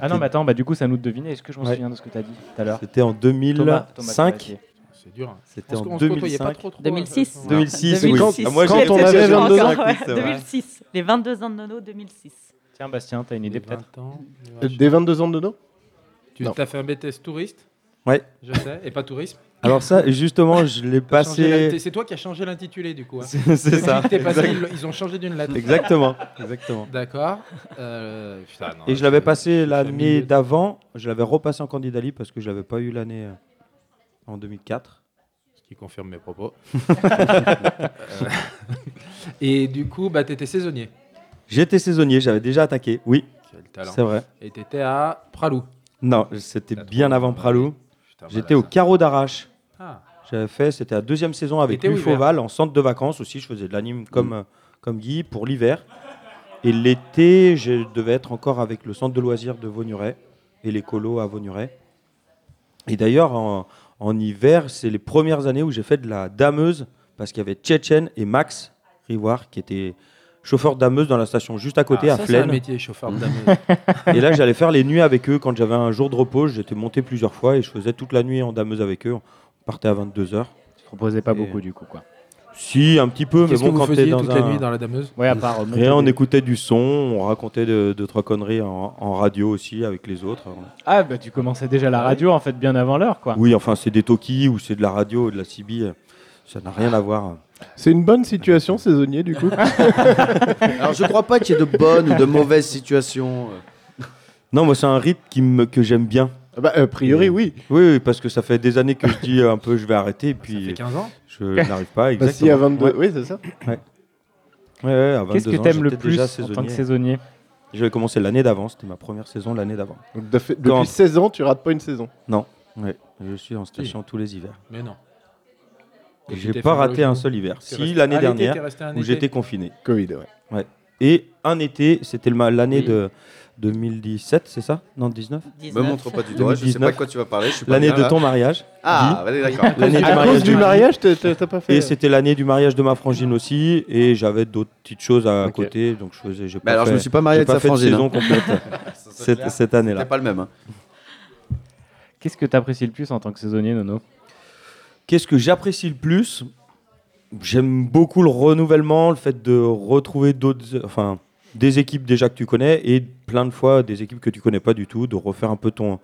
Speaker 7: Ah non, mais attends, bah, du coup, ça nous de deviner. Est-ce que je m'en
Speaker 6: Ouais.
Speaker 7: souviens de ce que t'as dit tout à l'heure
Speaker 6: C'était en 2005.
Speaker 9: C'est dur. hein.
Speaker 6: C'était
Speaker 9: On se-
Speaker 6: en
Speaker 9: on se côtoyait pas
Speaker 6: 2005.
Speaker 9: trop, euh, trop,
Speaker 19: 2006.
Speaker 6: 2006, oui.
Speaker 19: 2006.
Speaker 6: Ah, moi,
Speaker 19: Quand
Speaker 6: j'étais
Speaker 19: on
Speaker 6: sur
Speaker 19: avait
Speaker 6: le
Speaker 19: 22 ans.
Speaker 6: encore, ouais.
Speaker 19: Ouais, 2006. Les 22 ans de Nono, 2006.
Speaker 7: Tiens, Bastien, t'as une idée peut-être
Speaker 22: Des 22 ans de nos
Speaker 9: Tu
Speaker 22: Non.
Speaker 9: t'as fait un BTS touriste
Speaker 6: Ouais.
Speaker 9: Je sais, et pas tourisme.
Speaker 6: Alors ça, justement, je l'ai
Speaker 9: T'as changé
Speaker 6: passé.
Speaker 9: l'int- C'est toi qui as changé l'intitulé du coup. hein.
Speaker 6: C'est- c'est
Speaker 9: Depuis
Speaker 6: ça.
Speaker 9: que t'es passé,
Speaker 6: Exact.
Speaker 9: ils- ils ont changé d'une lettre.
Speaker 6: Exactement, exactement.
Speaker 9: D'accord. Euh, putain, non,
Speaker 6: Et je l'avais passé l'année d'avant, je l'avais repassé en candidat libre parce que je l'avais pas eu l'année euh, en 2004.
Speaker 9: Ce qui confirme mes propos. Euh, Et du coup, bah, t'étais saisonnier.
Speaker 6: J'étais saisonnier, j'avais déjà attaqué, oui.
Speaker 9: talent.
Speaker 6: C'est vrai.
Speaker 9: Et t'étais à Pralou.
Speaker 6: Non, c'était bien avant Pralou.
Speaker 9: voilà
Speaker 6: J'étais au carreau d'arrache.
Speaker 9: Ah.
Speaker 6: J'avais fait, c'était la deuxième saison avec
Speaker 9: Été ou
Speaker 6: Louis Fauval en centre de vacances aussi. Je faisais de l'anime comme, euh, comme Guy pour l'hiver. Et l'été, je devais être encore avec le centre de loisirs de Vaunuret et les colos à Vaunuret. Et d'ailleurs, en, en hiver, c'est les premières années où j'ai fait de la dameuse parce qu'il y avait Tchétchène et Max Rivoire qui étaient chauffeurs dameuse dans la station juste à côté
Speaker 9: Ah,
Speaker 6: à
Speaker 9: ça, c'est
Speaker 6: Flaine. Mmh.
Speaker 9: un métier, chauffeur de dameuse.
Speaker 6: et là, j'allais faire les nuits avec eux quand j'avais un jour de repos. J'étais monté plusieurs fois et je faisais toute la nuit en dameuse avec eux. On partais à 22h. Tu
Speaker 7: proposais pas beaucoup du coup quoi.
Speaker 6: Si, un petit peu, mais
Speaker 9: Qu'est-ce
Speaker 6: bon,
Speaker 9: que vous
Speaker 6: quand t'es
Speaker 9: faisiez
Speaker 6: dans
Speaker 9: toute
Speaker 6: un...
Speaker 9: la nuit dans la Dameuse
Speaker 7: Ouais, à part, euh, monter
Speaker 6: Rien, on
Speaker 7: des-
Speaker 6: écoutait du son, on racontait de- deux, trois conneries en, en radio aussi avec les autres.
Speaker 7: Ah bah tu commençais déjà la radio en fait bien avant l'heure quoi.
Speaker 6: Oui, enfin, c'est des talkies ou c'est de la radio, de la CB, euh, ça n'a rien à voir.
Speaker 19: C'est une bonne situation saisonnier du coup.
Speaker 8: Alors, je crois pas qu'il y ait de bonnes ou de mauvaises situations.
Speaker 6: Non, moi, c'est un rythme qui me, que j'aime bien.
Speaker 19: euh Ah bah,
Speaker 6: euh,
Speaker 19: a priori, oui.
Speaker 6: oui. Oui, parce que ça fait des années que je dis euh, un peu je vais arrêter, et puis.
Speaker 19: fait 15 ans
Speaker 6: Je n'arrive pas, exactement.
Speaker 19: Bah, si, à 22 oui, c'est ça.
Speaker 6: Ouais. Ouais, ouais, à
Speaker 7: Qu'est-ce
Speaker 6: 22
Speaker 7: que
Speaker 6: ans,
Speaker 7: t'aimes le
Speaker 6: j'étais
Speaker 7: plus
Speaker 6: déjà
Speaker 7: en tant que saisonnier
Speaker 6: J'avais commencé l'année d'avant, c'était ma première saison l'année d'avant.
Speaker 19: Donc, de fait- depuis 16 ans, tu rates pas une saison.
Speaker 6: Non, ouais, je suis en station tous les hivers.
Speaker 9: Mais non.
Speaker 6: Et
Speaker 9: Et
Speaker 6: j'ai
Speaker 9: t'es
Speaker 6: pas
Speaker 9: fait
Speaker 6: raté
Speaker 9: logement.
Speaker 6: un seul hiver. Si
Speaker 9: T'es resté-
Speaker 6: l'année
Speaker 9: Ah, l'été,
Speaker 6: dernière,
Speaker 9: t'es resté un
Speaker 6: où
Speaker 9: été.
Speaker 6: j'étais confiné.
Speaker 19: Covid, ouais.
Speaker 6: ouais. Et un été, c'était le ma- l'année de 2017, c'est ça Non, 19
Speaker 8: Me montre pas du doigt, je sais pas de quoi tu vas parler, je suis pas
Speaker 6: L'année
Speaker 8: bien,
Speaker 6: de
Speaker 8: là.
Speaker 6: ton mariage.
Speaker 8: Ah,
Speaker 6: Guy.
Speaker 8: allez, d'accord.
Speaker 6: L'année
Speaker 8: À cause du
Speaker 6: de Guy.
Speaker 8: mariage, t'as- t'as- t'as pas fait,
Speaker 6: Et
Speaker 8: euh.
Speaker 6: c'était l'année du mariage de ma frangine aussi, et j'avais d'autres petites choses à côté, donc je faisais. j'ai
Speaker 8: Mais Bah, alors, je
Speaker 6: fait-
Speaker 8: me suis pas marié avec
Speaker 6: j'ai
Speaker 8: sa
Speaker 6: fait de
Speaker 8: frangine,
Speaker 6: saison
Speaker 8: hein.
Speaker 6: complète
Speaker 8: Ça, c'est
Speaker 6: cette,
Speaker 8: clair.
Speaker 6: cette année-là.
Speaker 8: C'était pas le même, hein.
Speaker 7: Qu'est-ce que t'apprécies le plus en tant que saisonnier Nono
Speaker 6: Qu'est-ce que j'apprécie le plus J'aime beaucoup le renouvellement, le fait de retrouver d'autres, enfin, des équipes déjà que tu connais et plein de fois des équipes que tu connais pas du tout, de refaire un peu ton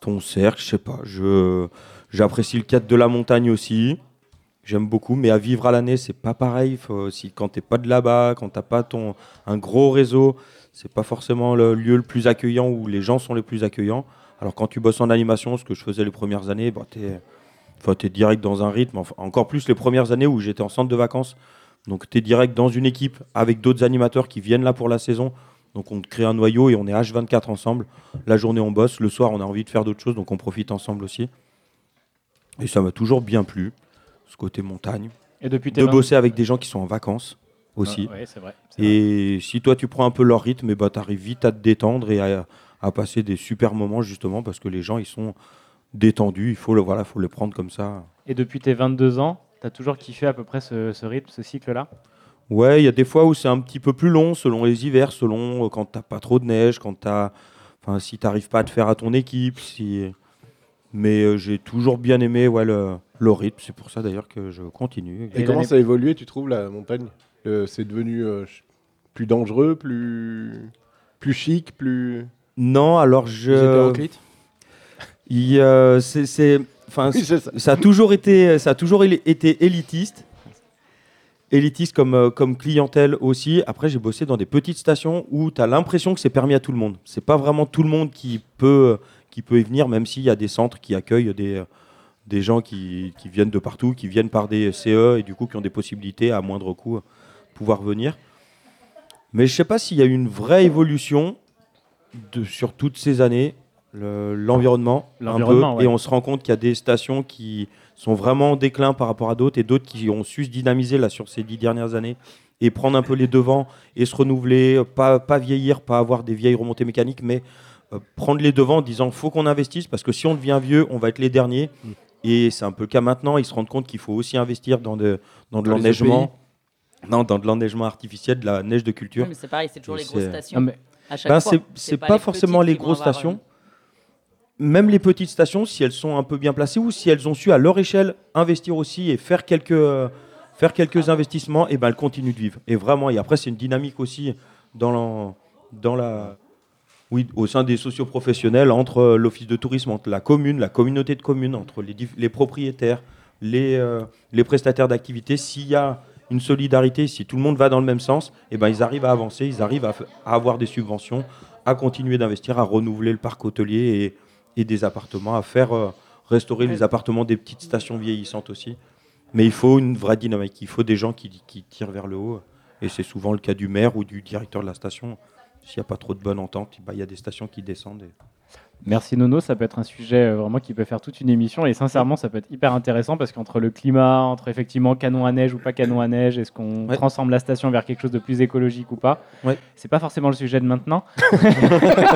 Speaker 6: ton cercle. Je sais pas. Je j'apprécie le cadre de la montagne aussi. J'aime beaucoup, mais à vivre à l'année, c'est pas pareil. Faut- si quand t'es pas de là-bas, quand t'as pas ton un gros réseau, c'est pas forcément le lieu le plus accueillant où les gens sont les plus accueillants. Alors quand tu bosses en animation, ce que je faisais les premières années, bah, t'es Enfin, tu es direct dans un rythme. Enfin, encore plus les premières années où j'étais en centre de vacances. Donc, tu es direct dans une équipe avec d'autres animateurs qui viennent là pour la saison. Donc, on te crée un noyau et on est H24 ensemble. La journée, on bosse. Le soir, on a envie de faire d'autres choses. Donc, on profite ensemble aussi. Et ça m'a toujours bien plu, ce côté montagne.
Speaker 7: Et depuis tes
Speaker 6: De
Speaker 7: vingt-
Speaker 6: bosser avec des gens qui sont en vacances aussi.
Speaker 7: Ah, ouais, c'est vrai,
Speaker 6: Et si toi, tu prends un peu leur rythme, tu arrives vite à te détendre et à, à passer des super moments, justement, parce que les gens, ils sont détendus. Il faut le, voilà, faut le prendre comme ça.
Speaker 7: Et depuis tes 22 ans, t'as toujours kiffé à peu près ce, ce rythme, ce cycle là
Speaker 6: Ouais, il y a des fois où c'est un petit peu plus long, selon les hivers, selon euh, quand t'as pas trop de neige, quand t'as, enfin, si t'arrives pas à te faire à ton équipe, si. Mais euh, j'ai toujours bien aimé ouais, le, le rythme. C'est pour ça d'ailleurs que je continue.
Speaker 19: Et, comment ça a évolué, tu trouves, la montagne Euh, C'est devenu euh, ch- plus dangereux, plus, plus chic, plus.
Speaker 6: Non, alors
Speaker 19: Plus
Speaker 6: je.
Speaker 19: hétéroclite
Speaker 6: Il, euh, c'est, c'est- enfin,
Speaker 19: Oui, c'est
Speaker 6: ça. a toujours été, ça a toujours éli- été élitiste, élitiste comme euh, comme clientèle aussi. Après, j'ai bossé dans des petites stations où tu as l'impression que c'est permis à tout le monde. C'est pas vraiment tout le monde qui peut euh, qui peut y venir, même s'il y a des centres qui accueillent des euh, des gens qui, qui viennent de partout, qui viennent par des CE et du coup qui ont des possibilités à moindre coût euh, pouvoir venir. Mais je sais pas s'il y a eu une vraie évolution de, sur toutes ces années, le- l'environnement. un peu.
Speaker 7: L'environnement, ouais.
Speaker 6: Et on se rend compte qu'il y a des stations qui sont vraiment en déclin par rapport à d'autres et d'autres qui ont su se dynamiser là, sur ces dix dernières années et prendre un peu les devants et se renouveler, euh, pas, pas vieillir, pas avoir des vieilles remontées mécaniques, mais euh, prendre les devants en disant faut qu'on investisse parce que si on devient vieux, on va être les derniers. Et c'est un peu le cas maintenant. Ils se rendent compte qu'il faut aussi investir dans de, dans de
Speaker 7: Dans les
Speaker 6: l'enneigement. Non, dans de l'enneigement artificiel, de la neige de culture.
Speaker 1: Oui, mais c'est pareil, c'est toujours
Speaker 6: Et
Speaker 1: les grosses stations.
Speaker 6: Non, mais-
Speaker 1: À chaque
Speaker 6: Ben,
Speaker 1: fois,
Speaker 6: c'est-
Speaker 1: c'est
Speaker 6: C'est
Speaker 1: pas
Speaker 6: pas,
Speaker 1: les
Speaker 6: forcément
Speaker 1: petites
Speaker 6: les
Speaker 1: qui vont
Speaker 6: grosses
Speaker 1: avoir
Speaker 6: stations. Même les petites stations, si elles sont un peu bien placées ou si elles ont su à leur échelle investir aussi et faire quelques, euh, faire quelques
Speaker 1: Ah.
Speaker 6: investissements, et ben elles continuent de vivre. Et vraiment, et après, c'est une dynamique aussi dans l'en- dans la, oui, au sein des socioprofessionnels, entre euh, l'office de tourisme, entre la commune, la communauté de communes, entre les, diff- les propriétaires, les, euh, les prestataires d'activités, s'il y a une solidarité, si tout le monde va dans le même sens, eh ben, ils arrivent à avancer, ils arrivent à, f- à avoir des subventions, à continuer d'investir, à renouveler le parc hôtelier et, et des appartements, à faire euh, restaurer les appartements des petites stations vieillissantes aussi. Mais il faut une vraie dynamique, il faut des gens qui, qui tirent vers le haut. Et c'est souvent le cas du maire ou du directeur de la station. S'il n'y a pas trop de bonne entente, bah, il y a des stations qui descendent. et-
Speaker 7: Merci Nono, ça peut être un sujet euh, vraiment qui peut faire toute une émission et sincèrement ça peut être hyper intéressant parce qu'entre le climat, entre effectivement canon à neige ou pas canon à neige, est-ce qu'on transforme la station vers quelque chose de plus écologique ou pas
Speaker 6: Ouais.
Speaker 7: C'est pas forcément le sujet de maintenant.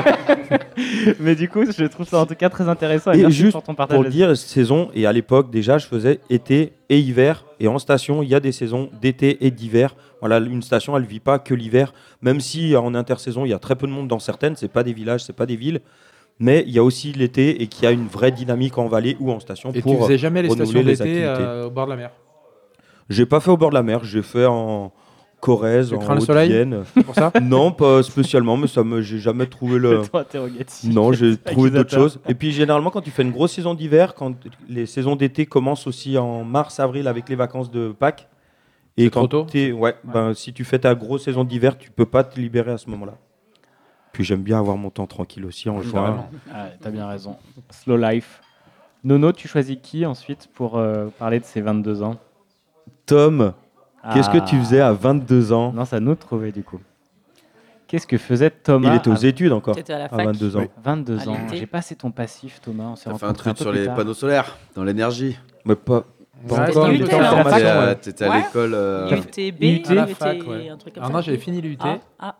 Speaker 7: Mais du coup, je trouve ça en tout cas très intéressant et,
Speaker 6: Et
Speaker 7: merci
Speaker 6: juste
Speaker 7: pour ton
Speaker 6: pour,
Speaker 7: partage. là-dessus.
Speaker 6: dire saison, et à l'époque déjà, je faisais été et hiver. Et en station, il y a des saisons d'été et d'hiver. Voilà, une station, elle vit pas que l'hiver. Même si euh, en intersaison, il y a très peu de monde dans certaines, c'est pas des villages, c'est pas des villes. mais il y a aussi l'été et qu'il y a une vraie dynamique en vallée ou en station
Speaker 9: Et
Speaker 6: pour
Speaker 9: tu faisais jamais les
Speaker 6: renouveler
Speaker 9: stations d'été
Speaker 6: activités.
Speaker 9: euh, au bord de la mer.
Speaker 6: J'ai pas fait au bord de la mer, j'ai fait en Corrèze,
Speaker 9: Tu
Speaker 6: en
Speaker 9: crains le soleil
Speaker 6: Haute-Vienne.
Speaker 9: C'est pour ça
Speaker 6: Non, pas spécialement, mais ça me, j'ai jamais trouvé le.
Speaker 7: Le temps interrogatif.
Speaker 6: Non, j'ai trouvé d'autres
Speaker 7: Accusateur.
Speaker 6: choses. Et puis généralement, quand tu fais une grosse saison d'hiver, quand les saisons d'été commencent aussi en mars, avril avec les vacances de Pâques. Et quand t'es- ouais, Ben, si tu fais ta grosse saison d'hiver, tu peux pas te libérer à ce moment-là. Puis j'aime bien avoir mon temps tranquille aussi en juin.
Speaker 7: Vraiment. Ouais, Ah, T'as bien raison. Slow life. Nono, tu choisis qui ensuite pour euh, parler de ses 22 ans
Speaker 6: Tom, qu'est-ce que
Speaker 7: Ah.
Speaker 6: tu faisais à 22 ans
Speaker 7: Non, ça nous trouvait du coup. Qu'est-ce que faisait Thomas
Speaker 6: Il était aux
Speaker 7: à-
Speaker 6: études encore, T'étais à la à fac. 22 ans. Oui.
Speaker 7: 22
Speaker 6: À
Speaker 7: ans.
Speaker 6: l'IUT.
Speaker 7: J'ai passé ton passif, Thomas. On s'est
Speaker 8: T'as fait un
Speaker 7: rencontrés
Speaker 8: truc
Speaker 7: peu
Speaker 8: sur
Speaker 7: plus
Speaker 8: les
Speaker 7: tard.
Speaker 8: panneaux solaires, dans l'énergie.
Speaker 6: Mais pas.
Speaker 9: pas Ouais, encore, t'étais t'étais en à la fac,
Speaker 8: T'étais
Speaker 9: ouais.
Speaker 8: à- t'étais à
Speaker 9: Ouais.
Speaker 8: l'école. euh,
Speaker 20: UTB,
Speaker 9: à la fac,
Speaker 20: UT,
Speaker 9: ouais.
Speaker 20: un truc comme
Speaker 9: Alors
Speaker 20: ça.
Speaker 9: non, j'avais fini l'UT.
Speaker 20: Ah, ah.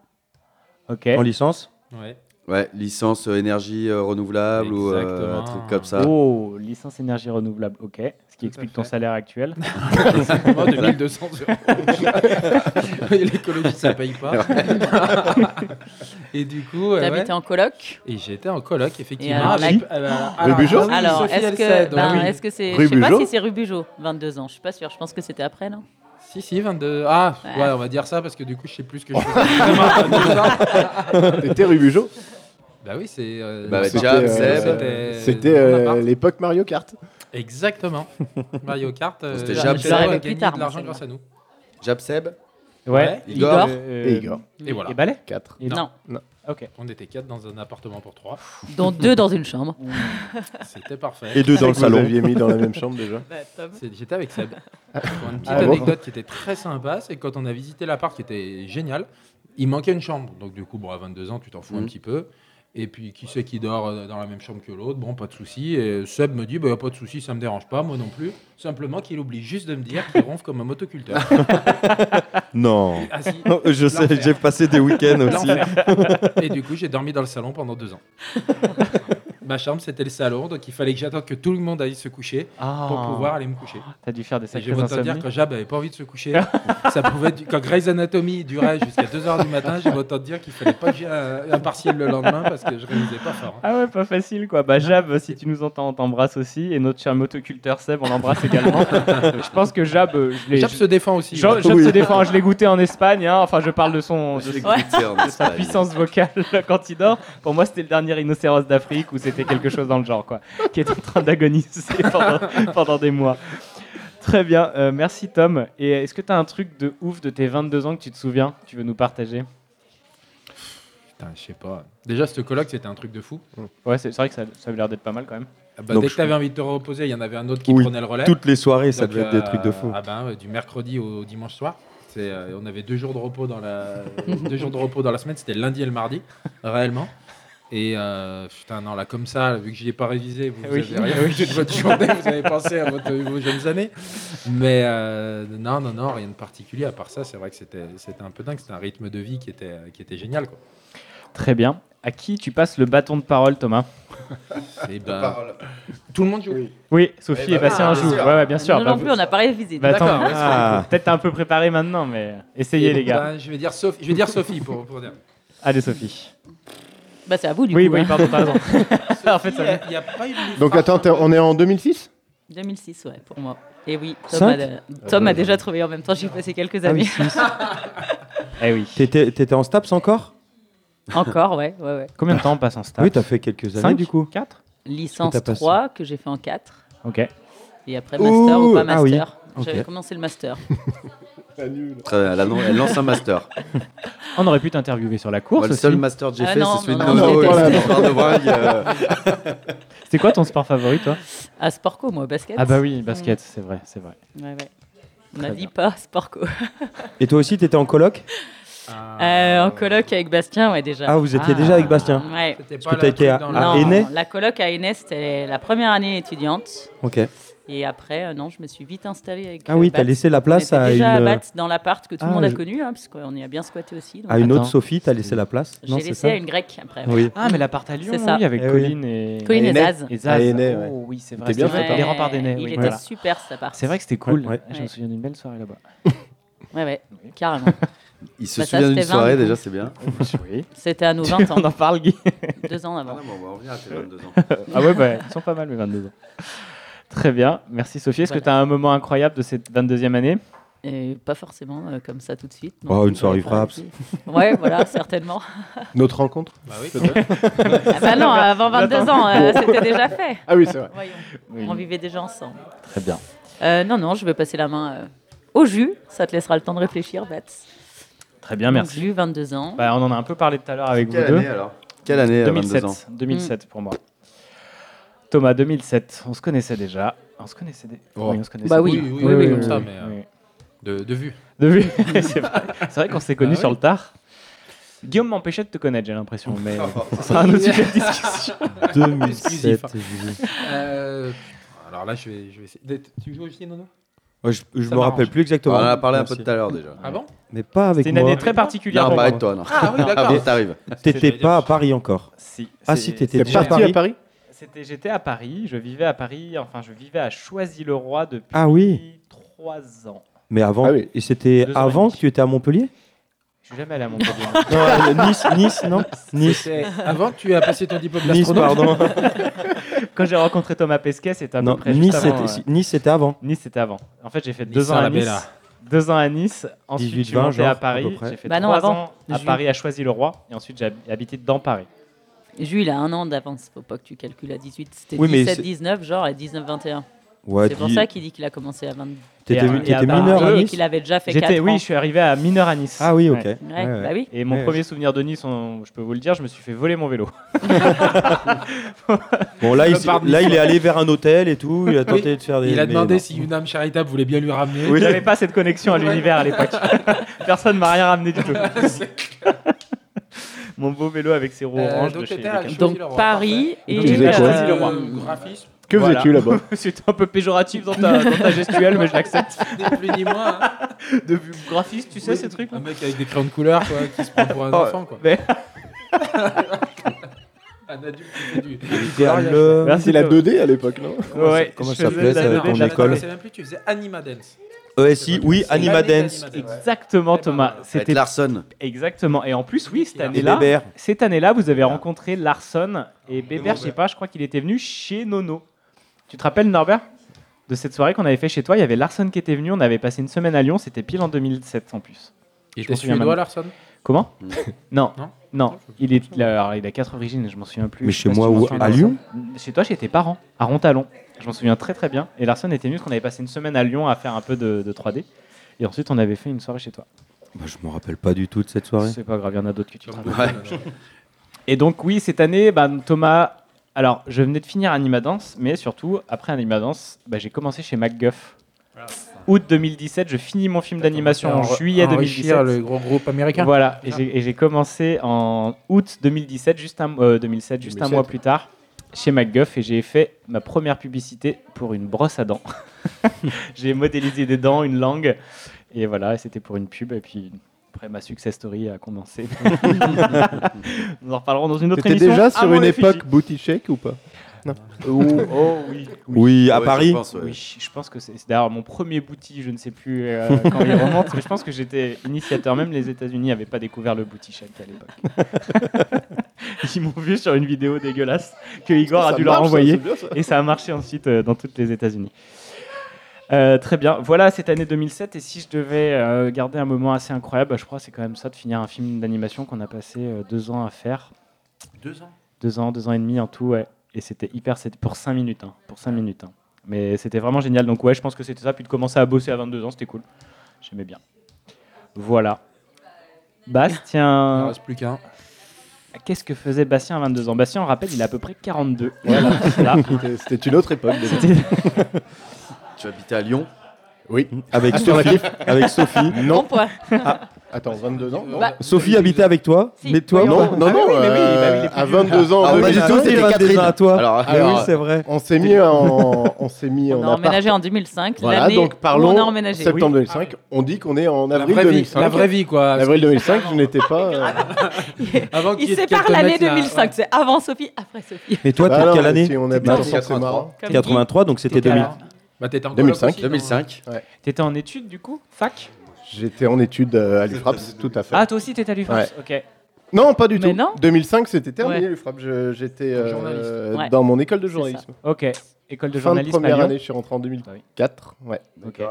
Speaker 7: Ok.
Speaker 6: En licence
Speaker 9: Ouais.
Speaker 8: Ouais, licence euh, énergie euh, renouvelable ou euh, un truc comme ça.
Speaker 7: Oh, licence énergie renouvelable, ok. Ce qui explique ton salaire actuel.
Speaker 9: Exactement, 2200 euros. Et l'écologie, ça paye pas. Et du coup. euh,
Speaker 20: T'habitais
Speaker 9: ouais.
Speaker 20: en coloc
Speaker 9: Et j'étais en coloc, effectivement.
Speaker 20: Et alors, la-
Speaker 9: Qui Euh, alors, ah oui,
Speaker 20: bah, Alors,
Speaker 9: Sophie
Speaker 20: est-ce
Speaker 9: Alced,
Speaker 20: que,
Speaker 9: ouais.
Speaker 20: ben,
Speaker 9: Oui.
Speaker 20: est-ce que c'est,
Speaker 9: Rue
Speaker 20: je sais pas
Speaker 9: Bugeaud
Speaker 20: si c'est rue Bugeaud, 22 ans, je suis pas sûre. Je pense que c'était après, non
Speaker 9: Si, si, 22. Ah,
Speaker 20: Ouais.
Speaker 9: ouais. on va dire ça parce que du coup, je sais plus ce que je faisais.
Speaker 19: T'étais rue Bugeaud
Speaker 9: Bah oui, c'est. euh,
Speaker 8: Bah,
Speaker 9: c'était,
Speaker 8: Jam,
Speaker 9: euh,
Speaker 8: Seb.
Speaker 9: c'était-
Speaker 19: C'était euh, l'époque Mario Kart.
Speaker 9: Euh, Exactement. Mario Kart. euh,
Speaker 8: C'était
Speaker 9: je
Speaker 8: Jab,
Speaker 9: vais avoir
Speaker 8: Seb.
Speaker 9: gagné de l'argent grâce à nous.
Speaker 8: Jabseb
Speaker 7: Ouais.
Speaker 8: Igor.
Speaker 7: Euh,
Speaker 8: Et Igor.
Speaker 9: Et voilà.
Speaker 7: Et Ballet
Speaker 9: 4.
Speaker 7: Et-
Speaker 20: Non.
Speaker 7: Ok.
Speaker 9: On était 4 dans un appartement pour 3.
Speaker 20: Dont deux dans une chambre.
Speaker 9: C'était parfait.
Speaker 19: Et deux dans le
Speaker 9: Vous
Speaker 19: salon.
Speaker 9: aviez mis dans la
Speaker 19: même chambre, déjà. Bah, Tom.
Speaker 9: C'est- J'étais avec Seb.
Speaker 19: Ah.
Speaker 9: Pour une petite
Speaker 19: Ah bon
Speaker 9: anecdote qui était très sympa, c'est que quand on a visité l'appart qui était génial, il manquait une chambre. Donc du coup, bon, à 22 ans, tu t'en fous un
Speaker 8: Mhm.
Speaker 9: petit peu. Et puis, qui c'est qui dort euh, dans la même chambre que l'autre Bon, pas de souci. Et Seb me dit, bah, pas de souci, ça me dérange pas, moi non plus. Simplement qu'il oublie juste de me dire qu'il ronfle comme un motoculteur.
Speaker 6: Non.
Speaker 9: Ah, si.
Speaker 6: Je sais,
Speaker 9: L'enfer.
Speaker 6: j'ai passé des week-ends aussi.
Speaker 9: L'enfer. Et du coup, j'ai dormi dans le salon pendant deux ans. Ma chambre, c'était le salon, donc il fallait que j'attende que tout le monde aille se coucher
Speaker 7: Ah.
Speaker 9: pour pouvoir aller me coucher.
Speaker 7: T'as dû faire des
Speaker 9: Et
Speaker 7: sacrés
Speaker 9: Je vais autant dire
Speaker 7: insomnies.
Speaker 9: que Jab avait pas envie de se coucher. ça pouvait du- Quand Grey's Anatomy durait jusqu'à 2h du matin, je vais autant te dire qu'il fallait pas que j'ai un, un partiel le lendemain parce que je réalisais pas fort. hein.
Speaker 7: Ah ouais, pas facile quoi. Bah Jab, si tu nous entends, on t'embrasse aussi. Et notre cher motoculteur Seb, on l'embrasse également. je pense que Jab, euh, je l'ai-
Speaker 9: Jab se défend aussi.
Speaker 7: Jab, Jab
Speaker 9: Oui.
Speaker 7: se défend. Je l'ai goûté en Espagne. hein. Enfin, je parle de son,
Speaker 9: Je
Speaker 7: de,
Speaker 9: l'ai
Speaker 7: son-
Speaker 9: goûté en
Speaker 7: de sa
Speaker 9: Espagne.
Speaker 7: puissance vocale quand il dort. Pour moi, c'était le dernier rhinocéros d'Afrique ou c'était quelque chose dans le genre quoi, qui est en train d'agoniser pendant, pendant des mois. Très bien, Euh, merci Tom. Et est-ce que t'as un truc de ouf de tes 22 ans que tu te souviens, que tu veux nous partager
Speaker 9: Putain, je sais pas. Déjà, ce colloque, c'était un truc de fou.
Speaker 7: Ouais, c'est c'est vrai que ça, ça avait l'air d'être pas mal quand même.
Speaker 9: Ah bah,
Speaker 6: Donc,
Speaker 9: dès que
Speaker 6: je-
Speaker 9: tu avais envie de te reposer, il y en avait un autre qui
Speaker 6: Oui,
Speaker 9: prenait le relais.
Speaker 6: toutes les soirées, ça devait être des
Speaker 9: euh,
Speaker 6: trucs de fou.
Speaker 9: Ah ben, euh, du mercredi au dimanche soir. C'est, euh, on avait deux jours de repos dans la deux jours de repos dans la semaine. C'était le lundi et le mardi, réellement. Et euh, putain non là comme ça, vu que j'y ai pas révisé, vous, vous
Speaker 7: Oui.
Speaker 9: avez rien
Speaker 7: Oui.
Speaker 9: fait de votre journée, vous avez pensé à votre- vos jeunes années. Mais euh, non non non rien de particulier. À part ça, c'est vrai que c'était c'était un peu dingue. C'était un rythme de vie qui était qui était génial quoi.
Speaker 7: Très bien. À qui tu passes le bâton de parole, Thomas
Speaker 8: Eh
Speaker 9: Et ben, tout le monde joue. Eh bah,
Speaker 7: Oui,
Speaker 20: Eh
Speaker 7: Sophie et Bastien jouent. Ouais, ouais, bien sûr.
Speaker 20: ben, Nous
Speaker 7: Bah,
Speaker 20: non plus, on n'a pas révisé.
Speaker 7: Bah, attends,
Speaker 9: D'accord, ouais, c'est
Speaker 7: ah.
Speaker 9: cool.
Speaker 7: peut-être t'es un peu préparé maintenant, mais essayez
Speaker 9: Et
Speaker 7: les
Speaker 8: bah,
Speaker 7: gars.
Speaker 9: ben, je vais dire Sophie, je vais dire Sophie pour, pour dire.
Speaker 7: Allez Sophie.
Speaker 20: Bah, c'est à vous du
Speaker 7: Oui,
Speaker 20: coup.
Speaker 7: oui,
Speaker 20: hein.
Speaker 7: pardon, t'as raison. en fait, ça-
Speaker 9: Il y a pas eu de
Speaker 19: Donc attends, t'es- on est en 2006
Speaker 20: 2006, ouais, pour moi. Et oui, Tom,
Speaker 19: Cinq
Speaker 20: a, euh, Tom a déjà trouvé en même temps, j'y ai passé quelques
Speaker 19: Ah oui,
Speaker 20: années.
Speaker 19: six.
Speaker 7: Eh oui.
Speaker 6: T'étais t'étais en STAPS encore
Speaker 20: Encore, ouais, ouais, ouais.
Speaker 7: Combien de temps on passe en stage
Speaker 6: Oui, t'as fait quelques années
Speaker 7: Cinq
Speaker 6: du coup.
Speaker 7: 4
Speaker 20: Licence
Speaker 6: Parce que t'as passé-
Speaker 20: 3 que j'ai fait en 4.
Speaker 7: Ok.
Speaker 20: Et après, master
Speaker 6: Ouh,
Speaker 20: ou pas
Speaker 6: ah oui,
Speaker 20: master. J'avais
Speaker 6: ok.
Speaker 20: commencé le master.
Speaker 8: Très bien, elle annonce- elle lance un master.
Speaker 7: On aurait pu t'interviewer sur la course.
Speaker 8: Moi, le
Speaker 7: aussi.
Speaker 8: seul master que j'ai Ah fait, non, c'est celui non, de euh. non,
Speaker 20: Nono.
Speaker 7: C'était quoi ton sport favori, toi
Speaker 20: À Sportco, moi, basket.
Speaker 7: Ah bah oui, basket, c'est vrai, c'est vrai.
Speaker 20: Ouais, ouais. On n'a
Speaker 6: Très
Speaker 20: dit pas Sportco.
Speaker 6: Et toi aussi, t'étais en coloc
Speaker 20: Euh, en coloc avec Bastien, ouais, déjà.
Speaker 6: Ah, vous étiez déjà avec Bastien
Speaker 20: Ouais.
Speaker 6: Parce que t'as été à, à
Speaker 20: Non,
Speaker 6: Aîné
Speaker 20: La coloc à Aîné, c'était la première année étudiante.
Speaker 6: Ok.
Speaker 20: Et après, euh, non, je me suis vite installée avec.
Speaker 6: Ah
Speaker 20: euh,
Speaker 6: oui, t'as
Speaker 20: Bat.
Speaker 6: laissé la place
Speaker 20: On était
Speaker 6: à
Speaker 20: déjà
Speaker 6: une-
Speaker 20: à Bat, dans l'appart que tout le
Speaker 6: Ah,
Speaker 20: monde a
Speaker 6: je-
Speaker 20: connu, hein, parce qu'on y a bien squatté aussi. donc-
Speaker 6: À une autre
Speaker 20: Attends.
Speaker 6: Sophie, t'as laissé la place
Speaker 20: J'ai
Speaker 6: Non, c'est
Speaker 20: laissé
Speaker 6: ça
Speaker 20: à une grecque après.
Speaker 6: Oui.
Speaker 7: Ah, mais l'appart à Lyon,
Speaker 20: C'est ça.
Speaker 7: oui, avec
Speaker 6: Eh oui.
Speaker 7: Colline et...
Speaker 20: Colline et
Speaker 7: Et
Speaker 20: Zaz.
Speaker 7: Et Zaz.
Speaker 6: Et Aîné, ouais.
Speaker 7: Oh, oui, c'est vrai.
Speaker 6: C'était bien
Speaker 7: c'est vrai.
Speaker 6: fait, hein.
Speaker 7: Les remparts d'Aîné,
Speaker 20: Il
Speaker 7: oui,
Speaker 20: était
Speaker 7: voilà.
Speaker 20: super, cet appart.
Speaker 7: C'est vrai que c'était cool.
Speaker 6: Ouais.
Speaker 7: Je me souviens d'une belle soirée là-bas.
Speaker 20: Ouais, ouais, carrément.
Speaker 8: Il se
Speaker 20: Bah, ça,
Speaker 8: souvient d'une
Speaker 20: c'était 20,
Speaker 8: soirée,
Speaker 20: du coup.
Speaker 8: déjà, c'est bien.
Speaker 20: C'était à nos
Speaker 7: Tu
Speaker 20: 20 ans.
Speaker 7: en en parles, Guy.
Speaker 20: Deux ans avant.
Speaker 8: on va revenir à tes 22 ans.
Speaker 7: ah ouais, bah, ils sont pas mal, mes 22 ans. Très bien. Merci, Sophie. Est-ce que tu as un moment incroyable de cette 22e année
Speaker 20: Et pas forcément euh, comme ça tout de suite. non.
Speaker 7: Oh, une soirée
Speaker 20: J'aurais
Speaker 7: frappe.
Speaker 20: pas- Ouais, voilà, certainement.
Speaker 12: Notre rencontre
Speaker 20: Ah bah non, avant 22 ans, euh,
Speaker 12: Bon.
Speaker 20: c'était déjà fait.
Speaker 12: Ah oui, c'est vrai.
Speaker 20: Voyons,
Speaker 12: Oui.
Speaker 20: On vivait déjà ensemble.
Speaker 7: Très bien.
Speaker 20: Euh, non, non, je vais passer la main euh, au jus. Ça te laissera le temps de réfléchir, Bats.
Speaker 7: Très bien, merci.
Speaker 20: Jus, 22 ans.
Speaker 7: Bah, on en a un peu parlé tout à l'heure avec
Speaker 8: Quelle
Speaker 7: vous deux.
Speaker 8: année, alors Quelle année, à
Speaker 7: 2007.
Speaker 8: 22 ans
Speaker 7: 2007 pour moi. Thomas, 2007. On se connaissait déjà. On se connaissait déjà.
Speaker 3: Oh.
Speaker 7: Oui, on se connaissait.
Speaker 3: Bah oui,
Speaker 7: déjà.
Speaker 3: oui, oui, oui, comme ça, mais, euh, de- de vue.
Speaker 7: De vue. c'est vrai, c'est vrai qu'on s'est
Speaker 3: Bah
Speaker 7: connus
Speaker 6: Ah
Speaker 3: oui.
Speaker 7: sur le tard. Guillaume m'empêchait de te connaître, j'ai l'impression, mais c'est un autre sujet de discussion.
Speaker 6: 2007,
Speaker 9: Euh, alors là, je vais, je vais essayer. d'être- Tu joues aussi, Nono
Speaker 6: Ouais, je je me
Speaker 9: Ça m'arrange.
Speaker 6: rappelle plus exactement.
Speaker 8: On en a parlé un peu
Speaker 6: Merci.
Speaker 8: tout à l'heure, déjà.
Speaker 9: Ah bon
Speaker 6: Mais pas avec
Speaker 7: C'était une
Speaker 6: moi.
Speaker 7: année très particulière
Speaker 8: Non,
Speaker 7: pour
Speaker 8: pas
Speaker 7: moi.
Speaker 8: avec toi, non. Ah oui, d'accord.
Speaker 6: mais
Speaker 8: T'arrives.
Speaker 6: T'étais pas à Paris encore.
Speaker 7: Si.
Speaker 6: Ah
Speaker 7: c'est-
Speaker 6: si, t'étais
Speaker 7: c'est
Speaker 6: déjà
Speaker 7: parti à Paris C'était, j'étais à Paris, je vivais à Paris, enfin je vivais à Choisy-le-Roi depuis
Speaker 6: Ah oui.
Speaker 7: trois ans.
Speaker 6: Mais avant, et c'était
Speaker 7: Deux ans et
Speaker 6: avant que tu étais à Montpellier
Speaker 7: Je suis jamais allé à Montpellier.
Speaker 6: Non, euh, Nice, Nice, non Nice.
Speaker 7: C'était-
Speaker 9: Avant que tu aies passé ton diplôme
Speaker 6: Nice,
Speaker 9: d'astronaute.
Speaker 6: pardon.
Speaker 7: Quand j'ai rencontré Thomas Pesquet, c'était à
Speaker 6: Non,
Speaker 7: peu près
Speaker 6: Nice,
Speaker 7: juste avant,
Speaker 6: c'était- Nice, c'était avant.
Speaker 7: Nice, c'était avant. En fait, j'ai fait
Speaker 6: Nice,
Speaker 7: deux
Speaker 9: hein,
Speaker 7: ans
Speaker 6: à
Speaker 7: à
Speaker 6: la
Speaker 7: Nice.
Speaker 6: Bella.
Speaker 7: Deux ans à Nice. Ensuite, je
Speaker 6: 18,
Speaker 7: suis monté
Speaker 6: 20,
Speaker 7: à
Speaker 6: genre, à peu
Speaker 7: Paris.
Speaker 6: près.
Speaker 7: J'ai fait
Speaker 20: Bah non,
Speaker 7: trois
Speaker 20: avant.
Speaker 7: ans à
Speaker 20: 18.
Speaker 7: Paris, à Choisy-le-Roi. Et ensuite, j'ai habité dans Paris.
Speaker 20: Jus, il a un an d'avance. Faut pas que tu calcules à 18. C'était
Speaker 6: Oui, mais
Speaker 20: 17,
Speaker 6: c'est-
Speaker 20: 19, genre, et 19, 21.
Speaker 6: Ouais,
Speaker 20: c'est pour
Speaker 6: dis-
Speaker 20: ça qu'il dit qu'il a commencé à 22.
Speaker 6: T'étais-
Speaker 7: Et à-
Speaker 6: t'étais
Speaker 7: et à
Speaker 6: mineur à
Speaker 7: Paris,
Speaker 6: Nice
Speaker 20: qu'il avait déjà fait
Speaker 7: J'étais-
Speaker 20: quatre
Speaker 7: Oui,
Speaker 20: ans.
Speaker 7: je suis arrivé à mineur à Nice.
Speaker 6: Ah oui, ok.
Speaker 7: Ouais.
Speaker 6: Ouais, Ouais, ouais.
Speaker 20: bah oui.
Speaker 7: Et mon
Speaker 6: Ouais,
Speaker 7: premier
Speaker 6: ouais.
Speaker 7: souvenir de Nice, on- je peux vous le dire, je me suis fait voler mon vélo.
Speaker 6: Bon, là,
Speaker 7: Le
Speaker 6: il, s'est-
Speaker 7: Barnier.
Speaker 6: là, il est allé vers un hôtel et tout. Il a tenté de faire des.
Speaker 9: Il a
Speaker 6: mais
Speaker 9: demandé
Speaker 6: non.
Speaker 9: si une âme charitable voulait bien lui ramener.
Speaker 7: Oui, j'avais pas cette connexion à l'univers à l'époque. Personne m'a rien ramené du tout. Mon beau vélo avec ses roues
Speaker 9: Euh,
Speaker 7: oranges
Speaker 9: donc
Speaker 7: de chez
Speaker 9: t'étais à
Speaker 7: Decathlon.
Speaker 20: Donc Paris et.
Speaker 7: Donc, j'étais à
Speaker 20: euh,
Speaker 7: Choisy-le-Roi.
Speaker 9: graphisme.
Speaker 7: Que
Speaker 9: faisais-tu là-bas
Speaker 7: C'était un peu péjoratif dans ta, dans ta gestuelle, mais je l'accepte.
Speaker 9: Ni plus ni moins. hein.
Speaker 7: De graphiste, tu sais, ces trucs
Speaker 9: Un mec avec des crayons de couleur, quoi, qui se prend pour un
Speaker 7: Oh,
Speaker 9: enfant, quoi.
Speaker 7: mais-
Speaker 9: un adulte qui fait du.
Speaker 6: le-
Speaker 9: Merci,
Speaker 19: C'est la
Speaker 9: Thomas.
Speaker 19: 2D à l'époque, non
Speaker 6: Comment ça- comment ça s'appelait
Speaker 9: Non,
Speaker 6: ça,
Speaker 9: non,
Speaker 6: ton
Speaker 9: non,
Speaker 6: école
Speaker 9: C'est même plus, tu faisais Anima Dance.
Speaker 6: ESI, E oui, Anima Dance.
Speaker 7: Exactement, Thomas.
Speaker 8: Avec Larson.
Speaker 7: Exactement. Et en plus, oui, cette année-là,
Speaker 6: Bébert.
Speaker 7: cette année-là, vous avez rencontré Larson et Bébert, je sais pas, je crois qu'il était venu chez Nono. Tu te rappelles, Norbert, de cette soirée qu'on avait fait chez toi Il y avait Larson qui était venu, on avait passé une semaine à Lyon, c'était pile en 2007 en plus.
Speaker 9: Il
Speaker 7: Je m'en
Speaker 9: était
Speaker 7: souviens maintenant.
Speaker 9: suédois, Larson
Speaker 7: Comment
Speaker 9: Mm.
Speaker 7: Non.
Speaker 9: Non
Speaker 7: Non, il, est, il a- alors, il a quatre origines, je m'en souviens plus.
Speaker 6: Mais
Speaker 7: Je sais
Speaker 6: chez
Speaker 7: pas si
Speaker 6: moi
Speaker 7: tu m'en
Speaker 6: ou
Speaker 7: souviens,
Speaker 6: à
Speaker 7: Larson.
Speaker 6: Lyon
Speaker 7: Chez toi, chez tes parents, à Rontalon. Je m'en souviens très très bien. Et Larson était venu, parce qu'on avait passé une semaine à Lyon à faire un peu de, de 3D. Et ensuite, on avait fait une soirée chez toi.
Speaker 6: Bah, je me rappelle pas du tout de cette soirée.
Speaker 7: C'est pas grave, il y en a d'autres qui tu te
Speaker 6: beaucoup,
Speaker 7: rappelles.
Speaker 6: alors.
Speaker 7: Et donc, oui, cette année, bah, Thomas. Alors, je venais de finir Animadance, mais surtout, après Animadance, bah, j'ai commencé chez MacGuff. Août 2017, je finis mon film d'animation en
Speaker 9: commencé à en-
Speaker 7: juillet
Speaker 9: enrichir
Speaker 7: 2017.
Speaker 9: le gros groupe américain.
Speaker 7: Voilà, et j'ai- et j'ai commencé en août 2017, juste un, euh, 2007, juste un
Speaker 9: 2007.
Speaker 7: mois plus tard, chez MacGuff, et j'ai fait ma première publicité pour une brosse à dents. j'ai modélisé des dents, une langue, et voilà, et c'était pour une pub, et puis après ma success story a commencé. Nous en reparlerons dans une autre
Speaker 19: T'étais
Speaker 7: émission.
Speaker 9: Ah,
Speaker 19: déjà
Speaker 7: à
Speaker 19: sur
Speaker 7: mon
Speaker 19: une
Speaker 7: effigie.
Speaker 19: époque booty shake ou pas Non.
Speaker 7: Oh, oh, oui.
Speaker 6: Oui, à Ouais, je Paris. pense, ouais.
Speaker 7: Oui, je pense que c'est c'est d'ailleurs mon premier bouti, je ne sais plus euh, quand il remonte, mais je pense que j'étais initiateur. Même les États-Unis n'avaient pas découvert le bouti shack à l'époque. Ils m'ont vu sur une vidéo dégueulasse que Igor
Speaker 9: Ça
Speaker 7: a dû leur
Speaker 9: marche, ça,
Speaker 7: envoyer,
Speaker 9: c'est bien, ça.
Speaker 7: et ça a marché ensuite euh, dans toutes les États-Unis. Euh, très bien, voilà cette année 2007 et si je devais euh, garder un moment assez incroyable, bah, je crois que c'est quand même ça de finir un film d'animation qu'on a passé euh, deux ans à faire.
Speaker 9: Deux ans
Speaker 7: Deux ans, deux ans et demi en tout, ouais. Et c'était hyper, c'était pour cinq minutes, hein, pour cinq minutes. hein. Mais c'était vraiment génial. Donc ouais, je pense que c'était ça. Puis de commencer à bosser à 22 ans, c'était cool. J'aimais bien. Voilà.
Speaker 9: Il en
Speaker 7: Bastien,
Speaker 9: reste plus qu'un.
Speaker 7: qu'est-ce que faisait Bastien à 22 ans Bastien, on rappelle, il a à peu près 42. Là.
Speaker 19: C'était- c'était une autre époque, déjà.
Speaker 7: C'était-
Speaker 8: Tu habitais à Lyon
Speaker 19: Oui.
Speaker 7: Ah,
Speaker 6: Avec Sophie.
Speaker 19: Alternatif.
Speaker 6: avec Sophie.
Speaker 19: Non.
Speaker 20: point.
Speaker 19: Ah.
Speaker 12: Attends, 22 ans
Speaker 19: non
Speaker 20: Bah,
Speaker 6: Sophie habitait avec toi, mais toi
Speaker 19: Non,
Speaker 7: Ah
Speaker 19: non, non, euh, à 22 ans,
Speaker 6: Ah,
Speaker 19: en
Speaker 6: on a dit
Speaker 19: 2005,
Speaker 6: tous, c'était Catherine. à toi. Ah oui, c'est vrai.
Speaker 19: On s'est mis en, on s'est mis
Speaker 20: On
Speaker 19: en
Speaker 20: a
Speaker 19: appart.
Speaker 20: emménagé en 2005.
Speaker 19: Voilà,
Speaker 20: l'année
Speaker 19: donc
Speaker 20: où
Speaker 19: parlons.
Speaker 20: On a emménagé.
Speaker 19: Septembre 2005.
Speaker 15: Ah
Speaker 19: On dit qu'on est en avril
Speaker 9: vraie vie,
Speaker 19: 2005.
Speaker 9: la vraie vie, quoi.
Speaker 19: Avril 2005, je n'étais pas. euh,
Speaker 9: Avant qu'il
Speaker 20: Il
Speaker 9: y ait
Speaker 20: sépare
Speaker 9: quelques
Speaker 20: l'année
Speaker 9: mecs, là,
Speaker 20: 2005.
Speaker 9: ouais.
Speaker 20: C'est avant Sophie, après Sophie.
Speaker 6: Mais toi,
Speaker 19: Bah
Speaker 6: t'es de
Speaker 19: non,
Speaker 6: quelle
Speaker 19: mais
Speaker 6: année
Speaker 19: si on habite
Speaker 6: T'étais en
Speaker 19: ensemble, c'est marrant.
Speaker 6: 83, donc c'était
Speaker 9: T'étais à-
Speaker 6: 2000.
Speaker 9: Bah, t'étais en coloc
Speaker 6: 2005.
Speaker 9: aussi, dans-
Speaker 7: T'étais en études du coup Fac
Speaker 19: J'étais en études euh, à l'UFRAPS, tout à fait.
Speaker 15: Ah, toi aussi, t'es à l'UFRAPS
Speaker 7: E.
Speaker 15: Ok.
Speaker 19: Non, pas du tout.
Speaker 15: non
Speaker 19: 2005, c'était terminé
Speaker 15: Ouais.
Speaker 19: l'UFRAPS. Je- J'étais euh,
Speaker 15: Journaliste. Ouais.
Speaker 19: dans mon école de
Speaker 15: C'est
Speaker 19: journalisme.
Speaker 15: ça. Ok. École de
Speaker 19: Fin
Speaker 15: journalisme à
Speaker 19: de première
Speaker 15: Lyon.
Speaker 19: année, je suis rentré en 2004. Ouais.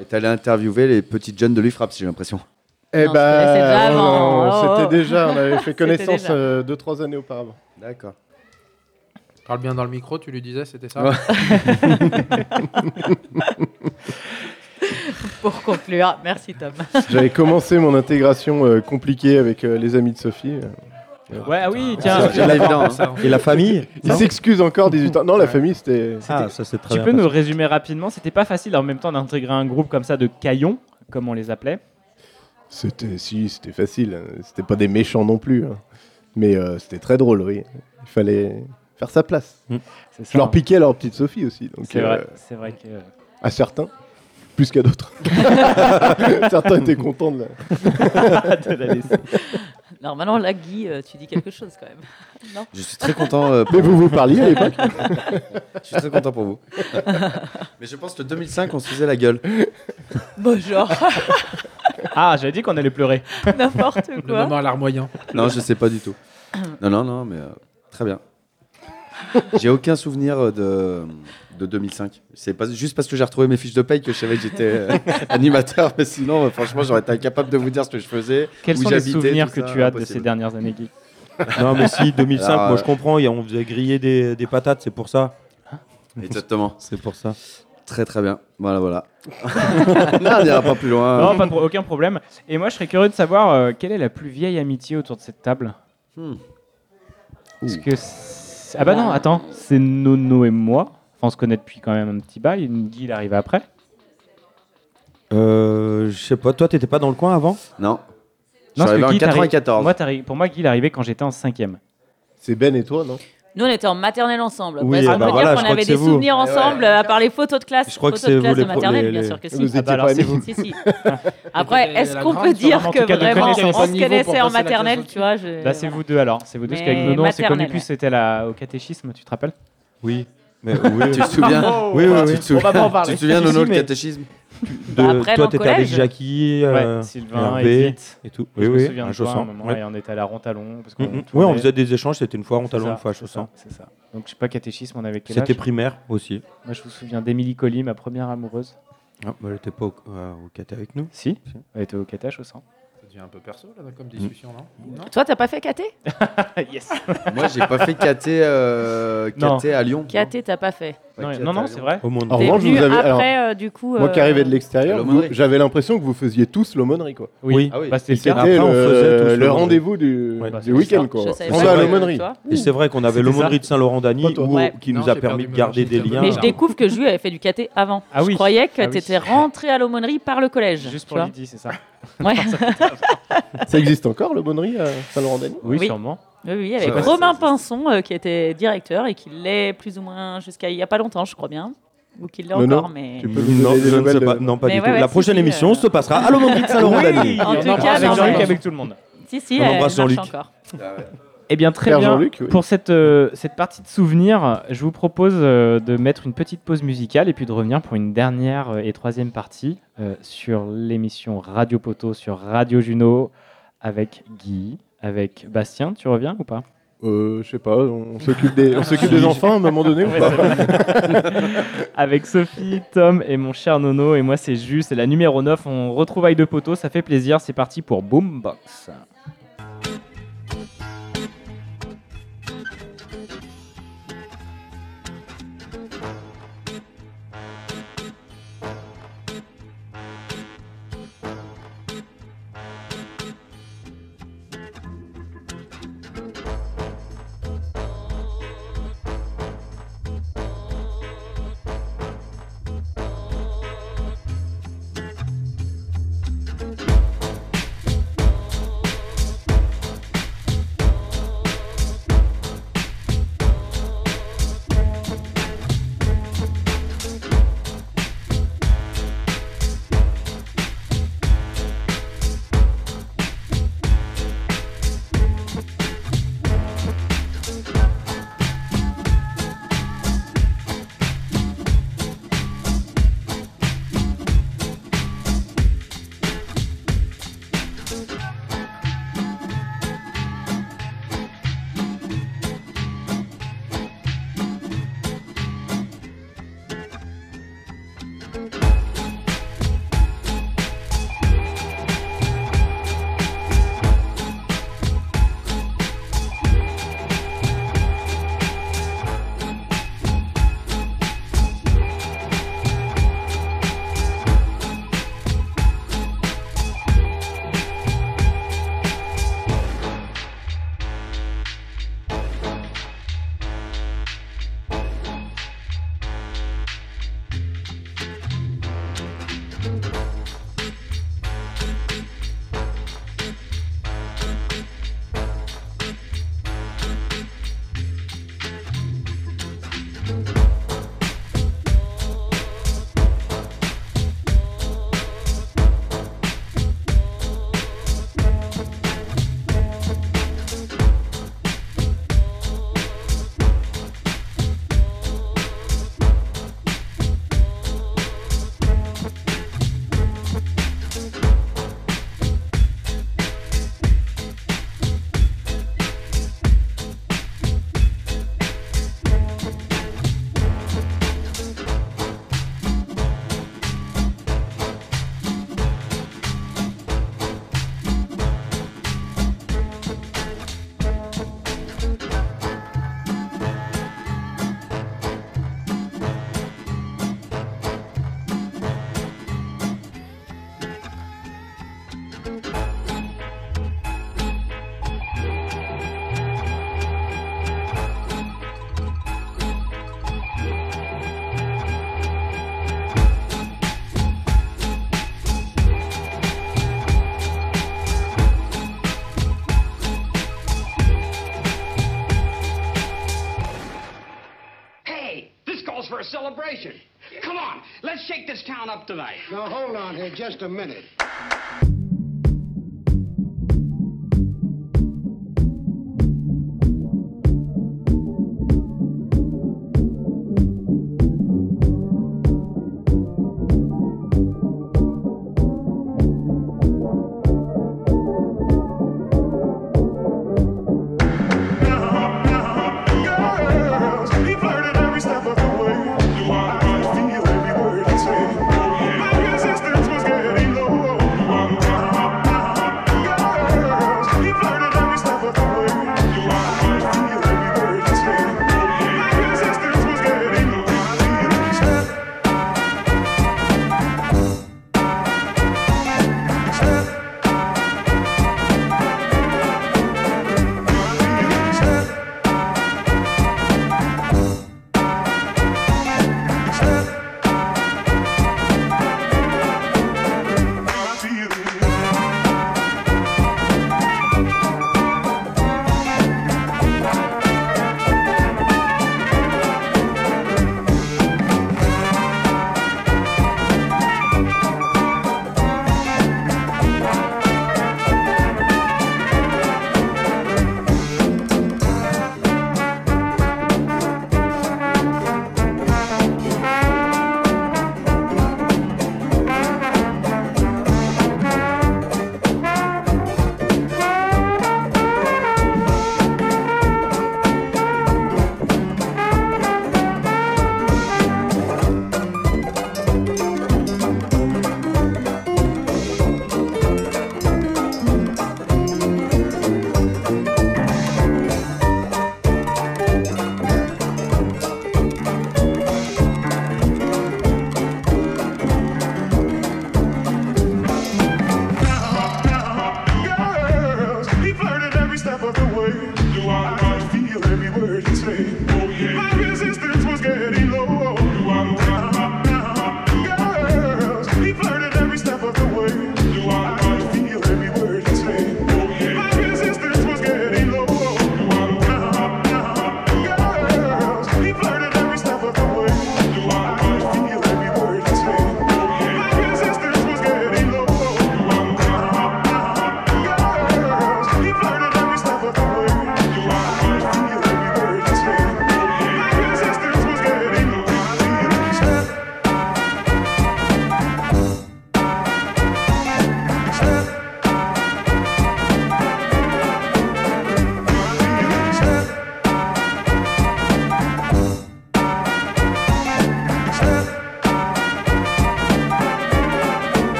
Speaker 8: Et t'allais interviewer les petites jeunes de l'UFRAP, si j'ai l'impression.
Speaker 19: Eh
Speaker 8: Non,
Speaker 19: ben,
Speaker 8: on se connaissait déjà
Speaker 19: oh
Speaker 8: avant.
Speaker 19: non,
Speaker 8: Oh,
Speaker 19: c'était
Speaker 8: oh.
Speaker 19: déjà, on avait fait
Speaker 8: C'était
Speaker 19: connaissance
Speaker 8: déjà.
Speaker 19: 2-3 années auparavant.
Speaker 8: D'accord.
Speaker 3: Parle bien dans le micro, tu lui disais, c'était ça
Speaker 19: Ouais.
Speaker 20: Pour conclure, merci Tom.
Speaker 19: J'avais commencé mon intégration euh, compliquée avec euh, les amis de Sophie. euh,
Speaker 7: Ouais, ah oui,
Speaker 19: Ça,
Speaker 7: tiens.
Speaker 19: c'est jamais évident, hein. Et la famille Il
Speaker 7: Non
Speaker 19: s'excuse encore, 18 ans. Non, la famille, c'était.
Speaker 7: C'était- Tu peux nous résumer rapidement C'était pas facile en même temps d'intégrer un groupe comme ça de caillons, comme on les appelait.
Speaker 19: C'était si, c'était facile. hein. C'était pas des méchants non plus, hein. mais euh, c'était très drôle. Oui, il fallait faire sa place.
Speaker 7: C'est ça,
Speaker 19: Je leur
Speaker 7: hein.
Speaker 19: piquais leur petite Sophie aussi. donc,
Speaker 7: C'est
Speaker 19: euh,
Speaker 7: vrai, c'est vrai que.
Speaker 19: À certains, plus qu'à d'autres. certains étaient contents de la.
Speaker 20: De la laisser. Normalement, là, Guy, euh, tu dis quelque chose quand même. Non
Speaker 8: Je suis très content. euh, pour
Speaker 19: Mais vous vous parliez à l'époque
Speaker 8: Je suis très content pour vous. Mais je pense que 2005, on se faisait la gueule.
Speaker 20: Bonjour.
Speaker 7: ah, j'avais dit qu'on allait pleurer.
Speaker 20: N'importe quoi.
Speaker 3: Le moment alarmoyant.
Speaker 8: Non, je sais pas du tout. Non, non, non, mais euh, très bien. J'ai aucun souvenir euh, de, de 2005. C'est pas juste parce que j'ai retrouvé mes fiches de paye que je savais que j'étais euh, animateur, mais sinon, euh, franchement, j'aurais été incapable de vous dire ce que je faisais.
Speaker 7: Quels
Speaker 8: où
Speaker 7: sont les
Speaker 8: j'habitais,
Speaker 7: souvenirs
Speaker 8: tout
Speaker 7: que
Speaker 8: ça,
Speaker 7: tu as de
Speaker 8: impossible.
Speaker 7: ces dernières années, Guy
Speaker 6: Non, mais si, 2005,
Speaker 8: Alors,
Speaker 6: moi
Speaker 8: euh,
Speaker 6: je comprends, il y a- on faisait griller des, des patates, c'est pour ça.
Speaker 8: Exactement.
Speaker 6: C'est pour ça.
Speaker 8: Très, très bien. Voilà, voilà. non, on n'ira pas plus loin.
Speaker 7: Non, pas de pro- aucun problème. Et moi, je serais curieux de savoir euh, quelle est la plus vieille amitié autour de cette table
Speaker 8: Hmm.
Speaker 7: Est-ce que. c'est- Ah bah non, attends, c'est Nono et moi. Enfin, on se connaît depuis quand même un petit bail. Guy, il arrive Bah, après.
Speaker 6: Euh, je sais pas, toi t'étais pas dans le coin avant
Speaker 8: Non.
Speaker 7: Non, parce que Guy, t'arri-
Speaker 6: Moi,
Speaker 7: Moi, t'arri- pour moi, Guy, il est arrivé quand j'étais en 5ème.
Speaker 19: C'est Ben et toi, non
Speaker 20: Nous, on était en maternelle ensemble.
Speaker 7: Oui,
Speaker 20: Parce
Speaker 7: ah
Speaker 20: qu'on
Speaker 7: bah
Speaker 20: peut dire
Speaker 7: voilà, je
Speaker 20: qu'on
Speaker 7: crois
Speaker 20: avait
Speaker 7: que c'est
Speaker 20: des
Speaker 7: vous.
Speaker 20: souvenirs
Speaker 7: Eh ouais.
Speaker 20: ensemble, euh, à part les photos de classe.
Speaker 6: Je crois que
Speaker 20: photos de
Speaker 6: c'est vous,
Speaker 20: classe
Speaker 6: les
Speaker 20: de
Speaker 6: pro-
Speaker 20: maternelle,
Speaker 6: les-
Speaker 20: bien
Speaker 6: les-
Speaker 20: sûr que si.
Speaker 6: Vous étiez
Speaker 20: Ah bah
Speaker 6: pas
Speaker 20: alors, c'est
Speaker 6: amis.
Speaker 20: vous. Si, si. Après, est-ce
Speaker 7: la
Speaker 20: qu'on
Speaker 7: grande
Speaker 20: peut dire
Speaker 7: différence, en
Speaker 20: que
Speaker 7: tout cas, de
Speaker 20: vraiment, on
Speaker 7: connaissance.
Speaker 20: se
Speaker 7: Niveau pour
Speaker 20: connaissait en
Speaker 7: passer la classe
Speaker 20: maternelle,
Speaker 7: au-dessus.
Speaker 20: tu vois je-
Speaker 7: Bah, c'est vous deux alors, c'est vous deux, parce qu'avec
Speaker 20: Mais
Speaker 7: Nono, on s'est connus
Speaker 20: maternelle,
Speaker 7: plus, c'était la- au catéchisme, tu te rappelles Oh,
Speaker 6: Oui. Mais
Speaker 8: oui. Tu te souviens
Speaker 6: Oui, oui, oui.
Speaker 8: Tu te souviens-
Speaker 7: On va pas en parler.
Speaker 8: tu te souviens,
Speaker 7: Si,
Speaker 8: Nono,
Speaker 7: si,
Speaker 8: le
Speaker 7: mais-
Speaker 8: catéchisme
Speaker 6: De-
Speaker 7: Bah, après, dans
Speaker 6: toi,
Speaker 7: le
Speaker 6: t'étais avec
Speaker 7: collège.
Speaker 6: Jackie, euh,
Speaker 7: ouais, Sylvain,
Speaker 6: Hervé
Speaker 7: Edith,
Speaker 6: et tout.
Speaker 7: Je
Speaker 6: Oui,
Speaker 7: me
Speaker 6: oui,
Speaker 7: souviens de
Speaker 6: un
Speaker 7: toi, à un
Speaker 6: Chausson,
Speaker 7: moment,
Speaker 6: ouais.
Speaker 7: et on était allé à Rontalon. Parce qu'on
Speaker 6: Mhm. Oui,
Speaker 7: tournait.
Speaker 6: on faisait des échanges, c'était une fois à Rontalon,
Speaker 7: C'est
Speaker 6: une fois à
Speaker 7: ça,
Speaker 6: Chausson.
Speaker 7: C'est ça. Donc, je sais pas, catéchisme, on avait quel âge
Speaker 6: C'était primaire aussi.
Speaker 7: Moi, je me souviens d'Émilie Colli, ma première amoureuse.
Speaker 6: Ah, bah, elle était pas au, euh, au caté avec nous
Speaker 7: Si. Elle était au caté à Chausson.
Speaker 3: Ça devient un peu perso, là, comme discussion, non Non
Speaker 20: Toi, t'as pas fait caté
Speaker 7: Yes
Speaker 8: Moi, j'ai pas fait caté, euh,
Speaker 7: Non.
Speaker 8: caté à Lyon.
Speaker 20: Caté, t'as pas fait.
Speaker 7: Non, non, non, c'est vrai.
Speaker 6: Au monde.
Speaker 19: En
Speaker 20: T'es
Speaker 19: revanche,
Speaker 20: venu
Speaker 19: vous avez. alors,
Speaker 20: après, euh, du coup.
Speaker 19: Moi qui
Speaker 20: euh,
Speaker 19: arrivais de l'extérieur, vous-
Speaker 8: l'aumônerie.
Speaker 19: j'avais l'impression que vous faisiez tous l'aumônerie. quoi.
Speaker 7: Oui. Oui. Ah oui. Bah, c'était
Speaker 19: Et
Speaker 7: le cas.
Speaker 19: c'était
Speaker 7: Après, on faisait tous
Speaker 19: le, le
Speaker 7: l'aumônerie.
Speaker 19: rendez-vous du,
Speaker 7: Ouais. Bah,
Speaker 19: du
Speaker 7: c'est
Speaker 19: week-end.
Speaker 7: ça.
Speaker 19: Quoi.
Speaker 7: Je savais
Speaker 19: On
Speaker 7: pas.
Speaker 19: va à
Speaker 7: Ouais,
Speaker 19: l'aumônerie.
Speaker 20: toi.
Speaker 6: Et c'est vrai qu'on avait
Speaker 7: C'était
Speaker 6: l'aumônerie de Saint-Laurent-Dany où-
Speaker 20: Ouais.
Speaker 6: qui
Speaker 20: Non,
Speaker 6: nous a
Speaker 20: j'ai
Speaker 6: permis de garder des liens.
Speaker 20: Mais je découvre que Jules avait fait du caté avant.
Speaker 6: Ah oui.
Speaker 20: Je croyais que
Speaker 6: Ah oui.
Speaker 20: t'étais rentré à l'aumônerie par le collège.
Speaker 7: Juste
Speaker 20: tu
Speaker 7: pour
Speaker 20: vois.
Speaker 7: Lydie, c'est ça.
Speaker 20: Ouais.
Speaker 19: Ça existe encore, l'aumônerie à Saint-Laurent-Denis
Speaker 7: Oui, sûrement.
Speaker 20: Oui, oui,
Speaker 7: Je sais
Speaker 20: avec
Speaker 7: pas si
Speaker 20: Romain Pinson, euh, qui était directeur et qui l'est plus ou moins jusqu'à il n'y a pas longtemps, je crois bien. Ou qu'il l'est
Speaker 6: Non, non,
Speaker 20: encore, mais.
Speaker 6: tu peux nous Non, donner des je ne nouvelles sais de- pas. Non, pas
Speaker 20: Mais
Speaker 6: du
Speaker 20: ouais,
Speaker 6: tout.
Speaker 20: ouais,
Speaker 6: La
Speaker 20: si,
Speaker 6: prochaine
Speaker 20: si, euh.
Speaker 7: euh.
Speaker 6: émission se passera à l'aumônerie de Saint-Laurent-Denis.
Speaker 7: Ah,
Speaker 6: Oui,
Speaker 20: En
Speaker 6: on
Speaker 20: tout
Speaker 6: en
Speaker 20: cas,
Speaker 6: parle avec
Speaker 20: non,
Speaker 6: Jean-Luc,
Speaker 20: mais-
Speaker 6: avec tout le monde.
Speaker 20: Si, si,
Speaker 6: On
Speaker 20: elle
Speaker 6: embrasse
Speaker 20: marche
Speaker 6: Jean-Luc.
Speaker 20: encore.
Speaker 7: Eh bien, très
Speaker 6: Père
Speaker 7: bien.
Speaker 6: Jean-Luc, oui.
Speaker 7: Pour cette, euh, cette partie de souvenirs, je vous propose euh, de mettre une petite pause musicale et puis de revenir pour une dernière euh, et troisième partie euh, sur l'émission Radio Poteau sur Radio Juno avec Guy, avec Bastien. Tu reviens ou pas
Speaker 19: Euh, je sais pas, on s'occupe des, on s'occupe des enfants à un moment donné ou
Speaker 7: Ouais,
Speaker 19: pas
Speaker 7: c'est vrai. Avec Sophie, Tom et mon cher Nono. Et moi, c'est Jus, c'est la numéro 9. On retrouve Aïe de Poteau, ça fait plaisir. C'est parti pour Boombox.
Speaker 4: Thank celebration. Come on, let's shake this town up tonight.
Speaker 23: Now hold on here just a minute.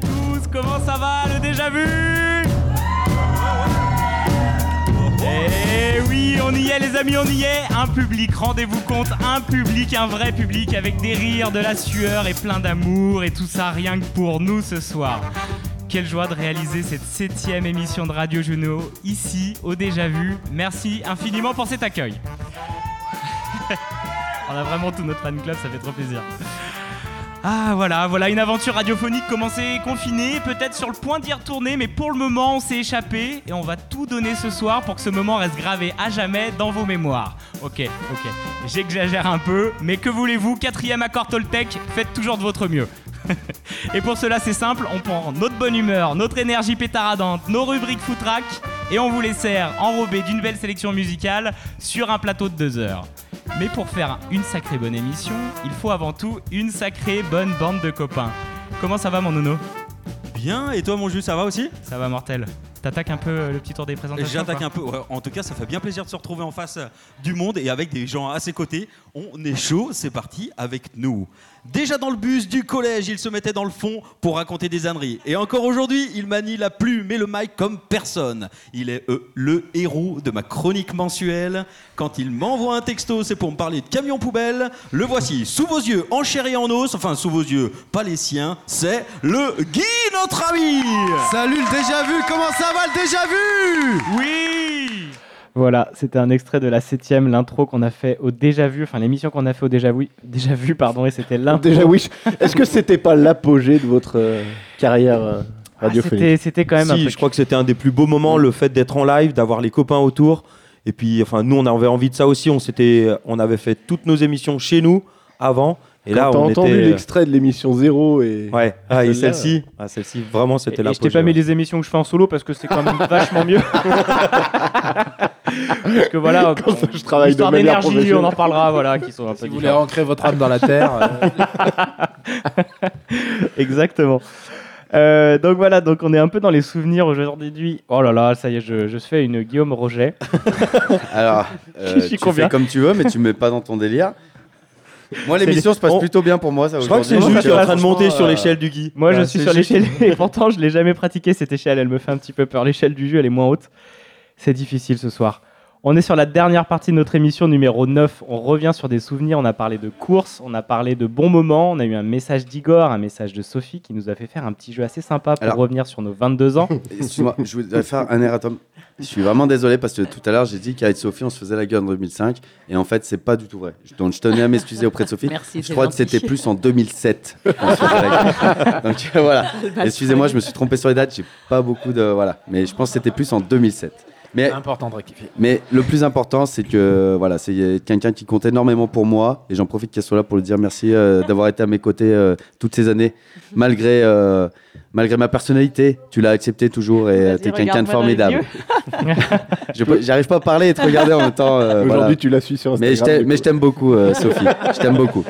Speaker 15: tous, comment ça va le déjà vu Eh oui, on y est les amis, on y est Un public, rendez-vous compte, un public, un vrai public avec des rires, de la sueur et plein d'amour et tout ça rien que pour nous ce soir. Quelle joie de réaliser cette septième émission de Radio Juno ici au Déjà Vu. Merci infiniment pour cet accueil. On a vraiment tout notre fan club, ça fait trop plaisir. Ah voilà, voilà une aventure radiophonique commencée confinée, peut-être sur le point d'y retourner, mais pour le moment on s'est échappé et on va tout donner ce soir pour que ce moment reste gravé à jamais dans vos mémoires. Ok, ok, j'exagère un peu, mais que voulez-vous, quatrième accord Toltec, faites toujours de votre mieux. et pour cela c'est simple, on prend notre bonne humeur, notre énergie pétaradante, nos rubriques foutrac et on vous les sert enrobés d'une belle sélection musicale sur un plateau de deux heures. Mais pour faire une sacrée bonne émission, il faut avant tout une sacrée bonne bande de copains. Comment ça va mon nono
Speaker 5: Bien, et toi mon jus, ça va aussi
Speaker 15: Ça va mortel. T'attaques un peu euh, le petit tour des présentations
Speaker 5: J'attaque
Speaker 15: quoi
Speaker 5: un peu. Ouais, en tout cas, ça fait bien plaisir de se retrouver en face euh, du monde et avec des gens à ses côtés. On est chaud, c'est parti avec nous. Déjà dans le bus du collège, il se mettait dans le fond pour raconter des âneries. Et encore aujourd'hui, il manie la plume et le mic comme personne. Il est euh, le héros de ma chronique mensuelle. Quand il m'envoie un texto, c'est pour me parler de camion poubelle. Le voici, sous vos yeux, en chair et en os. Enfin, sous vos yeux, pas les siens. C'est le Guy, notre ami
Speaker 13: Salut le déjà vu, comment ça va le déjà vu
Speaker 15: Oui
Speaker 7: Voilà, c'était un extrait de la septième, l'intro qu'on a fait au déjà vu, enfin l'émission qu'on a fait au déjà vu, déjà vu pardon, et c'était l'intro.
Speaker 19: Déjà, oui. je- Est-ce que c'était pas l'apogée de votre euh, carrière euh,
Speaker 20: Ah,
Speaker 19: radiophonique
Speaker 7: Ah, c'était- c'était quand même
Speaker 6: Si,
Speaker 7: un truc.
Speaker 6: je crois que c'était un des plus beaux moments, le fait d'être en live, d'avoir les copains autour. Et puis, enfin, nous, on avait envie de ça aussi. On s'était, on avait fait toutes nos émissions chez nous avant. Et
Speaker 19: Quand
Speaker 6: là,
Speaker 19: t'as
Speaker 6: on
Speaker 19: entendu
Speaker 6: était. euh,
Speaker 19: l'extrait de l'émission zéro et
Speaker 6: Ouais. Ah, et
Speaker 19: Celle-là,
Speaker 6: celle-ci, ah, celle-ci, vraiment, c'était
Speaker 7: Et-
Speaker 6: la.
Speaker 7: et je t'ai pas mis les émissions que je fais en solo parce que c'est quand même vachement mieux. parce que voilà,
Speaker 9: Quand
Speaker 7: on-
Speaker 9: je travaille de
Speaker 7: l'histoire
Speaker 9: manière
Speaker 7: d'énergie,
Speaker 9: professionnelle.
Speaker 7: on en parlera, voilà, qui sont un peu
Speaker 9: Si vous voulez
Speaker 7: différents.
Speaker 9: ancrer votre âme dans la terre, euh,
Speaker 7: Exactement. Euh, donc voilà, donc on est un peu dans les souvenirs aujourd'hui. Oh là là, ça y est, je, je fais une Guillaume Roget.
Speaker 8: Alors, euh,
Speaker 7: Je suis
Speaker 8: tu
Speaker 7: combien
Speaker 8: fais comme tu veux, mais tu me mets pas dans ton délire. Moi,
Speaker 7: C'est
Speaker 8: l'émission
Speaker 7: les-
Speaker 8: se passe
Speaker 7: on-
Speaker 8: plutôt bien pour moi. Ça,
Speaker 7: Moi,
Speaker 8: aujourd'hui.
Speaker 7: ça passe, franchement, euh, Moi,
Speaker 8: Bah,
Speaker 7: je suis
Speaker 8: c'est
Speaker 7: sur
Speaker 8: juste-
Speaker 7: l'échelle et pourtant, je l'ai jamais pratiqué cette échelle. Elle me fait un petit peu peur. L'échelle du jeu, elle est moins haute. C'est difficile ce soir. On est sur la dernière partie de notre émission numéro 9. On revient sur des souvenirs. On a parlé de courses, on a parlé de bons moments. On a eu un message d'Igor, un message de Sophie qui nous a fait faire un petit jeu assez sympa pour
Speaker 8: Alors-
Speaker 7: revenir sur nos 22 ans.
Speaker 8: Excuse-moi, je voudrais faire un erratum. Je suis vraiment désolé parce que tout à l'heure, j'ai dit qu'avec Sophie, on se faisait la gueule en 2005. Et en fait, c'est pas du tout vrai. Donc, je tenais à m'excuser auprès de Sophie.
Speaker 24: Merci,
Speaker 8: je
Speaker 24: c'est
Speaker 8: crois
Speaker 24: gentil.
Speaker 8: que c'était plus en 2007. qu'on se faisait la gueule. Donc, euh, voilà. Excusez-moi, je me suis trompé sur les dates. J'ai pas beaucoup de. Voilà. Mais je pense que c'était plus en 2007. Mais,
Speaker 9: important de rectifier.
Speaker 8: mais le plus important, c'est que voilà, c'est quelqu'un qui compte énormément pour moi. Et j'en profite qu'elle soit là pour lui dire merci euh, d'avoir été à mes côtés euh, toutes ces années, malgré, euh, malgré ma personnalité. Tu l'as accepté toujours et tu es quelqu'un de
Speaker 24: regarde-moi dans les
Speaker 8: formidable. Je peux- J'arrive pas à parler et te regarder en même temps. euh,
Speaker 19: Aujourd'hui,
Speaker 8: voilà.
Speaker 19: tu la suis sur Instagram,
Speaker 8: Mais je t'aime-
Speaker 19: du
Speaker 8: Mais
Speaker 19: coup.
Speaker 8: je t'aime beaucoup, euh, Sophie. je t'aime beaucoup.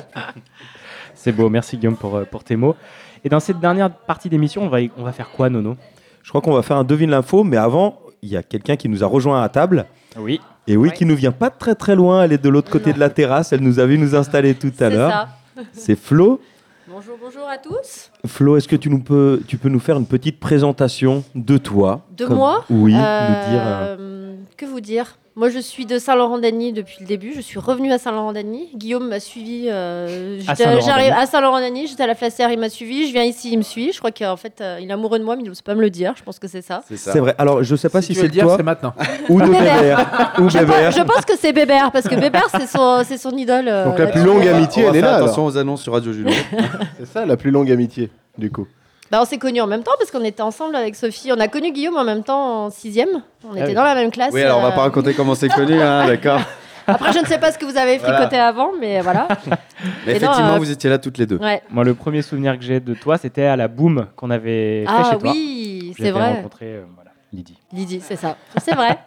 Speaker 7: C'est beau, merci Guillaume pour, euh, pour tes mots. Et dans cette dernière partie d'émission, on va, on va faire quoi, Nono
Speaker 6: Je crois qu'on va faire un devine l'info, mais avant, il y a quelqu'un qui nous a rejoint à table.
Speaker 7: Oui.
Speaker 6: Et oui, qui nous vient pas de très très loin. Elle est de l'autre côté de la terrasse. Elle nous a vu nous installer tout à
Speaker 25: C'est
Speaker 6: l'heure.
Speaker 25: ça.
Speaker 6: C'est Flo.
Speaker 25: Bonjour, bonjour à tous.
Speaker 6: Flo, est-ce que tu nous peux, tu peux nous faire une petite présentation de toi
Speaker 25: De
Speaker 6: Comme-
Speaker 25: moi
Speaker 6: Oui.
Speaker 25: euh,
Speaker 6: Nous dire. euh,
Speaker 25: Que vous dire Moi, je suis de Saint-Laurent-d'Agny depuis le début. Je suis revenue à Saint-Laurent-d'Agny. Guillaume m'a suivi. euh,
Speaker 6: À
Speaker 25: j'étais-
Speaker 6: Saint-Laurent-d'Agny.
Speaker 25: J'arrive à Saint-Laurent-d'Agny, j'étais à la Flacière, il m'a suivi. Je viens ici, il me suit. Je crois qu'en fait, euh, il est amoureux de moi, mais il n'ose pas me le dire. Je pense que c'est ça.
Speaker 6: C'est vrai. Alors, je sais pas si,
Speaker 25: tu veux
Speaker 6: c'est
Speaker 25: le dire,
Speaker 6: toi
Speaker 25: c'est
Speaker 9: maintenant.
Speaker 6: ou de
Speaker 25: Bébert.
Speaker 6: Bébert. ou
Speaker 25: Je,
Speaker 6: Bébert.
Speaker 25: pense, je pense que c'est Bébert, parce que Bébert, c'est son, c'est son idole. euh, là-dessus.
Speaker 8: On va
Speaker 19: elle est
Speaker 8: faire
Speaker 19: là,
Speaker 8: Attention
Speaker 19: alors.
Speaker 8: aux annonces sur Radio Juno.
Speaker 19: C'est ça la plus longue amitié, du coup.
Speaker 25: Bah, on s'est connus en même temps, parce qu'on était ensemble avec Sophie. On a connu Guillaume en même temps en sixième.
Speaker 6: Ah
Speaker 25: On était
Speaker 8: oui.
Speaker 25: dans la même classe.
Speaker 8: Oui, alors on va
Speaker 25: euh,
Speaker 8: pas raconter comment c'est connu, hein, d'accord.
Speaker 25: Après, je ne sais pas ce que vous avez
Speaker 8: Voilà.
Speaker 25: fricoté avant, mais voilà.
Speaker 8: Mais
Speaker 25: Et non,
Speaker 8: effectivement,
Speaker 25: euh,
Speaker 8: vous étiez là toutes les deux.
Speaker 25: Ouais.
Speaker 7: Moi, le premier souvenir que j'ai de toi, c'était à la boom qu'on avait fait
Speaker 25: Ah
Speaker 7: chez toi.
Speaker 25: oui,
Speaker 7: Je
Speaker 25: c'est
Speaker 7: l'avais
Speaker 25: vrai.
Speaker 7: rencontré, euh, voilà, Lydie.
Speaker 25: Lydie, c'est ça. C'est vrai.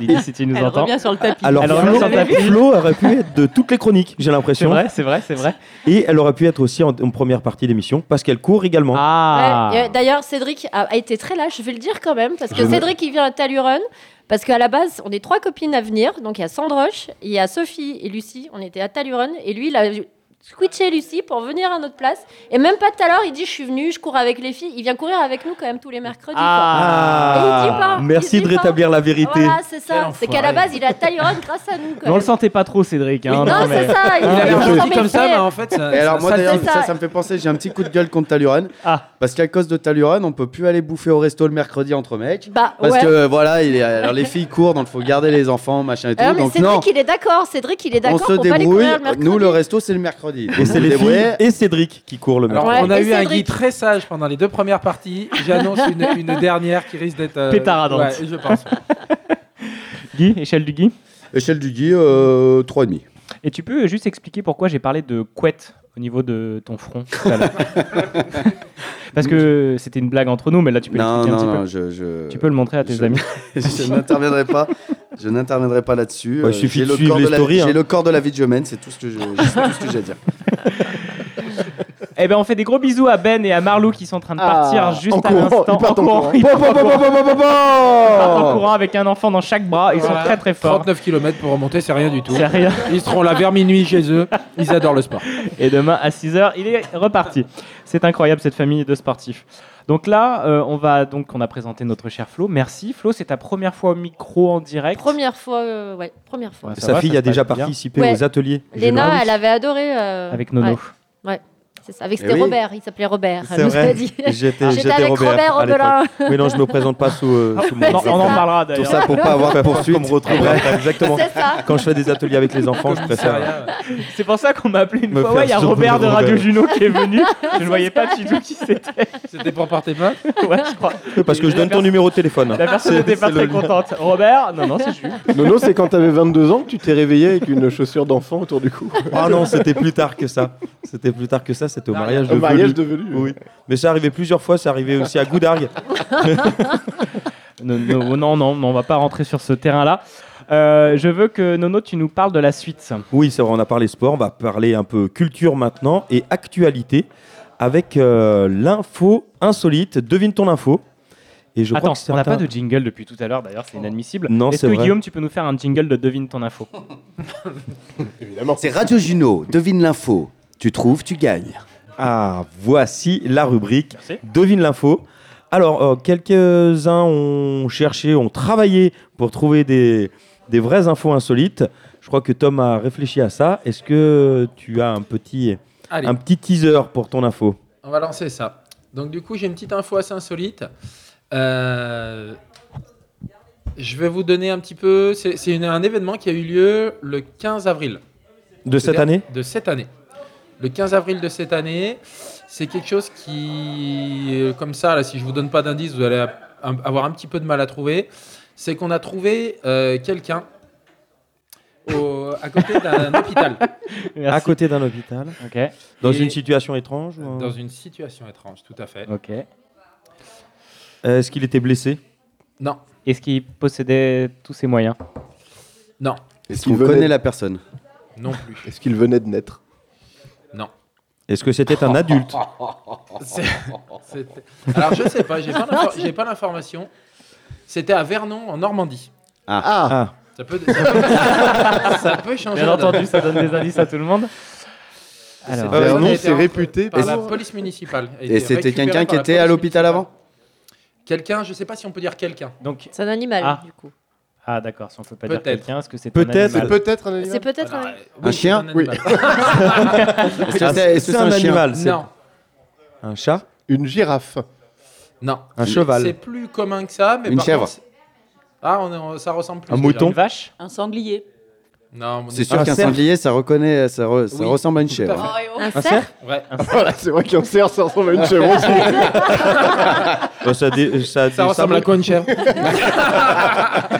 Speaker 7: Lydie, si tu nous
Speaker 25: Elle
Speaker 7: entends.
Speaker 25: revient sur le tapis.
Speaker 6: Alors,
Speaker 7: Elle revient
Speaker 6: Flo,
Speaker 7: sur le tapis.
Speaker 6: Flo aurait pu être de toutes les chroniques, j'ai l'impression.
Speaker 7: C'est vrai, c'est vrai, c'est vrai.
Speaker 6: Et elle aurait pu être aussi en, en première partie d'émission parce qu'elle court également.
Speaker 25: Ouais, et, euh, D'ailleurs, Cédric a, a été très lâche, je vais le dire quand même, parce que
Speaker 6: Ah. Je me-
Speaker 25: Cédric, il vient à Taluron, parce qu'à la base, on est trois copines à venir. Donc, il y a Sandroche, il y a Sophie et Lucie, on était à Taluron, et lui, il a squitcher Lucie pour venir à notre place. Et même pas tout à l'heure, il dit Je suis venu, je cours avec les filles. Il vient courir avec nous quand même tous les mercredis. quoi.
Speaker 6: Ah.
Speaker 25: Et il dit pas,
Speaker 6: Merci
Speaker 25: il
Speaker 6: de
Speaker 25: dit pas.
Speaker 6: rétablir la vérité.
Speaker 25: Voilà, c'est ça.
Speaker 6: Quel
Speaker 25: C'est qu'à la
Speaker 6: enfoiré.
Speaker 25: base, il a Tyron grâce à nous. Quand
Speaker 7: Mais on le
Speaker 25: même.
Speaker 7: sentait pas trop, Cédric. hein,
Speaker 9: Ah,
Speaker 25: non, c'est ça, il
Speaker 7: Hein,
Speaker 25: a l'air
Speaker 7: quelque chose.
Speaker 25: dit comme ça, mais en fait, ça-
Speaker 8: Et alors,
Speaker 25: ça-
Speaker 8: moi,
Speaker 25: ça-
Speaker 8: d'ailleurs,
Speaker 25: c'est
Speaker 8: ça,
Speaker 25: ça.
Speaker 8: ça me fait penser, j'ai un petit coup de gueule contre Taluran.
Speaker 9: Ah.
Speaker 8: Parce qu'à cause de Taluran, on peut plus aller bouffer au resto le mercredi entre mecs.
Speaker 25: Bah,
Speaker 8: parce
Speaker 25: ouais.
Speaker 8: que, voilà, il est- alors, les filles courent, donc faut garder les enfants, machin et tout.
Speaker 25: Alors, Ah, mais
Speaker 8: donc, non,
Speaker 25: Cédric, il est d'accord. Cédric, il est
Speaker 8: on
Speaker 25: d'accord
Speaker 8: se
Speaker 25: pour pas les
Speaker 8: débrouille.
Speaker 25: courir le mercredi.
Speaker 8: Nous, le resto, c'est le mercredi.
Speaker 6: Et c'est les filles et Cédric qui courent le
Speaker 9: Alors,
Speaker 6: mercredi.
Speaker 9: on a
Speaker 25: et
Speaker 9: eu un
Speaker 25: Cédric.
Speaker 9: Guy très sage pendant les deux premières parties. J'annonce une, une dernière qui risque d'être. euh,
Speaker 7: Pétaradante.
Speaker 9: ouais, je pense.
Speaker 7: Guy, échelle du Guy
Speaker 8: Échelle du Guy, euh, 3,5.
Speaker 7: Et tu peux juste expliquer pourquoi j'ai parlé de couette au niveau de ton front tout à l'heure Parce que c'était une blague entre nous, mais là tu peux
Speaker 8: Non,
Speaker 7: l'expliquer un
Speaker 8: non,
Speaker 7: petit
Speaker 8: non,
Speaker 7: peu.
Speaker 8: je- je-
Speaker 7: Tu peux le montrer à tes
Speaker 8: je-
Speaker 7: amis.
Speaker 8: je n'interviendrai pas. Je n'interviendrai pas là-dessus.
Speaker 6: Bah, il
Speaker 8: Euh,
Speaker 6: suffit
Speaker 8: j'ai
Speaker 6: de
Speaker 8: le
Speaker 6: suivre
Speaker 8: corps
Speaker 6: les
Speaker 8: de la-
Speaker 6: stories, hein.
Speaker 8: J'ai le corps de la vie que je mène, c'est tout ce que je- c'est tout ce que j'ai à dire.
Speaker 7: Eh ben on fait des gros bisous à Ben et à Marlou qui sont en train de partir
Speaker 19: Ah,
Speaker 7: juste
Speaker 19: en
Speaker 7: à
Speaker 19: courant,
Speaker 7: l'instant.
Speaker 19: ils partent en courant.
Speaker 7: ils partent
Speaker 19: Bon,
Speaker 7: en
Speaker 19: bon,
Speaker 7: courant.
Speaker 19: bon, bon, bon, bon, bon.
Speaker 7: Ils partent en courant avec un enfant dans chaque bras. Ils
Speaker 9: Voilà.
Speaker 7: sont très très forts.
Speaker 9: 39 km pour remonter, c'est rien du tout.
Speaker 7: C'est rien.
Speaker 9: Ils seront là vers minuit chez eux. Ils adorent le sport.
Speaker 7: Et demain à 6h, il est reparti. C'est incroyable cette famille de sportifs. Donc là, euh, on va donc on a présenté notre cher Flo. Merci Flo, c'est ta première fois au micro en direct.
Speaker 25: Première fois, euh, ouais, première fois.
Speaker 7: Ouais, ça
Speaker 6: Sa
Speaker 7: va,
Speaker 6: fille
Speaker 7: ça
Speaker 6: a
Speaker 7: se passe
Speaker 6: déjà
Speaker 7: bien.
Speaker 6: participé
Speaker 25: Ouais.
Speaker 6: aux ateliers.
Speaker 25: Léna,
Speaker 6: Ah
Speaker 25: elle
Speaker 6: oui.
Speaker 25: avait adoré. euh,
Speaker 6: Avec Nono.
Speaker 25: Ouais, Ouais, c'est ça. Avec
Speaker 6: Eh
Speaker 25: c'était
Speaker 6: oui.
Speaker 25: Robert, il s'appelait Robert.
Speaker 6: C'est
Speaker 25: elle nous
Speaker 6: vrai.
Speaker 25: l'a dit.
Speaker 6: J'étais j'étais
Speaker 25: Ah, avec Robert,
Speaker 6: à l'époque.
Speaker 25: Robelin.
Speaker 6: Oui, non, je me présente pas sous, euh, sous mon
Speaker 25: Ouais, c'est On en ça. parlera,
Speaker 6: Tout
Speaker 25: d'ailleurs.
Speaker 6: ça pour pas avoir
Speaker 25: Comme
Speaker 6: poursuite.
Speaker 7: retrouvera.
Speaker 6: Ouais, exactement.
Speaker 25: C'est ça.
Speaker 6: Quand je fais des ateliers avec les enfants, je préfère. euh,
Speaker 7: C'est pour ça qu'on m'a appelé une
Speaker 6: Me
Speaker 7: fois. Ouais, il y a
Speaker 6: faire
Speaker 7: Robert de
Speaker 6: surnommer
Speaker 7: Radio
Speaker 6: Robert.
Speaker 7: Juno qui est venu. Je ne
Speaker 25: Ça,
Speaker 7: voyais
Speaker 25: c'est
Speaker 7: pas
Speaker 25: vrai.
Speaker 7: du tout qui c'était.
Speaker 9: C'était pour porter plainte
Speaker 7: Ouais, je crois.
Speaker 6: Parce que je donne ton numéro de téléphone.
Speaker 7: La personne
Speaker 6: C'est-
Speaker 7: n'était pas
Speaker 6: c'est
Speaker 7: très
Speaker 6: le lien.
Speaker 7: contente. Robert Non, non, c'est Jules.
Speaker 19: Nono, c'est quand t'avais 22 ans que tu t'es réveillé avec une chaussure d'enfant autour du cou.
Speaker 6: Ah non, c'était plus tard que ça. C'était plus tard que ça, c'était au mariage de
Speaker 19: Au mariage
Speaker 6: Velu. Oui. Mais ça arrivait plusieurs fois, ça arrivait aussi à Goudargue.
Speaker 7: Non, non, non, non, on va pas rentrer sur ce terrain-là. Euh, je veux que Nono, tu nous parles de la suite.
Speaker 6: Oui, c'est vrai, on a parlé sport, on va parler un peu culture maintenant et actualité avec euh, l'info insolite. Devine ton info. Et je
Speaker 7: Attends,
Speaker 6: crois que
Speaker 7: on n'a
Speaker 6: certains-
Speaker 7: pas de jingle depuis tout à l'heure, d'ailleurs, c'est inadmissible.
Speaker 6: Non,
Speaker 7: Est-ce
Speaker 6: c'est
Speaker 7: que
Speaker 6: vrai.
Speaker 7: Guillaume, tu peux nous faire un jingle de Devine ton info
Speaker 8: C'est Radio Juno, devine l'info. Tu trouves, tu gagnes.
Speaker 6: Ah, voici la rubrique
Speaker 8: Merci.
Speaker 6: Devine l'info. Alors, euh, quelques-uns ont cherché, ont travaillé pour trouver des, des vraies infos insolites. Je crois que Tom a réfléchi à ça. Est-ce que tu as un petit,
Speaker 9: Allez.
Speaker 6: un petit teaser pour ton info
Speaker 9: On va lancer ça. Donc du coup, j'ai une petite info assez insolite. Euh, je vais vous donner un petit peu. C'est c'est une- un événement qui a eu lieu le 15 avril.
Speaker 6: De cette
Speaker 9: C'est-à-dire-
Speaker 6: année
Speaker 9: De cette année. Le 15 avril de cette année, c'est quelque chose qui, euh, comme ça, là, si je vous donne pas d'indice, vous allez a- un- avoir un petit peu de mal à trouver. C'est qu'on a trouvé euh, quelqu'un au- à côté d'un hôpital.
Speaker 6: À côté d'un hôpital.
Speaker 7: Ok.
Speaker 6: Dans
Speaker 9: Et-
Speaker 6: une situation étrange ou un-
Speaker 9: Dans une situation étrange, tout à fait.
Speaker 7: Ok.
Speaker 6: Euh, Est-ce qu'il était blessé
Speaker 9: Non.
Speaker 7: Est-ce qu'il possédait tous ses moyens
Speaker 9: Non.
Speaker 19: Est-ce
Speaker 8: qu'on
Speaker 19: qu'il venait-
Speaker 8: connaît la personne
Speaker 9: Non plus.
Speaker 19: Est-ce qu'il venait de naître
Speaker 9: Non.
Speaker 6: Est-ce que c'était un adulte
Speaker 9: C'est- c'était- Alors je sais pas, j'ai pas, l'infor- j'ai pas l'information. C'était à Vernon en Normandie.
Speaker 6: Ah.
Speaker 9: Ça peut, ça peut- ça peut changer.
Speaker 7: Bien
Speaker 9: la donne.
Speaker 7: entendu, ça donne des indices à tout le monde. Alors,
Speaker 9: Cette personne
Speaker 8: Vernon, Euh,
Speaker 9: a été
Speaker 8: Ah, c'est
Speaker 9: en-
Speaker 8: réputé
Speaker 9: par
Speaker 8: pour-
Speaker 9: la police municipale. A été
Speaker 8: Et c'était
Speaker 9: récupérée
Speaker 8: quelqu'un
Speaker 9: par
Speaker 8: qui
Speaker 9: la
Speaker 8: était à
Speaker 9: police
Speaker 8: l'hôpital avant
Speaker 9: municipale. Quelqu'un, je sais pas si on peut dire quelqu'un.
Speaker 7: Donc
Speaker 25: C'est un animal,
Speaker 7: Ah.
Speaker 25: du coup.
Speaker 7: Ah d'accord, si on peut pas
Speaker 9: Peut-être.
Speaker 7: dire quelqu'un, est-ce que c'est
Speaker 6: Peut-être,
Speaker 7: un animal
Speaker 6: c'est
Speaker 25: peut-être un animal. C'est peut-être un-
Speaker 8: Un chien
Speaker 9: Oui.
Speaker 8: Est-ce que c'est- est-ce que c'est un chien
Speaker 6: c'est-
Speaker 9: Non.
Speaker 6: Un chat
Speaker 19: Une girafe.
Speaker 9: Non.
Speaker 6: Un cheval.
Speaker 9: C'est plus commun que ça, mais
Speaker 6: Une
Speaker 9: par
Speaker 6: chèvre.
Speaker 9: contre- ah, on est- on- ça ressemble plus.
Speaker 6: Un
Speaker 9: déjà.
Speaker 6: mouton. Une
Speaker 7: vache.
Speaker 1: Un sanglier.
Speaker 9: Non, mon
Speaker 8: C'est
Speaker 9: Dieu.
Speaker 8: sûr qu'un sanglier, ça reconnaît, ça, re- ça
Speaker 9: Oui,
Speaker 8: ressemble à une
Speaker 9: tout
Speaker 8: chèvre. hein.
Speaker 9: à
Speaker 1: Un
Speaker 9: fait.
Speaker 1: Un cerf cerf
Speaker 9: Ouais.
Speaker 19: Voilà, c'est vrai qu'un cerf, ça ressemble à une chèvre aussi.
Speaker 6: Bah, ça, dé- ça, dé-
Speaker 9: Ça ressemble à quoi une chèvre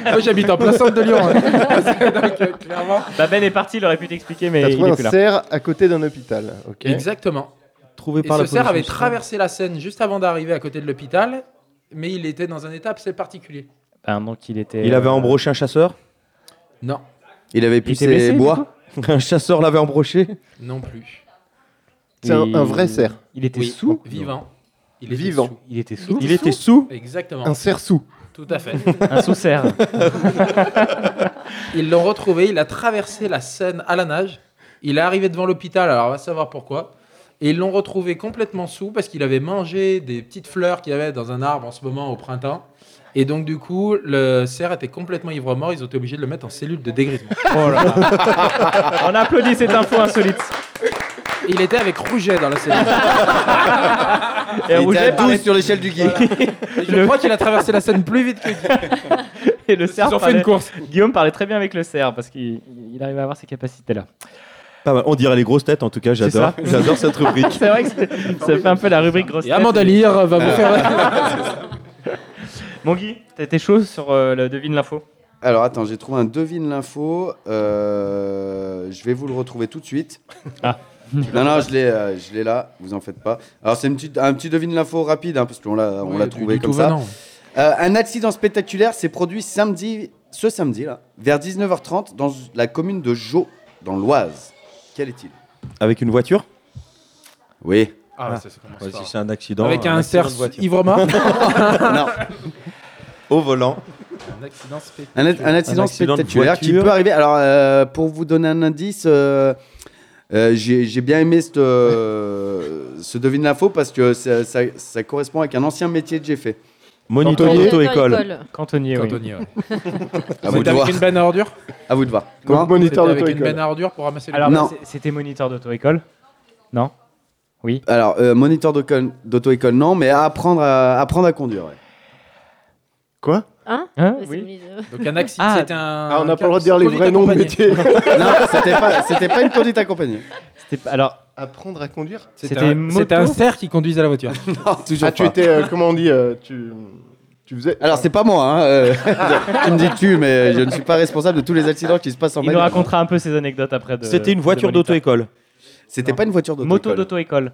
Speaker 9: Moi j'habite en plein centre de Lyon. hein. Donc, euh, clairement.
Speaker 7: Bah Ben est parti, il aurait pu t'expliquer, mais
Speaker 19: T'as
Speaker 7: il
Speaker 19: trouvé
Speaker 7: est
Speaker 19: un
Speaker 7: plus là.
Speaker 19: cerf à côté d'un hôpital. ok
Speaker 9: Exactement.
Speaker 6: Trouvé
Speaker 9: Et
Speaker 6: par
Speaker 9: ce
Speaker 6: la
Speaker 9: cerf
Speaker 6: police
Speaker 9: avait
Speaker 6: municipale.
Speaker 9: traversé la Seine juste avant d'arriver à côté de l'hôpital, mais il était dans un état assez particulier.
Speaker 7: Ben, donc il était.
Speaker 6: Il avait
Speaker 7: euh,
Speaker 6: embroché un chasseur
Speaker 9: Non.
Speaker 8: Il avait
Speaker 7: pu était blessé, ses du bois
Speaker 6: Un chasseur l'avait embroché
Speaker 9: Non plus.
Speaker 19: C'est un-
Speaker 7: il-
Speaker 19: un vrai cerf.
Speaker 7: Il était
Speaker 9: Oui, Oh,
Speaker 7: sous.
Speaker 9: Vivant. Il était
Speaker 19: Vivant.
Speaker 9: sous.
Speaker 7: Il était sous.
Speaker 6: Il était sous
Speaker 9: Exactement.
Speaker 19: Un cerf sous.
Speaker 9: Tout à fait.
Speaker 7: Un sous-cerf.
Speaker 9: Ils l'ont retrouvé, il a traversé la Seine à la nage. Il est arrivé devant l'hôpital, alors on va savoir pourquoi. Et ils l'ont retrouvé complètement sous parce qu'il avait mangé des petites fleurs qu'il y avait dans un arbre en ce moment au printemps. Et donc, du coup, le cerf était complètement ivre-mort. Ils ont été obligés de le mettre en cellule de dégrisement.
Speaker 7: Oh là là. On applaudit cette info insolite.
Speaker 9: Il était avec Rouget dans la cellule.
Speaker 7: Et Il Rouget était à douze parlait-
Speaker 9: sur l'échelle du guet. Je
Speaker 7: Le-
Speaker 9: crois qu'il a traversé la scène plus vite que
Speaker 7: Et le cerf
Speaker 9: ont fait
Speaker 7: parlait-
Speaker 9: une course.
Speaker 7: Guillaume parlait très bien avec le cerf parce qu'il il arrivait à avoir ses capacités-là.
Speaker 6: Pas mal. On dirait les grosses têtes, en tout cas,
Speaker 7: C'est
Speaker 6: j'adore.
Speaker 7: ça.
Speaker 6: J'adore cette rubrique.
Speaker 7: c'est vrai que c'est- ça fait un peu la rubrique grosse. Euh,
Speaker 9: Et Amanda Lear va vous
Speaker 7: Mon Guy, t'étais chaud sur euh, le devine l'info
Speaker 8: Alors attends, j'ai trouvé un devine l'info. Euh, je vais vous le retrouver tout de suite.
Speaker 7: Ah.
Speaker 8: Non, non, je l'ai, euh, je l'ai là, vous en faites pas. Alors c'est une petite, un petit devine l'info rapide, hein, parce qu'on l'a, on
Speaker 9: Oui,
Speaker 8: l'a
Speaker 9: du-
Speaker 8: trouvé
Speaker 9: du
Speaker 8: comme
Speaker 9: tout
Speaker 8: ça.
Speaker 9: venant.
Speaker 8: Euh, un accident spectaculaire s'est produit samedi, ce samedi là, vers 19h30 dans la commune de Jaux, dans l'Oise. Quel est-il
Speaker 6: Avec une voiture
Speaker 8: Oui.
Speaker 3: Ah, ouais, ça, ça commence
Speaker 6: Ouais,
Speaker 3: fort.
Speaker 6: si c'est un accident.
Speaker 9: Avec un
Speaker 6: accident
Speaker 9: cerf
Speaker 6: de voiture.
Speaker 9: ivre-mort
Speaker 8: Non.
Speaker 6: Au volant.
Speaker 9: Un accident
Speaker 8: Un,
Speaker 9: spectaculaire.
Speaker 8: un accident
Speaker 6: Un accident de
Speaker 8: spectaculaire qui
Speaker 6: voiture.
Speaker 8: peut arriver. Alors, euh, pour vous donner un indice, euh, euh, j'ai j'ai bien aimé cette, euh, ce devine l'info parce que ça, ça- ça correspond avec un ancien métier que j'ai fait.
Speaker 6: Moniteur Cantonnier. d'auto-école.
Speaker 7: Cantonnier, oui.
Speaker 9: Cantonnier, ouais.
Speaker 8: À
Speaker 9: Vous
Speaker 8: vous
Speaker 9: êtes
Speaker 8: de
Speaker 9: avec
Speaker 8: voir.
Speaker 9: une benne à ordures
Speaker 8: À vous de voir.
Speaker 9: Comment C'était avec une
Speaker 8: d'auto-école.
Speaker 9: benne à ordures pour ramasser les
Speaker 7: Alors,
Speaker 8: Non.
Speaker 7: c'est- c'était moniteur d'auto-école Non Oui.
Speaker 8: Alors, euh, moniteur d'auto- d'auto-école, non, mais apprendre à, apprendre à conduire.
Speaker 19: Quoi
Speaker 25: Hein
Speaker 7: Hein
Speaker 25: Mais c'est
Speaker 7: Oui.
Speaker 9: Donc un accident,
Speaker 7: Ah.
Speaker 9: c'était un.
Speaker 19: Ah, on n'a pas le droit de dire les vrais noms de métiers.
Speaker 8: non, c'était pas, c'était pas une conduite accompagnée.
Speaker 7: C'était pas- alors,
Speaker 19: Apprendre à conduire
Speaker 9: C'était un, c'était un cerf qui conduisait la voiture.
Speaker 19: Ah, tu
Speaker 8: pas.
Speaker 19: étais, euh, comment on dit euh, tu... tu faisais.
Speaker 8: Alors, c'est pas moi, hein, euh, tu me dis tu, mais je ne suis pas responsable de tous les accidents qui se passent en
Speaker 7: Il nous racontera un peu ses anecdotes après. de-
Speaker 6: C'était une
Speaker 7: de
Speaker 6: voiture
Speaker 7: moniteur.
Speaker 6: d'auto-école.
Speaker 8: C'était pas une voiture d'auto-école.
Speaker 7: Moto d'auto-école.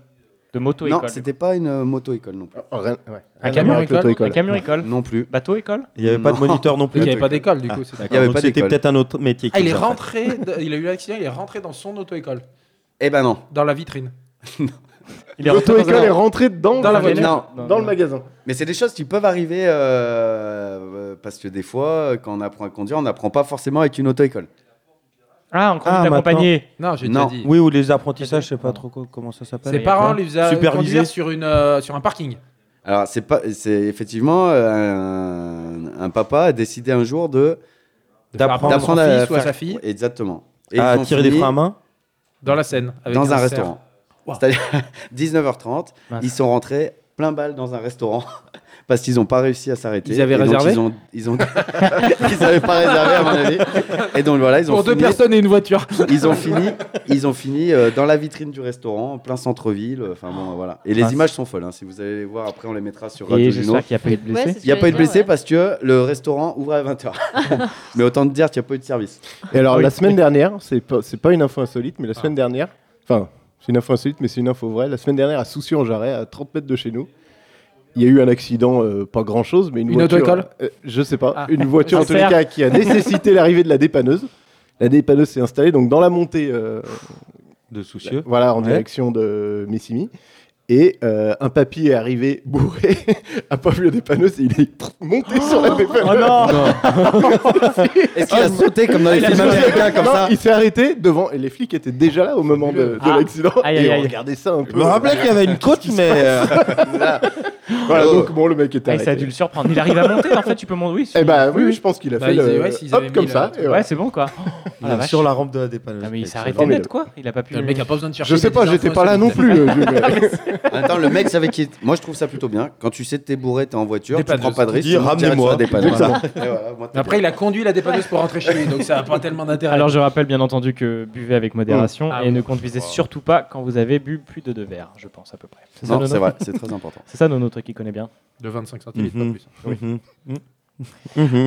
Speaker 7: De
Speaker 8: Non,
Speaker 7: moto-école.
Speaker 8: c'était pas une euh, moto-école non plus.
Speaker 7: Un camion
Speaker 19: avec
Speaker 7: école
Speaker 19: l'auto-école.
Speaker 7: Un camion école
Speaker 8: Non plus.
Speaker 7: Bateau école
Speaker 6: Il n'y avait pas de
Speaker 8: Non.
Speaker 6: moniteur non plus.
Speaker 9: Il y avait pas d'école, du coup,
Speaker 6: Ah,
Speaker 9: c'était-
Speaker 6: d'accord.
Speaker 8: Il y avait
Speaker 6: Donc
Speaker 8: pas
Speaker 6: C'était
Speaker 8: d'école.
Speaker 6: peut-être un autre métier.
Speaker 9: Ah, il est
Speaker 6: qu'ils ont fait.
Speaker 9: rentré, de- il a eu l'accident, il est rentré dans son auto-école,
Speaker 8: Eh ben non.
Speaker 9: dans la vitrine.
Speaker 7: Il est
Speaker 9: rentré
Speaker 19: L'auto-école
Speaker 9: dans un-
Speaker 19: est rentrée dedans
Speaker 9: Dans la
Speaker 19: vous avez
Speaker 9: voiture.
Speaker 19: l'air-
Speaker 8: Non.
Speaker 19: dans le magasin.
Speaker 8: Mais c'est des choses qui peuvent arriver euh, euh, parce que des fois, euh, quand on apprend à conduire, on n'apprend pas forcément avec une auto-école.
Speaker 7: Ah, on conduit
Speaker 6: Ah,
Speaker 7: d'accompagner.
Speaker 9: Non, j'ai
Speaker 8: Non.
Speaker 9: déjà dit.
Speaker 6: Oui, ou les apprentissages, je sais pas trop co- comment ça s'appelle. Hein
Speaker 9: Ses parents lui faisaient
Speaker 6: Supervisé.
Speaker 9: conduire sur, une, euh, sur un parking.
Speaker 8: Alors, c'est pas, c'est effectivement euh, un, un papa a décidé un jour de
Speaker 9: D'apprendre à son fils ou à sa fille
Speaker 8: Exactement.
Speaker 6: À
Speaker 8: ils ont
Speaker 6: tirer des
Speaker 8: fini
Speaker 6: freins à main
Speaker 9: dans la Seine. avec
Speaker 8: dans un,
Speaker 9: cerf.
Speaker 8: restaurant. C'est-à-dire 19h30, ils sont rentrés plein balle dans un restaurant parce qu'ils n'ont pas réussi à s'arrêter.
Speaker 9: Ils avaient
Speaker 8: Et donc,
Speaker 9: réservé
Speaker 8: Ils ont, ils ont, ils avaient pas réservé à mon avis. Et donc voilà, ils ont
Speaker 9: Pour deux
Speaker 8: fini-
Speaker 9: personnes et une voiture.
Speaker 8: Ils ont fini, ils ont fini euh, dans la vitrine du restaurant, en plein centre-ville. Enfin bon, voilà. Et les
Speaker 7: Mince.
Speaker 8: images sont folles. hein. Si vous allez les voir, après on les mettra sur
Speaker 7: Et
Speaker 8: Radio Juno.
Speaker 7: j'espère qu'il n'y a pas eu de blessé.
Speaker 25: Ouais, c'est ce
Speaker 8: Il n'y a
Speaker 25: que
Speaker 8: pas eu
Speaker 25: j'allais
Speaker 8: de
Speaker 25: dire,
Speaker 8: blessé
Speaker 25: ouais.
Speaker 8: parce que le restaurant ouvre à 20h. Mais autant te dire qu'il n'y a pas eu de service.
Speaker 19: Et alors,
Speaker 8: Oui.
Speaker 19: la semaine dernière, c'est pas, c'est pas une info insolite, mais la semaine dernière, enfin, c'est une info insolite, mais c'est une info vraie. La semaine dernière, à Soucy-en-Jarret, à 30 mètres de chez nous, il y a eu un accident, euh, pas grand chose, mais une,
Speaker 9: Une
Speaker 19: voiture.
Speaker 9: auto-école
Speaker 19: euh, Je sais pas.
Speaker 9: Ah.
Speaker 19: Une voiture,
Speaker 7: Un
Speaker 19: en tous les
Speaker 7: cerf.
Speaker 19: cas, qui a nécessité l'arrivée de la dépanneuse. La dépanneuse s'est installée, donc dans la montée. euh,
Speaker 6: De soucieux.
Speaker 19: Voilà, en
Speaker 6: Ouais.
Speaker 19: direction de Messimi. Et euh, un papy est arrivé bourré, a pas vu la dépanneuse et il est monté sur la dépanneuse.
Speaker 7: Oh non
Speaker 8: Est-ce qu'il a sauté comme dans les films américains comme
Speaker 19: Non,
Speaker 8: ça
Speaker 19: il s'est arrêté devant et les flics étaient déjà là au moment de, de
Speaker 7: Ah.
Speaker 19: l'accident
Speaker 7: Aïe,
Speaker 19: et
Speaker 7: aïe,
Speaker 19: on
Speaker 7: aïe.
Speaker 19: regardait ça un
Speaker 6: Je
Speaker 19: peu.
Speaker 6: me rappelais qu'il y avait une crotte, mais. euh,
Speaker 19: Voilà,
Speaker 8: Oh.
Speaker 19: donc bon, le mec était
Speaker 7: Ah, ça a dû
Speaker 19: arrêté.
Speaker 7: le surprendre. Il arrive à monter, en fait, tu peux monter. Oui,
Speaker 19: Eh bah oui,
Speaker 7: oui,
Speaker 19: je pense qu'il a
Speaker 9: Bah,
Speaker 19: fait
Speaker 9: ils-
Speaker 19: le
Speaker 9: ouais, s'ils avaient
Speaker 19: hop
Speaker 9: mis
Speaker 19: comme
Speaker 9: le-
Speaker 19: ça. et
Speaker 7: Ouais,
Speaker 19: voilà.
Speaker 7: c'est bon, quoi. Ah, la vache.
Speaker 6: sur la rampe de la dépanneuse.
Speaker 7: Ah, mais il s'est arrêté
Speaker 19: formidable.
Speaker 7: net, quoi. Il a pas
Speaker 8: euh,
Speaker 7: pu.
Speaker 9: Le mec a pas besoin de chercher.
Speaker 19: Je sais
Speaker 9: des
Speaker 19: pas,
Speaker 9: infos
Speaker 19: j'étais pas là non
Speaker 9: insolites.
Speaker 19: plus. euh, Jules,
Speaker 8: Ah,
Speaker 6: Ah,
Speaker 19: mais-
Speaker 8: Attends, le mec savait qui. Moi, je trouve ça plutôt bien. Quand tu sais que t'es bourré, t'es en voiture, tu
Speaker 9: Dépanneuse.
Speaker 8: prends pas de
Speaker 6: Tu
Speaker 8: risque.
Speaker 6: dis, ramenez-moi.
Speaker 9: Mais Après, il a conduit la dépanneuse pour rentrer chez lui, donc ça n'a pas tellement d'intérêt.
Speaker 7: Alors, je rappelle bien entendu que buvez avec modération
Speaker 9: Ah
Speaker 7: et
Speaker 9: oui.
Speaker 7: ne conduisez surtout pas quand vous avez bu plus de deux verres, je pense, à peu près. C'est ça,
Speaker 8: Non,
Speaker 7: Nono
Speaker 8: c'est vrai, c'est très important.
Speaker 7: C'est ça, Nono, truc qui connaît bien.
Speaker 3: De 25 centilitres,
Speaker 6: Mhm.
Speaker 3: pas plus.
Speaker 6: Mhm.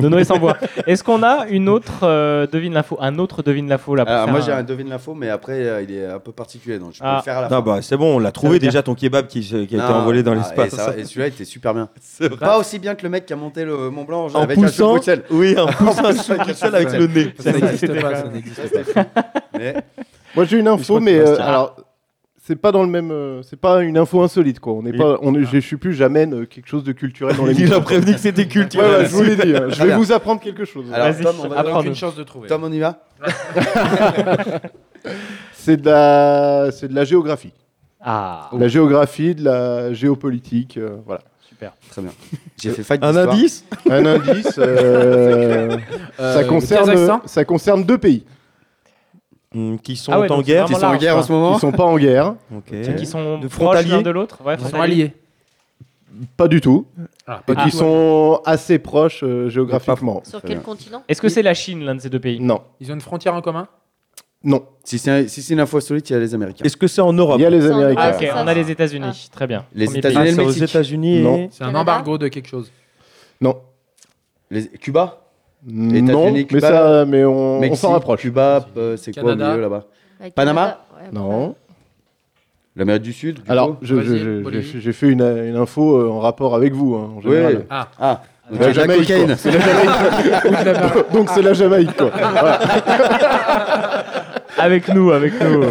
Speaker 7: Nono est sans voix. Est-ce qu'on a une autre euh, devine l'info Un autre devine l'info là pour
Speaker 8: Alors,
Speaker 7: faire
Speaker 8: Ah, moi, j'ai
Speaker 7: un-
Speaker 8: un devine l'info, mais après, euh, il est un peu particulier, donc je peux
Speaker 7: Ah.
Speaker 8: le faire à la fin.
Speaker 6: Non, bah c'est bon, on l'a
Speaker 7: veut
Speaker 6: trouvé
Speaker 7: dire-
Speaker 6: déjà ton kebab qui, se- qui a été
Speaker 8: Non,
Speaker 6: envolé dans
Speaker 8: ah,
Speaker 6: l'espace.
Speaker 8: Et, ça- et celui-là était super bien.
Speaker 6: C'est vrai.
Speaker 8: Pas aussi bien que le mec qui a monté le Mont Blanc
Speaker 6: En
Speaker 8: avec
Speaker 6: poussant,
Speaker 8: un chou de Bruxelles.
Speaker 6: oui, en poussant un chou de Bruxelles avec le nez.
Speaker 9: Ça n'existe
Speaker 7: C'était
Speaker 9: pas,
Speaker 7: pas-
Speaker 9: ça n'existe pas.
Speaker 8: Mais
Speaker 19: Moi, j'ai une
Speaker 6: crois
Speaker 19: info,
Speaker 6: que
Speaker 19: mais euh,
Speaker 6: Bastien-
Speaker 19: alors c'est pas dans le même, euh, c'est pas une info insolite quoi. On n'est
Speaker 6: Il-
Speaker 19: pas, on est, je suis plus jamais euh, quelque chose de culturel dans les.
Speaker 6: Il a prévenu que c'était
Speaker 19: Ouais,
Speaker 6: culturel.
Speaker 19: ouais, je vous l'ai dit. hein. Je vais
Speaker 8: bien.
Speaker 19: vous apprendre quelque chose.
Speaker 8: Alors,
Speaker 7: Vas-y,
Speaker 8: Tom, on va-
Speaker 7: apprends-nous.
Speaker 3: Aucune chance de trouver.
Speaker 8: Tom, on y va
Speaker 19: C'est de la, c'est de la géographie.
Speaker 7: Ah.
Speaker 19: De La géographie, de la géopolitique, euh, voilà.
Speaker 7: Super.
Speaker 8: Très bien. J'ai fait fac
Speaker 19: Un
Speaker 8: d'histoire.
Speaker 19: indice Un indice. euh,
Speaker 8: C'est clair.
Speaker 19: ça,
Speaker 8: Euh,
Speaker 19: concerne,
Speaker 8: Kazakhstan
Speaker 19: ça concerne deux pays.
Speaker 6: qui sont Ah ouais, en donc c'est guerre.
Speaker 19: Qui
Speaker 6: vraiment
Speaker 19: sont en
Speaker 6: large,
Speaker 19: guerre en
Speaker 6: quoi.
Speaker 19: ce moment. Qui sont pas en guerre.
Speaker 6: Ok.
Speaker 7: C'est qui sont
Speaker 6: De
Speaker 7: proches l'un
Speaker 6: frontaliers
Speaker 7: de l'autre Ouais,
Speaker 6: Ils sont
Speaker 7: frontaliers.
Speaker 6: alliés.
Speaker 19: Pas du tout.
Speaker 7: Ah, pas
Speaker 19: et
Speaker 7: du
Speaker 19: qui
Speaker 7: tout.
Speaker 19: sont assez proches euh, géographiquement.
Speaker 7: Sur
Speaker 8: quel
Speaker 23: continent
Speaker 7: Est-ce que c'est la Chine, l'un de ces deux pays
Speaker 19: Non.
Speaker 23: Ils ont une frontière en commun
Speaker 19: Non.
Speaker 8: Si c'est un- si c'est une info solide, il y a les Américains.
Speaker 6: Est-ce que c'est en Europe
Speaker 19: Il y a les
Speaker 8: Américains.
Speaker 7: Ah, ok, on a les États-Unis. Très bien.
Speaker 8: Les
Speaker 7: Premier
Speaker 8: États-Unis
Speaker 7: pays.
Speaker 8: et le Mexique. Non.
Speaker 3: Ah, C'est un embargo de quelque chose.
Speaker 19: Non.
Speaker 8: Les... Cuba
Speaker 19: Non,
Speaker 8: États-Unis,
Speaker 19: mais,
Speaker 8: Cuba,
Speaker 19: ça, mais on, on
Speaker 8: Mexique,
Speaker 19: s'en rapproche.
Speaker 8: Cuba, euh, c'est quoi au
Speaker 19: Canada.
Speaker 8: milieu là-bas
Speaker 19: Bah,
Speaker 8: Panama
Speaker 19: Non.
Speaker 8: L'Amérique du Sud du
Speaker 19: Alors,
Speaker 8: coup
Speaker 19: je- je-
Speaker 8: Brésil,
Speaker 19: je-
Speaker 8: Bolivie.
Speaker 19: j'ai j'ai fait une, une info euh, en rapport avec vous, hein, en
Speaker 8: Oui.
Speaker 19: général.
Speaker 8: Ah. Ah.
Speaker 19: C'est la Jamaïque, quoi. C'est la Jamaïque. Donc- Donc c'est la Jamaïque, quoi. Voilà.
Speaker 7: Avec nous, avec nous.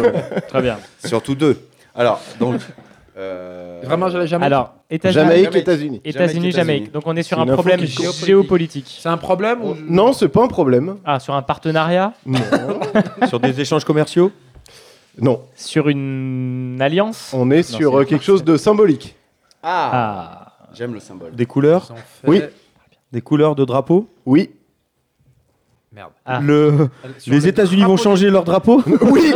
Speaker 7: Très bien.
Speaker 8: Surtout deux. Alors, donc. euh,
Speaker 3: Vraiment, je l'ai jamais.
Speaker 7: Alors, États-Unis. États-Unis, Jamaïque. Donc on est sur
Speaker 19: C'est
Speaker 7: un
Speaker 19: une info
Speaker 7: problème
Speaker 19: qui compte.
Speaker 7: géopolitique.
Speaker 3: C'est un problème ou
Speaker 19: Non, c'est pas un problème.
Speaker 7: Ah, sur un partenariat
Speaker 19: Mmh.
Speaker 6: Sur des échanges commerciaux
Speaker 19: Non.
Speaker 7: Sur une alliance
Speaker 19: On est
Speaker 7: Non,
Speaker 19: sur
Speaker 7: c'est
Speaker 19: euh, quelque chose de symbolique.
Speaker 8: Ah. J'aime le symbole.
Speaker 6: Des couleurs
Speaker 19: Oui.
Speaker 6: Des couleurs de drapeau
Speaker 19: Oui.
Speaker 3: Merde.
Speaker 8: Ah.
Speaker 6: Le...
Speaker 3: Sur
Speaker 6: Les
Speaker 3: le
Speaker 6: États-Unis vont changer leur drapeau
Speaker 19: Oui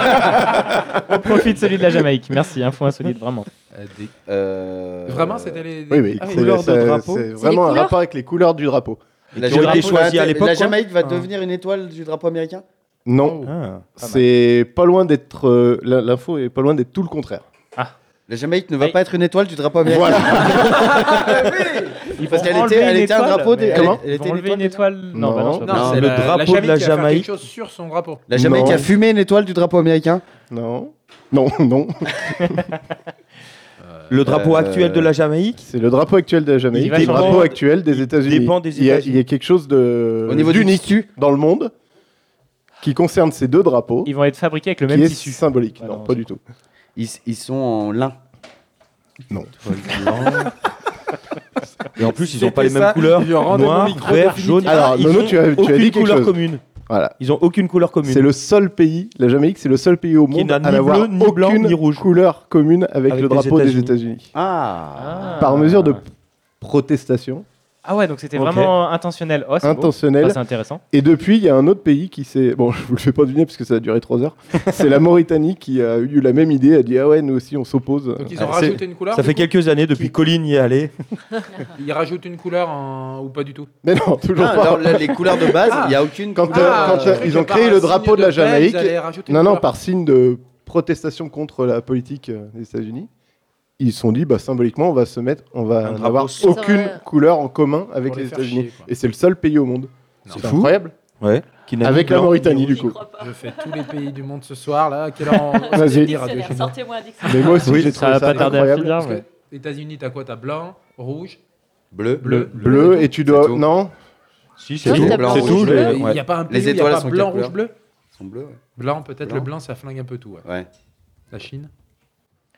Speaker 7: On profite celui de la Jamaïque. Merci, info insolite, vraiment.
Speaker 3: Euh,
Speaker 7: Euh,
Speaker 3: Vraiment, c'était les.
Speaker 19: Euh, Oui, oui.
Speaker 3: Ah
Speaker 19: c'est-
Speaker 7: couleurs de
Speaker 19: c'est-
Speaker 7: drapeau.
Speaker 19: C'est
Speaker 7: C'est les
Speaker 19: vraiment un
Speaker 7: couleurs
Speaker 19: rapport avec les couleurs du drapeau.
Speaker 8: La
Speaker 19: Qui ont été
Speaker 8: Jamaïque,
Speaker 19: choisies
Speaker 8: va,
Speaker 19: à l'époque,
Speaker 8: la
Speaker 19: quoi.
Speaker 8: Jamaïque va
Speaker 19: Ah.
Speaker 8: devenir une étoile du drapeau américain
Speaker 19: Non. c'est pas loin d'être. euh, la- L'info est pas loin d'être tout le contraire.
Speaker 8: La Jamaïque ne va pas être une étoile du drapeau américain.
Speaker 7: Ils vont
Speaker 8: Parce qu'elle
Speaker 7: enlever
Speaker 8: était, elle
Speaker 7: une
Speaker 8: était un
Speaker 7: étoile,
Speaker 8: drapeau. des-
Speaker 7: mais-
Speaker 8: elle-
Speaker 7: Comment
Speaker 8: elle
Speaker 7: Ils
Speaker 8: était
Speaker 7: vont
Speaker 8: une
Speaker 7: enlever
Speaker 8: étoile.
Speaker 7: une étoile Non, bah non, c'est pas
Speaker 3: Non,
Speaker 7: possible.
Speaker 6: le
Speaker 3: c'est la- la
Speaker 6: drapeau de la
Speaker 3: va faire quelque
Speaker 6: Jamaïque.
Speaker 3: chose sur son drapeau.
Speaker 8: La Jamaïque
Speaker 19: Non.
Speaker 8: a fumé une étoile du drapeau américain
Speaker 19: Non. Non, non.
Speaker 6: Le drapeau actuel de la Jamaïque
Speaker 19: C'est le drapeau actuel de la Jamaïque.
Speaker 6: Euh, Il va
Speaker 19: Le
Speaker 6: changer.
Speaker 19: drapeau actuel des États-Unis.
Speaker 6: dépend des
Speaker 19: Il y a-
Speaker 6: États-Unis.
Speaker 19: Il y a quelque chose de
Speaker 6: Au niveau du
Speaker 19: d'unique dans le monde qui concerne ces deux drapeaux.
Speaker 7: Ils vont être fabriqués avec le
Speaker 19: qui
Speaker 7: même
Speaker 19: est
Speaker 7: tissu.
Speaker 19: symbolique.
Speaker 7: Ah
Speaker 19: non,
Speaker 7: non,
Speaker 19: pas
Speaker 7: c'est
Speaker 19: du tout.
Speaker 8: Ils, ils sont en lin.
Speaker 19: Non.
Speaker 6: Et en plus, ils n'ont pas les mêmes couleurs. Noir, vert, jaune.
Speaker 19: Alors,
Speaker 6: Ah, ils
Speaker 19: Nono,
Speaker 6: ont
Speaker 19: tu as, tu as
Speaker 6: aucune
Speaker 19: dit quelque
Speaker 6: couleur
Speaker 19: chose.
Speaker 6: commune.
Speaker 19: Voilà.
Speaker 6: Ils ont aucune couleur commune.
Speaker 19: C'est le seul pays, la Jamaïque, c'est le seul pays au monde
Speaker 6: n'a
Speaker 19: à
Speaker 6: ni
Speaker 19: n'avoir
Speaker 6: bleu,
Speaker 19: aucune
Speaker 6: ni blanc, ni
Speaker 19: couleur commune avec,
Speaker 6: Avec
Speaker 19: le
Speaker 6: les
Speaker 19: drapeau des
Speaker 6: États-Unis.
Speaker 19: États-Unis.
Speaker 8: Ah.
Speaker 19: Par mesure de protestation.
Speaker 7: Ah ouais, donc c'était
Speaker 6: Ok.
Speaker 7: vraiment intentionnel. Oh, c'est beau.
Speaker 19: intentionnel.
Speaker 7: Ça, c'est intéressant.
Speaker 19: Et depuis, il y a un autre pays qui s'est. Bon, je vous le fais pas deviner parce que ça a duré 3 heures. c'est la Mauritanie qui a eu la même idée. A dit Ah ouais, nous aussi, on s'oppose.
Speaker 3: Donc, ils ont rajouté une couleur
Speaker 6: Ah, Ça fait quelques années depuis Colline y est allé.
Speaker 3: Ils rajoutent une couleur en- ou pas du tout
Speaker 19: Mais non, toujours
Speaker 3: Ah,
Speaker 19: pas.
Speaker 3: alors, les- les couleurs de base, il y a
Speaker 8: aucune-
Speaker 19: Quand,
Speaker 3: Ah,
Speaker 19: euh, quand,
Speaker 3: j'ai
Speaker 19: euh,
Speaker 3: cru
Speaker 19: ils
Speaker 3: que
Speaker 19: ont
Speaker 3: par
Speaker 19: créé
Speaker 3: un
Speaker 19: le
Speaker 3: signe
Speaker 19: drapeau de
Speaker 3: de
Speaker 19: la
Speaker 3: paix,
Speaker 19: Jamaïque.
Speaker 3: ils allaient rajouter une
Speaker 19: Non, non,
Speaker 3: couleur.
Speaker 19: par signe de protestation contre la politique euh, des États-Unis. Ils se sont dit, bah, symboliquement, on va se mettre, on va
Speaker 6: drapeau
Speaker 19: n'avoir
Speaker 6: sans-
Speaker 19: aucune
Speaker 6: Ouais.
Speaker 19: couleur en commun avec
Speaker 6: Pour
Speaker 19: les
Speaker 6: les faire
Speaker 19: États-Unis.
Speaker 6: chier, quoi.
Speaker 19: Et c'est le seul pays au monde. C'est
Speaker 6: fou.
Speaker 19: incroyable.
Speaker 6: Ouais. Qui n'a ni
Speaker 19: Avec la
Speaker 6: blanc, ni
Speaker 19: Mauritanie,
Speaker 6: rouge.
Speaker 19: du coup.
Speaker 3: Je fais tous les pays du monde ce soir, là. À quelle heure on-
Speaker 19: Vas-y.
Speaker 3: on dira
Speaker 19: Dictionnaire,
Speaker 3: de chez nous
Speaker 19: sortez-moi un dictionnaire. Mais moi aussi, j'ai trouvé ça incroyable.
Speaker 3: Parce que
Speaker 19: Ouais.
Speaker 3: États-Unis, t'as quoi T'as blanc, rouge,
Speaker 8: Bleu.
Speaker 19: Bleu, bleu, et tu dois. Non
Speaker 6: Si,
Speaker 3: c'est Non, tout. t'as blanc, C'est rouge, tout, bleu.
Speaker 8: bleu.
Speaker 3: Il n'y a pas un
Speaker 8: Les
Speaker 3: pays où il n'y a
Speaker 8: étoiles, elles
Speaker 3: pas
Speaker 8: sont
Speaker 3: blanc,
Speaker 8: quelle
Speaker 3: rouge,
Speaker 8: couleur
Speaker 3: bleu
Speaker 8: Elles sont bleues, ouais.
Speaker 3: Blanc, peut-être
Speaker 8: Blanc.
Speaker 3: le blanc, ça flingue un peu tout. Ouais.
Speaker 8: Ouais.
Speaker 3: La Chine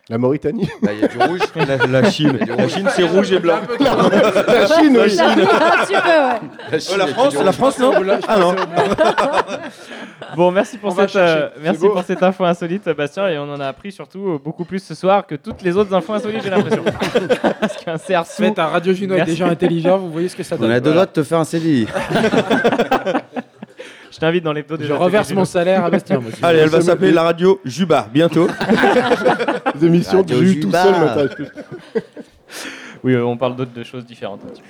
Speaker 19: La Mauritanie
Speaker 8: Bah, il y a du rouge.
Speaker 6: La, la Chine.
Speaker 8: Il y a du
Speaker 6: La
Speaker 8: rouge.
Speaker 6: Chine, c'est rouge et blanc.
Speaker 3: Un peu
Speaker 8: de couleur.
Speaker 19: La Chine, oui.
Speaker 8: La Chine.
Speaker 19: Un
Speaker 8: petit peu, ouais. La Chine,
Speaker 6: la
Speaker 8: il y a
Speaker 6: France,
Speaker 8: du rouge.
Speaker 6: la France, non
Speaker 8: Je pensais au
Speaker 6: Ah non.
Speaker 7: Bon, merci pour,
Speaker 6: On va
Speaker 7: cette,
Speaker 6: chercher.
Speaker 7: euh,
Speaker 6: C'est
Speaker 7: merci
Speaker 6: beau.
Speaker 7: pour cette info insolite, Bastien. Et on en a appris surtout euh, beaucoup plus ce soir que toutes les autres infos insolites, j'ai l'impression. Parce qu'un cerf sous.
Speaker 3: Faites un Radio Juno avec des gens intelligents, vous voyez ce que ça
Speaker 8: On
Speaker 3: donne.
Speaker 8: a deux
Speaker 3: Voilà.
Speaker 8: doigts de te faire un CDI.
Speaker 7: Je t'invite dans l'hebdo des
Speaker 3: Je
Speaker 7: ateliers
Speaker 3: reverse
Speaker 7: Juno.
Speaker 3: mon salaire à Bastien, moi.
Speaker 6: Allez, elle va
Speaker 3: Nous sommes-
Speaker 6: s'appeler la radio Juba bientôt.
Speaker 19: Des missions de jus tout seul m'intéresse plus.
Speaker 7: Oui, euh, on parle d'autres de choses différentes. là-dessus.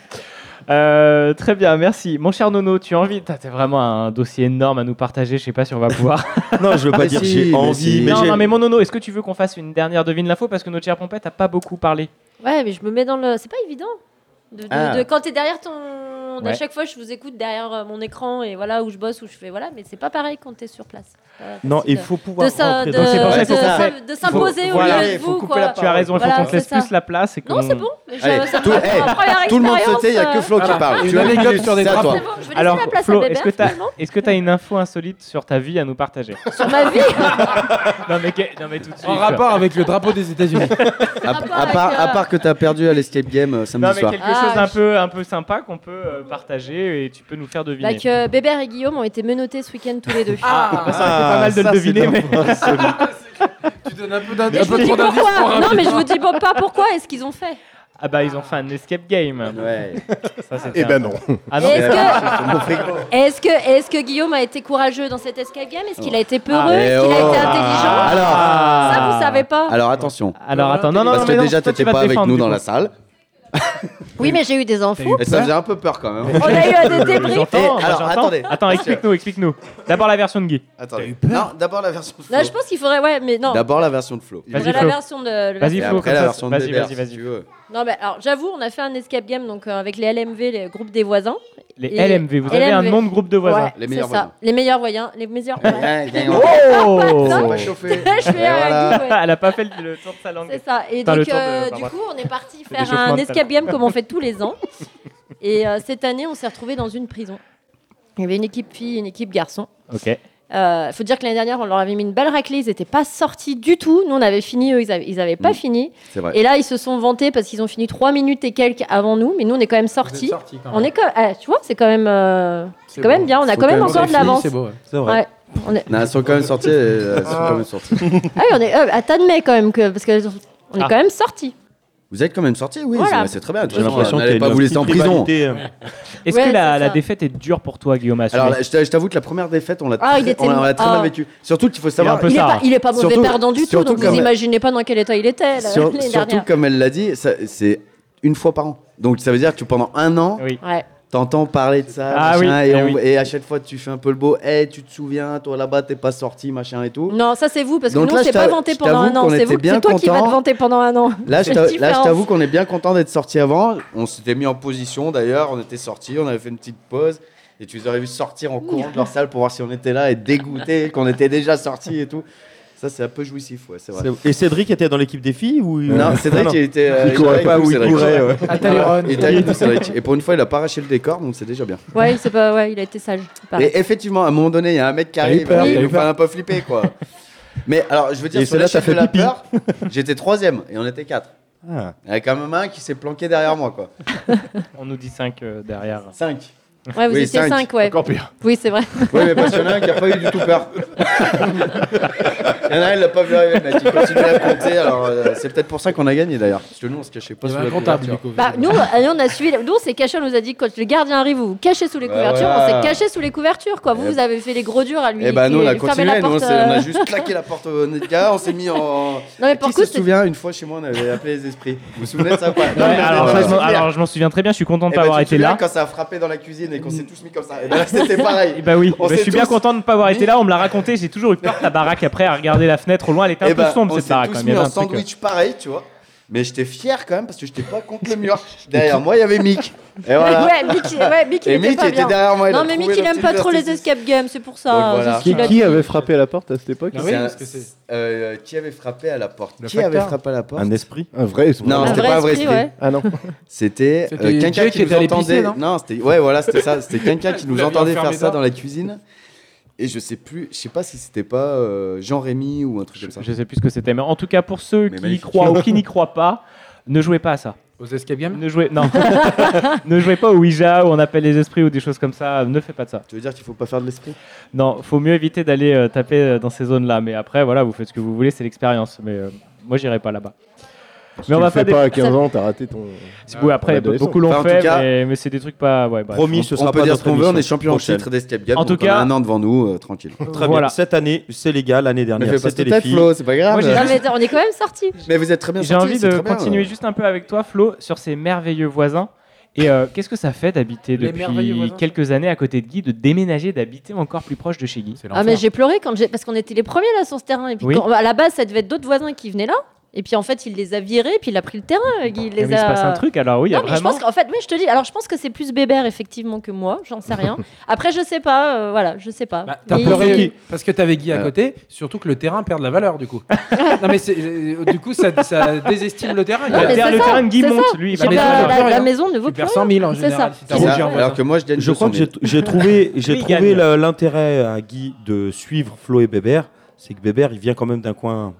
Speaker 7: Euh, très bien, merci. Mon cher Nono, tu as envie T'as t'as vraiment un dossier énorme à nous partager. Je sais pas si on va pouvoir. Ah,
Speaker 6: Non, je veux pas Mais dire si, j'ai mais envie, si. mais
Speaker 7: non,
Speaker 6: j'ai-
Speaker 7: non, mais mon Nono, est-ce que tu veux qu'on fasse une dernière devine l'info parce que notre cher Pompette a pas beaucoup parlé.
Speaker 25: Ouais, mais je me mets dans le. C'est pas évident. De, de-
Speaker 7: Ah.
Speaker 25: de- quand t'es derrière ton.
Speaker 7: Ouais.
Speaker 25: À chaque fois, je vous écoute derrière euh, mon écran et voilà où je bosse, où je fais voilà, mais c'est pas pareil quand t'es sur place. C'est pas
Speaker 6: Non,
Speaker 25: facile
Speaker 6: il
Speaker 25: de-
Speaker 6: faut pouvoir
Speaker 25: de s'im-
Speaker 6: rentrer
Speaker 25: de-
Speaker 6: dans- C'est pour ça
Speaker 25: de
Speaker 6: qu'il faut
Speaker 25: s'im-
Speaker 6: faire-
Speaker 25: de s'imposer
Speaker 6: faut-
Speaker 25: au
Speaker 6: voilà.
Speaker 25: lieu de
Speaker 6: Faut
Speaker 25: vous.
Speaker 6: couper la
Speaker 25: Quoi.
Speaker 7: Tu as raison, il faut
Speaker 25: Voilà,
Speaker 7: qu'on te laisse
Speaker 25: c'est ça.
Speaker 7: plus la place. Et
Speaker 25: Non,
Speaker 7: qu'on-
Speaker 25: c'est bon. mais je-
Speaker 8: Allez,
Speaker 25: ça me
Speaker 8: tout-
Speaker 25: paraît
Speaker 8: hey,
Speaker 25: ma première
Speaker 8: tout le monde
Speaker 25: expérience,
Speaker 8: sautait, il y a que
Speaker 25: euh.
Speaker 8: Flo qui Voilà. parle. Une Tu as anecdote minute, sur des c'est à drapeaux. toi.
Speaker 25: C'est bon, je vais laisser
Speaker 7: Alors,
Speaker 25: la place à
Speaker 7: Flo,
Speaker 25: Bébert,
Speaker 7: est-ce que tu
Speaker 25: finalement.
Speaker 7: as une info insolite sur ta vie à nous partager
Speaker 25: Sur ma vie
Speaker 7: non, mais, que- non, mais tout de suite.
Speaker 3: En rapport avec le drapeau des États-Unis.
Speaker 8: À, à part,
Speaker 6: euh,
Speaker 8: à part que t'as perdu à l'escape game euh, samedi
Speaker 7: Non, mais
Speaker 8: soir.
Speaker 7: quelque
Speaker 25: Ah,
Speaker 7: chose d'un peu, un peu sympa qu'on peut euh, partager et tu peux nous faire deviner.
Speaker 25: Bah, Là que Bébert et Guillaume ont été menottés ce week-end tous les deux.
Speaker 7: Ah, ça aurait pas mal de
Speaker 6: ça,
Speaker 7: le deviner, mais.
Speaker 6: c'est dingue.
Speaker 9: Tu donnes un peu d'un-
Speaker 7: Mais
Speaker 9: un
Speaker 7: je
Speaker 9: peu
Speaker 7: vous
Speaker 9: trop
Speaker 7: dis
Speaker 9: d'indices
Speaker 7: pourquoi.
Speaker 9: pour un
Speaker 25: Non,
Speaker 9: peu-
Speaker 25: mais je vous dis bon, pas pourquoi est-ce qu'ils ont fait.
Speaker 7: Ah bah ils ont fait un escape game. Ouais. Ça, c'était
Speaker 19: Eh ben
Speaker 7: un-
Speaker 19: non.
Speaker 7: Ah non.
Speaker 25: Est-ce
Speaker 7: mais-
Speaker 25: que, est-ce que, est-ce que Guillaume a été courageux dans cet escape game Est-ce qu'il a été peureux
Speaker 8: Eh
Speaker 25: Est-ce qu'il a
Speaker 8: oh.
Speaker 25: été intelligent
Speaker 6: Ah.
Speaker 8: Alors, Ah.
Speaker 25: Ça, vous savez pas
Speaker 8: Alors attention.
Speaker 7: Alors attends, non, non,
Speaker 8: Parce
Speaker 7: non,
Speaker 8: que
Speaker 7: mais non,
Speaker 8: déjà,
Speaker 7: toi, tu
Speaker 8: t'étais
Speaker 7: vas te
Speaker 8: pas avec
Speaker 7: défendre,
Speaker 8: nous
Speaker 7: du
Speaker 8: dans
Speaker 7: coup.
Speaker 8: la salle.
Speaker 25: Oui, mais j'ai eu des infos.
Speaker 8: Et ça faisait un peu peur quand même.
Speaker 25: On a eu un des débris.
Speaker 7: J'entends,
Speaker 8: Eh,
Speaker 7: moi,
Speaker 8: alors,
Speaker 7: j'entends.
Speaker 8: attendez.
Speaker 7: Attends, explique-nous, explique-nous. D'abord la version de Guy.
Speaker 8: Attendez. Non, d'abord la version de Flo.
Speaker 25: Non, je pense qu'il faudrait, ouais, mais non.
Speaker 8: D'abord la version de Flo.
Speaker 25: Il faudrait la version de. le-
Speaker 8: Et
Speaker 7: Vas-y, Flo,
Speaker 8: après
Speaker 7: comme
Speaker 8: la
Speaker 7: ça,
Speaker 8: version de
Speaker 7: vas-y,
Speaker 8: Weber,
Speaker 7: vas-y, vas-y.
Speaker 8: si tu veux.
Speaker 25: Non, mais alors, j'avoue, on a fait un escape game donc euh, avec les LMV, les groupes des voisins.
Speaker 7: Les
Speaker 25: Et-
Speaker 7: LMV, vous avez un nom de groupe de voisins.
Speaker 8: Les
Speaker 25: c'est
Speaker 8: meilleurs
Speaker 25: ça.
Speaker 8: voisins.
Speaker 25: Les meilleurs voisins. Les meilleurs.
Speaker 8: Ouais, ouais, ouais.
Speaker 7: Oh
Speaker 8: Ça va chauffer.
Speaker 25: Je fais un
Speaker 7: Voilà.
Speaker 25: goût, ouais.
Speaker 7: Ah, Elle a pas fait le le tour de sa langue.
Speaker 25: C'est ça. Et
Speaker 7: Putain, le
Speaker 25: donc,
Speaker 7: tour de-
Speaker 25: euh,
Speaker 7: enfin,
Speaker 25: du
Speaker 7: bref.
Speaker 25: coup, on est parti
Speaker 7: Le
Speaker 25: faire
Speaker 7: déchauffement
Speaker 25: un
Speaker 7: de
Speaker 25: escape
Speaker 7: talent.
Speaker 25: game comme on fait tous les ans. Et euh, cette année, on s'est retrouvés dans une prison. Il y avait une équipe filles, une équipe garçons.
Speaker 7: Ok.
Speaker 25: Il faut dire que l'année dernière, on leur avait mis une belle raclée. Ils n'étaient pas sortis du tout. Nous, on avait fini, eux, ils n'avaient pas fini.
Speaker 8: C'est vrai.
Speaker 25: Et là, ils se sont vantés parce qu'ils ont fini 3 minutes et quelques avant nous. Mais nous, on est quand même sortis.
Speaker 9: sortis, quand même.
Speaker 25: On est quand- eh, tu vois, c'est quand même, euh, c'est quand même bien. On a
Speaker 8: Faut
Speaker 25: quand même
Speaker 8: quand même
Speaker 25: encore de
Speaker 8: réfléchir,
Speaker 25: l'avance.
Speaker 8: c'est beau, ouais. C'est vrai.
Speaker 25: Ouais. On est-
Speaker 8: Non, elles sont quand même sorties. Elles sont quand même sorties.
Speaker 25: Ah oui, on est euh, à tas de mai quand même, que, parce que on est
Speaker 8: Ah.
Speaker 25: quand même sortis.
Speaker 8: Vous êtes quand même sortis, oui.
Speaker 25: Voilà.
Speaker 8: c'est- C'est très bien.
Speaker 6: J'ai l'impression
Speaker 8: qu'elle
Speaker 6: qu'il y a
Speaker 8: pas
Speaker 6: une
Speaker 8: vous laisser en
Speaker 6: petite
Speaker 8: prison.
Speaker 6: rivalité, euh.
Speaker 7: Est-ce
Speaker 25: Ouais,
Speaker 7: que la,
Speaker 25: c'est
Speaker 7: la
Speaker 25: ça.
Speaker 7: défaite est dure pour toi, Guillaume à assumer
Speaker 8: Alors, là, je t'a- je t'avoue que la première défaite, on l'a
Speaker 25: Ah,
Speaker 8: très-
Speaker 25: il était
Speaker 8: on l'a- on l'a très mal
Speaker 25: ah.
Speaker 8: vécu. Surtout qu'il faut
Speaker 25: Il est,
Speaker 8: savoir.
Speaker 25: pas, il est pas mauvais
Speaker 8: Surtout-
Speaker 25: perdant du tout,
Speaker 8: surtout
Speaker 25: donc vous
Speaker 8: comme-
Speaker 25: imaginez pas dans quel état il était la-
Speaker 8: Sur-
Speaker 25: l'année
Speaker 8: surtout
Speaker 25: dernière.
Speaker 8: comme elle l'a dit, ça- c'est une fois par an. Donc ça veut dire que pendant un an,
Speaker 25: Ouais.
Speaker 8: t'entends parler de ça,
Speaker 25: Ah
Speaker 8: machin,
Speaker 25: oui,
Speaker 8: et,
Speaker 25: eh
Speaker 8: on-
Speaker 25: oui.
Speaker 8: et à chaque fois tu fais un peu le beau, Eh, tu te souviens, toi là-bas t'es pas sorti, machin et tout.
Speaker 25: Non, ça c'est vous, parce que
Speaker 8: Donc
Speaker 25: nous
Speaker 8: là,
Speaker 25: on s'est
Speaker 8: je t'a-
Speaker 25: pas vanté
Speaker 8: je
Speaker 25: pendant
Speaker 8: t'avoue
Speaker 25: un an.
Speaker 8: qu'on
Speaker 25: C'est
Speaker 8: était
Speaker 25: vous-
Speaker 8: bien
Speaker 25: c'est toi qui vas te
Speaker 8: contents.
Speaker 25: vanter pendant un an.
Speaker 8: Là, je
Speaker 25: C'est
Speaker 8: t'a-
Speaker 25: une
Speaker 8: là, je
Speaker 25: différence.
Speaker 8: t'avoue qu'on est bien content d'être sorti avant. On s'était mis en position d'ailleurs, on était sorti, on avait fait une petite pause. Et tu les aurais vu sortir en courant de leur salle pour voir si on était là et dégoûté qu'on était déjà sorti et tout. Ça, c'est un peu jouissif, ouais, c'est vrai.
Speaker 6: C'est- Et Cédric était dans l'équipe des filles ou...
Speaker 8: Non, Cédric, il était. euh,
Speaker 6: il courait
Speaker 8: était
Speaker 6: pas
Speaker 8: avec
Speaker 6: ou
Speaker 8: nous,
Speaker 6: il
Speaker 8: Cédric. Ah,
Speaker 6: courait. ouais.
Speaker 8: Il était avec nous, Cédric. Et pour une fois, il a pas arraché le décor, donc c'est déjà bien.
Speaker 25: Ouais, c'est pas, ouais, il a été sage. Pareil.
Speaker 8: Et effectivement, à un moment donné, il y a un mec qui
Speaker 25: T'as eu
Speaker 8: arrive,
Speaker 25: peur,
Speaker 8: il
Speaker 25: t'as eu
Speaker 8: nous fait
Speaker 25: peur.
Speaker 8: un peu flipper, quoi. Mais alors, je veux dire,
Speaker 6: Et
Speaker 8: sur
Speaker 6: c'est
Speaker 8: la
Speaker 6: là, t'as
Speaker 8: chaîne de
Speaker 6: fait
Speaker 8: la
Speaker 6: pipi.
Speaker 8: peur, j'étais troisième et on était quatre.
Speaker 6: Ah.
Speaker 8: Il y a quand même un qui s'est planqué derrière moi, quoi.
Speaker 7: On nous dit 5 derrière.
Speaker 8: 5
Speaker 25: Ouais, vous
Speaker 8: Oui,
Speaker 25: étiez
Speaker 8: cinq.
Speaker 25: 5, ouais.
Speaker 8: Encore pire.
Speaker 25: Oui, c'est vrai.
Speaker 8: Oui, mais parce qu'il y en a un qui n'a pas eu du tout peur. Il y en a un, il l'a pas vu arriver, le mec. Il continue à compter. Alors, euh, c'est peut-être pour ça qu'on a gagné d'ailleurs. Parce que nous, on se cachait pas
Speaker 25: Il y
Speaker 8: sous
Speaker 25: avait
Speaker 8: la
Speaker 25: un comptable,
Speaker 8: couverture.
Speaker 25: Bah, nous, euh, nous, on a suivi. Nous, c'est caché. On nous a dit quand le gardien arrive, vous vous cachez sous les
Speaker 8: Bah
Speaker 25: couvertures.
Speaker 8: voilà.
Speaker 25: On s'est caché sous les couvertures, quoi. Vous,
Speaker 8: Eh
Speaker 25: vous avez fait les gros durs à lui.
Speaker 8: Et bah, nous, on
Speaker 25: lui
Speaker 8: a
Speaker 25: fermer
Speaker 8: continué.
Speaker 25: la
Speaker 8: Nous, on,
Speaker 25: porte,
Speaker 8: s'est- on a
Speaker 25: euh.
Speaker 8: juste claqué la porte au nez de gars. On s'est mis en.
Speaker 25: Non, mais pour
Speaker 8: Qui
Speaker 25: le coup,
Speaker 8: se
Speaker 25: c'est-
Speaker 8: souvient, une fois chez moi, on avait appelé les esprits. Vous vous souvenez de ça ou pas Non,
Speaker 7: Ouais,
Speaker 8: mais on
Speaker 7: alors, ça,
Speaker 8: avait-
Speaker 7: je m'en-
Speaker 8: Super.
Speaker 7: alors, je m'en souviens très bien, je suis content de ne
Speaker 8: Eh
Speaker 7: pas
Speaker 8: ben,
Speaker 7: avoir
Speaker 8: tu te
Speaker 7: été
Speaker 8: souviens
Speaker 7: là.
Speaker 8: quand ça a frappé dans la cuisine et qu'on s'est tous mis comme ça. Et ben là, c'était pareil.
Speaker 7: Eh Bah oui,
Speaker 8: On
Speaker 7: Bah, je
Speaker 8: s'est
Speaker 7: suis bien
Speaker 8: tous-
Speaker 7: content de ne pas avoir été là, on me l'a raconté, j'ai toujours eu peur de la baraque après à regarder la fenêtre au loin, elle était un
Speaker 8: Eh
Speaker 7: peu
Speaker 8: ben,
Speaker 7: sombre
Speaker 8: on
Speaker 7: cette
Speaker 8: s'est
Speaker 7: baraque hein,
Speaker 8: tous
Speaker 7: quand même. il y
Speaker 8: mis
Speaker 7: avait
Speaker 8: en
Speaker 7: un truc,
Speaker 8: sandwich pareil, tu vois. Mais j'étais fier quand même parce que j'étais pas contre le mur. Derrière moi, il y avait Mick. Et voilà.
Speaker 25: Ouais, Mick, ouais, Mick, il
Speaker 8: Et
Speaker 25: était
Speaker 8: Mick
Speaker 25: pas
Speaker 8: était
Speaker 25: bien.
Speaker 8: derrière moi. il
Speaker 25: non,
Speaker 8: a
Speaker 25: mais
Speaker 8: trouvé
Speaker 25: Mick, il
Speaker 8: le
Speaker 25: aime
Speaker 8: petit
Speaker 25: pas trop les
Speaker 8: artifice.
Speaker 25: escape games, c'est pour ça. hein.
Speaker 8: Donc voilà.
Speaker 25: je suis
Speaker 19: Qui,
Speaker 25: là-
Speaker 19: qui avait frappé à la porte à cette époque
Speaker 8: C'est un- euh, Qui avait frappé à la porte
Speaker 19: Le
Speaker 8: Qui avait
Speaker 19: facteur.
Speaker 8: frappé à la porte
Speaker 19: Un esprit Un vrai esprit.
Speaker 8: Non,
Speaker 19: Un
Speaker 8: c'était
Speaker 19: vrai
Speaker 8: pas un vrai
Speaker 19: esprit,
Speaker 8: esprit.
Speaker 19: ouais. Ah non.
Speaker 8: C'était euh,
Speaker 19: C'était
Speaker 8: quelqu'un
Speaker 19: Jay
Speaker 8: qui
Speaker 19: qui
Speaker 8: nous
Speaker 19: était allé
Speaker 8: entendait.
Speaker 19: pisser, non
Speaker 8: non, c'était ouais, voilà, c'était ça. C'était quelqu'un qui
Speaker 19: Vous
Speaker 8: nous
Speaker 19: l'aviez
Speaker 8: entendait
Speaker 19: enfermé
Speaker 8: faire ça
Speaker 19: dehors
Speaker 8: dans la cuisine. Et je sais plus, je sais pas si c'était pas euh, Jean Rémy ou un truc comme ça.
Speaker 7: Je sais plus ce que c'était, mais en tout cas pour ceux qui y
Speaker 8: magnifique.
Speaker 7: croient ou qui n'y croient pas, ne jouez pas à ça.
Speaker 9: Aux escape games
Speaker 7: Ne jouez, non. ne jouez pas au Ouija où on appelle les esprits ou des choses comme ça, ne faites pas de ça.
Speaker 8: Tu veux dire qu'il faut pas faire de l'esprit
Speaker 7: Non, faut mieux éviter d'aller euh, taper euh, dans ces zones-là, mais après voilà, vous faites ce que vous voulez, c'est l'expérience, mais euh, moi j'irai pas là-bas.
Speaker 19: Mais on va pas,
Speaker 7: des-
Speaker 19: à 15 ans, t'as raté ton.
Speaker 7: Si, oui, après,
Speaker 19: Ah, ton adolescence.
Speaker 7: beaucoup l'ont
Speaker 8: Bah,
Speaker 19: Enfin, en tout
Speaker 7: fait,
Speaker 19: cas,
Speaker 8: ah,
Speaker 7: mais, mais c'est des trucs pas. Ouais, bref.
Speaker 6: Promis, ce
Speaker 8: on
Speaker 6: sera
Speaker 8: peut
Speaker 6: pas
Speaker 8: dire
Speaker 6: notre
Speaker 8: ce qu'on veut, on est
Speaker 6: émission
Speaker 8: champion en
Speaker 6: prochaine.
Speaker 8: titre d'Escape Game.
Speaker 7: En tout
Speaker 8: donc on
Speaker 7: cas-
Speaker 8: a un an devant nous, euh, tranquille.
Speaker 6: Très
Speaker 7: Voilà.
Speaker 6: bien. Cette année, c'est légal. L'année
Speaker 8: fais
Speaker 6: dernière,
Speaker 8: pas ce
Speaker 6: c'était les
Speaker 8: tête,
Speaker 6: filles.
Speaker 8: Flo, c'est pas grave.
Speaker 7: Moi, j'ai
Speaker 25: Non,
Speaker 7: juste-
Speaker 25: mais on est quand même sortis.
Speaker 8: Mais vous êtes très bien
Speaker 7: J'ai
Speaker 8: sortis,
Speaker 7: envie
Speaker 8: c'est
Speaker 7: de
Speaker 8: très bien.
Speaker 7: continuer juste un peu avec toi, Flo, sur ces merveilleux voisins. Et euh, qu'est-ce que ça fait d'habiter
Speaker 25: Les merveilleux
Speaker 7: depuis
Speaker 25: voisins.
Speaker 7: quelques années à côté de Guy, de déménager, d'habiter encore plus proche de chez Guy
Speaker 25: Ah mais j'ai pleuré quand j'ai parce qu'on était les premiers là sur ce terrain et puis
Speaker 7: Oui.
Speaker 25: quand- à la base ça devait être d'autres voisins qui venaient là et puis en fait il les a virés puis il a pris le terrain Guy, il
Speaker 7: Ah
Speaker 25: les
Speaker 7: oui, il
Speaker 25: a
Speaker 7: se passe un
Speaker 8: hein.
Speaker 7: truc, alors oui, il y a
Speaker 25: non, mais je
Speaker 7: vraiment-
Speaker 25: pense qu'en fait oui je te dis alors je pense que c'est plus Bébert effectivement que moi j'en sais rien après je sais pas euh, voilà je sais pas
Speaker 9: Bah, T'as
Speaker 25: Mais-
Speaker 9: pleuré parce que t'avais Guy à
Speaker 6: Euh.
Speaker 3: Voilà.
Speaker 9: côté, surtout que le terrain perd de la valeur du coup. non mais c'est- euh, du coup ça, ça désestime le terrain.
Speaker 25: Non, mais c'est ça, c'est ça. J'ai
Speaker 9: la,
Speaker 25: pas- la, la maison ne vaut
Speaker 9: Tu
Speaker 25: plus
Speaker 9: perds
Speaker 25: rien
Speaker 9: 100 000 en
Speaker 25: c'est ça
Speaker 9: général. si t'as
Speaker 8: C'est
Speaker 9: rougi
Speaker 8: ça,
Speaker 9: un
Speaker 8: alors
Speaker 9: voisin.
Speaker 8: que moi, je gagne
Speaker 6: Je crois que
Speaker 8: 200
Speaker 6: j'ai
Speaker 8: 000.
Speaker 6: j'ai trouvé, j'ai
Speaker 7: Lui, il
Speaker 6: trouvé
Speaker 7: gagne.
Speaker 6: la- l'intérêt à Guy de suivre Flo et Bébert. C'est que Bébert, il vient quand même d'un coin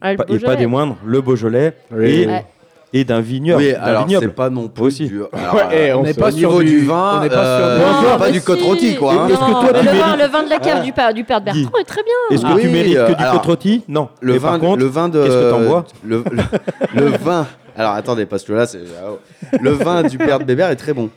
Speaker 25: Ah, le
Speaker 6: pas- et
Speaker 25: Beaujolais.
Speaker 6: pas des moindres, le Beaujolais.
Speaker 25: Oui.
Speaker 6: Et,
Speaker 25: Ouais.
Speaker 6: et d'un vignoble.
Speaker 8: Oui,
Speaker 6: d'un
Speaker 8: alors,
Speaker 6: vignoble.
Speaker 8: c'est pas non plus aussi. Alors,
Speaker 6: Ouais,
Speaker 8: euh,
Speaker 6: on
Speaker 8: on
Speaker 6: n'est
Speaker 8: se-
Speaker 6: pas
Speaker 8: au
Speaker 6: sur
Speaker 8: niveau
Speaker 6: du-
Speaker 8: du vin,
Speaker 6: on n'est pas sur du-
Speaker 8: euh,
Speaker 6: Non,
Speaker 8: on n'est pas
Speaker 6: mais
Speaker 8: du
Speaker 6: si.
Speaker 8: côte rôti, quoi. hein.
Speaker 6: Est-ce que
Speaker 25: Non,
Speaker 6: toi,
Speaker 25: mais
Speaker 6: tu
Speaker 25: Oh, le, vin,
Speaker 6: mérites-
Speaker 25: le vin de la cave du, père, du père de Bertrand est très bien.
Speaker 6: Est-ce que tu mérites que du
Speaker 8: Ah euh, alors,
Speaker 6: côte rôti Non.
Speaker 8: Le
Speaker 6: Mais
Speaker 8: vin,
Speaker 6: par contre,
Speaker 8: le vin de.
Speaker 6: qu'est-ce que t'en bois
Speaker 8: le, le- le vin. Alors attendez, parce que là, c'est. ah, oh. Le vin du père de Bébert est très bon.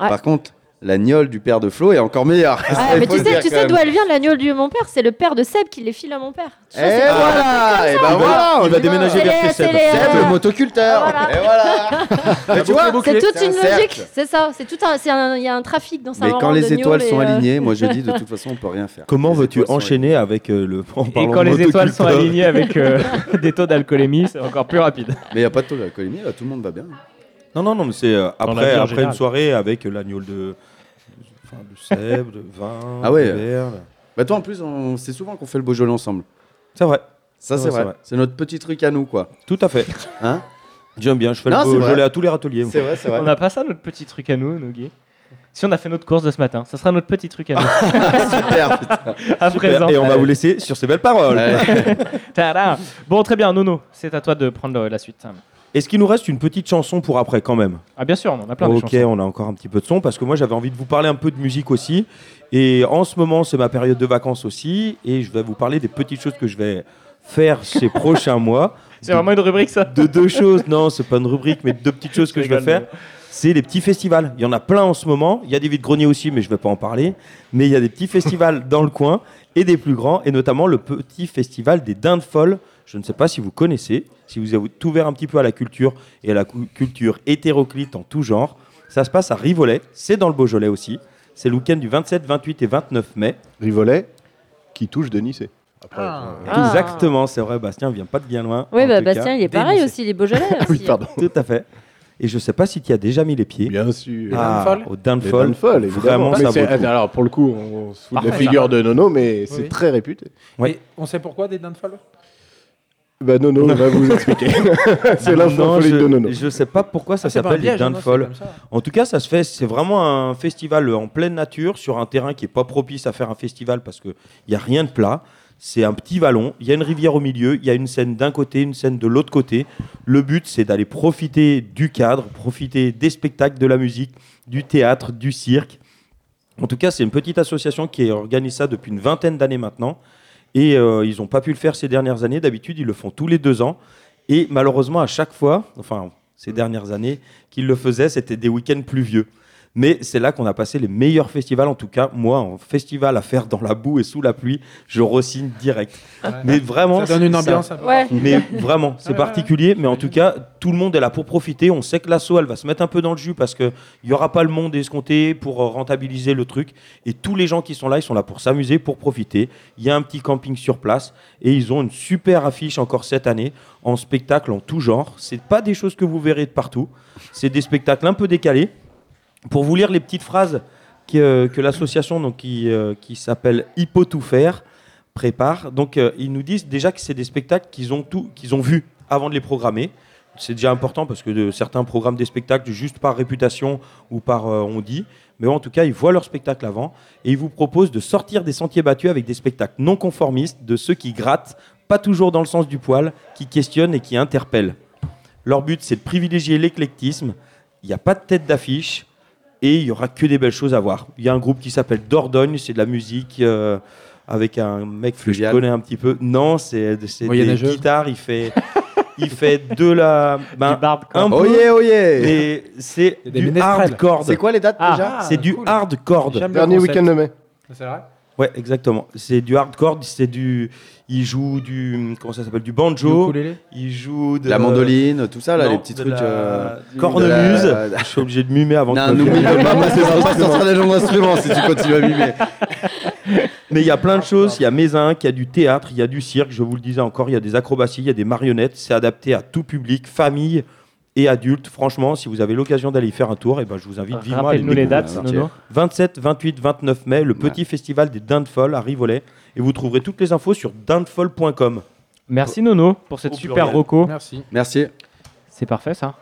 Speaker 25: Ouais.
Speaker 8: Par contre, la gnôle du père de Flo est encore meilleure. Ça,
Speaker 7: Ah,
Speaker 25: Ouais,
Speaker 8: Ah, il
Speaker 25: Ah, mais
Speaker 8: faut
Speaker 25: tu
Speaker 8: le
Speaker 25: sais,
Speaker 8: dire
Speaker 25: tu
Speaker 8: quand
Speaker 25: sais
Speaker 8: même.
Speaker 25: d'où elle vient l'agneau de mon père C'est le père de Seb qui les file à mon père. Tu
Speaker 8: Eh
Speaker 25: vois, c'est-
Speaker 8: voilà, et ben voilà, on
Speaker 25: Il va déménager C'est vers les- Kessel. c'est les,
Speaker 8: Seb,
Speaker 25: euh,
Speaker 8: le motoculteur. Et voilà. Mais tu vois,
Speaker 25: Ah, C'est toute
Speaker 8: un
Speaker 25: une
Speaker 8: cercle.
Speaker 25: logique, c'est ça. C'est tout un, c'est un- il y a un trafic dans
Speaker 8: Mais
Speaker 25: Saint-Laurent.
Speaker 8: quand les
Speaker 25: de
Speaker 8: étoiles
Speaker 25: gnôles
Speaker 8: sont
Speaker 25: et, euh,
Speaker 8: alignées, moi je dis de toute façon, on peut rien faire.
Speaker 6: Comment veux-tu enchaîner avec euh, le. en
Speaker 8: Et
Speaker 7: Et
Speaker 6: parlant
Speaker 7: quand
Speaker 6: de
Speaker 7: les étoiles sont
Speaker 6: motoculteur
Speaker 7: alignées avec euh, des taux d'alcoolémie, c'est encore plus rapide.
Speaker 8: Mais il n'y a pas de taux d'alcoolémie, là, tout le monde va bien.
Speaker 6: Non, non, non, mais c'est euh,
Speaker 8: Dans la
Speaker 6: après,
Speaker 8: vie en
Speaker 6: après une
Speaker 8: général.
Speaker 6: soirée avec l'agneau de. Enfin, de sève, de vin,
Speaker 8: Ah ouais.
Speaker 6: de verre.
Speaker 8: Bah toi en plus, on- c'est souvent qu'on fait le Beaujolais ensemble.
Speaker 6: C'est vrai.
Speaker 8: Ça
Speaker 6: C'est
Speaker 8: c'est
Speaker 6: vrai, c'est
Speaker 8: vrai.
Speaker 6: vrai.
Speaker 8: C'est notre petit truc à nous quoi.
Speaker 6: Tout à fait.
Speaker 8: Hein
Speaker 6: J'aime bien, je fais
Speaker 8: Non, c'est
Speaker 6: le
Speaker 8: vrai.
Speaker 6: Beaujolais à tous les râteliers. moi.
Speaker 8: C'est vrai, c'est vrai.
Speaker 7: On n'a pas ça, notre petit truc à nous, nous, Guy Si on a fait notre course de ce matin, ça sera notre petit truc à nous. Super, À
Speaker 6: Super,
Speaker 7: présent.
Speaker 6: Et on va
Speaker 7: Allez.
Speaker 6: vous laisser sur ces belles paroles.
Speaker 7: Tada. Bon, très bien, Nono, c'est à toi de prendre euh, la suite.
Speaker 6: Est-ce qu'il nous reste une petite chanson pour après quand même
Speaker 7: Ah, bien sûr, on en a plein de
Speaker 6: Ok,
Speaker 7: chansons.
Speaker 6: on a encore un petit peu de son parce que moi j'avais envie de vous parler un peu de musique aussi. Et en ce moment, c'est ma période de vacances aussi. Et je vais vous parler des petites choses que je vais faire ces prochains mois.
Speaker 7: C'est vraiment une rubrique ça
Speaker 6: De deux choses, non, c'est pas une rubrique, mais deux petites choses que
Speaker 7: Je
Speaker 6: je vais
Speaker 7: rigole,
Speaker 6: faire. C'est les petits festivals. Il y en a plein en ce moment. Il y a des vides-greniers aussi, mais je vais pas en parler. Mais il y a des petits festivals dans le coin et des plus grands, et notamment le petit festival des Dindes Folles. Je ne sais pas si vous connaissez, si vous avez ouvert un petit peu à la culture et à la cou- culture hétéroclite en tout genre. Ça se passe à Rivolet, c'est dans le Beaujolais aussi. C'est le week-end du 27, 28 et 29 mai.
Speaker 19: Rivolet, qui touche de Nice. Après,
Speaker 8: Euh,
Speaker 6: Ah. Exactement, c'est vrai, Bastien vient pas de bien loin.
Speaker 25: Oui,
Speaker 6: En
Speaker 25: bah,
Speaker 6: tout cas,
Speaker 25: Bastien, il est
Speaker 6: des
Speaker 25: pareil
Speaker 6: lycées.
Speaker 25: aussi, il est Beaujolais.
Speaker 6: Oui,
Speaker 25: aussi.
Speaker 6: pardon. Tout à fait. Et je sais pas si tu as déjà mis les pieds.
Speaker 19: Bien sûr.
Speaker 6: Ah, au
Speaker 19: Les
Speaker 6: Downfall.
Speaker 19: Dindes folles, évidemment.
Speaker 6: Vraiment,
Speaker 19: Mais
Speaker 6: ça vaut
Speaker 19: c'est-
Speaker 6: le coup.
Speaker 19: Alors, pour le coup, on
Speaker 6: Ah,
Speaker 19: se fout de la
Speaker 3: Parfait,
Speaker 19: figure
Speaker 3: ça.
Speaker 19: de Nono, mais
Speaker 3: Oui.
Speaker 19: c'est très réputé.
Speaker 3: Et on sait pourquoi des dindes folles
Speaker 19: Bah, Nono, on va vous expliquer. c'est l'info
Speaker 6: Non,
Speaker 19: folie
Speaker 6: je-
Speaker 19: de Nono.
Speaker 6: Je sais pas pourquoi ça
Speaker 3: Ah, c'est pas un
Speaker 6: s'appelle les
Speaker 3: piège, hein,
Speaker 6: dindes
Speaker 3: non, c'est
Speaker 6: folles.
Speaker 3: comme ça.
Speaker 6: En tout cas, ça se fait. C'est vraiment un festival en pleine nature sur un terrain qui est pas propice à faire un festival parce que il y a rien de plat. C'est un petit vallon. Il y a une rivière au milieu. Il y a une scène d'un côté, une scène de l'autre côté. Le but, c'est d'aller profiter du cadre, profiter des spectacles, de la musique, du théâtre, du cirque. En tout cas, c'est une petite association qui organise ça depuis une vingtaine d'années maintenant. Et euh, ils n'ont pas pu le faire ces dernières années. D'habitude, ils le font tous les deux ans. Et malheureusement, à chaque fois, enfin, ces dernières années qu'ils le faisaient, c'était des week-ends pluvieux. Mais c'est là qu'on a passé les meilleurs festivals, en tout cas, moi, en festival à faire dans la boue et sous la pluie, je re-signe direct. Mais vraiment.
Speaker 3: Ça donne une
Speaker 6: c'est-
Speaker 3: ambiance un peu Ouais.
Speaker 6: Mais vraiment, c'est particulier, mais en tout cas, tout le monde est là pour profiter. On sait que l'assaut, elle va se mettre un peu dans le jus parce qu'il n'y aura pas le monde escompté pour euh, rentabiliser le truc. Et tous les gens qui sont là, ils sont là pour s'amuser, pour profiter. Il y a un petit camping sur place et ils ont une super affiche encore cette année en spectacle en tout genre. Ce pas des choses que vous verrez de partout, c'est des spectacles un peu décalés. Pour vous lire les petites phrases que, euh, que l'association donc, qui, euh, qui s'appelle Hippo Tout Faire prépare, donc euh, ils nous disent déjà que c'est des spectacles qu'ils ont, tout- qu'ils ont vus avant de les programmer. C'est déjà important parce que de- certains programment des spectacles juste par réputation ou par euh, on dit. Mais en tout cas, ils voient leur spectacle avant et ils vous proposent de sortir des sentiers battus avec des spectacles non conformistes, de ceux qui grattent, pas toujours dans le sens du poil, qui questionnent et qui interpellent. Leur but, c'est de privilégier l'éclectisme. Il n'y a pas de tête d'affiche et il y aura que des belles choses à voir. Il y a un groupe qui s'appelle Dordogne, c'est de la musique euh, avec un mec que je
Speaker 8: Fluvial.
Speaker 6: connais un petit peu. Non, c'est c'est des
Speaker 8: Moyenâgeux.
Speaker 6: guitares, il fait il fait de la ben, un peu,
Speaker 8: Oh yeah, oh yeah.
Speaker 6: mais c'est
Speaker 8: Il y a des
Speaker 6: du
Speaker 8: ménestrels.
Speaker 6: hardcore.
Speaker 8: C'est quoi les dates, Ah, déjà
Speaker 6: C'est du
Speaker 8: cool.
Speaker 6: hardcore.
Speaker 8: J'aime le Dernier concept. week-end de mai.
Speaker 3: C'est vrai
Speaker 6: Ouais, exactement. C'est du hardcore, c'est du il joue du comment ça s'appelle du
Speaker 8: Du
Speaker 6: banjo,
Speaker 8: ukulélé
Speaker 6: il joue de
Speaker 7: euh,
Speaker 8: La mandoline, tout ça, là,
Speaker 6: Non,
Speaker 8: les petits
Speaker 6: de
Speaker 8: trucs,
Speaker 6: la
Speaker 8: euh,
Speaker 6: cornemuse.
Speaker 8: de la-
Speaker 6: Je suis obligé de mimer avant
Speaker 8: Non,
Speaker 6: que
Speaker 8: n'oublie pas, parce qu'on va pas sortir les gens
Speaker 6: gens
Speaker 8: d'instruments si tu continues à mimer.
Speaker 6: mais il y a plein de choses. Il y a Mézin, il y a du théâtre, il y a du cirque, je vous le disais encore, il y a des acrobaties, il y a des marionnettes. C'est adapté à tout public, famille et adultes. Franchement, si vous avez l'occasion d'aller y faire un tour, eh ben, je vous invite vivement à aller le
Speaker 7: Rappelle-nous les
Speaker 6: découvrir.
Speaker 7: dates, Nono.
Speaker 6: 27, 28, 29 mai, le petit festival des Dindes Folles à Rivolet. Et vous trouverez toutes les infos sur dindefolle.com.
Speaker 7: Merci, Nono, pour cette
Speaker 6: Au
Speaker 7: super
Speaker 6: pluriel.
Speaker 7: roco.
Speaker 3: Merci.
Speaker 8: Merci.
Speaker 7: C'est parfait, ça.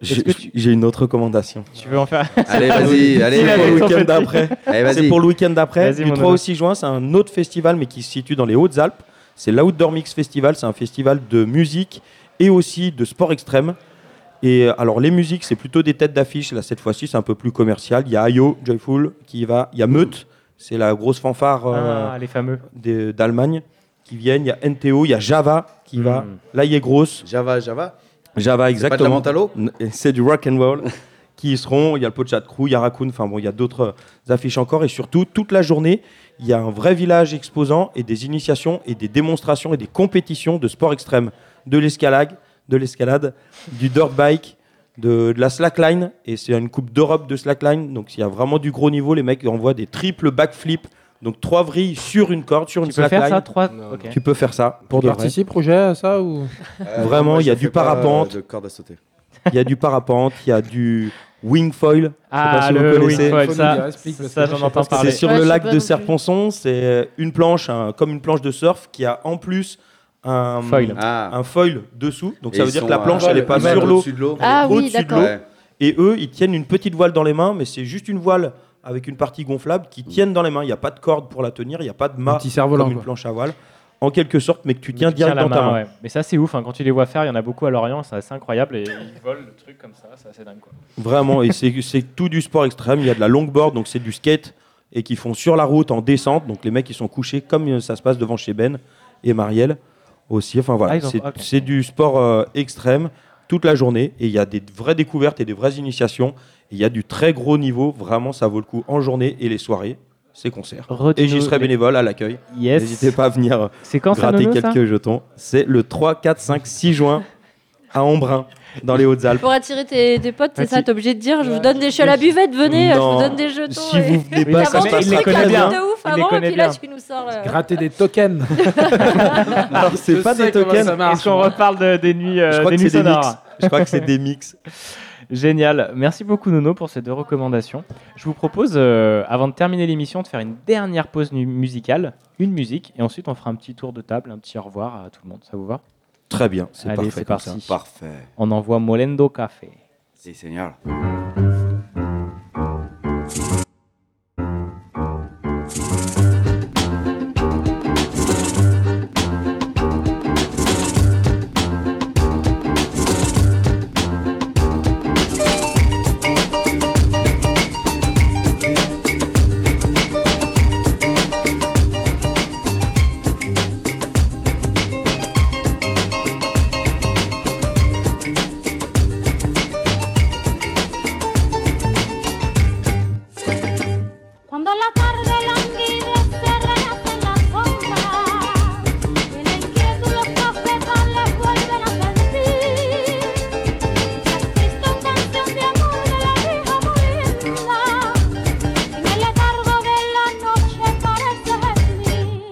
Speaker 6: J'ai j'ai une autre recommandation.
Speaker 7: Tu veux en faire
Speaker 8: Allez, vas-y, allez.
Speaker 6: C'est pour le week-end d'après.
Speaker 8: Allez, vas-y.
Speaker 6: C'est pour le week-end d'après.
Speaker 8: Vas-y,
Speaker 6: Du
Speaker 8: mon
Speaker 6: 3
Speaker 8: Nono.
Speaker 6: au 6 juin, c'est un autre festival, mais qui se situe dans les Hautes-Alpes. C'est l'Outdoor Mix Festival. C'est un festival de musique et aussi de sport extrême. Et euh, alors, les musiques, c'est plutôt des têtes d'affiche. Là, cette fois-ci, c'est un peu plus commercial. Il y a Ayo, Joyful, qui y va. Il y a Meute, c'est la grosse fanfare euh,
Speaker 7: Ah, les fameux.
Speaker 6: des- d'Allemagne, qui viennent. Il y a NTO, il y a Java, qui va. Là, il est grosse.
Speaker 8: Hmm. Java, Java
Speaker 6: Java,
Speaker 8: C'est pas de la
Speaker 6: exactement.
Speaker 8: Mentalo
Speaker 6: N- et C'est du rock and roll. qui y seront. Il y a le Pochat Crew, il y a Raccoon. Enfin bon, il y a d'autres euh, affiches encore. Et surtout, toute la journée, il y a un vrai village exposant et des initiations et des démonstrations et des compétitions de sports extrêmes, de l'escalade, de l'escalade, du dirt bike. De, de la slackline et c'est une coupe d'Europe de slackline donc il y a vraiment du gros niveau les mecs envoient des triples backflips donc trois vrilles sur une corde sur une
Speaker 7: peux faire
Speaker 6: slackline
Speaker 7: ça, trois- Non, ok.
Speaker 6: tu peux faire ça pour
Speaker 9: Tu
Speaker 6: de vrai Euh,
Speaker 9: participes, Roger, à ça ou
Speaker 6: Vraiment, il y a du
Speaker 8: euh,
Speaker 6: parapente.
Speaker 8: de corde à sauter.
Speaker 6: Il y a du parapente, il y a du wing foil. Je sais pas
Speaker 7: Ah,
Speaker 6: si vous
Speaker 7: le wing
Speaker 6: connaissez.
Speaker 7: foil, ça- Faut nous dire, explique, parce ça, que j'en je sais entends pas ce que parler.
Speaker 6: C'est sur
Speaker 7: Ouais, je
Speaker 6: le
Speaker 7: sais
Speaker 6: lac
Speaker 7: pas
Speaker 6: de
Speaker 7: non plus.
Speaker 6: Serponçon, c'est euh, une planche, un- comme une planche de surf, qui a en plus un
Speaker 7: Foil.
Speaker 6: un foil dessous. Donc
Speaker 8: Et
Speaker 6: ça veut
Speaker 8: ils
Speaker 6: dire
Speaker 8: sont
Speaker 6: que la
Speaker 8: à
Speaker 6: planche,
Speaker 8: un
Speaker 6: elle n'est
Speaker 8: mètre
Speaker 6: pas
Speaker 8: au-dessus
Speaker 6: sur l'eau.
Speaker 8: de l'eau.
Speaker 6: Elle est
Speaker 8: Ah oui,
Speaker 6: au-dessus de
Speaker 8: d'accord.
Speaker 6: l'eau.
Speaker 8: Ouais.
Speaker 6: Et eux, ils tiennent une petite voile dans les mains, mais c'est juste une voile avec une partie gonflable qui tiennent dans les mains. Il n'y a pas de corde pour la tenir, il n'y a pas de mât
Speaker 7: petit cerf-volant,
Speaker 6: comme une
Speaker 7: quoi.
Speaker 6: planche à voile. En quelque sorte, mais que tu tiens
Speaker 7: Tiens
Speaker 6: direct
Speaker 7: la
Speaker 6: dans ta
Speaker 7: main,
Speaker 6: main.
Speaker 7: ouais. Mais ça, c'est ouf. hein, Quand tu les vois faire, il y en a beaucoup à Lorient, c'est assez incroyable. Et ils volent le truc comme ça, c'est assez dingue. Quoi.
Speaker 6: Vraiment, et c'est c'est tout du sport extrême. Il y a de la longboard, donc c'est du skate, et qui font sur la route en descente. Donc les mecs, ils sont couchés comme euh, ça se passe devant chez Ben et Marielle aussi. Enfin
Speaker 7: Ah,
Speaker 6: voilà,
Speaker 7: ils ont-
Speaker 6: c'est
Speaker 7: ok.
Speaker 6: c'est du sport euh, extrême toute la journée. Et il y a des vraies découvertes et des vraies initiations. Et il y a du très gros niveau. Vraiment, ça vaut le coup en journée et les soirées, ces concerts.
Speaker 7: Retenez-
Speaker 6: et j'y serai bénévole à l'accueil.
Speaker 7: Yes.
Speaker 6: N'hésitez pas à venir euh,
Speaker 7: C'est quand ça,
Speaker 6: gratter
Speaker 7: Nono, ça
Speaker 6: quelques jetons. C'est le 3, 4, 5, 6 juin à Embrun, dans les Hautes-Alpes.
Speaker 25: Pour attirer tes, tes potes, c'est
Speaker 6: Merci.
Speaker 25: ça, t'es obligé de dire je vous donne des chats à la buvette, venez, je vous
Speaker 6: Non.
Speaker 25: donne des jetons.
Speaker 6: Si vous venez
Speaker 25: T'as
Speaker 6: pas, ça se
Speaker 25: vendu
Speaker 6: passe
Speaker 25: le
Speaker 6: pas
Speaker 25: truc
Speaker 6: très
Speaker 25: à
Speaker 6: bien.
Speaker 25: de ouf
Speaker 6: Il les
Speaker 25: avant, et
Speaker 6: connaît
Speaker 25: puis là,
Speaker 6: bien.
Speaker 25: tu nous sors euh. le-
Speaker 9: Gratter des tokens.
Speaker 6: Alors, c'est
Speaker 7: Je
Speaker 6: pas
Speaker 7: sais
Speaker 6: des
Speaker 7: comment
Speaker 6: tokens.
Speaker 7: ça marche, Est-ce qu'on moi. reparle de- des nuits, euh,
Speaker 6: Je crois
Speaker 7: des
Speaker 6: que
Speaker 7: nuits
Speaker 6: c'est des
Speaker 7: sonores
Speaker 6: mix. Je crois que c'est des mix.
Speaker 7: Génial. Merci beaucoup, Nono, pour ces deux recommandations. Je vous propose, euh, avant de terminer l'émission, de faire une dernière pause nu- musicale, une musique, et ensuite on fera un petit tour de table, un petit au revoir à tout le monde. Ça vous va
Speaker 6: Très bien, c'est
Speaker 7: Allez,
Speaker 6: parfait
Speaker 7: c'est
Speaker 6: comme
Speaker 7: parti.
Speaker 6: ça.
Speaker 8: Parfait.
Speaker 7: On envoie Molendo Café.
Speaker 8: Si, Seigneur.
Speaker 10: Cuando la tarde languidece renacen las sombras, y el incrédulo profetas las vuelven a sentir. La triste canción de amor de la vieja molinda, en el letargo de la noche parece gemir.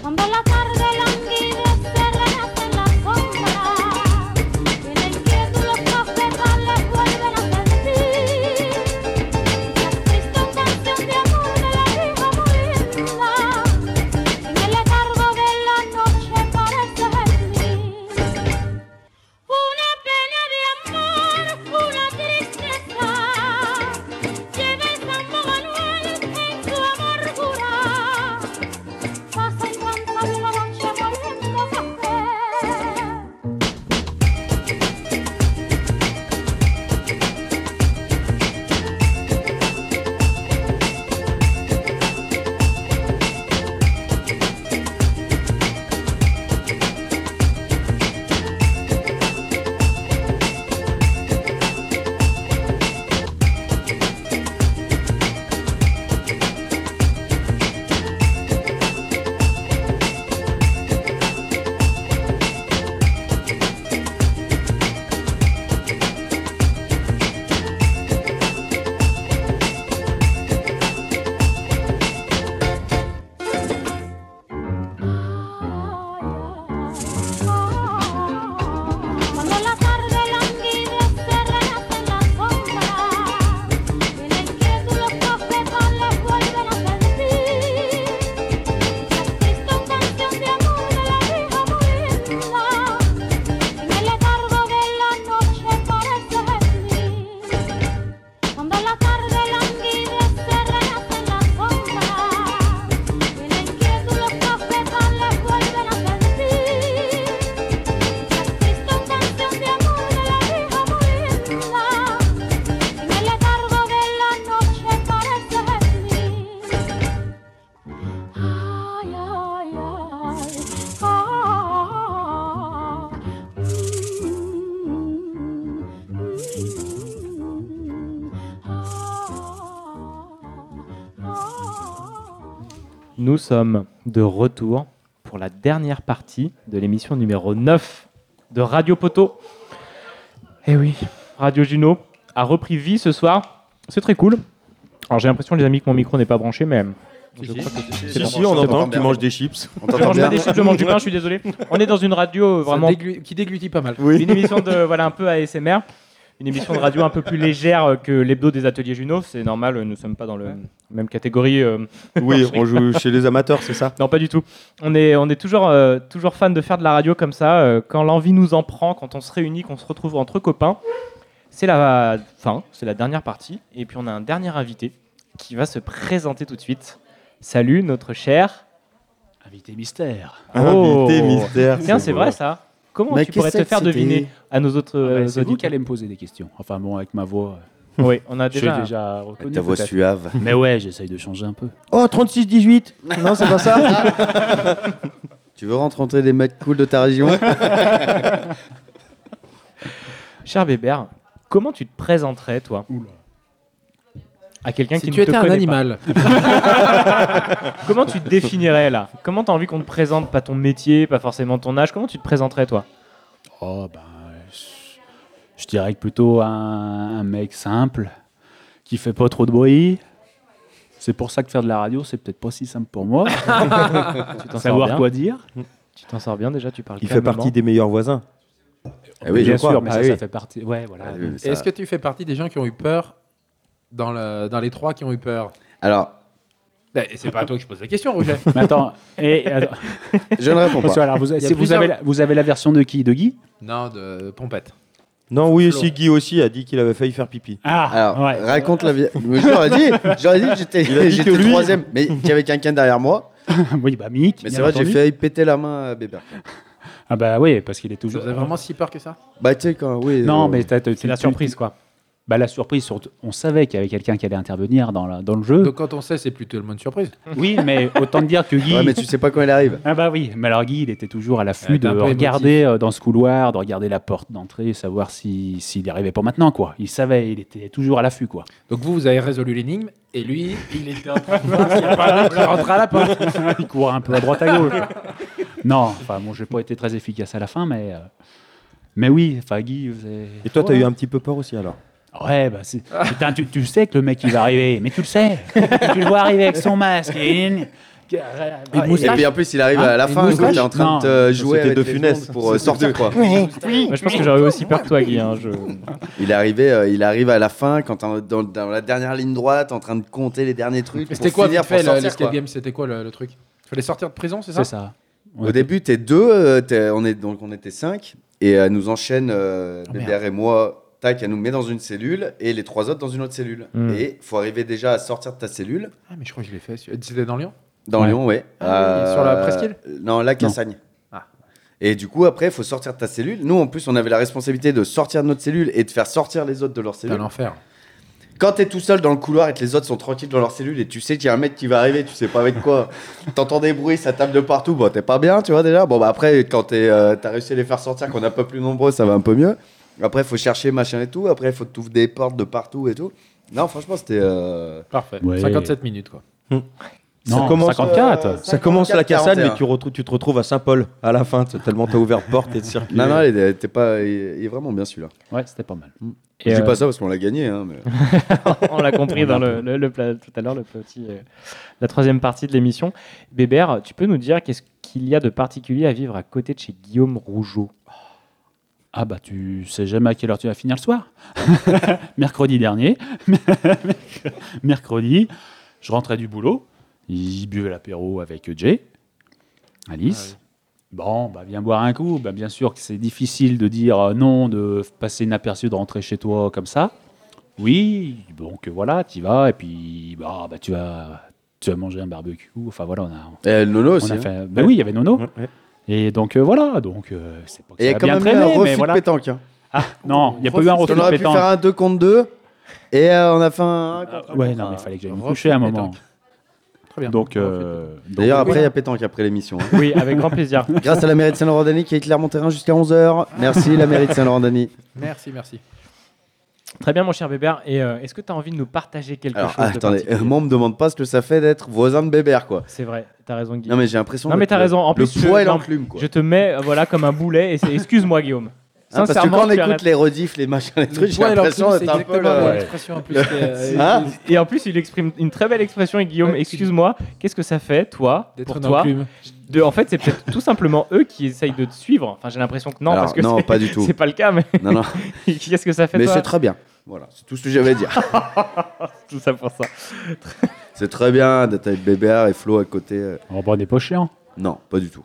Speaker 10: Cuando la tarde languidece renacen las sombras, y el incrédulo profetas las vuelven a sentir. Triste canción de amor
Speaker 7: Nous sommes de retour pour la dernière partie de l'émission numéro 9 de Radio Poteau. Eh oui, Radio Juno a repris vie ce soir. C'est très cool. Alors j'ai l'impression, les amis, que mon micro n'est pas branché, mais. je crois que-
Speaker 6: Si,
Speaker 7: c'est
Speaker 6: si,
Speaker 7: pas
Speaker 6: on
Speaker 7: branché.
Speaker 6: entend que tu manges des chips. On
Speaker 7: Je
Speaker 6: t'entend
Speaker 7: mange pas
Speaker 6: bien.
Speaker 7: des chips, je mange du pain, je suis désolé. On est dans une radio euh,
Speaker 9: Ça
Speaker 7: vraiment.
Speaker 9: déglu- qui déglutit pas mal.
Speaker 7: Une émission de, voilà, un peu ASMR. Une émission de radio un peu plus légère euh, que l'hebdo des ateliers Juno. C'est normal, euh, nous ne sommes pas dans la même catégorie. euh,
Speaker 6: Oui,
Speaker 7: non, je
Speaker 6: on joue
Speaker 7: rigole.
Speaker 6: chez les amateurs, c'est ça
Speaker 7: Non, pas du tout. On est, on est toujours, euh, toujours fan de faire de la radio comme ça. euh, quand l'envie nous en prend, quand on se réunit, qu'on se retrouve entre copains, c'est la fin, c'est la dernière partie. Et puis on a un dernier invité qui va se présenter tout de suite. Salut, notre cher. Invité mystère.
Speaker 13: Invité mystère,
Speaker 7: Tiens,
Speaker 13: c'est
Speaker 7: c'est
Speaker 13: beau.
Speaker 7: vrai ça. Comment
Speaker 13: Mais
Speaker 7: tu pourrais
Speaker 13: qu'est-ce
Speaker 7: te
Speaker 13: que
Speaker 7: faire
Speaker 13: c'était
Speaker 7: deviner à nos
Speaker 13: Ah
Speaker 7: autres euh,
Speaker 13: ben, C'est vous
Speaker 7: auditeurs
Speaker 13: qui allez me poser des questions. Enfin bon, avec ma voix. euh,
Speaker 7: Oui, on a
Speaker 13: je
Speaker 7: déjà-
Speaker 13: l'ai déjà reconnu,
Speaker 7: Ta voix
Speaker 13: peut-être.
Speaker 7: suave.
Speaker 13: Mais ouais, j'essaye de changer un peu.
Speaker 6: Oh, 36-18 Non, c'est pas ça
Speaker 8: Tu veux rencontrer des mecs cool de ta région
Speaker 7: Cher Bébert, comment tu te présenterais, toi À quelqu'un
Speaker 9: Si
Speaker 7: qui
Speaker 9: tu
Speaker 7: ne te
Speaker 9: étais un
Speaker 7: connaît
Speaker 9: animal.
Speaker 7: pas. comment tu te définirais, là Comment t'as envie qu'on te présente Pas ton métier, pas forcément ton âge. Comment tu te présenterais, toi
Speaker 13: Oh, ben. je- Je dirais que plutôt un, un mec simple, qui fait pas trop de bruit. C'est pour ça que faire de la radio, c'est peut-être pas si simple pour moi.
Speaker 7: Tu t'en sors
Speaker 13: Savoir
Speaker 7: bien.
Speaker 13: quoi dire.
Speaker 7: Tu t'en sors bien, déjà, tu parles
Speaker 6: Il fait partie des meilleurs voisins.
Speaker 13: Eh oui,
Speaker 6: Je
Speaker 13: bien
Speaker 6: crois.
Speaker 13: sûr, mais
Speaker 6: Ah
Speaker 13: ça,
Speaker 6: oui.
Speaker 13: ça fait partie. Ouais, voilà.
Speaker 6: Ah oui, mais
Speaker 9: Et Est-ce
Speaker 6: ça-
Speaker 9: que tu fais partie des gens qui ont eu peur dans, le- dans les trois qui ont eu peur
Speaker 8: Alors.
Speaker 9: Bah, c'est pas à toi que je pose la question, Roger.
Speaker 13: Mais attends, et, attends. Parce que alors, vous,
Speaker 9: Il y a
Speaker 13: si vous,
Speaker 9: plusieurs-
Speaker 13: avez la, vous avez la version de qui De Guy
Speaker 9: Non, de Pompette.
Speaker 6: Non, oui,
Speaker 9: Flo.
Speaker 6: si Guy aussi a dit qu'il avait failli faire pipi.
Speaker 13: Ah,
Speaker 8: Alors, raconte la vie. Mais je leur ai dit, j'aurais dit que
Speaker 6: Il a
Speaker 8: j'étais
Speaker 6: dit que
Speaker 8: j'étais
Speaker 6: lui-
Speaker 8: troisième, mais qu'il y avait quelqu'un derrière moi.
Speaker 13: oui, bah Mick.
Speaker 8: Mais
Speaker 13: bien
Speaker 8: c'est vrai, j'ai
Speaker 13: entendu.
Speaker 8: failli péter la main à Bébert.
Speaker 13: Ah bah oui, parce qu'il est
Speaker 9: Vous
Speaker 13: toujours.
Speaker 9: avez vraiment si peur que ça
Speaker 8: Bah tu sais quand, oui.
Speaker 13: Non,
Speaker 8: euh,
Speaker 13: mais t'as- t'as- tu-
Speaker 7: la
Speaker 13: tu-
Speaker 7: surprise,
Speaker 13: tu-
Speaker 7: quoi.
Speaker 13: Bah la surprise, surtout, on savait qu'il y avait quelqu'un qui allait intervenir dans, la- dans le jeu.
Speaker 9: Donc quand on sait, c'est plutôt le monde surprise.
Speaker 13: Oui, mais autant te dire que Guy.
Speaker 9: Ouais, mais tu sais
Speaker 8: pas quand elle arrive.
Speaker 13: Ah bah oui, mais alors Guy, il était toujours à
Speaker 9: Elle
Speaker 13: l'affût
Speaker 9: était
Speaker 13: de
Speaker 9: un peu
Speaker 13: regarder euh, dans ce couloir, de regarder la porte d'entrée, savoir si s'il arrivait pas maintenant quoi. Il savait, il était toujours à l'affût quoi.
Speaker 9: Donc vous, vous avez résolu l'énigme et lui, il était en train de voir s'il y a pas l'autre qui rentre à la porte.
Speaker 13: il courait un peu à droite à gauche. non, enfin bon, j'ai pas été très efficace à la fin, mais euh, mais oui, enfin Guy.
Speaker 6: Et toi, t'as eu un petit peu peur aussi alors
Speaker 13: Ouais, bah c'est. Putain, tu, tu sais que le mec il va arriver, mais tu le sais. tu le vois arriver avec son masque et une.
Speaker 6: Ah,
Speaker 8: Et puis en plus, il
Speaker 6: Hein
Speaker 8: arrive à la
Speaker 13: Une
Speaker 8: fin,
Speaker 13: Hein moustache
Speaker 8: t'es en train de te
Speaker 13: Non.
Speaker 8: jouer avec les secondes pour euh, sortir quoi.
Speaker 7: Bah, je pense que j'aurais aussi peur que toi, Guy. hein, je-
Speaker 8: Il est arrivé, euh, il arrive à la fin quand t'es dans, dans la dernière ligne droite, en train de compter les derniers trucs.
Speaker 9: Mais
Speaker 8: pour
Speaker 9: C'était quoi,
Speaker 8: finir,
Speaker 9: vite fait,
Speaker 8: pour
Speaker 9: le-
Speaker 8: sortir,
Speaker 9: l'escape
Speaker 8: quoi.
Speaker 9: game C'était quoi le, le truc Il fallait sortir de prison, c'est ça
Speaker 8: C'est ça. Au début, t'es deux, euh, t'es- on est donc on était cinq et elle nous enchaîne euh,
Speaker 9: Ah,
Speaker 8: Bébert et moi. Tac, elle nous met dans une cellule et les trois autres dans une autre cellule.
Speaker 9: Hmm.
Speaker 8: Et faut arriver déjà à sortir de ta cellule.
Speaker 9: Ah, mais je crois que je l'ai fait. sur- C'était dans Lyon
Speaker 8: Dans Lyon, ouais.
Speaker 9: Ah oui,
Speaker 8: Euh,
Speaker 9: Sur la presqu'île Ah.
Speaker 8: Non, la Cassagne. Et du coup, après, il faut sortir de ta cellule. Nous, en plus, on avait la responsabilité de sortir de notre cellule et de faire sortir les autres de leur cellule.
Speaker 9: l'enfer.
Speaker 8: Quand t'es tout seul dans le couloir et que les autres sont tranquilles dans leur cellule et tu sais qu'il y a un mec qui va arriver, tu sais pas avec quoi, t'entends des bruits, ça tape de partout, bon, t'es pas bien, tu vois déjà. Bon, bah après, quand t'es, euh, t'as réussi à les faire sortir, qu'on est un peu plus nombreux, ça va un peu mieux. Après, faut chercher machin et tout. Après, faut t'ouvrir des portes de partout et tout. Non, franchement, c'était. euh,
Speaker 9: Parfait.
Speaker 6: Ouais.
Speaker 9: 57 minutes, quoi.
Speaker 6: Hmm. ça
Speaker 8: Non,
Speaker 6: commence,
Speaker 8: 54.
Speaker 6: euh, ça commence à la
Speaker 8: 54,
Speaker 6: Cassagne, mais
Speaker 8: 41.
Speaker 6: tu, retrou- tu te retrouves à Saint-Paul à la fin, t- tellement t'as ouvert porte et circuit.
Speaker 8: Non, non, il est, t'es pas, il est- il est vraiment bien celui-là.
Speaker 13: Ouais, c'était pas mal.
Speaker 7: Mm.
Speaker 8: Je
Speaker 13: Et,
Speaker 8: dis
Speaker 13: euh,
Speaker 8: pas ça parce qu'on l'a gagné. Hein, mais...
Speaker 7: On l'a compris dans le, le- le pla- tout à l'heure, le petit, euh, la troisième partie de l'émission. Bébert, tu peux nous dire qu'est-ce qu'il y a de particulier à vivre à côté de chez Guillaume Rougeau
Speaker 13: Ah bah tu sais jamais à quelle heure tu vas finir le soir. Mercredi dernier, mercredi, je rentrais du boulot, il buvait l'apéro avec Jay,
Speaker 8: Ah
Speaker 13: Alice. Bon, bah viens boire un coup. Bah, bien sûr que c'est difficile de dire euh, non, de f- passer inaperçu, de rentrer chez toi comme ça. Oui, donc euh, voilà, tu vas et puis bah, bah tu vas tu vas manger un barbecue. Enfin voilà, on a.
Speaker 8: Et Nono
Speaker 13: on
Speaker 8: aussi,
Speaker 13: a
Speaker 8: hein.
Speaker 13: fait- bah oui, il y avait Nono. Et donc euh, voilà, donc euh, c'est pas que
Speaker 8: Et il y
Speaker 13: ça
Speaker 8: a
Speaker 13: a
Speaker 8: quand
Speaker 13: bien
Speaker 8: même eu un
Speaker 13: traîné, mais
Speaker 8: refus de
Speaker 13: voilà.
Speaker 8: pétanque. hein.
Speaker 13: Ah, non, il n'y a pas eu un refus
Speaker 8: On
Speaker 13: de
Speaker 8: aurait pu
Speaker 13: pétanque. Ah,
Speaker 8: faire un 2 contre 2 et euh, on a fait un.
Speaker 13: Ouais, non, mais il fallait que j'aille me
Speaker 8: Refus
Speaker 13: coucher à un
Speaker 8: de
Speaker 13: moment.
Speaker 8: pétanque.
Speaker 13: Très bien. Donc, euh, donc-
Speaker 8: D'ailleurs, après, il
Speaker 13: Oui.
Speaker 8: y a pétanque après l'émission. hein.
Speaker 13: Oui, avec grand plaisir.
Speaker 8: Grâce à la mairie de Saint-Laurent-Dany qui éclaire mon terrain jusqu'à 11h. Merci, la mairie de Saint-Laurent-Dany.
Speaker 9: Merci, merci.
Speaker 7: Très bien, mon cher Bébert. Et euh, est-ce que tu as envie de nous partager quelque
Speaker 8: Alors, ah,
Speaker 7: chose de
Speaker 8: attendez, euh,
Speaker 7: particulier
Speaker 8: moi, on me demande pas ce que ça fait d'être voisin de Bébert, quoi.
Speaker 7: C'est vrai, t'as raison, Guillaume.
Speaker 8: Non, mais j'ai l'impression.
Speaker 7: Non,
Speaker 8: de-
Speaker 7: mais t'as raison. En
Speaker 8: le
Speaker 7: plus, je-
Speaker 8: poids et
Speaker 7: non,
Speaker 8: l'enclume, quoi.
Speaker 7: Je te mets, euh, voilà, comme un boulet. Et c'est- excuse-moi, Guillaume.
Speaker 8: Hein, parce que
Speaker 7: Sincèrement,
Speaker 8: quand on
Speaker 7: tu as
Speaker 8: écoute
Speaker 7: raison.
Speaker 8: les rediffs, les machins, les trucs, j'ai l'impression d'être un peu le. le- Hein
Speaker 7: Et en plus, il exprime une très belle expression. Et Guillaume, excuse-moi, qu'est-ce que ça fait, toi,
Speaker 9: D'être
Speaker 7: pour
Speaker 9: une
Speaker 7: toi
Speaker 9: enclume.
Speaker 7: de, En fait, c'est peut-être tout simplement eux qui essayent de te suivre. Enfin, j'ai l'impression que non,
Speaker 8: Alors,
Speaker 7: parce que
Speaker 8: non,
Speaker 7: c'est-
Speaker 8: pas du tout.
Speaker 7: C'est pas le cas, mais.
Speaker 8: Non, non.
Speaker 7: qu'est-ce que ça fait
Speaker 8: Mais
Speaker 7: toi
Speaker 8: c'est très bien. Voilà, c'est tout ce que j'avais à dire.
Speaker 7: tout ça pour ça.
Speaker 8: C'est très bien d'être avec Bébert et Flo à côté. euh.
Speaker 13: Oh, bah, on n'est pas chiant.
Speaker 8: Non, pas du tout.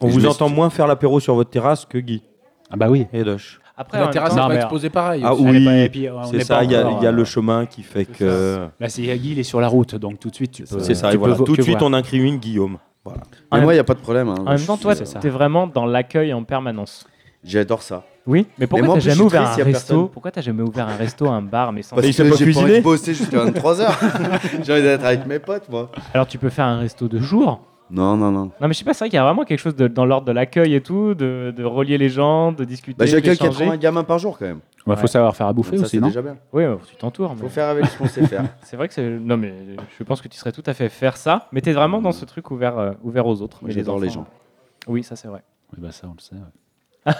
Speaker 6: On
Speaker 8: Et je
Speaker 6: vous
Speaker 8: me
Speaker 6: entend moins faire l'apéro sur votre terrasse que Guy.
Speaker 13: Ah bah oui.
Speaker 6: Et Doche.
Speaker 7: Après, La en même terrasse temps- n'est pas exposée pareil
Speaker 6: Ah
Speaker 13: aussi.
Speaker 6: oui,
Speaker 13: Elle est pas- et puis, euh, on
Speaker 6: c'est
Speaker 13: n'est
Speaker 6: ça,
Speaker 13: pas
Speaker 6: il y, a-
Speaker 13: encore,
Speaker 6: il y a
Speaker 13: euh,
Speaker 6: le chemin qui fait que...
Speaker 13: Là, c'est Guy, il est sur la route, donc tout de suite, tu peux.
Speaker 6: C'est ça, et
Speaker 13: tu
Speaker 6: voilà.
Speaker 13: peux vo-
Speaker 6: Tout de
Speaker 13: que
Speaker 6: suite,
Speaker 13: voir.
Speaker 6: on incrimine Guillaume. Voilà.
Speaker 7: En même- En
Speaker 8: Je
Speaker 7: même temps, toi,
Speaker 8: suis, euh,
Speaker 7: t'es vraiment dans l'accueil en permanence.
Speaker 8: J'adore ça.
Speaker 7: Oui, mais pourquoi
Speaker 8: moi, en
Speaker 7: t'as
Speaker 8: plus, je
Speaker 7: jamais
Speaker 8: suis
Speaker 7: ouvert
Speaker 8: triste, il y
Speaker 7: un
Speaker 8: a personne.
Speaker 7: resto Pourquoi t'as jamais ouvert un resto, un bar, mais sans
Speaker 8: Parce que j'ai pas envie de bosser jusqu'à 23h. j'ai envie d'être avec mes potes, moi.
Speaker 7: Alors tu peux faire un resto de jour.
Speaker 8: Non, non, non.
Speaker 7: Non mais je sais pas, c'est vrai qu'il y a vraiment quelque chose de- dans l'ordre de l'accueil et tout, de, de relier les gens, de discuter.
Speaker 8: Bah, j'accueille
Speaker 7: d'échanger.
Speaker 8: 80 gamins par jour, quand même.
Speaker 13: Bah, faut
Speaker 7: Ouais.
Speaker 13: savoir faire à bouffer
Speaker 8: Ça,
Speaker 13: aussi,
Speaker 8: c'est
Speaker 13: non
Speaker 8: déjà bien.
Speaker 7: Oui, bah, tu t'entoures.
Speaker 8: Faut faire avec ce qu'on sait faire.
Speaker 7: c'est vrai que c'est. Non mais je pense que tu serais tout à fait faire ça, mais t'es vraiment dans ce truc ouvert, euh, ouvert aux autres.
Speaker 8: Moi,
Speaker 7: Mais
Speaker 8: j'adore les
Speaker 7: enfants, euh, Oui, ça c'est vrai.
Speaker 13: Oui, bah, ça, on le sait. ouais.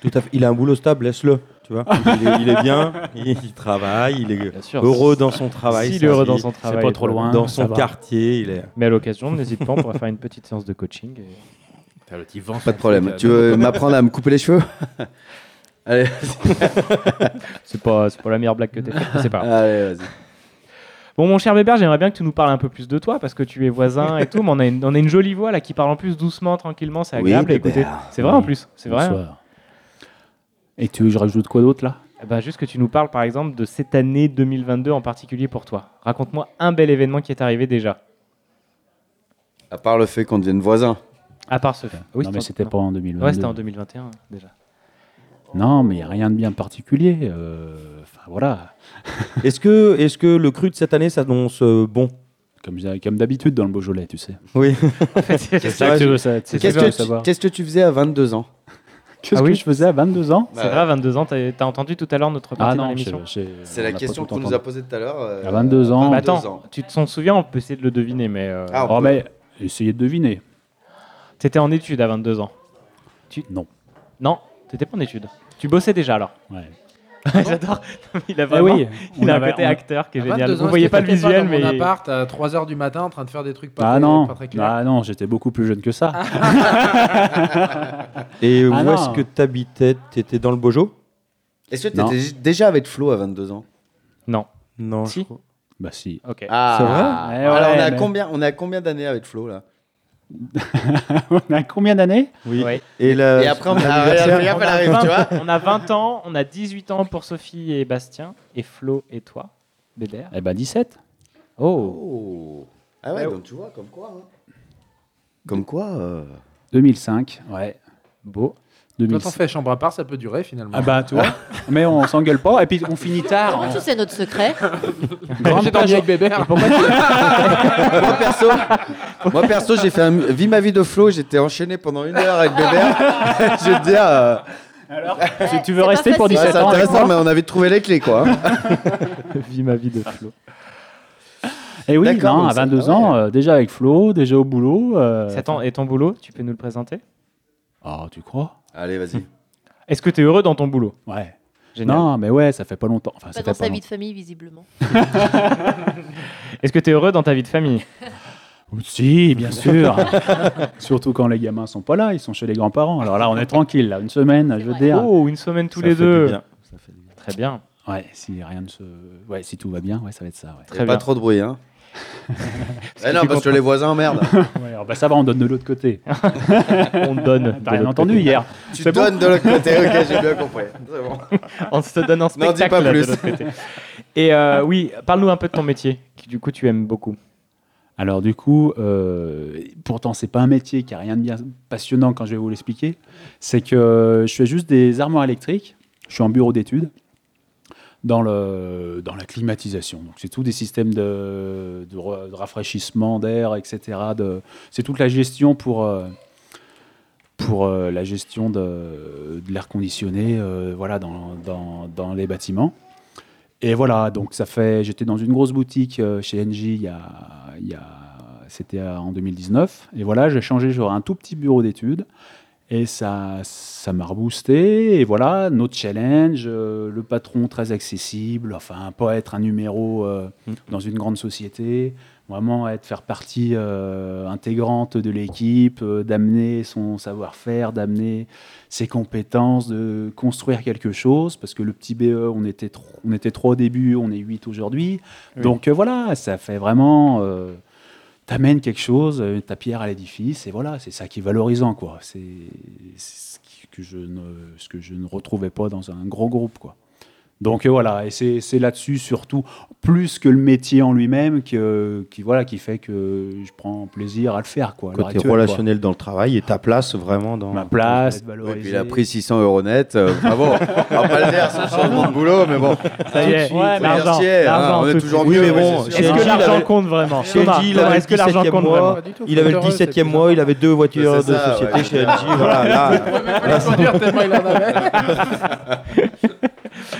Speaker 6: Tout à fait. Il a un boulot stable, laisse-le. Tu vois il, est, il est bien, il, il travaille, il est
Speaker 7: sûr.
Speaker 6: heureux dans son travail.
Speaker 7: S'il
Speaker 6: ça,
Speaker 7: est heureux dans
Speaker 6: il-
Speaker 7: son travail,
Speaker 6: C'est pas trop
Speaker 13: euh,
Speaker 7: voilà.
Speaker 6: loin. Dans son quartier, il est.
Speaker 7: Mais à l'occasion, n'hésite pas, on pourra faire une petite séance de coaching. et-
Speaker 8: Pas de problème. Tu veux m'apprendre à me couper les cheveux Allez,
Speaker 7: C'est pas, c'est pas la meilleure blague que t'aies faite, mais c'est pas grave.
Speaker 8: Allez, vas-y.
Speaker 7: Bon, mon cher Bébert, j'aimerais bien que tu nous parles un peu plus de toi parce que tu es voisin et tout, mais on a une, on a une jolie voix là qui parle en plus doucement, tranquillement, c'est
Speaker 13: Oui,
Speaker 7: agréable à
Speaker 13: Bébert.
Speaker 7: écouter.
Speaker 6: bah,
Speaker 7: C'est vrai en
Speaker 13: Oui.
Speaker 7: plus, c'est vrai. hein.
Speaker 13: Bonsoir. Et tu veux que je rajoute quoi d'autre là
Speaker 7: Eh ben, juste que tu nous parles par exemple de cette année 2022 en particulier pour toi. Raconte-moi un bel événement qui est arrivé déjà.
Speaker 8: À part le fait qu'on devienne voisins.
Speaker 7: À part ce fait.
Speaker 13: Non,
Speaker 7: Oui, c'était
Speaker 13: mais
Speaker 7: en-
Speaker 13: c'était pas en 2022.
Speaker 7: Ouais, c'était en 2021 déjà.
Speaker 8: Bah
Speaker 13: Non, mais il n'y a rien de bien particulier. euh, Enfin, voilà.
Speaker 6: Est-ce que, est que le cru de cette année s'annonce euh, bon
Speaker 13: Comme, comme d'habitude dans le Beaujolais, tu sais.
Speaker 6: Oui.
Speaker 13: C'est ça que tu veux, ça- c'est
Speaker 8: Qu'est-ce
Speaker 13: ça que tu veux
Speaker 8: que tu-
Speaker 13: savoir.
Speaker 8: qu'est-ce que tu faisais à 22 ans
Speaker 13: Qu'est-ce que je faisais à 22 ans
Speaker 7: Ah
Speaker 13: Ah
Speaker 7: C'est vrai, à 22 ans, t'as t'as entendu tout à l'heure notre partie dans l'émission
Speaker 8: C'est la question qu'on nous a posée tout à l'heure. euh,
Speaker 13: À 22 ans.
Speaker 7: Bah,
Speaker 8: 22
Speaker 7: attends,
Speaker 8: ans.
Speaker 7: tu t'en souviens, on peut essayer de le deviner, mais. euh,
Speaker 8: Ah,
Speaker 13: Oh, mais essayez de deviner.
Speaker 7: T'étais en études à 22 ans tu...
Speaker 13: Non.
Speaker 7: Non, t'étais pas en études. Tu bossais déjà alors Ah,
Speaker 13: Ouais.
Speaker 7: J'adore. Il a
Speaker 9: Eh
Speaker 7: vraiment
Speaker 9: oui,
Speaker 7: il
Speaker 9: on
Speaker 7: a un
Speaker 9: avait-
Speaker 7: côté
Speaker 9: on-
Speaker 7: acteur qui est
Speaker 9: à
Speaker 7: génial.
Speaker 9: 22
Speaker 7: Vous
Speaker 9: ans,
Speaker 7: voyez
Speaker 9: j'étais
Speaker 7: pas le
Speaker 9: peut-être
Speaker 7: visuel,
Speaker 9: dans
Speaker 7: mais. Bah
Speaker 9: mon appart à 3h du matin en train de faire des trucs pas,
Speaker 13: Ah
Speaker 9: très,
Speaker 13: non,
Speaker 9: pas très clairs.
Speaker 13: ah non, j'étais beaucoup plus jeune que ça.
Speaker 6: Et
Speaker 13: Ah
Speaker 6: où
Speaker 13: non.
Speaker 6: est-ce que t'habitais T'étais dans le Bojo
Speaker 8: Est-ce que
Speaker 6: Non.
Speaker 8: t'étais j- déjà avec Flo à 22 ans
Speaker 7: Non.
Speaker 6: Non.
Speaker 7: Si.
Speaker 13: Bah si.
Speaker 7: Ok.
Speaker 6: C'est
Speaker 8: Ah,
Speaker 6: vrai
Speaker 8: Alors,
Speaker 6: Ouais,
Speaker 8: on est à
Speaker 6: mais-
Speaker 8: combien, on est à combien d'années avec Flo là
Speaker 13: on a combien d'années
Speaker 6: Oui.
Speaker 7: Ouais.
Speaker 6: Et,
Speaker 8: Et après, on a- l'anniversaire. regarde, regarde,
Speaker 7: On a
Speaker 8: elle arrive,
Speaker 7: 20
Speaker 8: tu vois.
Speaker 7: on a 20 ans, on a 18 ans pour Sophie et Bastien, et Flo et toi, Bébert.
Speaker 13: Eh ben 17.
Speaker 7: Oh.
Speaker 8: Ah ouais,
Speaker 7: Ouais,
Speaker 8: donc tu vois, comme quoi. hein. Comme quoi
Speaker 13: 2005, ouais.
Speaker 7: Beau.
Speaker 9: Quand on fait chambre à part, ça peut durer finalement.
Speaker 13: Ah bah tu vois, mais on s'engueule pas et puis on finit tard. hein.
Speaker 6: Ah.
Speaker 25: Comment
Speaker 13: on-
Speaker 25: tu sais notre secret
Speaker 13: Grande
Speaker 9: J'ai dormi
Speaker 13: page-
Speaker 9: avec Bébert.
Speaker 13: Et pourquoi
Speaker 6: Ah,
Speaker 13: tu-
Speaker 8: moi perso, moi perso, j'ai fait un vie ma vie de Flo, j'étais enchaîné pendant une heure avec Bébert. je vais te dire. euh,
Speaker 13: Alors,
Speaker 25: si
Speaker 13: tu veux rester pour
Speaker 8: ouais,
Speaker 13: 17
Speaker 8: c'est
Speaker 13: ans avec
Speaker 8: intéressant, mais
Speaker 13: moi
Speaker 8: on avait trouvé les clés quoi.
Speaker 7: Vie ma vie de Flo.
Speaker 13: Et Eh oui,
Speaker 7: D'accord,
Speaker 13: non,
Speaker 7: donc
Speaker 13: à
Speaker 7: ça-
Speaker 13: 22 ans, euh, déjà avec Flo, déjà au boulot. euh,
Speaker 7: C'est ton- et ton boulot, tu peux nous le présenter
Speaker 13: Ah, tu crois
Speaker 8: Allez, vas-y.
Speaker 7: Est-ce que tu es heureux dans ton boulot
Speaker 13: Ouais.
Speaker 7: Génial.
Speaker 13: Non, mais ouais, ça fait pas longtemps. Enfin,
Speaker 25: Pas
Speaker 13: ça
Speaker 25: dans
Speaker 13: fait
Speaker 25: sa
Speaker 13: pas
Speaker 25: vie de famille, visiblement.
Speaker 7: Est-ce que tu es heureux dans ta vie de famille
Speaker 13: longtemps. Si, bien sûr. Surtout quand les gamins sont pas là, ils sont chez les grands-parents. Alors là, on est tranquille, là, une semaine, je veux dire.
Speaker 7: Oh, une semaine tous
Speaker 13: Ça
Speaker 7: les
Speaker 13: fait
Speaker 7: deux.
Speaker 13: du bien.
Speaker 7: Très bien.
Speaker 13: Ouais, si rien ne se, ouais, si tout va bien, ouais, ça va être ça. ouais.
Speaker 8: Très pas trop de bruit hein. Eh
Speaker 13: que
Speaker 8: non,
Speaker 13: tu
Speaker 8: parce que
Speaker 13: comprends-
Speaker 8: les voisins merde.
Speaker 13: Ouais, alors, bah, ça va, on donne de l'autre côté.
Speaker 7: on donne.
Speaker 13: T'as rien entendu hier.
Speaker 8: Tu
Speaker 13: C'est bon
Speaker 8: donnes de l'autre côté, ok, j'ai bien compris. C'est bon.
Speaker 7: On se donne un
Speaker 8: N'en
Speaker 7: spectacle.
Speaker 8: dis pas
Speaker 7: là, de
Speaker 8: plus.
Speaker 7: l'autre côté. Et euh, oui, parle-nous un peu de ton métier, que du coup tu aimes beaucoup.
Speaker 13: Alors du coup, euh, pourtant c'est pas un métier qui a rien de bien passionnant quand je vais vous l'expliquer. C'est que euh, je fais juste des armoires électriques. Je suis en bureau d'études dans le dans la climatisation. Donc c'est tout des systèmes de, de ra- de rafraîchissement d'air, etc. de- C'est toute la gestion pour euh, pour euh, la gestion de, de l'air conditionné euh, voilà, dans, dans- dans les bâtiments. Et voilà, donc ça fait. J'étais dans une grosse boutique euh, chez Engie il y a. il y a- C'était euh, en 2019. Et voilà, j'ai changé, j'aurai un tout petit bureau d'études. Et ça ça m'a reboosté. Et voilà, notre challenge, euh, le patron très accessible, enfin, pas être un numéro euh, dans une grande société, vraiment être faire partie euh, intégrante de l'équipe, euh, d'amener son savoir-faire, d'amener ses compétences, de construire quelque chose. Parce que le petit BE, on était, tro- on était trois au début, on est huit aujourd'hui.
Speaker 7: Oui.
Speaker 13: Donc euh, voilà, ça fait vraiment. euh, t'amènes quelque chose, euh, ta pierre à l'édifice, et voilà, c'est ça qui est valorisant, quoi. C'est c'est ce qui- que je ne, ce que je ne retrouvais pas dans un gros groupe, quoi. Donc euh, voilà, et c'est c'est là-dessus surtout, plus que le métier en lui-même, que, qui, voilà, qui fait que je prends plaisir à le faire, quoi. à l'heure
Speaker 6: Côté
Speaker 13: actuelle, quoi.
Speaker 6: relationnel dans le travail et ta place vraiment dans.
Speaker 13: Ma place,
Speaker 8: Et puis il a pris 600 euros net. euh, bravo. On va pas le dire, c'est un changement de boulot, mais bon.
Speaker 7: Ça y est,
Speaker 8: Tout de suite,
Speaker 7: ouais,
Speaker 8: faut
Speaker 7: l'argent,
Speaker 6: Ah,
Speaker 8: dire ce qui est, hein,
Speaker 7: l'argent,
Speaker 8: on
Speaker 7: tout
Speaker 8: est
Speaker 7: de
Speaker 8: toujours
Speaker 7: suite.
Speaker 8: mieux,
Speaker 7: Oui, mais
Speaker 8: ouais,
Speaker 7: bon,
Speaker 8: c'est
Speaker 7: est-ce
Speaker 8: sûr.
Speaker 7: que l'argent compte vraiment
Speaker 6: Chez
Speaker 7: Thomas,
Speaker 6: LG, il avait
Speaker 7: Thomas,
Speaker 6: le
Speaker 7: est-ce que l'argent
Speaker 6: 17e
Speaker 7: compte
Speaker 6: mois,
Speaker 7: vraiment
Speaker 6: il avait le 17e mois, il avait deux voitures de
Speaker 7: C'est ça,
Speaker 6: société
Speaker 7: ouais.
Speaker 6: chez LG.
Speaker 7: Il
Speaker 6: Voilà, là.
Speaker 7: pouvait même pas les conduire tellement il en avait.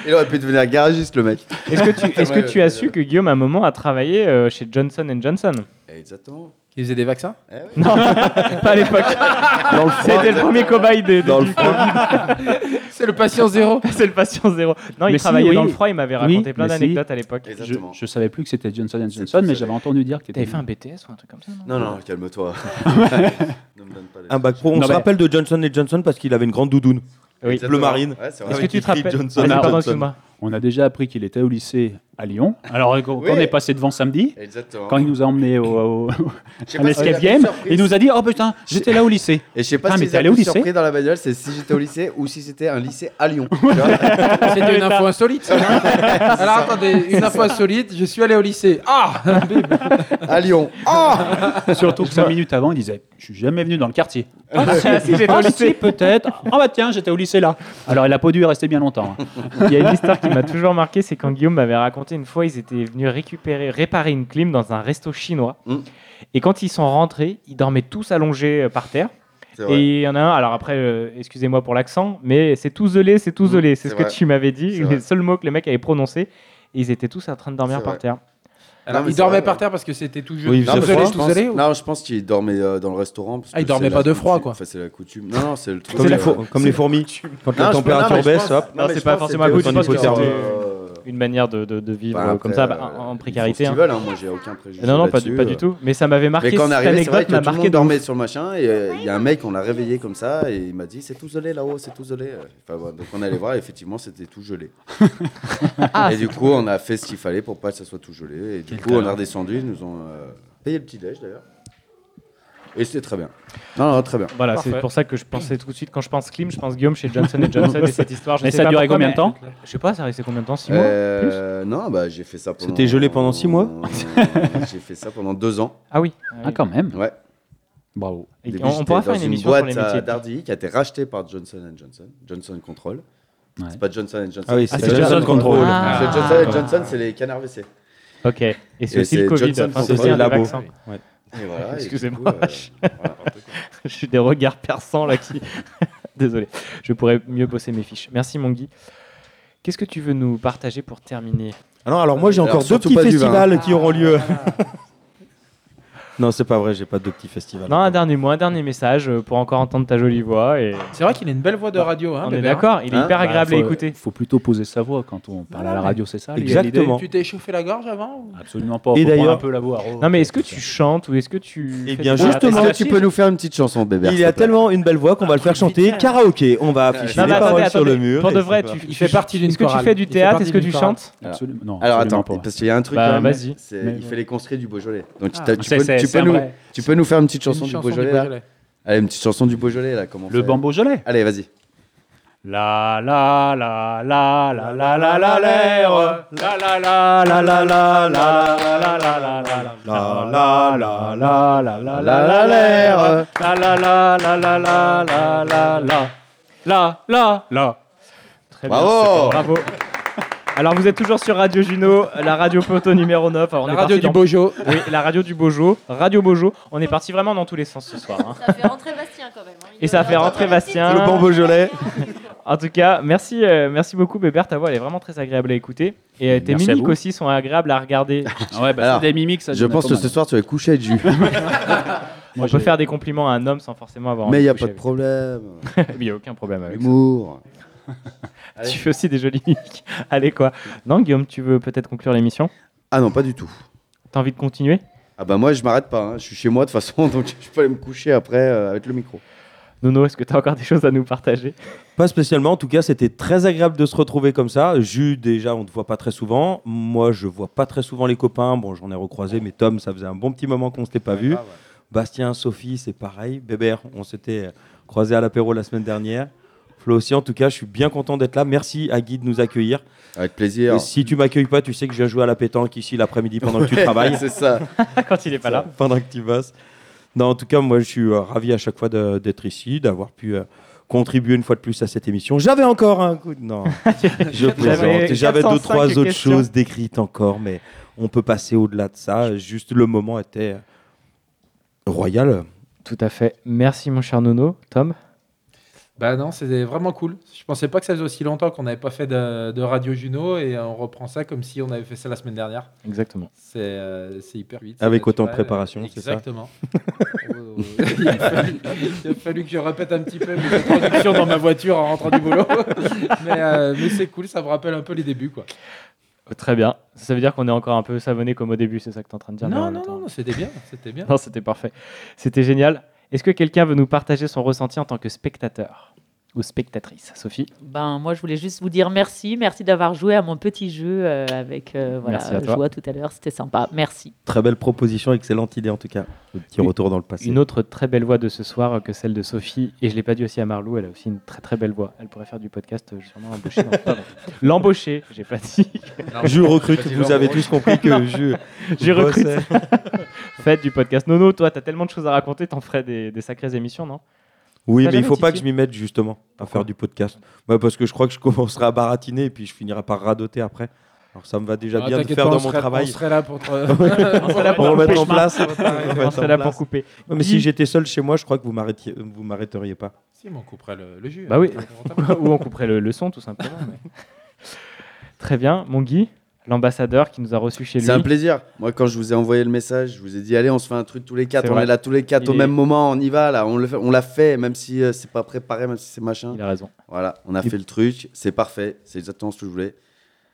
Speaker 8: Il aurait pu devenir garagiste, le mec.
Speaker 7: Est-ce que, tu, est-ce que tu as su que Guillaume, à un moment, a travaillé euh, chez Johnson Johnson
Speaker 8: Exactement.
Speaker 9: Qui faisait des vaccins
Speaker 7: Non, pas à l'époque.
Speaker 9: Eh Dans le froid.
Speaker 7: C'était le premier cobaye de, de-
Speaker 9: Dans le
Speaker 7: du
Speaker 9: froid.
Speaker 7: Covid.
Speaker 9: C'est le patient zéro.
Speaker 7: C'est le patient zéro. Non, il
Speaker 13: Mais si,
Speaker 7: travaillait
Speaker 13: oui.
Speaker 7: dans le froid, il m'avait
Speaker 13: Oui,
Speaker 7: raconté plein
Speaker 13: mais si.
Speaker 7: d'anecdotes à l'époque.
Speaker 13: Je, je savais plus que c'était Johnson Johnson, mais j'avais entendu dire que t'étais.
Speaker 7: T'avais fait un BTS ou un truc comme ça
Speaker 8: Non, non, calme-toi. Ne me donne pas les-
Speaker 6: Un bac pro. On
Speaker 8: Non,
Speaker 6: se
Speaker 8: mais-
Speaker 6: rappelle de Johnson Johnson parce qu'il avait une grande doudoune. Bleu
Speaker 13: Exactement.
Speaker 6: marine.
Speaker 13: Ouais, c'est vrai.
Speaker 6: Avec écrit Johnson
Speaker 13: On a-
Speaker 6: Johnson.
Speaker 13: On a déjà appris qu'il était au lycée à Lyon. Alors, euh, quand
Speaker 6: Oui.
Speaker 13: on est passé devant samedi,
Speaker 8: Exactement.
Speaker 13: quand il nous a emmenés au, au-
Speaker 8: Je sais
Speaker 13: à
Speaker 8: pas si
Speaker 13: l'escape
Speaker 8: il a
Speaker 13: game,
Speaker 8: fait surprise.
Speaker 13: il nous a dit Oh putain, j'étais là au lycée.
Speaker 8: Et je sais pas
Speaker 13: Putain,
Speaker 8: si
Speaker 13: mais
Speaker 8: j'étais
Speaker 13: t'es allé au lycée
Speaker 8: surpris dans la bagnole, c'est si j'étais au lycée ou si c'était un lycée à Lyon.
Speaker 9: C'était une info insolite. ça, hein
Speaker 8: C'est
Speaker 9: Alors
Speaker 8: ça.
Speaker 9: attendez, une
Speaker 8: C'est
Speaker 9: info
Speaker 8: ça.
Speaker 9: insolite. Je suis allé au lycée. Ah Bim.
Speaker 8: À Lyon.
Speaker 9: Ah
Speaker 13: Surtout que 5 minutes avant, il disait Je suis jamais venu dans le quartier.
Speaker 9: Ah,
Speaker 7: bah,
Speaker 9: si, si, j'étais au
Speaker 13: Ah, si,
Speaker 9: lycée.
Speaker 13: peut-être. Ah bah tiens, j'étais au lycée là. Alors, il a pas dû y rester bien longtemps. hein.
Speaker 7: Il y a une histoire qui m'a toujours marqué, c'est quand Guillaume m'avait raconté une fois, ils étaient venus récupérer, réparer une clim dans un resto chinois. Et quand ils sont rentrés, ils dormaient tous allongés euh, par terre.
Speaker 13: C'est vrai.
Speaker 7: Et il y en a un, alors après, euh, excusez-moi pour l'accent, mais c'est tout zélé, c'est tout zélé. C'est
Speaker 13: c'est
Speaker 7: ce que
Speaker 13: vrai.
Speaker 7: tu m'avais dit,
Speaker 13: C'est
Speaker 7: les
Speaker 13: vrai.
Speaker 7: seuls mots que les mecs avaient prononcés. Et ils étaient tous en train de dormir
Speaker 8: C'est
Speaker 7: par
Speaker 8: vrai.
Speaker 7: terre.
Speaker 9: Alors,
Speaker 8: Non, mais
Speaker 9: il
Speaker 8: c'est
Speaker 9: dormait
Speaker 8: vrai,
Speaker 9: par
Speaker 8: ouais.
Speaker 9: terre parce que c'était tout jeune.
Speaker 8: Oui,
Speaker 9: tout
Speaker 8: mais
Speaker 9: zélé,
Speaker 8: je
Speaker 9: tout
Speaker 8: pense-
Speaker 9: zélé, ou-
Speaker 8: Non, je pense qu'il dormait euh, dans le restaurant. parce
Speaker 9: Ah, il
Speaker 8: que
Speaker 9: dormait
Speaker 8: c'est
Speaker 9: pas
Speaker 8: la
Speaker 9: de froid,
Speaker 8: coutume.
Speaker 9: quoi.
Speaker 8: Enfin, c'est la coutume. Non, non, c'est le truc.
Speaker 6: Comme les
Speaker 8: euh,
Speaker 6: four- comme
Speaker 8: c'est-
Speaker 6: les fourmis. Quand la
Speaker 8: Non, Ah, je-
Speaker 6: température
Speaker 8: non, mais je
Speaker 6: baisse,
Speaker 8: pense-
Speaker 6: hop.
Speaker 8: non,
Speaker 7: Non,
Speaker 8: mais
Speaker 7: c'est
Speaker 8: je
Speaker 7: pas
Speaker 8: pense
Speaker 7: forcément à
Speaker 8: c'était
Speaker 7: cause je
Speaker 8: aussi
Speaker 7: pense que
Speaker 8: pour,
Speaker 7: c'était
Speaker 8: euh,
Speaker 7: une manière de, de- de vivre
Speaker 8: Bah,
Speaker 7: comme ça
Speaker 8: après,
Speaker 7: bah, en- en,
Speaker 8: ils font ce
Speaker 7: précarité.
Speaker 8: qu'ils
Speaker 7: hein.
Speaker 8: veulent, hein. Moi, j'ai aucun préjugé.
Speaker 7: Non, non, pas, du-
Speaker 8: là-dessus,
Speaker 7: pas
Speaker 8: euh.
Speaker 7: du tout. Mais ça m'avait marqué.
Speaker 8: Mais quand on
Speaker 7: cette
Speaker 8: arrivait, c'est vrai
Speaker 7: anecdote
Speaker 8: que
Speaker 7: m'a
Speaker 8: tout le
Speaker 7: marqué
Speaker 8: monde
Speaker 7: de ouf.
Speaker 8: dormait sur le machin et euh, il y a un mec, on l'a réveillé comme ça et il m'a dit c'est tout gelé là-haut, c'est tout gelé. Enfin, voilà, donc on allait voir, effectivement, c'était tout gelé.
Speaker 7: Ah,
Speaker 8: et
Speaker 7: c'est
Speaker 8: du coup, on a fait ce qu'il fallait pour pas que ça soit tout gelé. Et du coup, on
Speaker 7: talent.
Speaker 8: est redescendu, ils nous ont euh, payé le petit-déj d'ailleurs. Et c'était très bien. Non, non, Ah, très bien.
Speaker 7: Voilà, c'est
Speaker 8: Parfait.
Speaker 7: pour ça que je pensais tout de suite, quand je pense clim, je pense Guillaume chez Johnson Johnson et cette histoire. Je
Speaker 13: Mais
Speaker 7: sais
Speaker 13: ça
Speaker 7: pas
Speaker 13: durait
Speaker 7: pourquoi,
Speaker 13: combien
Speaker 7: mais-
Speaker 13: de temps
Speaker 7: Je sais pas, ça restait combien de temps 6 mois
Speaker 8: Euh, non, bah, j'ai fait ça pendant.
Speaker 6: C'était gelé pendant six mois
Speaker 8: Oh, j'ai fait ça pendant deux ans.
Speaker 7: Ah oui.
Speaker 13: Ah, quand même.
Speaker 8: Ouais.
Speaker 13: Bravo.
Speaker 8: Au début,
Speaker 7: on- on
Speaker 8: j'étais
Speaker 7: pourra faire
Speaker 8: dans
Speaker 7: une émission sur
Speaker 8: boîte
Speaker 7: les
Speaker 8: euh,
Speaker 7: métiers.
Speaker 8: à Dardilly qui a été rachetée par Johnson Johnson, Johnson Control. C'est pas Johnson Johnson.
Speaker 6: Ah oui, c'est Ah, c'est Johnson Johnson Control. Control. Ah.
Speaker 8: C'est Johnson Johnson, c'est les canards WC.
Speaker 7: Ok. Et c'est aussi le Covid.
Speaker 8: Johnson
Speaker 7: enfin, c'est
Speaker 8: Control.
Speaker 7: aussi un des
Speaker 8: Labo.
Speaker 7: vaccins.
Speaker 8: Ouais. Et voilà, et du coup,
Speaker 7: Excusez-moi.
Speaker 8: euh, voilà.
Speaker 7: je suis des regards perçants là qui. Désolé. Je pourrais mieux bosser mes fiches. Merci, mon Guy. Qu'est-ce que tu veux nous partager pour terminer
Speaker 6: Ah Alors, alors moi j'ai
Speaker 7: Alors,
Speaker 6: encore deux
Speaker 7: surtout
Speaker 6: petits
Speaker 7: pas du vin.
Speaker 6: festivals qui
Speaker 8: Ah.
Speaker 6: auront lieu. non, c'est pas vrai, j'ai pas de petits festivals.
Speaker 7: Non, un dernier mot, un dernier message euh, pour encore entendre ta jolie voix. Et...
Speaker 9: C'est vrai qu'il a une belle voix de radio. Hein,
Speaker 7: On est
Speaker 9: bébé,
Speaker 7: d'accord, il est
Speaker 9: Hein
Speaker 7: hyper agréable
Speaker 13: faut,
Speaker 7: à écouter. Ah,
Speaker 13: Faut plutôt poser sa voix quand on
Speaker 7: Bah,
Speaker 13: parle à la radio, c'est ça l'idée
Speaker 9: Tu t'es chauffé la gorge avant ou-
Speaker 13: Absolument pas.
Speaker 7: Et
Speaker 13: Faut prendre
Speaker 7: d'ailleurs-
Speaker 13: un peu la voix. oh. à
Speaker 7: Non, mais est-ce que tu chantes ou est-ce que tu.
Speaker 6: Eh
Speaker 7: fais
Speaker 6: bien,
Speaker 7: des-
Speaker 6: justement,
Speaker 8: Est-ce que tu peux nous faire une petite chanson, bébé
Speaker 6: Il y a tellement une belle voix qu'on va le faire chanter karaoké. On va afficher
Speaker 7: Non,
Speaker 6: les
Speaker 7: mais
Speaker 6: paroles
Speaker 7: Euh, attendez,
Speaker 6: sur le
Speaker 7: attendez.
Speaker 6: mur.
Speaker 7: Pour de
Speaker 6: et
Speaker 7: vrai,
Speaker 6: c'est
Speaker 7: tu-
Speaker 6: parti.
Speaker 7: il fait partie d'une Est-ce que tu chorale. fais du Il fait théâtre partie Est-ce que d'une tu chorale. chantes Absolument-
Speaker 8: Alors,
Speaker 7: non,
Speaker 8: Alors
Speaker 7: absolument
Speaker 8: attends,
Speaker 7: pas.
Speaker 8: parce qu'il y a un truc.
Speaker 7: Bah,
Speaker 8: quand même,
Speaker 7: vas-y.
Speaker 8: c'est-
Speaker 7: Mais-
Speaker 8: Il fait les construits du Beaujolais. Donc tu
Speaker 13: Ah.
Speaker 8: t'as- tu
Speaker 13: C'est-
Speaker 8: peux-
Speaker 13: c'est-
Speaker 8: tu
Speaker 13: c'est
Speaker 8: peux
Speaker 13: un
Speaker 8: nous-
Speaker 13: vrai-
Speaker 8: tu peux nous faire une petite
Speaker 13: Une
Speaker 8: chanson du
Speaker 13: chanson du
Speaker 8: Beaujolais là
Speaker 13: Beaujolais.
Speaker 8: Allez, une petite chanson du Beaujolais là. Comment
Speaker 13: Le Beaujolais.
Speaker 8: Allez, vas-y.
Speaker 13: La la la la la la Ah, la la l'air. la la
Speaker 6: La la la la la
Speaker 13: la
Speaker 6: la
Speaker 13: la la la la la la la la
Speaker 6: la la l'air.
Speaker 13: la la la la la la la la la la la la
Speaker 7: Très bien, super, bravo. Alors vous êtes toujours sur Radio Juno, la radio photo numéro 9. Alors, on
Speaker 9: La
Speaker 7: est
Speaker 9: radio
Speaker 7: parti
Speaker 9: du
Speaker 7: dans-
Speaker 9: Bojo.
Speaker 7: Oui, la radio du Bojo. Radio Bojo. On est parti vraiment dans tous les sens ce soir. hein.
Speaker 25: Ça fait rentrer Bastien quand même. hein.
Speaker 7: Et ça a fait rentrer Bastien.
Speaker 6: C'est le bon Beaujolais.
Speaker 7: en tout cas, merci, euh, merci beaucoup Bébert. Ta voix elle est vraiment très agréable à écouter. Et euh, tes
Speaker 8: Merci à
Speaker 7: mimiques
Speaker 8: vous.
Speaker 7: aussi sont agréables à regarder.
Speaker 13: Ah
Speaker 7: ouais,
Speaker 13: bah,
Speaker 8: Alors, Je pense que ce soir, tu vas coucher avec jus.
Speaker 7: On peut faire des compliments à un homme sans forcément avoir.
Speaker 8: Mais il
Speaker 7: envie
Speaker 8: n'y a
Speaker 7: coucher
Speaker 8: pas de
Speaker 7: avec.
Speaker 8: problème.
Speaker 7: Mais il n'y a aucun problème avec ça.
Speaker 8: Humour.
Speaker 7: tu fais aussi des jolies mimiques. Allez quoi. Non, Guillaume, tu veux peut-être conclure l'émission
Speaker 8: Ah non, pas du tout.
Speaker 7: T'as envie de continuer
Speaker 8: Ah bah moi, je m'arrête pas. hein. Je suis chez moi de toute façon, donc je peux aller me coucher après euh, avec le micro.
Speaker 7: Nono, est-ce que tu as encore des choses à nous partager
Speaker 6: Pas spécialement. En tout cas, c'était très agréable de se retrouver comme ça. Jus, déjà, on ne te voit pas très souvent. Moi, je vois pas très souvent les copains. Bon, j'en ai recroisé, mais Tom, ça faisait un bon petit moment qu'on ne s'était pas vu. Bastien, Sophie, c'est pareil. Bébert, on s'était croisé à l'apéro la semaine dernière. Flo aussi, en tout cas, je suis bien content d'être là. Merci à Guy de nous accueillir.
Speaker 8: Avec plaisir.
Speaker 6: Et si tu m'accueilles pas, tu sais que je viens jouer à la pétanque ici l'après-midi pendant que tu
Speaker 8: Ouais,
Speaker 6: travailles.
Speaker 8: c'est ça.
Speaker 7: Quand il est pas là.
Speaker 6: Pendant que tu bosses. Non, en tout cas, moi, je suis euh, ravi à chaque fois de- d'être ici, d'avoir pu euh, contribuer une fois de plus à cette émission. J'avais encore un coup de... Non, je plaisante.
Speaker 7: J'avais
Speaker 6: J'avais deux,
Speaker 7: 405
Speaker 6: trois autres
Speaker 7: questions.
Speaker 6: choses décrites encore, mais on peut passer au-delà de ça. Juste, le moment était euh, royal.
Speaker 7: Tout à fait. Merci mon cher Nono. Tom
Speaker 9: Bah non, c'était vraiment cool. Je pensais pas que ça faisait aussi longtemps qu'on n'avait pas fait de, de Radio Juno et on reprend ça comme si on avait fait ça la semaine dernière.
Speaker 7: Exactement.
Speaker 9: C'est euh, c'est hyper vite. c'est
Speaker 6: Avec autant de
Speaker 9: naturel.
Speaker 6: préparation, c'est ça
Speaker 9: Exactement. Oh, oh, oh. il, a fallu, il a fallu que je répète un petit peu mes introductions dans ma voiture en rentrant du boulot. mais euh, mais c'est cool, ça me rappelle un peu les débuts quoi.
Speaker 7: Euh, Très bien. Ça veut dire qu'on est encore un peu savonné comme au début, c'est ça que tu es en train de dire mais en
Speaker 9: Non,
Speaker 7: même
Speaker 9: non,
Speaker 7: temps-
Speaker 9: non, non, c'était bien, c'était bien.
Speaker 7: Non, c'était parfait. C'était génial. Est-ce que quelqu'un veut nous partager son ressenti en tant que spectateur ou spectatrice Sophie
Speaker 20: Ben, moi, je voulais juste vous dire merci. Merci d'avoir joué à mon petit jeu euh, avec euh, voilà,
Speaker 6: Merci à toi.
Speaker 20: Joa tout à l'heure. C'était sympa. Merci.
Speaker 6: Très belle proposition, excellente idée en tout cas. Le petit
Speaker 7: Une-
Speaker 6: retour dans le passé.
Speaker 7: Une autre très belle voix de ce soir euh, que celle de Sophie. Et je ne l'ai pas dit aussi à Marlou, elle a aussi une très très belle voix. Elle pourrait faire du podcast, euh, sûrement embauchée. dans- pardon. L'embauchée, j'ai pas dit.
Speaker 6: Non, Je recrute, vas-y, vous avez tous compris que
Speaker 7: Non.
Speaker 6: je-
Speaker 7: Je recrute.
Speaker 6: bossais.
Speaker 7: Faites du podcast. Nono, toi, t'as tellement de choses à raconter, t'en ferais des, des sacrées émissions, non
Speaker 6: Oui,
Speaker 7: T'as
Speaker 6: mais il
Speaker 7: jamais
Speaker 6: faut pas que je
Speaker 7: titillé
Speaker 6: m'y mette justement à faire du podcast. Bah, parce que je crois que je commencerai à baratiner et puis je finirai par radoter après. Alors ça me va déjà
Speaker 9: Ah,
Speaker 6: bien de
Speaker 9: t'inquiète
Speaker 6: faire
Speaker 9: pas,
Speaker 6: dans
Speaker 9: on
Speaker 6: mon
Speaker 9: serait-
Speaker 6: travail.
Speaker 9: on serait là pour te-
Speaker 6: Ouais,
Speaker 9: on serait là pour
Speaker 6: pour
Speaker 9: couper
Speaker 6: remettre en
Speaker 9: chemin.
Speaker 6: place.
Speaker 9: On serait
Speaker 6: remettre
Speaker 7: là
Speaker 6: en
Speaker 7: pour
Speaker 6: place.
Speaker 7: couper.
Speaker 6: Ouais, mais
Speaker 7: Guy-
Speaker 6: si j'étais seul chez moi, je crois que vous m'arrêtiez- vous m'arrêteriez pas.
Speaker 9: Si, mais on couperait le, le jus.
Speaker 7: Bah oui.
Speaker 9: hein.
Speaker 7: Ou on couperait le, le son, tout simplement. mais- Très bien. Mon Guy, l'ambassadeur qui nous a reçus chez lui.
Speaker 8: C'est un plaisir. Moi, quand je vous ai envoyé le message, je vous ai dit allez, on se fait un truc tous les quatre.
Speaker 7: C'est
Speaker 8: On
Speaker 7: vrai.
Speaker 8: est là tous les quatre
Speaker 7: Il
Speaker 8: au
Speaker 7: est-
Speaker 8: même moment. On y va là. On le fait. On l'a fait, même si euh, c'est pas préparé, même si c'est machin.
Speaker 7: Il a raison.
Speaker 8: Voilà, on a
Speaker 6: Il-
Speaker 8: fait le truc. C'est parfait. C'est exactement ce que je voulais.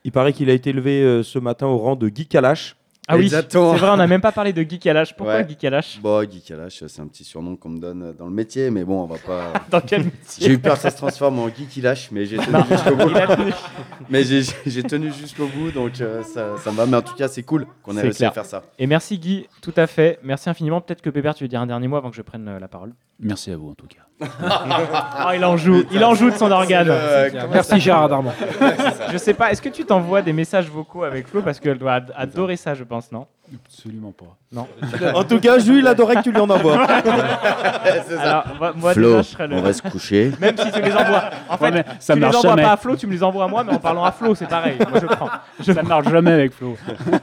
Speaker 6: Il paraît qu'il a été élevé euh, ce matin au rang de Guy Kalash.
Speaker 7: Ah oui, c'est vrai, on n'a même pas parlé de Guy Kalash. Pourquoi
Speaker 8: Ouais.
Speaker 7: Guy Kalash
Speaker 8: Bon, Guy Kalash, c'est un petit surnom qu'on me donne euh, dans le métier, mais bon, on va pas.
Speaker 7: Dans quel métier
Speaker 8: J'ai eu peur que ça se transforme en Guy qui lâche, mais j'ai tenu
Speaker 7: Non.
Speaker 8: jusqu'au bout.
Speaker 7: Il a tenu.
Speaker 8: mais j'ai- j'ai tenu jusqu'au bout, donc euh, ça, ça me va. Mais en tout cas, c'est cool qu'on ait
Speaker 7: C'est
Speaker 8: réussi à
Speaker 7: clair.
Speaker 8: faire ça.
Speaker 7: Et merci Guy, tout à fait. Merci infiniment. Peut-être que Pépère, tu veux dire un dernier mot avant que je prenne euh, la parole.
Speaker 11: Merci à vous en tout cas.
Speaker 7: Ah, il en joue, il en joue de son organe.
Speaker 11: C'est le- Merci, comment ça Gérard Darmon. Ouais, c'est ça.
Speaker 7: je sais pas, est-ce que tu t'envoies des messages vocaux avec Flo parce qu'elle doit ad- adorer ça, je pense, non
Speaker 11: Absolument pas.
Speaker 7: Non.
Speaker 6: En tout cas, Jules, il adorait que tu lui en envoies.
Speaker 11: C'est ça.
Speaker 7: Alors, moi- moi,
Speaker 8: Flo,
Speaker 7: déjà, je serais le-
Speaker 8: on va se coucher.
Speaker 7: Même si tu les envoies. En fait,
Speaker 11: Ouais, mais ça
Speaker 7: tu les
Speaker 11: marche
Speaker 7: envoies
Speaker 11: jamais.
Speaker 7: pas à Flo, tu me les envoies à moi, mais en parlant à Flo, c'est pareil. Moi, je prends. Je
Speaker 11: Ça marche jamais avec Flo.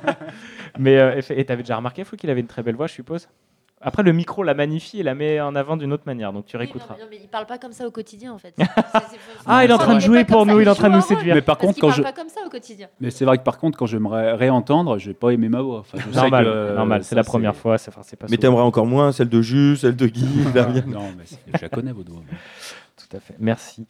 Speaker 7: mais euh, eff- et t'avais déjà remarqué, Flo, qu'il avait une très belle voix, je suppose. Après, le micro la magnifie et la met en avant d'une autre manière, donc tu réécouteras.
Speaker 25: Non, mais il parle pas comme ça au quotidien en fait.
Speaker 7: Ah, il est en train de jouer pour nous, il est en train de nous séduire.
Speaker 11: Mais par
Speaker 25: Parce
Speaker 11: contre,
Speaker 25: qu'il
Speaker 11: quand
Speaker 25: parle
Speaker 11: je.
Speaker 25: pas comme ça au quotidien.
Speaker 11: Mais c'est vrai que par contre, quand je vais me ré- réentendre, je vais pas aimer ma voix. Enfin, je sais
Speaker 7: Normal,
Speaker 11: que, euh,
Speaker 7: normal, c'est
Speaker 11: ça,
Speaker 7: la première fois, c'est enfin, c'est pas
Speaker 6: Mais
Speaker 7: souvent.
Speaker 6: t'aimerais encore moins celle de Jus, celle de Guy, la mienne.
Speaker 11: Non, mais c'est- je la connais, vos doigts.
Speaker 7: Tout à fait. Merci.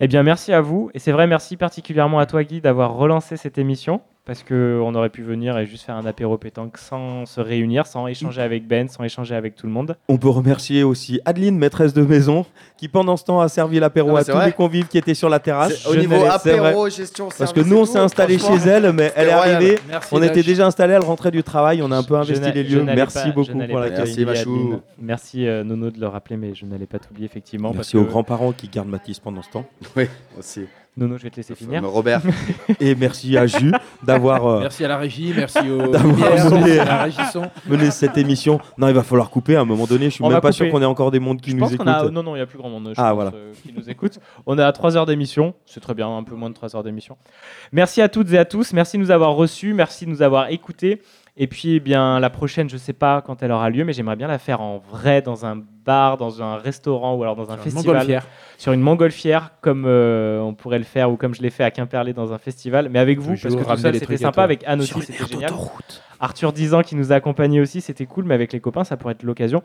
Speaker 7: Eh bien, merci à vous. Et c'est vrai, merci particulièrement à toi, Guy, d'avoir relancé cette émission. Parce qu'on aurait pu venir et juste faire un apéro pétanque sans se réunir, sans échanger avec Ben, sans échanger avec tout le monde.
Speaker 6: On peut remercier aussi Adeline, maîtresse de maison, qui pendant ce temps a servi l'apéro
Speaker 7: Ah bah,
Speaker 6: à
Speaker 7: c'est
Speaker 6: tous
Speaker 7: vrai.
Speaker 6: les convives qui étaient sur la terrasse.
Speaker 7: C'est- au
Speaker 6: Je
Speaker 7: niveau
Speaker 6: n'allais- c'est
Speaker 8: apéro,
Speaker 6: vrai.
Speaker 8: gestion,
Speaker 6: Parce
Speaker 8: service
Speaker 6: que
Speaker 8: et
Speaker 6: nous, on
Speaker 8: tout,
Speaker 6: s'est installé chez
Speaker 8: franchement,
Speaker 6: elle, mais elle est
Speaker 8: c'était royal.
Speaker 6: arrivée.
Speaker 8: Merci,
Speaker 6: on était
Speaker 8: Nash.
Speaker 6: déjà installé, elle rentrait du travail, on a un peu
Speaker 7: Je
Speaker 6: investi
Speaker 7: n'a-
Speaker 6: les
Speaker 7: je
Speaker 6: lieux.
Speaker 7: n'allais
Speaker 6: Merci
Speaker 7: pas- je
Speaker 6: beaucoup
Speaker 7: n'allais
Speaker 6: pour
Speaker 7: pas
Speaker 6: l'accueil.
Speaker 7: t'oublier, Adeline. Merci euh, Nono de le rappeler, mais je n'allais pas t'oublier effectivement. parce
Speaker 6: Merci
Speaker 7: que-
Speaker 6: aux grands-parents qui gardent Mathis pendant ce temps.
Speaker 8: Oui, aussi.
Speaker 7: Nono, je vais te laisser finir.
Speaker 8: Robert.
Speaker 6: Et merci à Jus d'avoir. euh,
Speaker 9: Merci à la régie, merci aux
Speaker 6: d'avoir
Speaker 9: lumières,
Speaker 6: mené-
Speaker 9: merci à la régie son.
Speaker 6: mené cette émission. Non, il va falloir couper à un moment donné. Je suis
Speaker 7: On
Speaker 6: même
Speaker 7: va
Speaker 6: pas sûr
Speaker 7: couper.
Speaker 6: qu'on ait encore des mondes qui
Speaker 7: Je
Speaker 6: nous
Speaker 7: pense
Speaker 6: écoutent.
Speaker 7: qu'on a- non, non, il n'y a plus grand monde je
Speaker 6: Ah,
Speaker 7: pense,
Speaker 6: voilà.
Speaker 7: euh, qui nous écoute. On est à 3 heures d'émission. C'est très bien, un peu moins de 3 heures d'émission. Merci à toutes et à tous. Merci de nous avoir reçus. Merci de nous avoir écoutés. Et puis, eh bien, la prochaine, je sais pas quand elle aura lieu, mais j'aimerais bien la faire en vrai, dans un bar, dans un restaurant ou alors dans un
Speaker 9: Sur une
Speaker 7: festival.
Speaker 9: montgolfière.
Speaker 7: Sur une montgolfière, comme euh, on pourrait le faire ou comme je l'ai fait à Quimperlé dans un festival, mais avec vous,
Speaker 9: Toujours
Speaker 7: parce que tout
Speaker 9: ramener
Speaker 7: seul,
Speaker 9: les
Speaker 7: c'était
Speaker 9: trucs à
Speaker 7: sympa.
Speaker 9: toi.
Speaker 7: Avec Anne
Speaker 9: Sur
Speaker 7: aussi,
Speaker 9: une
Speaker 7: c'était
Speaker 9: aire
Speaker 7: génial.
Speaker 9: d'autoroute.
Speaker 7: Arthur Dizan qui nous a accompagnés aussi, c'était cool, mais avec les copains, ça pourrait être l'occasion.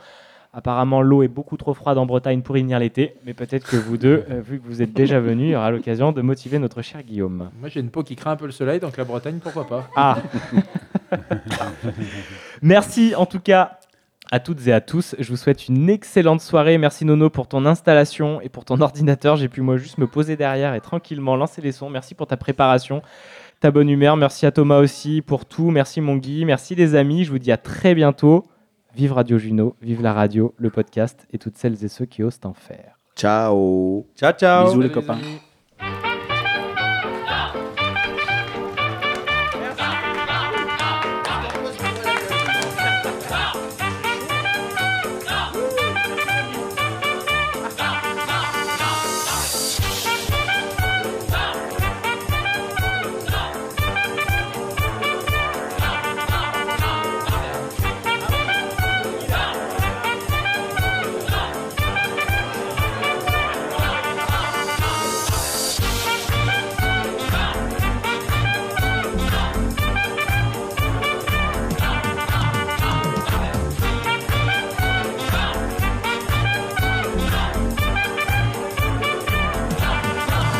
Speaker 7: Apparemment, l'eau est beaucoup trop froide en Bretagne pour y venir l'été, mais peut-être que vous deux, euh, vu que vous êtes déjà venus, il y aura l'occasion de motiver notre cher Guillaume.
Speaker 9: Moi, j'ai une peau qui craint un peu le soleil, donc la Bretagne, pourquoi pas
Speaker 7: Ah Merci en tout cas à toutes et à tous. Je vous souhaite une excellente soirée. Merci Nono pour ton installation et pour ton ordinateur. J'ai pu moi juste me poser derrière et tranquillement lancer les sons. Merci pour ta préparation, ta bonne humeur. Merci à Thomas aussi pour tout. Merci mon Guy. Merci les amis. Je vous dis à très bientôt. Vive Radio Juno, vive la radio, le podcast et toutes celles et ceux qui osent en faire.
Speaker 8: Ciao.
Speaker 6: Ciao, ciao.
Speaker 7: Bisous les copains.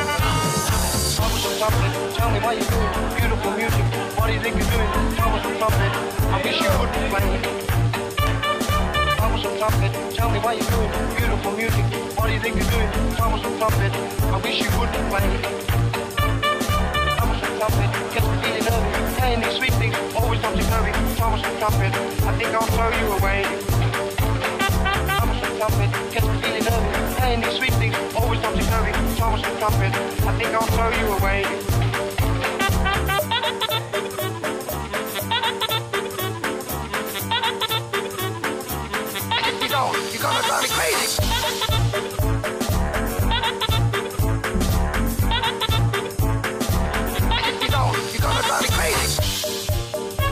Speaker 26: Trouble some something. Tell me why you do beautiful music. What do you think you're doing? Trouble some something. I wish you would play. Trouble some something. Tell me why you do beautiful music. What do you think you're doing? Trouble some something. I wish you would play. Trouble some something. Gets me feeling nervy. Saying these sweet things. Always something nervy. Trouble some something. I think I'll throw you away. Trouble some something. Gets me feeling nervy. Saying these sweet things. Always something nervy. Trouble some something. I think I'll throw you away. You don't. You're gonna drive me crazy. You don't. You're gonna drive me crazy.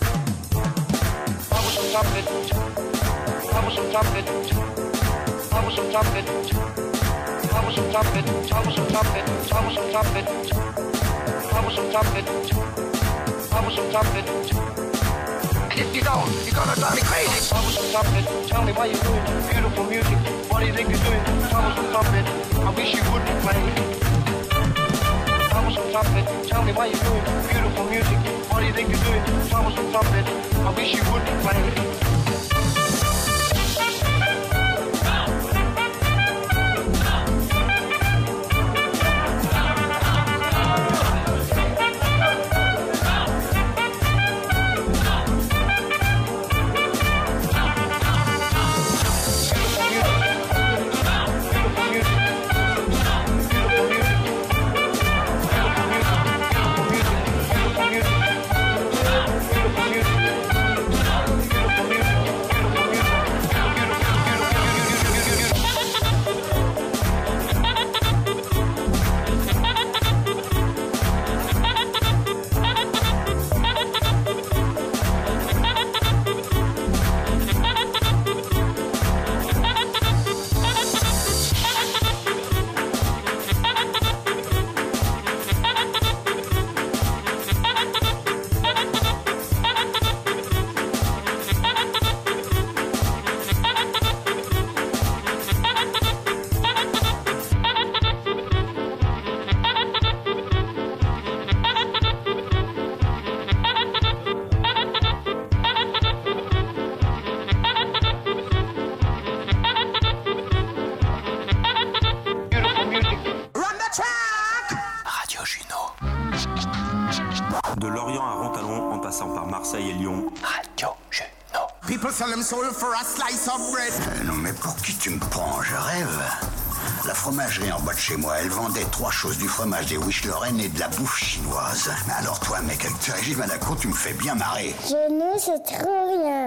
Speaker 26: I was some trumpet. I was some trumpet. I was some trumpet. I was some trumpet. I was some trumpet. I was some trumpet. I was some trumpet. I was some trumpet. And if you don't, you're gonna drive me crazy. I was some trumpet. Tell me why you're doing beautiful music. What do you think you're doing? I was some trumpet. I wish you wouldn't play. I was some trumpet. Tell me why you're doing beautiful music. What do you think you're doing? I was some trumpet. I wish you wouldn't play. Beautiful music.
Speaker 6: People sell them soul for a slice of bread.
Speaker 4: Euh, non mais pour qui tu me prends Je rêve. La fromagerie en bas de chez moi, elle vendait trois choses, du fromage, des wish Lorraine et de la bouffe chinoise. Mais alors toi, mec, avec tes régimes à la con, tu me fais bien marrer.
Speaker 14: Je ne sais trop rien.